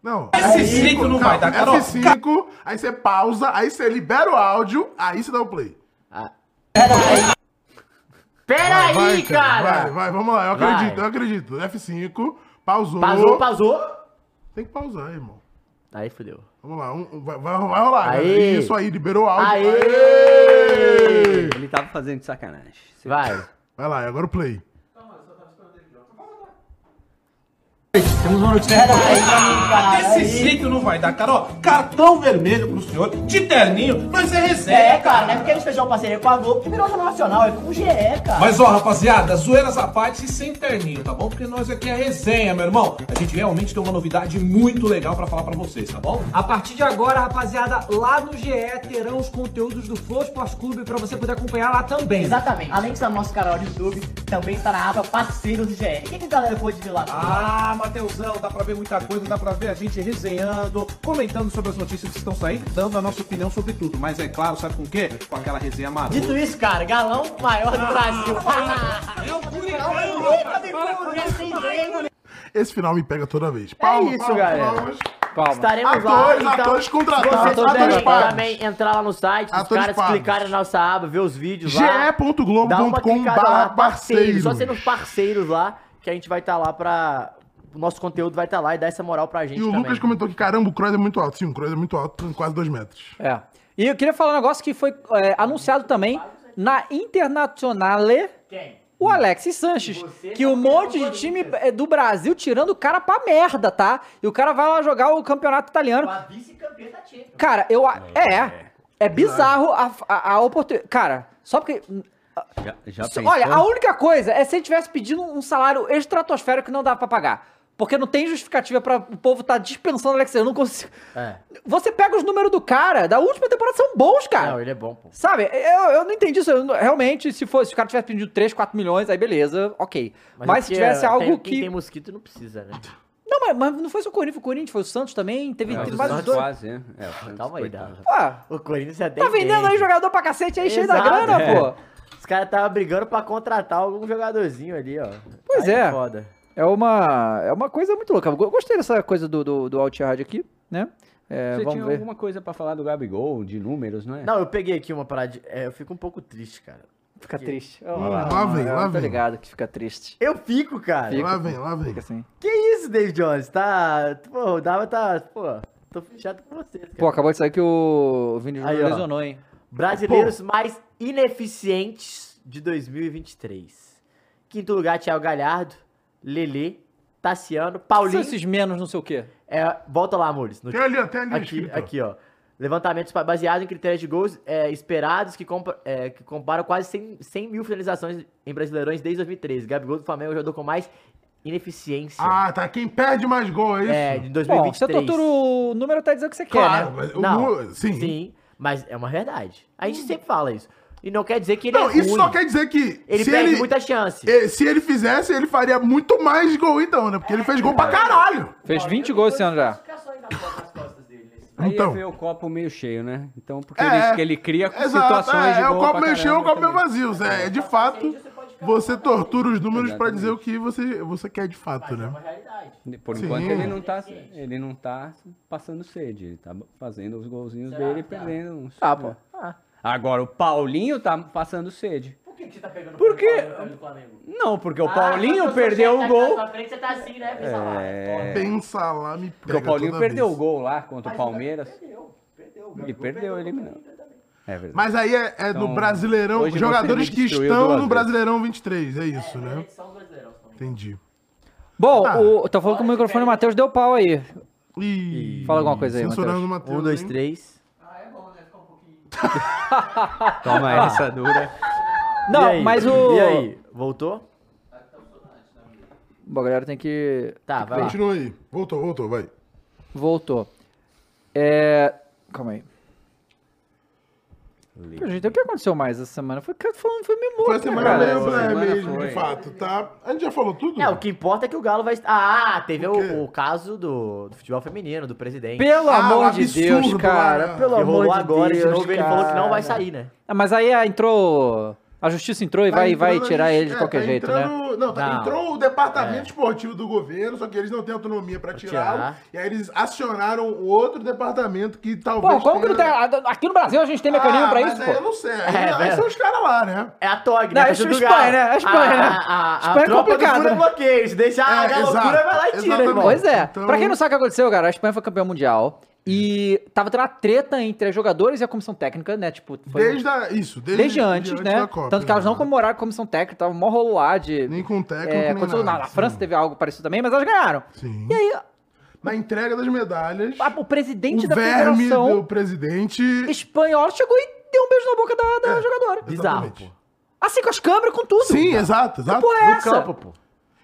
[SPEAKER 2] Não. F5 não vai dar, F5, aí você pausa, aí você libera o áudio, aí você dá o play.
[SPEAKER 3] Pera
[SPEAKER 2] Vai, vai,
[SPEAKER 3] aí,
[SPEAKER 2] Vai,
[SPEAKER 3] cara.
[SPEAKER 2] vai, vamos lá. Eu
[SPEAKER 3] Vai.
[SPEAKER 2] acredito, eu acredito. F5, pausou.
[SPEAKER 3] Pasou, pasou.
[SPEAKER 2] Tem que pausar, irmão.
[SPEAKER 3] Aí fudeu.
[SPEAKER 2] Vamos lá, um- um- vai, vai vai rolar.
[SPEAKER 3] Aê.
[SPEAKER 2] galera. Isso aí, liberou o áudio.
[SPEAKER 3] Aê.
[SPEAKER 4] Ele tava fazendo de sacanagem.
[SPEAKER 3] Vai.
[SPEAKER 2] Vai lá, agora o play.
[SPEAKER 11] Desse jeito não vai dar, cara. Ó, cartão vermelho pro senhor, de terninho, mas é resenha. É, cara, não é porque eles fecharam parceria com a Globo que virou nacional, é com o GE, cara. Mas ó, rapaziada, zoeiras à parte e sem terninho, tá bom? Porque nós aqui é resenha, meu irmão. A gente realmente tem uma novidade muito legal pra falar pra vocês, tá bom?
[SPEAKER 12] A partir de agora, rapaziada, lá no GE terão os conteúdos do Flow Esporte Clube pra você poder acompanhar lá também.
[SPEAKER 11] Exatamente. Além de estar no nosso canal do YouTube, também está na aba Parceiros do GE. O que, a galera pode ver lá? Ah, Mateusão, dá pra ver muita coisa, dá pra ver a gente resenhando, comentando sobre as notícias que estão saindo, dando a nossa opinião sobre tudo. Mas é claro, sabe com o quê? Com aquela resenha marota.
[SPEAKER 12] Dito isso, cara, galão maior
[SPEAKER 11] <laughs>
[SPEAKER 12] do Brasil.
[SPEAKER 11] Ah,
[SPEAKER 2] Esse final me pega toda vez. Palmas,
[SPEAKER 3] É isso,
[SPEAKER 2] palmas,
[SPEAKER 3] galera.
[SPEAKER 2] palmas.
[SPEAKER 1] Palma.
[SPEAKER 3] Estaremos
[SPEAKER 2] Atores,
[SPEAKER 3] lá. então,
[SPEAKER 2] atores contratados,
[SPEAKER 3] Vocês
[SPEAKER 2] atores
[SPEAKER 3] também,
[SPEAKER 2] pagos.
[SPEAKER 3] também entrar lá no site, os
[SPEAKER 2] Atores
[SPEAKER 3] caras
[SPEAKER 2] pagos.
[SPEAKER 3] clicarem na nossa aba, ver os vídeos lá. Dá uma
[SPEAKER 2] ge.globo.com
[SPEAKER 3] clicada lá,
[SPEAKER 2] parceiros.
[SPEAKER 3] parceiros. Só sendo parceiros lá, que a gente vai estar lá pra. O nosso conteúdo vai estar lá e dar essa moral pra gente
[SPEAKER 2] E o
[SPEAKER 3] também.
[SPEAKER 2] Lucas comentou que, caramba, o Kroos é muito alto. Sim, o Kroos é muito alto, tem quase dois metros.
[SPEAKER 1] É. E eu queria falar um negócio que foi é, anunciado também na Internazionale.
[SPEAKER 3] Quem? tá
[SPEAKER 1] O Alexis Sanches, que um monte de time é, do Brasil tirando o cara pra merda, tá? E o cara vai lá jogar o campeonanato italiano.
[SPEAKER 11] vice-campeã da Champions.
[SPEAKER 1] Cara, eu. a- É. É bizarro a, a, a oportunidade. Cara, só porque.
[SPEAKER 4] Já, já
[SPEAKER 3] Tá
[SPEAKER 1] Se-
[SPEAKER 4] pensou?
[SPEAKER 1] Olha, a única coisa é se ele tivesse pedindo um salário estratosférico que não dava pra pagar. Porque não tem justificativa pra o povo tá dispensando o Alex. Eu não consigo.
[SPEAKER 3] É.
[SPEAKER 1] Você pega os números do cara, da última temporada são bons, cara.
[SPEAKER 3] Não, ele é bom, pô.
[SPEAKER 1] Sabe, eu, eu não entendi isso. eu não- realmente, se fosse, se o cara tivesse pedido 3, 4 milhões, aí beleza, ok. Mas, se
[SPEAKER 3] é porque
[SPEAKER 1] tivesse
[SPEAKER 3] tem-
[SPEAKER 1] algo
[SPEAKER 3] quem
[SPEAKER 1] que.
[SPEAKER 3] tem um- mosquito não precisa, né?
[SPEAKER 1] Não, mas, mas não foi só o Corinthians, foi o Corinthians, foi o Santos também. Teve,
[SPEAKER 4] Mas
[SPEAKER 1] teve
[SPEAKER 4] o
[SPEAKER 1] vários
[SPEAKER 4] Santos
[SPEAKER 1] dois.
[SPEAKER 4] quase, né? É, o Santos,
[SPEAKER 3] Calma aí,
[SPEAKER 4] coitado.
[SPEAKER 3] Dava.
[SPEAKER 1] Pô,
[SPEAKER 3] O Corinthians é até
[SPEAKER 1] tá vendendo aí
[SPEAKER 3] entende.
[SPEAKER 1] jogador pra cacete aí, cheio da
[SPEAKER 3] Exato,
[SPEAKER 1] grana,
[SPEAKER 3] é.
[SPEAKER 1] pô.
[SPEAKER 3] Os caras estavam brigando pra contratar algum jogadorzinho ali, ó.
[SPEAKER 1] Pois
[SPEAKER 3] Aí
[SPEAKER 1] é.
[SPEAKER 3] Foda.
[SPEAKER 1] É uma, é uma coisa muito louca. Eu go- gostei dessa coisa do, do, do Outyard aqui, né? É,
[SPEAKER 4] Você
[SPEAKER 1] vamos
[SPEAKER 4] tinha
[SPEAKER 1] ver.
[SPEAKER 4] alguma coisa pra falar do Gabigol, de números, não é?
[SPEAKER 3] Não, eu peguei aqui uma parada. eu fico um pouco triste, cara.
[SPEAKER 1] Fica triste. Ó,
[SPEAKER 3] Hum,
[SPEAKER 1] lá,
[SPEAKER 3] lá vem,
[SPEAKER 1] eu
[SPEAKER 3] lá
[SPEAKER 1] Tô
[SPEAKER 3] vem.
[SPEAKER 1] ligado que fica triste.
[SPEAKER 3] Eu fico, cara.
[SPEAKER 1] Fica,
[SPEAKER 3] Lá
[SPEAKER 1] vem,
[SPEAKER 2] lá vem.
[SPEAKER 1] Fica assim.
[SPEAKER 3] Que isso, David Jones? Tá. Pô, o Dava tá. Pô, tô chato com você. cara.
[SPEAKER 1] Pô, acabou de sair que o Vini
[SPEAKER 3] Aí,
[SPEAKER 1] Júnior
[SPEAKER 3] ó.
[SPEAKER 1] lesionou, hein?
[SPEAKER 3] Brasileiros mais ineficientes de 2023. Quinto lugar, Thiago Galhardo, Lele, Tassiano, Paulinho.
[SPEAKER 1] São esses menos não sei o quê.
[SPEAKER 3] É, volta lá, amores. No-
[SPEAKER 2] Tem ali, ó, tem ali
[SPEAKER 3] Aqui,
[SPEAKER 2] escrito, ó.
[SPEAKER 3] aqui, ó. Levantamentos pa- baseados em critérios de gols é, esperados que, compa- é, que comparam quase 100, 100 mil finalizações em Brasileirões desde 2013. Gabigol do Flamengo é o jogador com mais ineficiência.
[SPEAKER 2] Ah, tá. Quem perde mais gol, é isso?
[SPEAKER 3] É, de
[SPEAKER 1] Bom,
[SPEAKER 3] 2023.
[SPEAKER 1] você tortura o número, tá dizendo o que você
[SPEAKER 2] Claro,
[SPEAKER 1] quer, né?
[SPEAKER 2] mas o
[SPEAKER 3] Não,
[SPEAKER 2] número- sim. Hum.
[SPEAKER 3] mas é uma verdade. A gente sempre fala isso. E não quer dizer que ele
[SPEAKER 2] Não,
[SPEAKER 3] é
[SPEAKER 2] isso
[SPEAKER 3] ruim.
[SPEAKER 2] só quer dizer que.
[SPEAKER 3] Ele
[SPEAKER 2] se
[SPEAKER 3] perde
[SPEAKER 2] ele-
[SPEAKER 3] muita chance.
[SPEAKER 2] eh, Se ele fizesse, ele faria muito mais gol, então, né? Porque ele fez gol
[SPEAKER 3] É.
[SPEAKER 2] pra caralho.
[SPEAKER 1] Fez 20 gols esse ano já.
[SPEAKER 3] né?
[SPEAKER 4] Aí
[SPEAKER 2] Então.
[SPEAKER 4] é ver o copo meio cheio, né? Então, porque
[SPEAKER 2] É,
[SPEAKER 4] ele, diz que ele cria
[SPEAKER 2] Exato,
[SPEAKER 4] situações
[SPEAKER 2] é,
[SPEAKER 4] de
[SPEAKER 2] é o
[SPEAKER 4] gol
[SPEAKER 2] copo
[SPEAKER 4] pra
[SPEAKER 2] meio cheio, é o copo
[SPEAKER 4] caramba
[SPEAKER 2] meio
[SPEAKER 4] também.
[SPEAKER 2] vazio. Zé. É, de fato, você tortura os números pra dizer o que você, você quer de fato, né?
[SPEAKER 4] Por
[SPEAKER 2] Sim.
[SPEAKER 4] enquanto, ele não, tá, ele não tá passando sede. Ele tá fazendo os golzinhos dele e perdendo uns.
[SPEAKER 2] Ah,
[SPEAKER 4] né?
[SPEAKER 1] Tá, pô.
[SPEAKER 4] Agora, o Paulinho tá passando sede.
[SPEAKER 3] Por que, que você tá pegando
[SPEAKER 4] Por quê?
[SPEAKER 3] do Flamengo?
[SPEAKER 4] Não, porque o
[SPEAKER 3] Ah, quando
[SPEAKER 4] Paulinho
[SPEAKER 3] seu
[SPEAKER 4] perdeu
[SPEAKER 2] um
[SPEAKER 3] chefe
[SPEAKER 4] o
[SPEAKER 3] tá aqui
[SPEAKER 4] gol.
[SPEAKER 3] na sua frente, você tá assim, né? Pensa lá.
[SPEAKER 4] É...
[SPEAKER 2] Pensa lá, me
[SPEAKER 4] Porque
[SPEAKER 2] pega
[SPEAKER 4] o Paulinho
[SPEAKER 2] toda
[SPEAKER 4] perdeu
[SPEAKER 2] vez.
[SPEAKER 4] o gol lá contra
[SPEAKER 2] Mas
[SPEAKER 4] o
[SPEAKER 2] o
[SPEAKER 4] Palmeiras. Ele perdeu, eliminou. É verdade.
[SPEAKER 2] Mas aí é, é
[SPEAKER 4] Então,
[SPEAKER 2] do Brasileirão,
[SPEAKER 4] hoje você
[SPEAKER 2] jogadores
[SPEAKER 4] me
[SPEAKER 2] que
[SPEAKER 4] destruiu
[SPEAKER 2] estão
[SPEAKER 4] duas
[SPEAKER 2] no
[SPEAKER 4] vezes.
[SPEAKER 2] Brasileirão 23, é isso, né? Entendi.
[SPEAKER 1] Bom,
[SPEAKER 3] Ah.
[SPEAKER 1] o, tô falando que o microfone do Matheus deu pau aí.
[SPEAKER 2] Ih,
[SPEAKER 1] Fala alguma coisa aí,
[SPEAKER 2] Censurando o
[SPEAKER 1] Matheus.
[SPEAKER 2] Matheus.
[SPEAKER 3] Um, dois,
[SPEAKER 2] hein?
[SPEAKER 3] três.
[SPEAKER 2] <laughs>
[SPEAKER 4] Toma essa dura.
[SPEAKER 1] Não,
[SPEAKER 3] E aí?
[SPEAKER 1] mas o-
[SPEAKER 3] E aí, voltou?
[SPEAKER 1] Bom, a galera tem que.
[SPEAKER 3] Tá,
[SPEAKER 1] tem que
[SPEAKER 3] vai
[SPEAKER 1] ver.
[SPEAKER 3] lá.
[SPEAKER 2] Continua aí. Voltou, voltou, vai.
[SPEAKER 1] Voltou. É. Calma aí. Pô, gente, então o que aconteceu mais essa semana? Foi, cara, falando, foi meio morto.
[SPEAKER 2] Foi a semana
[SPEAKER 1] cara.
[SPEAKER 2] meio blé
[SPEAKER 4] semana
[SPEAKER 2] mesmo, né?
[SPEAKER 4] foi.
[SPEAKER 2] de fato, tá? A gente já falou tudo?
[SPEAKER 3] É, o que importa é que o Galo vai. Ah, teve
[SPEAKER 2] O quê?
[SPEAKER 3] o, o caso do, do futebol feminino, do presidente.
[SPEAKER 1] Pelo
[SPEAKER 2] Ah,
[SPEAKER 1] amor
[SPEAKER 2] um
[SPEAKER 1] de
[SPEAKER 2] absurdo
[SPEAKER 1] Deus,
[SPEAKER 2] lá,
[SPEAKER 1] cara.
[SPEAKER 2] né?
[SPEAKER 1] Pelo
[SPEAKER 3] que
[SPEAKER 1] amor
[SPEAKER 3] rolou
[SPEAKER 1] de
[SPEAKER 3] agora
[SPEAKER 1] Deus.
[SPEAKER 3] de novo, ele falou que não
[SPEAKER 1] cara.
[SPEAKER 3] vai sair, né?
[SPEAKER 1] Ah, mas aí ah, entrou. A justiça entrou e vai, vai
[SPEAKER 2] Tá entrando,
[SPEAKER 1] tirar
[SPEAKER 2] gente,
[SPEAKER 1] ele de
[SPEAKER 2] é,
[SPEAKER 1] qualquer
[SPEAKER 2] tá
[SPEAKER 1] jeito, né? É.
[SPEAKER 2] entrando- Não, tá-
[SPEAKER 3] Não.
[SPEAKER 2] entrou o departamento esportivo do governo, só que eles não têm autonomia pra tirá-lo.
[SPEAKER 3] tirar.
[SPEAKER 2] E aí eles acionaram o outro departamento que talvez.
[SPEAKER 1] Pô, como que não tem.
[SPEAKER 2] tenha-
[SPEAKER 1] Aqui no Brasil a gente tem mecanismo
[SPEAKER 2] Ah,
[SPEAKER 1] pra
[SPEAKER 2] mas
[SPEAKER 1] isso,
[SPEAKER 2] aí
[SPEAKER 1] pô.
[SPEAKER 2] Eu não sei. Aí,
[SPEAKER 3] É,
[SPEAKER 2] aí
[SPEAKER 3] velho.
[SPEAKER 2] são os caras lá, né?
[SPEAKER 3] É a TOG,
[SPEAKER 1] Não,
[SPEAKER 3] né?
[SPEAKER 1] é
[SPEAKER 3] Ajuda o
[SPEAKER 1] Espanha,
[SPEAKER 3] Galo.
[SPEAKER 1] né? É Espanha,
[SPEAKER 3] a,
[SPEAKER 1] né?
[SPEAKER 3] A, a, a
[SPEAKER 1] Espanha é
[SPEAKER 3] tropa do
[SPEAKER 1] complicada.
[SPEAKER 3] fura bloqueios, deixa a
[SPEAKER 2] É,
[SPEAKER 3] galocura,
[SPEAKER 2] exato,
[SPEAKER 3] vai lá e tira, irmão.
[SPEAKER 2] exatamente.
[SPEAKER 1] Pois é.
[SPEAKER 2] Então-
[SPEAKER 1] Pra quem não sabe o que aconteceu, cara, a Espanha foi campeã mundial. E tava tendo uma treta entre os jogadores e a comissão técnica, né? Tipo, foi
[SPEAKER 2] Desde a, isso, desde,
[SPEAKER 1] desde antes, né?
[SPEAKER 2] da Copa,
[SPEAKER 1] Tanto que elas não
[SPEAKER 2] exato.
[SPEAKER 1] comemoraram com a comissão técnica, tava um mó rolo lá de.
[SPEAKER 2] Nem com o técnico,
[SPEAKER 1] é,
[SPEAKER 2] nem
[SPEAKER 1] aconteceu- na,
[SPEAKER 2] nada,
[SPEAKER 1] na
[SPEAKER 2] sim.
[SPEAKER 1] França teve algo parecido também, mas elas ganharam.
[SPEAKER 2] Sim.
[SPEAKER 1] E aí,
[SPEAKER 2] Na entrega das medalhas,
[SPEAKER 1] a- o presidente
[SPEAKER 2] o
[SPEAKER 1] da
[SPEAKER 2] verme
[SPEAKER 1] federação
[SPEAKER 2] do presidente.
[SPEAKER 1] espanhola chegou e deu um beijo na boca da, da jogadora.
[SPEAKER 3] Bizarro,
[SPEAKER 2] É, Exatamente.
[SPEAKER 3] pô.
[SPEAKER 1] Assim, com as câmeras, com tudo.
[SPEAKER 2] Sim, exato, exato.
[SPEAKER 1] porra é
[SPEAKER 3] No
[SPEAKER 1] essa?
[SPEAKER 3] campo, pô.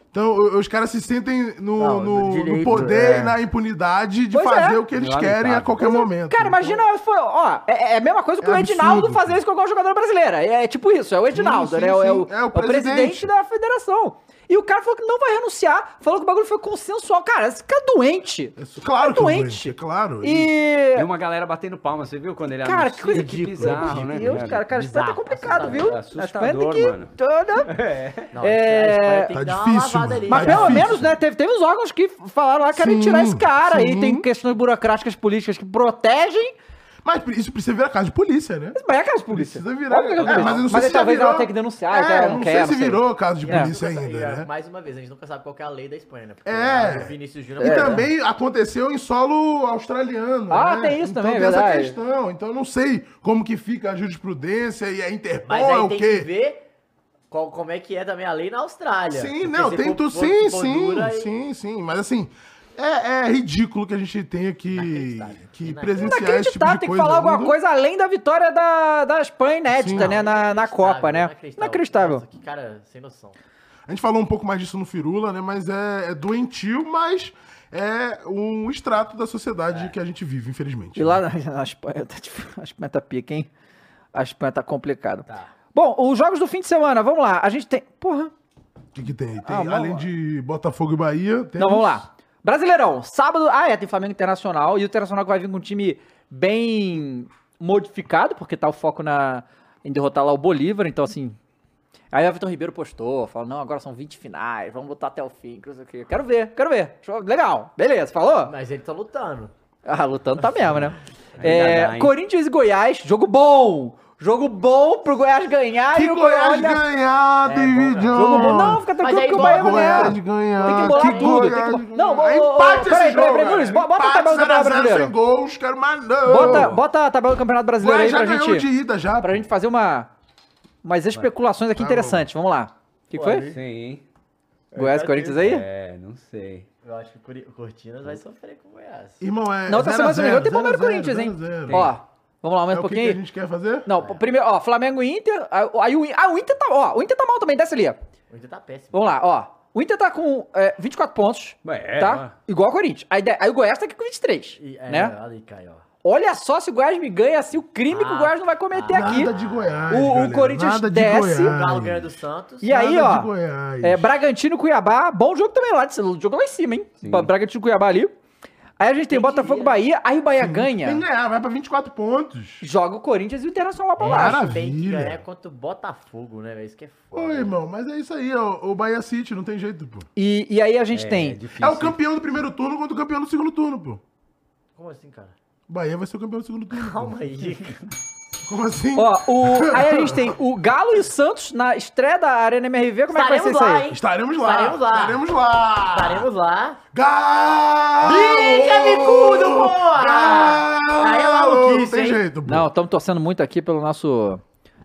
[SPEAKER 2] Então, o- os caras se sentem no,
[SPEAKER 3] Não,
[SPEAKER 2] no- no
[SPEAKER 3] direito,
[SPEAKER 2] poder
[SPEAKER 3] é.
[SPEAKER 2] e na impunidade de
[SPEAKER 1] Pois
[SPEAKER 2] fazer
[SPEAKER 1] é.
[SPEAKER 2] o que eles
[SPEAKER 4] Lamentável.
[SPEAKER 2] querem a qualquer momento. Então,
[SPEAKER 1] Cara, imagina, foi, ó, é, é a mesma coisa que
[SPEAKER 2] É
[SPEAKER 1] o Edinaldo
[SPEAKER 2] absurdo.
[SPEAKER 1] fazer isso com algum jogador brasileiro. É, é tipo isso, é o Edinaldo,
[SPEAKER 2] sim,
[SPEAKER 1] né? É o- É, o,
[SPEAKER 2] sim.
[SPEAKER 1] é o presidente. da federação. E o cara falou que não vai renunciar, falou que o bagulho foi consensual. Cara, esse cara é doente.
[SPEAKER 2] É su- Claro
[SPEAKER 1] É
[SPEAKER 2] que é
[SPEAKER 1] doente.
[SPEAKER 2] doente, é claro. É.
[SPEAKER 1] E.
[SPEAKER 4] E uma galera batendo palma, você viu quando ele
[SPEAKER 1] Cara, que coisa
[SPEAKER 4] que
[SPEAKER 1] ridícula.
[SPEAKER 4] bizarro, né?
[SPEAKER 1] Deus, cara, cara, isso tá
[SPEAKER 3] Bizarro,
[SPEAKER 1] complicado,
[SPEAKER 3] assustador,
[SPEAKER 1] viu?
[SPEAKER 4] assustador,
[SPEAKER 1] A Espanha tem que.
[SPEAKER 4] mano.
[SPEAKER 1] Toda-
[SPEAKER 3] Não,
[SPEAKER 1] É,
[SPEAKER 3] a Espanha tem
[SPEAKER 2] tá
[SPEAKER 3] que dar uma
[SPEAKER 2] difícil,
[SPEAKER 3] lavada
[SPEAKER 2] mano.
[SPEAKER 3] ali.
[SPEAKER 1] Mas
[SPEAKER 2] É
[SPEAKER 1] pelo
[SPEAKER 2] difícil.
[SPEAKER 1] menos, né, teve, teve uns órgãos que falaram lá, querem
[SPEAKER 2] Sim,
[SPEAKER 1] tirar esse cara. E
[SPEAKER 2] sim.
[SPEAKER 1] tem questões burocráticas políticas que protegem.
[SPEAKER 2] Mas isso precisa virar casa de polícia, né?
[SPEAKER 1] Mas é caso de polícia.
[SPEAKER 2] Precisa virar.
[SPEAKER 1] Óbvio que é
[SPEAKER 2] É,
[SPEAKER 1] polícia.
[SPEAKER 2] mas eu não sei
[SPEAKER 1] Mas
[SPEAKER 2] se
[SPEAKER 1] aí
[SPEAKER 2] já
[SPEAKER 1] talvez
[SPEAKER 2] virou.
[SPEAKER 1] ela tenha que denunciar,
[SPEAKER 2] É,
[SPEAKER 1] então ela não,
[SPEAKER 2] não
[SPEAKER 1] quer.
[SPEAKER 2] sei
[SPEAKER 1] não
[SPEAKER 2] se
[SPEAKER 1] sei.
[SPEAKER 2] virou caso de
[SPEAKER 1] É.
[SPEAKER 2] polícia ainda, né?
[SPEAKER 3] Mais uma vez, a gente nunca sabe qual que é a lei da Espanha, né? Porque
[SPEAKER 2] É.
[SPEAKER 3] o Vinícius Júnior...
[SPEAKER 2] E também aconteceu em solo australiano.
[SPEAKER 1] Ah,
[SPEAKER 2] né?
[SPEAKER 1] tem isso também, é
[SPEAKER 2] tem essa
[SPEAKER 1] verdade.
[SPEAKER 2] questão. Então eu não sei como que fica a jurisprudência e a Interpol
[SPEAKER 3] Mas
[SPEAKER 2] é
[SPEAKER 3] aí
[SPEAKER 2] o
[SPEAKER 3] tem
[SPEAKER 2] quê.
[SPEAKER 3] que ver qual, como é que é também a lei na Austrália.
[SPEAKER 2] Sim,
[SPEAKER 3] Porque
[SPEAKER 2] não,
[SPEAKER 3] se
[SPEAKER 2] tem
[SPEAKER 3] for-
[SPEAKER 2] tudo.
[SPEAKER 3] for-
[SPEAKER 2] Sim,
[SPEAKER 3] for
[SPEAKER 2] sim,
[SPEAKER 3] dura, aí-
[SPEAKER 2] sim, sim. Mas assim, é, é ridículo que a gente tenha que, que presenciar esse tipo
[SPEAKER 1] Inacreditável,
[SPEAKER 2] de
[SPEAKER 1] tem que
[SPEAKER 2] coisa
[SPEAKER 1] falar alguma
[SPEAKER 2] ainda.
[SPEAKER 1] coisa além da vitória da, da Espanha inédita,
[SPEAKER 2] Sim.
[SPEAKER 1] né? Na, na Copa,
[SPEAKER 3] Ah,
[SPEAKER 1] né? Inacreditável.
[SPEAKER 3] é Nossa, que cara sem noção.
[SPEAKER 2] A gente falou um pouco mais disso no Firula, né? Mas é, é doentio, mas é um extrato da sociedade que a gente vive, infelizmente.
[SPEAKER 1] É. E lá na, na Espanha, tá, difícil, a Espanha tá pica, hein? A Espanha tá complicado.
[SPEAKER 3] Tá.
[SPEAKER 1] Bom, os jogos do fim de semana, vamos lá. A gente tem. Porra.
[SPEAKER 2] O que, que tem? Tem,
[SPEAKER 1] Ah, vamos
[SPEAKER 2] além
[SPEAKER 1] lá.
[SPEAKER 2] de Botafogo e Bahia, tem.
[SPEAKER 1] Então vamos lá. Brasileirão, sábado. Ah, é, tem Flamengo Internacional. E o Internacional que vai vir com um time bem modificado, porque tá o foco na, em derrotar lá o Bolívar, então assim. Aí o Everton Ribeiro postou, falou, não, agora são 20 finais, vamos lutar até o fim, que não sei o quê. Quero ver, quero ver. Show- Legal, beleza, falou?
[SPEAKER 3] Mas ele tá lutando.
[SPEAKER 1] Ah, lutando tá mesmo, né?
[SPEAKER 3] Ainda
[SPEAKER 1] É,
[SPEAKER 3] dá, hein?
[SPEAKER 1] Corinthians e Goiás, jogo bom! Jogo bom pro Goiás ganhar
[SPEAKER 2] Que
[SPEAKER 1] e o
[SPEAKER 2] Goiás
[SPEAKER 1] Goiás... É,
[SPEAKER 2] ganhar, David
[SPEAKER 1] Jogo bom. Não, fica
[SPEAKER 2] Mas
[SPEAKER 1] tranquilo
[SPEAKER 2] aí
[SPEAKER 1] que o Bahia vai
[SPEAKER 2] Goiás
[SPEAKER 1] ganhar.
[SPEAKER 2] ganhar.
[SPEAKER 1] Tem que embolar
[SPEAKER 2] Que
[SPEAKER 1] tudo.
[SPEAKER 2] Goiás
[SPEAKER 1] tem que embolar- Não,
[SPEAKER 2] Aí
[SPEAKER 1] ô, ô, ô,
[SPEAKER 2] empate esse
[SPEAKER 1] peraí, peraí,
[SPEAKER 2] jogo.
[SPEAKER 1] peraí, Nunes, bo- bota a tabela do Campeonato
[SPEAKER 2] 0 sem
[SPEAKER 1] Brasileiro.
[SPEAKER 2] gols, quero mais não.
[SPEAKER 1] Bota, bota a tabela do Campeonato Brasileiro
[SPEAKER 2] Ué,
[SPEAKER 1] aí
[SPEAKER 2] Ah, já
[SPEAKER 1] pra
[SPEAKER 2] ganhou
[SPEAKER 1] gente...
[SPEAKER 2] de ida, já.
[SPEAKER 1] Pra gente fazer uma... Umas especulações aqui
[SPEAKER 4] Tá
[SPEAKER 1] interessantes, vamos lá. O que, que foi?
[SPEAKER 4] Sim, hein?
[SPEAKER 1] Goiás e Corinthians aí?
[SPEAKER 4] É, não sei.
[SPEAKER 3] Eu acho que o Curi- o Cortinas vai sofrer com o Goiás.
[SPEAKER 2] Irmão, é
[SPEAKER 1] Na outra
[SPEAKER 2] zero
[SPEAKER 1] semana,
[SPEAKER 2] a
[SPEAKER 1] se não tá me engano, um tem
[SPEAKER 2] zero,
[SPEAKER 1] Palmeiras e
[SPEAKER 2] zero a
[SPEAKER 1] Corinthians, hein?
[SPEAKER 2] zero, zero.
[SPEAKER 1] Ó, vamos lá, aumenta
[SPEAKER 2] É
[SPEAKER 1] um
[SPEAKER 2] o que
[SPEAKER 1] pouquinho.
[SPEAKER 2] que a gente quer fazer?
[SPEAKER 1] Não, primeiro, ó, Flamengo e Inter. Aí o, ah, o Inter tá. Ó, o Inter tá mal também, desce ali.
[SPEAKER 3] O Inter tá péssimo.
[SPEAKER 1] Vamos lá, ó. O Inter tá com é, 24 pontos.
[SPEAKER 3] É,
[SPEAKER 1] tá? Igual o Corinthians. Aí, de- aí o Goiás tá aqui com 23.
[SPEAKER 3] E- é,
[SPEAKER 1] né?
[SPEAKER 3] Olha aí, Caio. ó.
[SPEAKER 1] Olha só se o Goiás me ganha, assim, o crime
[SPEAKER 3] Ah,
[SPEAKER 1] que o Goiás não vai cometer aqui.
[SPEAKER 2] Nada de Goiás,
[SPEAKER 1] O- o
[SPEAKER 2] galera,
[SPEAKER 1] Corinthians
[SPEAKER 2] nada de
[SPEAKER 1] desce.
[SPEAKER 3] O
[SPEAKER 2] Goiás.
[SPEAKER 3] Galo ganha do Santos.
[SPEAKER 1] E aí,
[SPEAKER 2] Nada
[SPEAKER 1] ó.
[SPEAKER 2] de Goiás.
[SPEAKER 1] É, Bragantino e Cuiabá. Bom jogo também lá. de- Jogo é lá em cima, hein? Bragantino e Cuiabá ali. Aí a gente tem Botafogo
[SPEAKER 3] né?
[SPEAKER 1] e Bahia. Aí o Bahia
[SPEAKER 2] Tem
[SPEAKER 1] ganha.
[SPEAKER 2] que ganhar, vai pra 24 pontos.
[SPEAKER 1] Joga o Corinthians e o Internacional lá pra
[SPEAKER 3] É,
[SPEAKER 1] lá.
[SPEAKER 3] Tem que
[SPEAKER 2] Maravilha.
[SPEAKER 3] ganhar contra o Botafogo, né, velho? Isso que é foda.
[SPEAKER 2] Ô, irmão, mas é isso aí, ó. O Bahia City, não tem jeito, pô.
[SPEAKER 1] E, e aí a gente tem.
[SPEAKER 2] É o campeão do primeiro turno contra o campeão do segundo turno, pô.
[SPEAKER 3] Como assim, cara?
[SPEAKER 2] O Bahia vai ser o campeão do segundo turno.
[SPEAKER 3] Calma aí. <laughs>
[SPEAKER 2] Como assim?
[SPEAKER 1] Ó, o, aí a gente tem o Galo e o Santos na estreia da Arena MRV. Como é que vai ser
[SPEAKER 3] Estaremos
[SPEAKER 1] isso
[SPEAKER 3] lá,
[SPEAKER 1] aí?
[SPEAKER 3] hein?
[SPEAKER 2] Estaremos lá.
[SPEAKER 3] Estaremos lá.
[SPEAKER 2] Estaremos lá.
[SPEAKER 3] Estaremos lá.
[SPEAKER 2] Galo!
[SPEAKER 3] Bica, bicudo, porra!
[SPEAKER 2] Galo!
[SPEAKER 3] Aí é maluquice,
[SPEAKER 2] Não tem
[SPEAKER 3] hein?
[SPEAKER 2] jeito, pô.
[SPEAKER 1] Não, estamos torcendo muito aqui pelo nosso.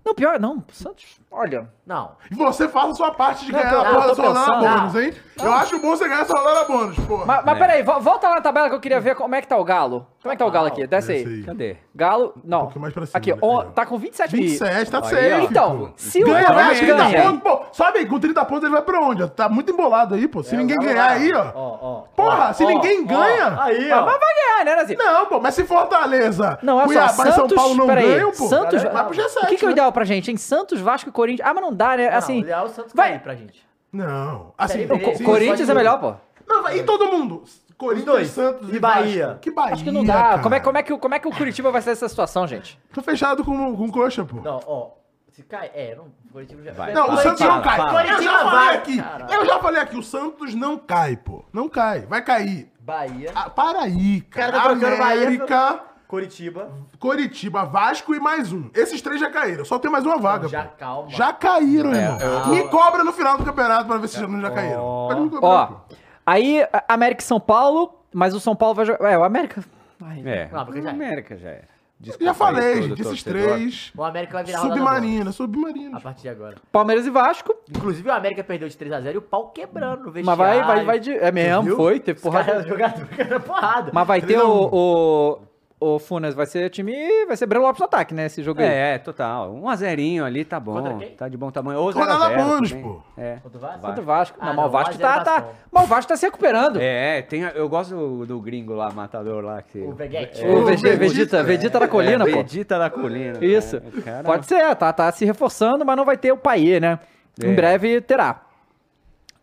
[SPEAKER 1] Não, pior, não. o Santos, olha.
[SPEAKER 3] Não.
[SPEAKER 2] E você faz a sua parte de
[SPEAKER 1] Não,
[SPEAKER 2] ganhar
[SPEAKER 1] tô-
[SPEAKER 2] a
[SPEAKER 1] não,
[SPEAKER 2] porra
[SPEAKER 1] tô
[SPEAKER 2] da sua Lana
[SPEAKER 1] pensando.
[SPEAKER 2] bônus, hein? Eu acho bom você ganhar essa Lana bônus, porra.
[SPEAKER 1] Mas, mas peraí, vo- volta lá na tabela que eu queria ver como é que tá o Galo. Como é que tá o Galo aqui? Desce
[SPEAKER 2] Desce
[SPEAKER 1] aí.
[SPEAKER 2] aí.
[SPEAKER 4] Cadê?
[SPEAKER 1] Galo, não.
[SPEAKER 2] mais pra cima,
[SPEAKER 1] aqui,
[SPEAKER 2] né?
[SPEAKER 1] ó, tá com 27 de-
[SPEAKER 2] 27, tá
[SPEAKER 1] Aí,
[SPEAKER 2] safe.
[SPEAKER 1] Então,
[SPEAKER 2] pô.
[SPEAKER 1] se o
[SPEAKER 2] ganha, tá vai,
[SPEAKER 1] Goiás
[SPEAKER 2] 30
[SPEAKER 1] ganha.
[SPEAKER 2] pontos, pô. Sobe aí, com 30 pontos ele vai pra onde? ó? Tá muito embolado aí, pô. Se
[SPEAKER 1] É,
[SPEAKER 2] ninguém ganhar aí, ó.
[SPEAKER 3] Ó, ó.
[SPEAKER 2] Porra, se
[SPEAKER 3] ó,
[SPEAKER 2] ninguém
[SPEAKER 3] ó.
[SPEAKER 2] ganha.
[SPEAKER 3] Aí,
[SPEAKER 1] Mas
[SPEAKER 3] ó.
[SPEAKER 1] vai ganhar, né, Nazi?
[SPEAKER 2] Não, pô, mas se Fortaleza,
[SPEAKER 1] Não, olha só,
[SPEAKER 2] Cuiabá e
[SPEAKER 1] Santos,
[SPEAKER 2] São Paulo não
[SPEAKER 1] peraí,
[SPEAKER 2] ganham, pô.
[SPEAKER 1] Santos,
[SPEAKER 2] vai pro G7,
[SPEAKER 1] o que, que é o
[SPEAKER 2] né?
[SPEAKER 1] ideal pra gente, hein? Santos, Vasco e Corinthians. Ah, mas não dá, né? Assim,
[SPEAKER 3] Não, o Leal e o Santos
[SPEAKER 1] vai-
[SPEAKER 3] vai pra gente.
[SPEAKER 2] Não, assim...
[SPEAKER 3] Peraí,
[SPEAKER 1] o Co-
[SPEAKER 3] sim,
[SPEAKER 1] Corinthians
[SPEAKER 3] pode
[SPEAKER 1] é
[SPEAKER 3] ir.
[SPEAKER 1] melhor, pô.
[SPEAKER 2] Não, vai- e todo mundo? Corinthians,
[SPEAKER 3] É. dois.
[SPEAKER 2] Santos
[SPEAKER 3] E
[SPEAKER 2] e Vasco.
[SPEAKER 3] Bahia.
[SPEAKER 2] Que Bahia,
[SPEAKER 1] Acho que não dá. Como é,
[SPEAKER 2] cara?
[SPEAKER 1] como é que, o- como é que o Curitiba vai sair dessa situação, gente?
[SPEAKER 2] Tô fechado com, com coxa, pô.
[SPEAKER 3] Não, ó. Se cai. É, não. O Coritiba já vai.
[SPEAKER 2] Não, o
[SPEAKER 3] vai,
[SPEAKER 2] Santos é um-
[SPEAKER 3] fala,
[SPEAKER 2] não cai.
[SPEAKER 3] fala.
[SPEAKER 2] Eu já
[SPEAKER 3] Coritiba
[SPEAKER 2] falei
[SPEAKER 3] vai,
[SPEAKER 2] aqui.
[SPEAKER 3] caralho.
[SPEAKER 2] Eu já falei aqui. O Santos não cai, pô. Não cai. Vai cair.
[SPEAKER 3] Bahia.
[SPEAKER 2] Ah, para aí,
[SPEAKER 3] Cara,
[SPEAKER 2] cara.
[SPEAKER 3] tá trocando Bahia
[SPEAKER 2] América,
[SPEAKER 3] Coritiba.
[SPEAKER 2] Coritiba, Vasco e mais um. Esses três já caíram. Só tem mais uma vaga,
[SPEAKER 3] Já
[SPEAKER 2] pô.
[SPEAKER 3] calma. É,
[SPEAKER 2] Já caíram, irmão.
[SPEAKER 3] eu-
[SPEAKER 2] Me cobra no final do campeonato pra ver se já não já caíram. Pode me cobrar,
[SPEAKER 1] Ó,
[SPEAKER 2] pô.
[SPEAKER 1] aí a- América e São Paulo, mas o São Paulo vai jogar. É, o América. Ai,
[SPEAKER 4] É.
[SPEAKER 3] Não, porque já é.
[SPEAKER 4] América já era. Desculpa
[SPEAKER 2] Já
[SPEAKER 4] aí
[SPEAKER 2] falei,
[SPEAKER 4] todo
[SPEAKER 2] gente. Esses
[SPEAKER 4] torcedor.
[SPEAKER 2] três.
[SPEAKER 3] O América vai virar rodada bônus
[SPEAKER 2] Submarina, submarina.
[SPEAKER 1] Tipo, Ah,
[SPEAKER 3] A partir de agora.
[SPEAKER 1] Palmeiras e Vasco,
[SPEAKER 3] Inclusive o América perdeu de 3x0 e o pau quebrando no vestiário.
[SPEAKER 1] mas vai, vai, vai de. É mesmo,
[SPEAKER 3] viu?
[SPEAKER 1] foi, teve
[SPEAKER 3] Porra,
[SPEAKER 1] porrada.
[SPEAKER 3] cara, jogador <laughs> quebrando porrada.
[SPEAKER 1] Mas
[SPEAKER 2] <laughs>
[SPEAKER 1] vai ter o, o. O Funes vai ser time. Vai ser Breno Lopes no ataque, né? Esse jogo aí.
[SPEAKER 4] É, é, total. Um azerinho ali tá
[SPEAKER 3] Contra
[SPEAKER 4] bom.
[SPEAKER 3] quem?
[SPEAKER 4] Tá de bom tamanho. Ou
[SPEAKER 2] Rodada
[SPEAKER 4] 0 a 0
[SPEAKER 2] bônus,
[SPEAKER 4] também.
[SPEAKER 2] pô.
[SPEAKER 4] É.
[SPEAKER 3] Contra o Vasco?
[SPEAKER 1] Contra o Vasco.
[SPEAKER 3] Ah,
[SPEAKER 1] não, mas o
[SPEAKER 3] não,
[SPEAKER 1] Vasco
[SPEAKER 3] um a
[SPEAKER 1] tá.
[SPEAKER 3] zero
[SPEAKER 1] tá
[SPEAKER 3] Vascão.
[SPEAKER 1] mas o Vasco tá se recuperando.
[SPEAKER 4] É, tem, a- eu gosto do, do gringo lá, matador lá. Que, É.
[SPEAKER 3] O Veguete.
[SPEAKER 1] O Vegeta,
[SPEAKER 2] O
[SPEAKER 1] Vegeta,
[SPEAKER 2] Vegeta,
[SPEAKER 1] Vegeta da colina, pô.
[SPEAKER 4] Vegeta da colina.
[SPEAKER 1] Isso.
[SPEAKER 4] cara. O cara-
[SPEAKER 1] Pode ser, tá, tá se reforçando, mas não vai ter o Paê, né? Em
[SPEAKER 4] É.
[SPEAKER 1] breve terá.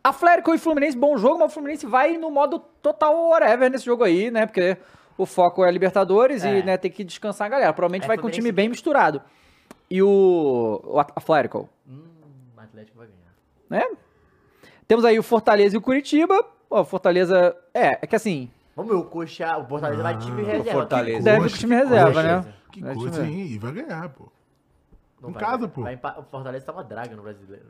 [SPEAKER 1] Atlético e Fluminense, bom jogo, mas o Fluminense vai no modo total whatever nesse jogo aí, né? Porque o foco é Libertadores e
[SPEAKER 3] É.
[SPEAKER 1] né, tem que descansar a galera. Provavelmente
[SPEAKER 3] É,
[SPEAKER 1] vai com um time
[SPEAKER 3] Fluminense-
[SPEAKER 1] bem misturado. E o, o At- Atlético,
[SPEAKER 3] Hum, o Atlético vai ganhar.
[SPEAKER 1] né? Temos aí o Fortaleza e o Curitiba. Ó, o Fortaleza... É, é que assim,
[SPEAKER 3] Vamos ver, o Coxa, o Fortaleza vai de time
[SPEAKER 1] Ah,
[SPEAKER 3] reserva.
[SPEAKER 4] Fortaleza.
[SPEAKER 1] deve
[SPEAKER 2] Poxa,
[SPEAKER 1] pro time
[SPEAKER 2] que
[SPEAKER 1] reserva,
[SPEAKER 2] coisa.
[SPEAKER 1] né?
[SPEAKER 2] Que
[SPEAKER 1] Vai, deixa eu
[SPEAKER 2] coisa,
[SPEAKER 1] ver.
[SPEAKER 2] hein? E vai ganhar, pô.
[SPEAKER 3] Não
[SPEAKER 2] Em
[SPEAKER 3] vai,
[SPEAKER 2] casa,
[SPEAKER 3] vai.
[SPEAKER 2] pô.
[SPEAKER 3] Vai empa- O Fortaleza tá uma draga no brasileiro.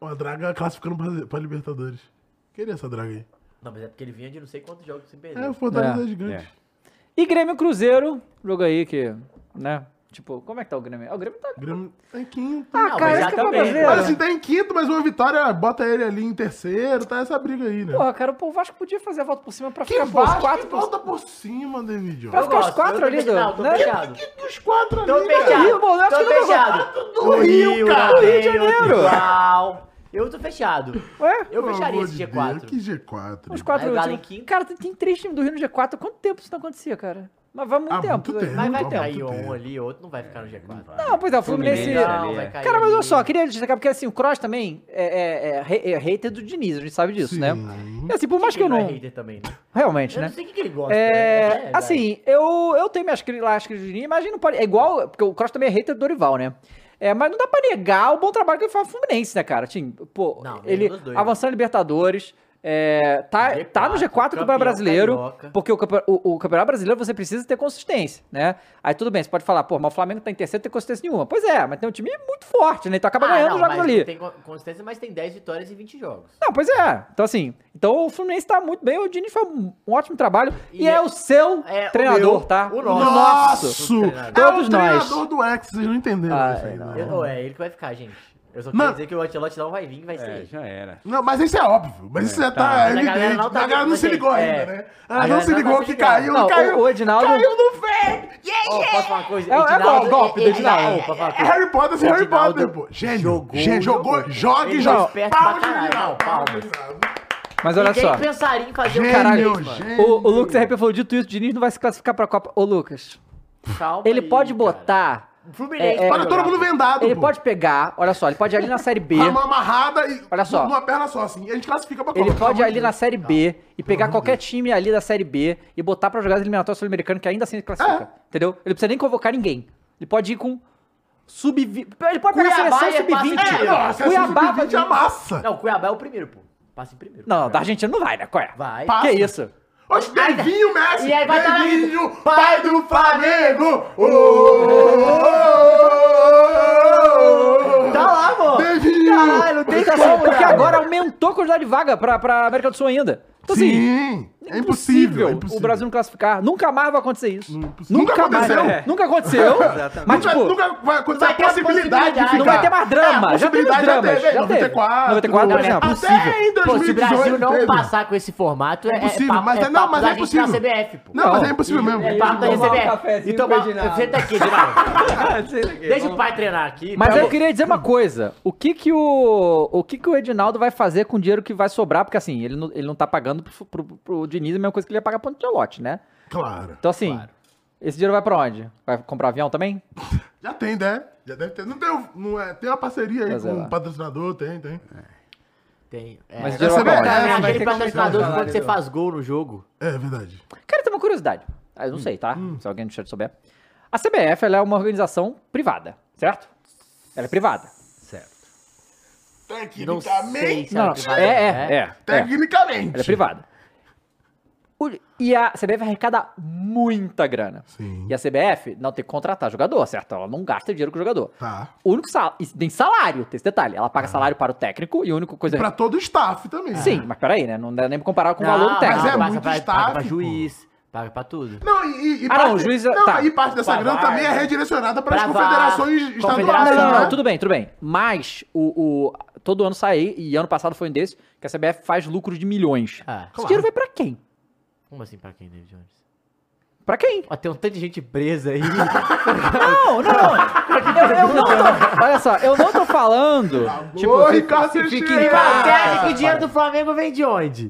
[SPEAKER 2] Uma draga classificando pra, pra Libertadores. Queria essa draga aí.
[SPEAKER 3] Não, mas é porque ele vinha de não sei quantos jogos sem perder.
[SPEAKER 2] É, o Fortaleza
[SPEAKER 1] É.
[SPEAKER 2] é gigante.
[SPEAKER 1] E Grêmio e Cruzeiro, jogo aí que, né? Tipo, como é que tá o Grêmio? Ah, O Grêmio tá...
[SPEAKER 2] Grêmio tá em quinto.
[SPEAKER 1] Ah, é.
[SPEAKER 3] Não,
[SPEAKER 1] cara,
[SPEAKER 3] mas
[SPEAKER 1] isso
[SPEAKER 3] já
[SPEAKER 1] que eu vou
[SPEAKER 3] também,
[SPEAKER 1] fazer.
[SPEAKER 3] né?
[SPEAKER 2] Olha, assim, tá em quinto, mas uma vitória bota ele ali em terceiro, tá essa briga aí, né?
[SPEAKER 1] Porra, cara, pô, o Vasco podia fazer a volta por cima pra
[SPEAKER 2] que
[SPEAKER 1] ficar pô, os
[SPEAKER 2] Vasco
[SPEAKER 1] quatro.
[SPEAKER 2] que
[SPEAKER 1] por-
[SPEAKER 2] volta por cima, David.
[SPEAKER 1] Pra
[SPEAKER 3] Eu
[SPEAKER 1] ficar os
[SPEAKER 3] gosto,
[SPEAKER 1] quatro
[SPEAKER 3] eu tô
[SPEAKER 1] ali, do,
[SPEAKER 3] fechado, tô
[SPEAKER 1] né?
[SPEAKER 3] fechado.
[SPEAKER 2] Que dos quatro ali,
[SPEAKER 3] Tô
[SPEAKER 2] né?
[SPEAKER 1] Rio,
[SPEAKER 3] fechado.
[SPEAKER 1] bom, eu acho que
[SPEAKER 3] Tô
[SPEAKER 1] não vai
[SPEAKER 3] fechado.
[SPEAKER 2] Do Rio, cara.
[SPEAKER 3] do
[SPEAKER 2] Do
[SPEAKER 1] Rio de Janeiro.
[SPEAKER 3] Uau. Eu tô fechado.
[SPEAKER 1] Ué?
[SPEAKER 3] Eu
[SPEAKER 2] Pelo
[SPEAKER 3] fecharia
[SPEAKER 2] amor
[SPEAKER 3] esse
[SPEAKER 2] de
[SPEAKER 3] G4.
[SPEAKER 2] Deus, Que G4.
[SPEAKER 1] Os
[SPEAKER 2] hein?
[SPEAKER 1] É, quatro
[SPEAKER 3] Aí o Galo
[SPEAKER 1] últimos.
[SPEAKER 3] em quinto.
[SPEAKER 1] Cara, tem- tem três times do Rio no G4. Há quanto tempo isso não acontecia, cara? Mas vai muito
[SPEAKER 2] Há
[SPEAKER 1] tempo.
[SPEAKER 2] muito
[SPEAKER 1] vai-
[SPEAKER 2] tempo.
[SPEAKER 1] Vai
[SPEAKER 3] Mas
[SPEAKER 1] muito
[SPEAKER 3] vai
[SPEAKER 2] Muito
[SPEAKER 1] tempo.
[SPEAKER 3] cair
[SPEAKER 2] tempo.
[SPEAKER 3] um ali, outro não vai ficar no G4.
[SPEAKER 1] Não, pois é, o Fluminense.
[SPEAKER 4] Fluminense ali, é.
[SPEAKER 3] cair
[SPEAKER 1] Cara, mas olha
[SPEAKER 3] ali.
[SPEAKER 1] só, queria destacar, porque assim, o Cross também é, é- é re- é hater do Diniz, a gente sabe disso, né?
[SPEAKER 2] Sim.
[SPEAKER 1] E assim, por mais que eu
[SPEAKER 3] Ele é
[SPEAKER 1] não.
[SPEAKER 3] hater também, né?
[SPEAKER 1] Realmente,
[SPEAKER 3] Eu
[SPEAKER 1] né?
[SPEAKER 3] não sei o que que ele gosta. né?
[SPEAKER 1] É,
[SPEAKER 3] Mas
[SPEAKER 1] assim, eu, eu tenho minhas críticas do Diniz, mas a gente não pode. É igual. Porque o Cross também é hater do Dorival, né? É, mas não dá pra negar o bom trabalho que ele faz no Fluminense, né, cara? Tim, pô,
[SPEAKER 3] Não, nenhum
[SPEAKER 1] ele
[SPEAKER 3] dos dois. né?
[SPEAKER 1] avançando em Libertadores. é, tá, tá no G4 do
[SPEAKER 3] campeão
[SPEAKER 1] Campeonato Brasileiro,
[SPEAKER 3] carioca.
[SPEAKER 1] porque o, campe- o- o Campeonato Brasileiro você precisa ter consistência, né? Aí tudo bem, você pode falar, pô, mas o Flamengo tá em terceiro, não tem consistência nenhuma. Pois é, mas tem um time muito forte, né? Então acaba
[SPEAKER 3] Ah,
[SPEAKER 1] ganhando
[SPEAKER 3] não,
[SPEAKER 1] os jogos
[SPEAKER 3] mas
[SPEAKER 1] ali.
[SPEAKER 3] Tem con- consistência, mas tem 10 vitórias e 20 jogos.
[SPEAKER 1] Não, pois é. Então, assim, então o Fluminense tá muito bem, o Dini foi um um ótimo trabalho. E, é, o seu
[SPEAKER 3] é o
[SPEAKER 1] treinador,
[SPEAKER 3] meu,
[SPEAKER 1] tá?
[SPEAKER 3] o nosso.
[SPEAKER 2] Nosso!
[SPEAKER 1] Todos
[SPEAKER 2] é o
[SPEAKER 1] nós.
[SPEAKER 2] treinador do ex, vocês não entenderam. isso aí, não.
[SPEAKER 3] Eu- ou é ele que vai ficar, gente. Eu só
[SPEAKER 2] Mano.
[SPEAKER 3] queria dizer que o Antelote não vai
[SPEAKER 1] É,
[SPEAKER 3] vir, vai ser.
[SPEAKER 4] é, já
[SPEAKER 1] <laughs>
[SPEAKER 4] era.
[SPEAKER 2] Não, mas isso é óbvio. Mas isso já
[SPEAKER 3] tá.
[SPEAKER 2] tá,
[SPEAKER 3] Mas a
[SPEAKER 2] evidente.
[SPEAKER 3] galera
[SPEAKER 2] A
[SPEAKER 3] não
[SPEAKER 2] galera
[SPEAKER 3] tá
[SPEAKER 2] não,
[SPEAKER 3] vendo,
[SPEAKER 2] se ligou
[SPEAKER 3] gente.
[SPEAKER 2] ainda,
[SPEAKER 3] É.
[SPEAKER 2] né?
[SPEAKER 3] A
[SPEAKER 2] Ela não
[SPEAKER 3] galera
[SPEAKER 2] se
[SPEAKER 3] não
[SPEAKER 2] ligou
[SPEAKER 3] tá se
[SPEAKER 2] que
[SPEAKER 3] ligando.
[SPEAKER 2] caiu,
[SPEAKER 1] Não,
[SPEAKER 2] caiu.
[SPEAKER 1] o- o Edinaldo-
[SPEAKER 2] Caiu no vento!
[SPEAKER 3] Ó, posso falar uma coisa?
[SPEAKER 1] É- é gol-
[SPEAKER 3] Edinaldo-
[SPEAKER 1] golpe do Edinaldo,
[SPEAKER 3] Edinaldo-
[SPEAKER 1] pra falar
[SPEAKER 2] É Harry Potter sem Harry Potter, pô. Gênio. Jogou, Gênio, jogou, joga e
[SPEAKER 3] Ele foi
[SPEAKER 2] joga.
[SPEAKER 3] esperto pra
[SPEAKER 2] Palmas de
[SPEAKER 3] caralho.
[SPEAKER 2] Edinaldo.
[SPEAKER 3] Não, palmas.
[SPEAKER 1] Mas olha
[SPEAKER 3] Ninguém
[SPEAKER 1] só.
[SPEAKER 3] pensaria em fazer um
[SPEAKER 2] Gênio,
[SPEAKER 3] caralho.
[SPEAKER 2] gênio.
[SPEAKER 1] O, o Lucas RP falou, dito isso, o Diniz não vai se classificar pra Copa. Ô, Lucas,
[SPEAKER 3] Calma
[SPEAKER 1] ele
[SPEAKER 3] aí,
[SPEAKER 1] pode
[SPEAKER 3] cara. Tá
[SPEAKER 1] botar...
[SPEAKER 3] Fluminense,
[SPEAKER 1] É, é,
[SPEAKER 2] Olha, todo mundo vendado,
[SPEAKER 1] Ele
[SPEAKER 2] pô.
[SPEAKER 1] pode pegar, olha só, ele pode ir ali na Série B,
[SPEAKER 2] Com
[SPEAKER 3] Tá
[SPEAKER 2] a mão amarrada e
[SPEAKER 1] Olha só.
[SPEAKER 2] numa perna só, assim. A gente classifica pra Copa.
[SPEAKER 3] Tá
[SPEAKER 1] ele pode ir
[SPEAKER 2] pelo
[SPEAKER 1] ali na
[SPEAKER 2] amor de
[SPEAKER 1] Série B e pegar qualquer time ali da Série B e botar pra jogar as eliminatórias sul-americanas que ainda assim ele classifica,
[SPEAKER 3] É.
[SPEAKER 1] entendeu? Ele não precisa nem convocar ninguém. Ele pode ir com sub-20... Ele pode pegar a
[SPEAKER 3] Cuiabá
[SPEAKER 1] seleção
[SPEAKER 3] é
[SPEAKER 2] Deus.
[SPEAKER 1] sub-20.
[SPEAKER 3] parceiro.
[SPEAKER 2] É, nossa,
[SPEAKER 1] Cuiabá
[SPEAKER 2] Cuiabá
[SPEAKER 1] vai
[SPEAKER 2] vai
[SPEAKER 3] é
[SPEAKER 2] a massa.
[SPEAKER 3] Não, o Cuiabá é o primeiro, pô. Passa em primeiro.
[SPEAKER 1] Não, da Argentina não vai, né? Qual é?
[SPEAKER 3] Vai.
[SPEAKER 1] Que
[SPEAKER 2] Passa.
[SPEAKER 1] isso?
[SPEAKER 2] Oxe, Devinho, Messi.
[SPEAKER 3] E aí vai dar na vida.
[SPEAKER 2] Devinho, pai do Flamengo. Ô, ô, ô, ô, ô.
[SPEAKER 3] Tá lá, mano.
[SPEAKER 2] Devinho.
[SPEAKER 3] Caralho, tem
[SPEAKER 1] Então, assim,
[SPEAKER 3] como,
[SPEAKER 1] porque
[SPEAKER 3] cara.
[SPEAKER 1] agora aumentou a quantidade de vaga pra, pra América do Sul ainda. Então, assim,
[SPEAKER 2] Sim, é impossível. é
[SPEAKER 1] o
[SPEAKER 2] impossível. é
[SPEAKER 1] Brasil não classificar. Nunca mais vai acontecer isso.
[SPEAKER 2] impossível. Nunca
[SPEAKER 1] mais.
[SPEAKER 2] aconteceu.
[SPEAKER 1] É. Nunca
[SPEAKER 2] <laughs>
[SPEAKER 1] aconteceu. mas,
[SPEAKER 2] nunca,
[SPEAKER 1] tipo,
[SPEAKER 2] nunca vai acontecer
[SPEAKER 3] vai
[SPEAKER 2] a
[SPEAKER 3] ter a
[SPEAKER 2] possibilidade de
[SPEAKER 3] possibilidade,
[SPEAKER 2] ficar.
[SPEAKER 1] não vai ter mais drama.
[SPEAKER 2] É, a
[SPEAKER 1] já teve
[SPEAKER 2] possibilidade já
[SPEAKER 1] dramas.
[SPEAKER 2] teve,
[SPEAKER 1] já teve.
[SPEAKER 2] 94,
[SPEAKER 1] 94, por
[SPEAKER 2] É
[SPEAKER 1] exemplo.
[SPEAKER 2] Até em 2018
[SPEAKER 3] Pô, se o Brasil não
[SPEAKER 2] teve.
[SPEAKER 3] passar com esse formato, é, é
[SPEAKER 2] Impossível,
[SPEAKER 3] papo-
[SPEAKER 2] mas é-
[SPEAKER 3] papo
[SPEAKER 2] não, mas
[SPEAKER 3] da
[SPEAKER 2] é
[SPEAKER 3] gente na
[SPEAKER 2] possível.
[SPEAKER 3] CBF, pô.
[SPEAKER 2] Não, mas é impossível mesmo.
[SPEAKER 1] tá,
[SPEAKER 3] É papo da
[SPEAKER 4] tomar um
[SPEAKER 3] CBF.
[SPEAKER 4] cafezinho
[SPEAKER 3] E tomar...
[SPEAKER 4] com o Edinaldo.
[SPEAKER 3] Senta tá aqui,
[SPEAKER 4] <laughs>
[SPEAKER 3] Edinaldo. Deixa o
[SPEAKER 4] Vamos-
[SPEAKER 3] pai treinar aqui.
[SPEAKER 1] Mas
[SPEAKER 3] pô.
[SPEAKER 1] eu queria dizer uma coisa. O que que o, o, que que o Edinaldo vai fazer com o dinheiro que vai sobrar? Porque, assim, ele não, ele não tá pagando pro, pro, pro Diniz a mesma coisa que ele ia pagar pro Antelote, né?
[SPEAKER 2] Claro.
[SPEAKER 1] Então, assim, esse dinheiro vai pra onde? Vai comprar avião também?
[SPEAKER 2] Já tem, né? Já deve ter. Não tem, o- não é, tem uma parceria aí
[SPEAKER 1] Mas é
[SPEAKER 2] com
[SPEAKER 1] lá.
[SPEAKER 2] o patrocinador, tem, tem.
[SPEAKER 3] Tem. É,
[SPEAKER 1] Mas
[SPEAKER 3] mas
[SPEAKER 1] o dinheiro vai pra onde?
[SPEAKER 2] vai ter
[SPEAKER 3] aquele
[SPEAKER 2] que
[SPEAKER 3] patrocinador
[SPEAKER 2] começar
[SPEAKER 3] que
[SPEAKER 2] o
[SPEAKER 3] quando você faz gol no jogo.
[SPEAKER 2] É verdade.
[SPEAKER 1] Cara, tem uma curiosidade. Ah,
[SPEAKER 2] Hum,
[SPEAKER 1] Eu não sei, tá? Se alguém no chat souber. A CBF ela é uma organização privada, certo? Ela é privada.
[SPEAKER 3] Não sei
[SPEAKER 2] Tecnicamente.
[SPEAKER 3] se é uma privada,
[SPEAKER 1] é, é,
[SPEAKER 3] né?
[SPEAKER 1] é, é.
[SPEAKER 2] Tecnicamente.
[SPEAKER 1] Ela é privada. O- E a CBF arrecada muita grana.
[SPEAKER 2] Sim.
[SPEAKER 1] E a CBF não tem que contratar jogador, certo? Ela não gasta dinheiro com o jogador.
[SPEAKER 2] Tá.
[SPEAKER 1] O único sal... e tem salário, tem esse detalhe. Ela paga salário para o técnico e a única coisa.
[SPEAKER 2] Ah. Pra todo o staff também.
[SPEAKER 1] Sim, mas peraí, né? Não dá nem pra comparar com o
[SPEAKER 3] Não,
[SPEAKER 1] valor do técnico.
[SPEAKER 2] mas é
[SPEAKER 3] passa
[SPEAKER 2] muito
[SPEAKER 3] pra,
[SPEAKER 2] staff,
[SPEAKER 3] paga pra
[SPEAKER 2] pô.
[SPEAKER 3] juiz, paga pra tudo.
[SPEAKER 2] Não, e, e- e
[SPEAKER 1] Ah, não, o juiz-
[SPEAKER 2] não,
[SPEAKER 1] tá.
[SPEAKER 2] e parte dessa
[SPEAKER 3] Pra
[SPEAKER 2] grana
[SPEAKER 3] VAR,
[SPEAKER 2] também é
[SPEAKER 3] né?
[SPEAKER 2] redirecionada para as
[SPEAKER 3] Pra VAR,
[SPEAKER 2] confederações
[SPEAKER 3] confederação,
[SPEAKER 2] estaduais.
[SPEAKER 1] Não, não, não,
[SPEAKER 2] né?
[SPEAKER 1] tudo bem, tudo bem. Mas o, o- todo ano sai, e ano passado foi um desses, que a CBF faz lucro de milhões.
[SPEAKER 3] Ah,
[SPEAKER 1] Esse
[SPEAKER 3] claro.
[SPEAKER 1] dinheiro vai pra quem?
[SPEAKER 3] Como assim pra quem, David Jones?
[SPEAKER 1] Pra
[SPEAKER 3] <laughs>
[SPEAKER 1] quem?
[SPEAKER 3] Ó, tem um tanto de gente
[SPEAKER 2] <laughs>
[SPEAKER 3] presa aí.
[SPEAKER 1] Não, não, não. <laughs> Eu, eu não tô, olha só, eu não tô falando.
[SPEAKER 3] Tá
[SPEAKER 1] tipo assim,
[SPEAKER 2] Ô, Ricardo Teixeira!
[SPEAKER 3] Até que o dinheiro do Flamengo vem de onde?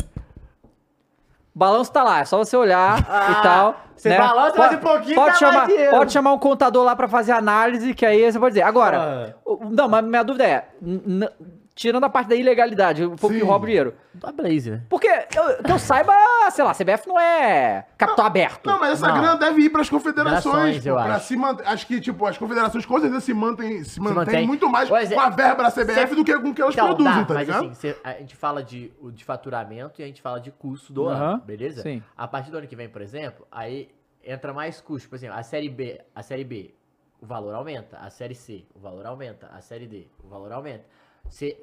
[SPEAKER 1] Balanço tá lá, é só você olhar e tal.
[SPEAKER 3] Ah, você
[SPEAKER 1] né?
[SPEAKER 3] balança,
[SPEAKER 1] Pode-
[SPEAKER 3] mas um pouquinho
[SPEAKER 1] pode
[SPEAKER 3] dá
[SPEAKER 1] chamar,
[SPEAKER 3] mais dinheiro.
[SPEAKER 1] pode chamar um contador lá pra fazer análise, que aí você pode dizer. Agora,
[SPEAKER 3] Ah.
[SPEAKER 1] o- não, mas minha dúvida é, n- n- tirando a parte da ilegalidade, o povo que
[SPEAKER 2] Sim.
[SPEAKER 1] rouba o dinheiro.
[SPEAKER 3] Da Blaze, né?
[SPEAKER 1] Porque eu, que eu saiba, sei lá, CBF não é capital aberto.
[SPEAKER 2] Não, mas essa
[SPEAKER 3] Não.
[SPEAKER 2] grana deve ir para as confederações.
[SPEAKER 3] Federações,
[SPEAKER 2] pô,
[SPEAKER 3] eu
[SPEAKER 2] pra
[SPEAKER 3] acho.
[SPEAKER 2] se manter. Acho que, tipo, as confederações com certeza se mantêm se mantêm
[SPEAKER 3] mantém.
[SPEAKER 2] muito mais
[SPEAKER 3] Pois é.
[SPEAKER 2] com a verba da CBF do que com o que elas
[SPEAKER 3] Então,
[SPEAKER 2] produzem,
[SPEAKER 3] dá,
[SPEAKER 2] tá
[SPEAKER 3] mas
[SPEAKER 2] ligado?
[SPEAKER 3] assim, cê- a gente fala de, o- de faturamento e a gente fala de custo do
[SPEAKER 1] Aham,
[SPEAKER 3] ano, beleza?
[SPEAKER 1] sim.
[SPEAKER 3] A partir do ano que vem, por exemplo, aí entra mais custo. Por exemplo, a série B, a série B, o valor aumenta. A série C, o valor aumenta. A série D, o valor aumenta. Você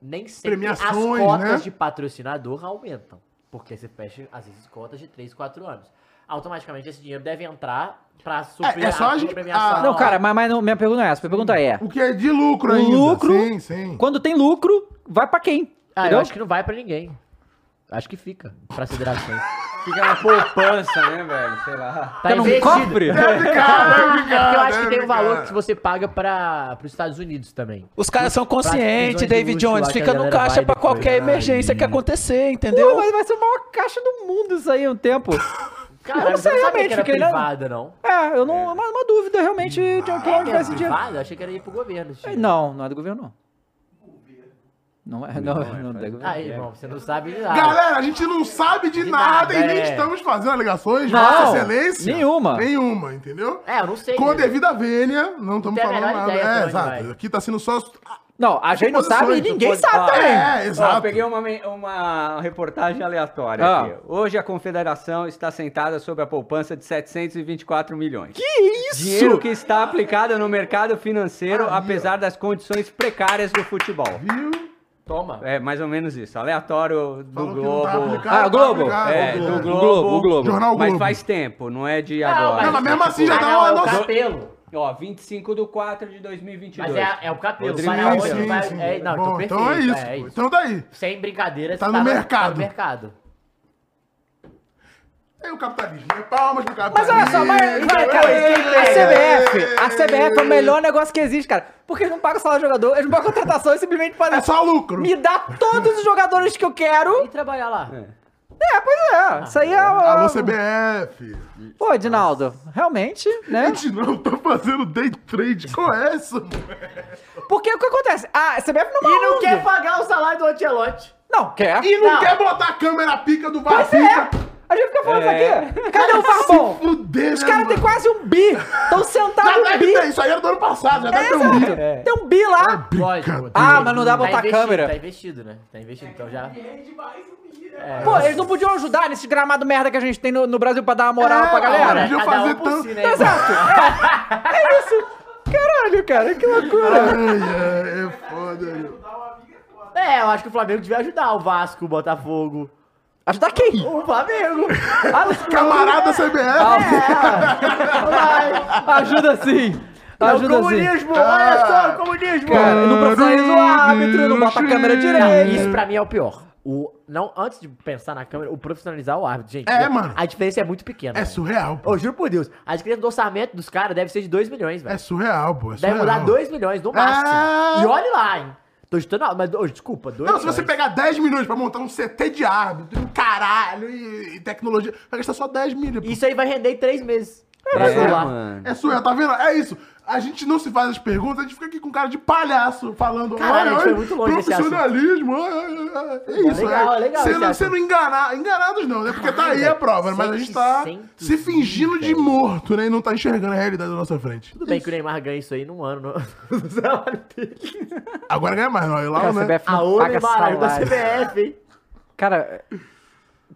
[SPEAKER 3] nem sempre as
[SPEAKER 2] Premiações,
[SPEAKER 3] cotas
[SPEAKER 2] né?
[SPEAKER 3] de patrocinador aumentam. Porque você fecha, às vezes, cotas de 3, 4 anos. Automaticamente esse dinheiro deve entrar pra suprir
[SPEAKER 2] é só a gente- ah,
[SPEAKER 1] Não, cara, mas, mas não- minha pergunta não é essa. Minha pergunta é:
[SPEAKER 2] O que é de lucro ainda.
[SPEAKER 1] lucro-
[SPEAKER 2] Sim, sim.
[SPEAKER 1] quando tem lucro, vai pra quem?
[SPEAKER 3] Ah, eu
[SPEAKER 1] Entendeu?
[SPEAKER 3] acho que não vai pra ninguém. Acho que fica
[SPEAKER 2] <laughs>
[SPEAKER 3] pra federações.
[SPEAKER 4] Fica na poupança, né, velho? Sei lá.
[SPEAKER 3] Tá
[SPEAKER 1] num
[SPEAKER 3] investido.
[SPEAKER 1] cofre?
[SPEAKER 2] Deve ficar, deve ficar,
[SPEAKER 3] É porque eu acho que
[SPEAKER 2] deve
[SPEAKER 3] tem um
[SPEAKER 2] ficar.
[SPEAKER 3] valor que você paga para os Estados Unidos também.
[SPEAKER 7] Os caras
[SPEAKER 3] Tá,
[SPEAKER 7] são
[SPEAKER 3] prisões de
[SPEAKER 7] conscientes, David
[SPEAKER 3] luxo lá
[SPEAKER 7] Jones.
[SPEAKER 3] que a
[SPEAKER 7] Fica no
[SPEAKER 3] galera
[SPEAKER 7] caixa
[SPEAKER 3] vai
[SPEAKER 7] pra
[SPEAKER 3] depois. né?
[SPEAKER 7] qualquer emergência que acontecer,
[SPEAKER 1] Pô,
[SPEAKER 7] entendeu?
[SPEAKER 1] mas vai ser a maior caixa do mundo isso aí, um tempo.
[SPEAKER 3] Cara,
[SPEAKER 1] não
[SPEAKER 3] você
[SPEAKER 1] sei
[SPEAKER 3] não sabia
[SPEAKER 1] realmente,
[SPEAKER 3] que era
[SPEAKER 2] né?
[SPEAKER 1] porque não-
[SPEAKER 3] privada, não.
[SPEAKER 1] É, eu não. É uma, uma dúvida, realmente, de onde vai esse dinheiro.
[SPEAKER 3] Privada? Achei que era ir pro governo. Chico.
[SPEAKER 1] Não, não é do governo, não. Não é, não, não, deve-
[SPEAKER 3] Aí, irmão, você não sabe de nada.
[SPEAKER 2] Galera, a gente não sabe de, nada, e
[SPEAKER 3] é? nada,
[SPEAKER 2] nem
[SPEAKER 3] é.
[SPEAKER 2] estamos fazendo alegações,
[SPEAKER 3] Não,
[SPEAKER 2] Vossa Excelência.
[SPEAKER 1] nenhuma.
[SPEAKER 2] Nenhuma, entendeu?
[SPEAKER 3] É, eu não sei.
[SPEAKER 2] Com a
[SPEAKER 3] né?
[SPEAKER 2] devida vênia, não estamos
[SPEAKER 3] Tem a
[SPEAKER 2] falando
[SPEAKER 3] menor
[SPEAKER 2] nada.
[SPEAKER 3] ideia pra
[SPEAKER 2] É,
[SPEAKER 3] onde
[SPEAKER 2] exato.
[SPEAKER 3] vai.
[SPEAKER 2] Aqui tá sendo só.
[SPEAKER 1] Não, a gente não sabe e ninguém
[SPEAKER 3] Ah,
[SPEAKER 1] sabe também.
[SPEAKER 2] É,
[SPEAKER 4] Ó, eu
[SPEAKER 2] exato.
[SPEAKER 4] peguei uma, me- uma reportagem aleatória
[SPEAKER 1] Ah.
[SPEAKER 4] aqui. Hoje a Confederação está sentada sobre a poupança de 724 milhões.
[SPEAKER 1] Que isso?
[SPEAKER 4] Dinheiro que está aplicado no mercado financeiro, apesar das condições precárias do futebol.
[SPEAKER 3] Toma.
[SPEAKER 4] É mais ou menos isso. Aleatório do Globo.
[SPEAKER 2] tá aplicado,
[SPEAKER 4] ah, Globo?
[SPEAKER 2] tá aplicado,
[SPEAKER 4] é,
[SPEAKER 2] o
[SPEAKER 4] do
[SPEAKER 2] Globo.
[SPEAKER 4] Globo.
[SPEAKER 1] O Globo.
[SPEAKER 2] Jornal
[SPEAKER 4] Mas
[SPEAKER 2] Globo.
[SPEAKER 4] faz tempo, não é de
[SPEAKER 3] Não,
[SPEAKER 4] agora.
[SPEAKER 3] mas,
[SPEAKER 2] Não, mas mesmo assim já
[SPEAKER 3] Ah,
[SPEAKER 2] dá
[SPEAKER 3] não,
[SPEAKER 2] uma
[SPEAKER 3] é o
[SPEAKER 2] noção.
[SPEAKER 3] capelo.
[SPEAKER 4] Ó, 25 de 4 de 2022.
[SPEAKER 3] Mas é, é o capelo.
[SPEAKER 4] Rodrigo
[SPEAKER 3] sai na
[SPEAKER 4] Mendes,
[SPEAKER 3] outra,
[SPEAKER 2] sim,
[SPEAKER 3] vai-
[SPEAKER 2] então sim.
[SPEAKER 3] é, não,
[SPEAKER 2] Bom,
[SPEAKER 3] tô perfeito.
[SPEAKER 2] então é isso.
[SPEAKER 3] é
[SPEAKER 2] Então tá aí.
[SPEAKER 3] Sem brincadeira,
[SPEAKER 2] Tá
[SPEAKER 3] você
[SPEAKER 2] no
[SPEAKER 3] Tá
[SPEAKER 2] mercado.
[SPEAKER 3] no mercado.
[SPEAKER 2] É o capitalismo. É palmas pro
[SPEAKER 1] Mas
[SPEAKER 2] capitalismo.
[SPEAKER 1] olha só, mas, mas, cara, a CBF, a CBF é o melhor negócio que existe, cara. Porque eles não pagam salário de jogador, eles não pagam contratação, eles simplesmente fazem.
[SPEAKER 2] É só lucro.
[SPEAKER 1] Me dá todos os jogadores que eu
[SPEAKER 3] E
[SPEAKER 1] quero.
[SPEAKER 3] trabalhar lá.
[SPEAKER 1] É, pois é. Isso aí é.
[SPEAKER 2] Alô,
[SPEAKER 1] Alô,
[SPEAKER 2] CBF.
[SPEAKER 1] Pô, Edinaldo, realmente, né?
[SPEAKER 2] Gente, não, tô fazendo day trade. Qual é essa, mano?
[SPEAKER 1] Porque o que acontece? Ah, a CBF não
[SPEAKER 3] E não
[SPEAKER 1] manda.
[SPEAKER 3] quer pagar o salário do Antelote.
[SPEAKER 1] Não, quer.
[SPEAKER 2] E não,
[SPEAKER 3] Não.
[SPEAKER 2] quer botar a câmera pica do VAR
[SPEAKER 1] Pois é. A gente fica falando
[SPEAKER 4] É.
[SPEAKER 1] isso aqui. Cadê o Farbom?
[SPEAKER 2] Fuder,
[SPEAKER 1] Os caras têm quase um bi. Estão sentados
[SPEAKER 2] Já
[SPEAKER 1] no
[SPEAKER 2] deve
[SPEAKER 1] bi.
[SPEAKER 2] ter, isso aí era do ano passado, já deve ter um
[SPEAKER 1] Exato.
[SPEAKER 2] vídeo.
[SPEAKER 1] Tem um bi lá.
[SPEAKER 3] Lógico.
[SPEAKER 1] Ah, mas não dá pra botar
[SPEAKER 3] investido,
[SPEAKER 1] câmera.
[SPEAKER 3] Tá investido, né? Tá investido, então já...
[SPEAKER 1] Pô, eles não podiam ajudar nesse gramado merda que a gente tem no, no Brasil pra dar uma moral pra galera.
[SPEAKER 2] Podia
[SPEAKER 3] cada um
[SPEAKER 2] fazer
[SPEAKER 3] por
[SPEAKER 2] tanto. <laughs>
[SPEAKER 3] si, né?
[SPEAKER 1] Exato. É, é isso. Caralho, cara, que loucura.
[SPEAKER 2] Ai, ai, é foda. meu.
[SPEAKER 3] É, eu acho que o Flamengo devia ajudar o Vasco, o Botafogo.
[SPEAKER 1] Ajudar quem?
[SPEAKER 3] O Flamengo.
[SPEAKER 2] Camarada CBF.
[SPEAKER 1] Ajuda sim.
[SPEAKER 2] Tá
[SPEAKER 1] Ajuda sim.
[SPEAKER 3] É comunismo, olha só, o comunismo.
[SPEAKER 1] Cara, não profissionaliza o árbitro, não bota a câmera direito.
[SPEAKER 3] Isso pra mim é o pior. O, não, antes de pensar na câmera, o profissionalizar o árbitro, gente.
[SPEAKER 2] É,
[SPEAKER 3] eu-
[SPEAKER 2] mano.
[SPEAKER 3] A diferença é muito pequena.
[SPEAKER 2] É
[SPEAKER 3] velho.
[SPEAKER 2] surreal, pô.
[SPEAKER 3] Eu juro por Deus. A diferença do orçamento dos caras deve ser de 2 milhões, velho.
[SPEAKER 2] É surreal, pô. É
[SPEAKER 3] deve
[SPEAKER 2] surreal.
[SPEAKER 3] mudar 2 milhões no máximo.
[SPEAKER 2] É.
[SPEAKER 3] E olha lá, hein. Tô chutando, alto, mas ô, desculpa, 2
[SPEAKER 2] Não,
[SPEAKER 3] milhões.
[SPEAKER 2] se você pegar 10 milhões pra montar um CT de árbitro, um caralho e, e tecnologia, vai gastar só 10 milhões. pô.
[SPEAKER 3] Isso aí vai render em 3 meses. Pra
[SPEAKER 4] É,
[SPEAKER 3] celular.
[SPEAKER 4] mano.
[SPEAKER 2] É surreal, tá vendo? É isso. A gente não se faz as perguntas, a gente fica aqui com cara de palhaço falando.
[SPEAKER 3] Caralho, a gente
[SPEAKER 2] "Ai,
[SPEAKER 3] foi
[SPEAKER 2] ai,
[SPEAKER 3] muito longe desse assunto."
[SPEAKER 2] Profissionalismo. ai, ai, ai." É isso,
[SPEAKER 3] Legal,
[SPEAKER 2] é.
[SPEAKER 3] legal esse
[SPEAKER 2] Sendo,
[SPEAKER 3] assunto.
[SPEAKER 2] sendo engana- enganados, não, né? Porque tá aí a prova, né? mas a gente tá
[SPEAKER 3] 700
[SPEAKER 2] se fingindo de
[SPEAKER 3] velho.
[SPEAKER 2] morto, né? E não tá enxergando a realidade da nossa frente.
[SPEAKER 3] Tudo
[SPEAKER 2] <laughs>
[SPEAKER 3] bem que o Neymar ganha isso aí num ano. No... <laughs> no salário dele.
[SPEAKER 2] Agora ganha mais, não. Lá,
[SPEAKER 1] Ah, Cara,
[SPEAKER 2] né?
[SPEAKER 1] CBF não
[SPEAKER 3] Aô,
[SPEAKER 1] paga
[SPEAKER 3] Neymar, ajuda a é
[SPEAKER 1] salário.
[SPEAKER 3] CBF, hein.
[SPEAKER 1] Cara,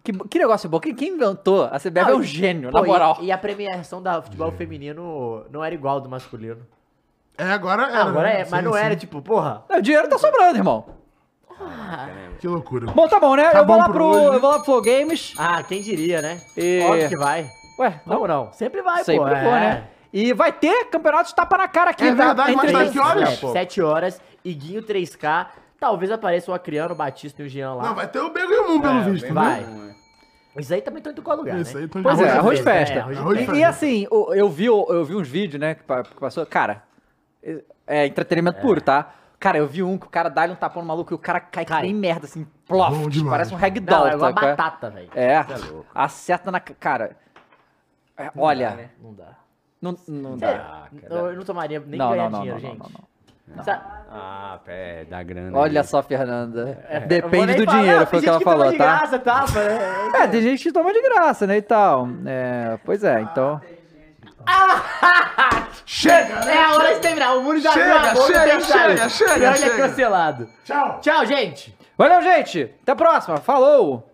[SPEAKER 1] que, que negócio bom. Quem, quem inventou? A CBF é
[SPEAKER 3] Não,
[SPEAKER 1] um
[SPEAKER 3] e-
[SPEAKER 1] gênio,
[SPEAKER 3] pô,
[SPEAKER 1] na
[SPEAKER 3] e-
[SPEAKER 1] moral.
[SPEAKER 3] E, a premiação da futebol feminino não era igual do masculino.
[SPEAKER 2] É, agora é.
[SPEAKER 3] Agora é, mas não era, tipo, porra.
[SPEAKER 1] O dinheiro tá sobrando, irmão.
[SPEAKER 2] Que loucura.
[SPEAKER 1] Bom, tá bom, né?
[SPEAKER 2] Tá
[SPEAKER 1] eu, vou
[SPEAKER 2] bom
[SPEAKER 1] lá
[SPEAKER 2] por
[SPEAKER 1] pro,
[SPEAKER 2] hoje, né?
[SPEAKER 1] eu vou lá pro Flow Games.
[SPEAKER 3] Ah, quem diria, né?
[SPEAKER 1] E-
[SPEAKER 3] Óbvio que vai.
[SPEAKER 1] Ué,
[SPEAKER 3] Não, não. Sempre vai,
[SPEAKER 1] Sempre foi,
[SPEAKER 3] pô. é.
[SPEAKER 1] né? E vai ter campeonato de tapa na cara aqui,
[SPEAKER 2] É verdade, mas tá
[SPEAKER 1] nós.
[SPEAKER 2] Que horas?
[SPEAKER 3] Sete, sete horas, Iguinho 3K. Talvez apareça o Acriano, o Batista e o Jean lá.
[SPEAKER 2] Não, vai ter o Bego e o Mum, pelo visto,
[SPEAKER 3] É, vai.
[SPEAKER 2] né?
[SPEAKER 3] Isso aí também tá em qualquer lugar,
[SPEAKER 2] Isso
[SPEAKER 3] né?
[SPEAKER 2] aí, tô
[SPEAKER 1] Pois
[SPEAKER 2] de
[SPEAKER 1] é,
[SPEAKER 2] boa.
[SPEAKER 1] arroz
[SPEAKER 3] de festa,
[SPEAKER 1] festa.
[SPEAKER 3] é, arroz
[SPEAKER 2] de
[SPEAKER 1] E-
[SPEAKER 2] festa.
[SPEAKER 1] e, assim, o- eu vi, o- eu vi uns vídeos, né, que pa- que passou. Cara, é entretenimento puro, tá? Cara, eu vi um que o cara dá-lhe um tapão no maluco e o cara cai, que
[SPEAKER 3] Cai.
[SPEAKER 1] nem merda, assim,
[SPEAKER 2] Bom
[SPEAKER 1] ploft.
[SPEAKER 2] demais.
[SPEAKER 1] Parece um
[SPEAKER 3] Não,
[SPEAKER 1] ragdoll,
[SPEAKER 3] é igual
[SPEAKER 1] sabe qual é?
[SPEAKER 3] batata, velho.
[SPEAKER 1] É,
[SPEAKER 3] Cê louco.
[SPEAKER 1] acerta na... ca- Cara, é, olha,
[SPEAKER 3] Não dá, né? Não dá.
[SPEAKER 1] não, não
[SPEAKER 3] Sério,
[SPEAKER 1] dá.
[SPEAKER 3] eu eu É, não tomaria nem
[SPEAKER 1] Não,
[SPEAKER 3] ganhar
[SPEAKER 1] não, não,
[SPEAKER 3] dinheiro,
[SPEAKER 1] não, não,
[SPEAKER 3] gente.
[SPEAKER 1] não, não.
[SPEAKER 3] Sa-
[SPEAKER 4] Ah, pé, dá grana.
[SPEAKER 1] Olha
[SPEAKER 4] aí.
[SPEAKER 1] só, Fernanda.
[SPEAKER 3] É, eu vou
[SPEAKER 1] Depende
[SPEAKER 3] nem
[SPEAKER 1] do
[SPEAKER 3] falar,
[SPEAKER 1] dinheiro,
[SPEAKER 3] tem
[SPEAKER 1] foi o que
[SPEAKER 3] gente
[SPEAKER 1] ela
[SPEAKER 3] toma
[SPEAKER 1] falou,
[SPEAKER 3] de
[SPEAKER 1] tá? <laughs>
[SPEAKER 3] graça, tá? Mas-
[SPEAKER 1] É, tem gente que toma de graça, né, e tal. É, pois é, então...
[SPEAKER 2] Chega, né?
[SPEAKER 3] É a hora de terminar. O muro já
[SPEAKER 2] Chega,
[SPEAKER 3] abriu a boca,
[SPEAKER 2] chega,
[SPEAKER 3] tem que sair.
[SPEAKER 2] chega, chega,
[SPEAKER 3] Pior que é
[SPEAKER 2] chega.
[SPEAKER 3] cancelado.
[SPEAKER 2] Tchau.
[SPEAKER 3] Tchau, gente.
[SPEAKER 1] Valeu, gente! Até a próxima! Falou!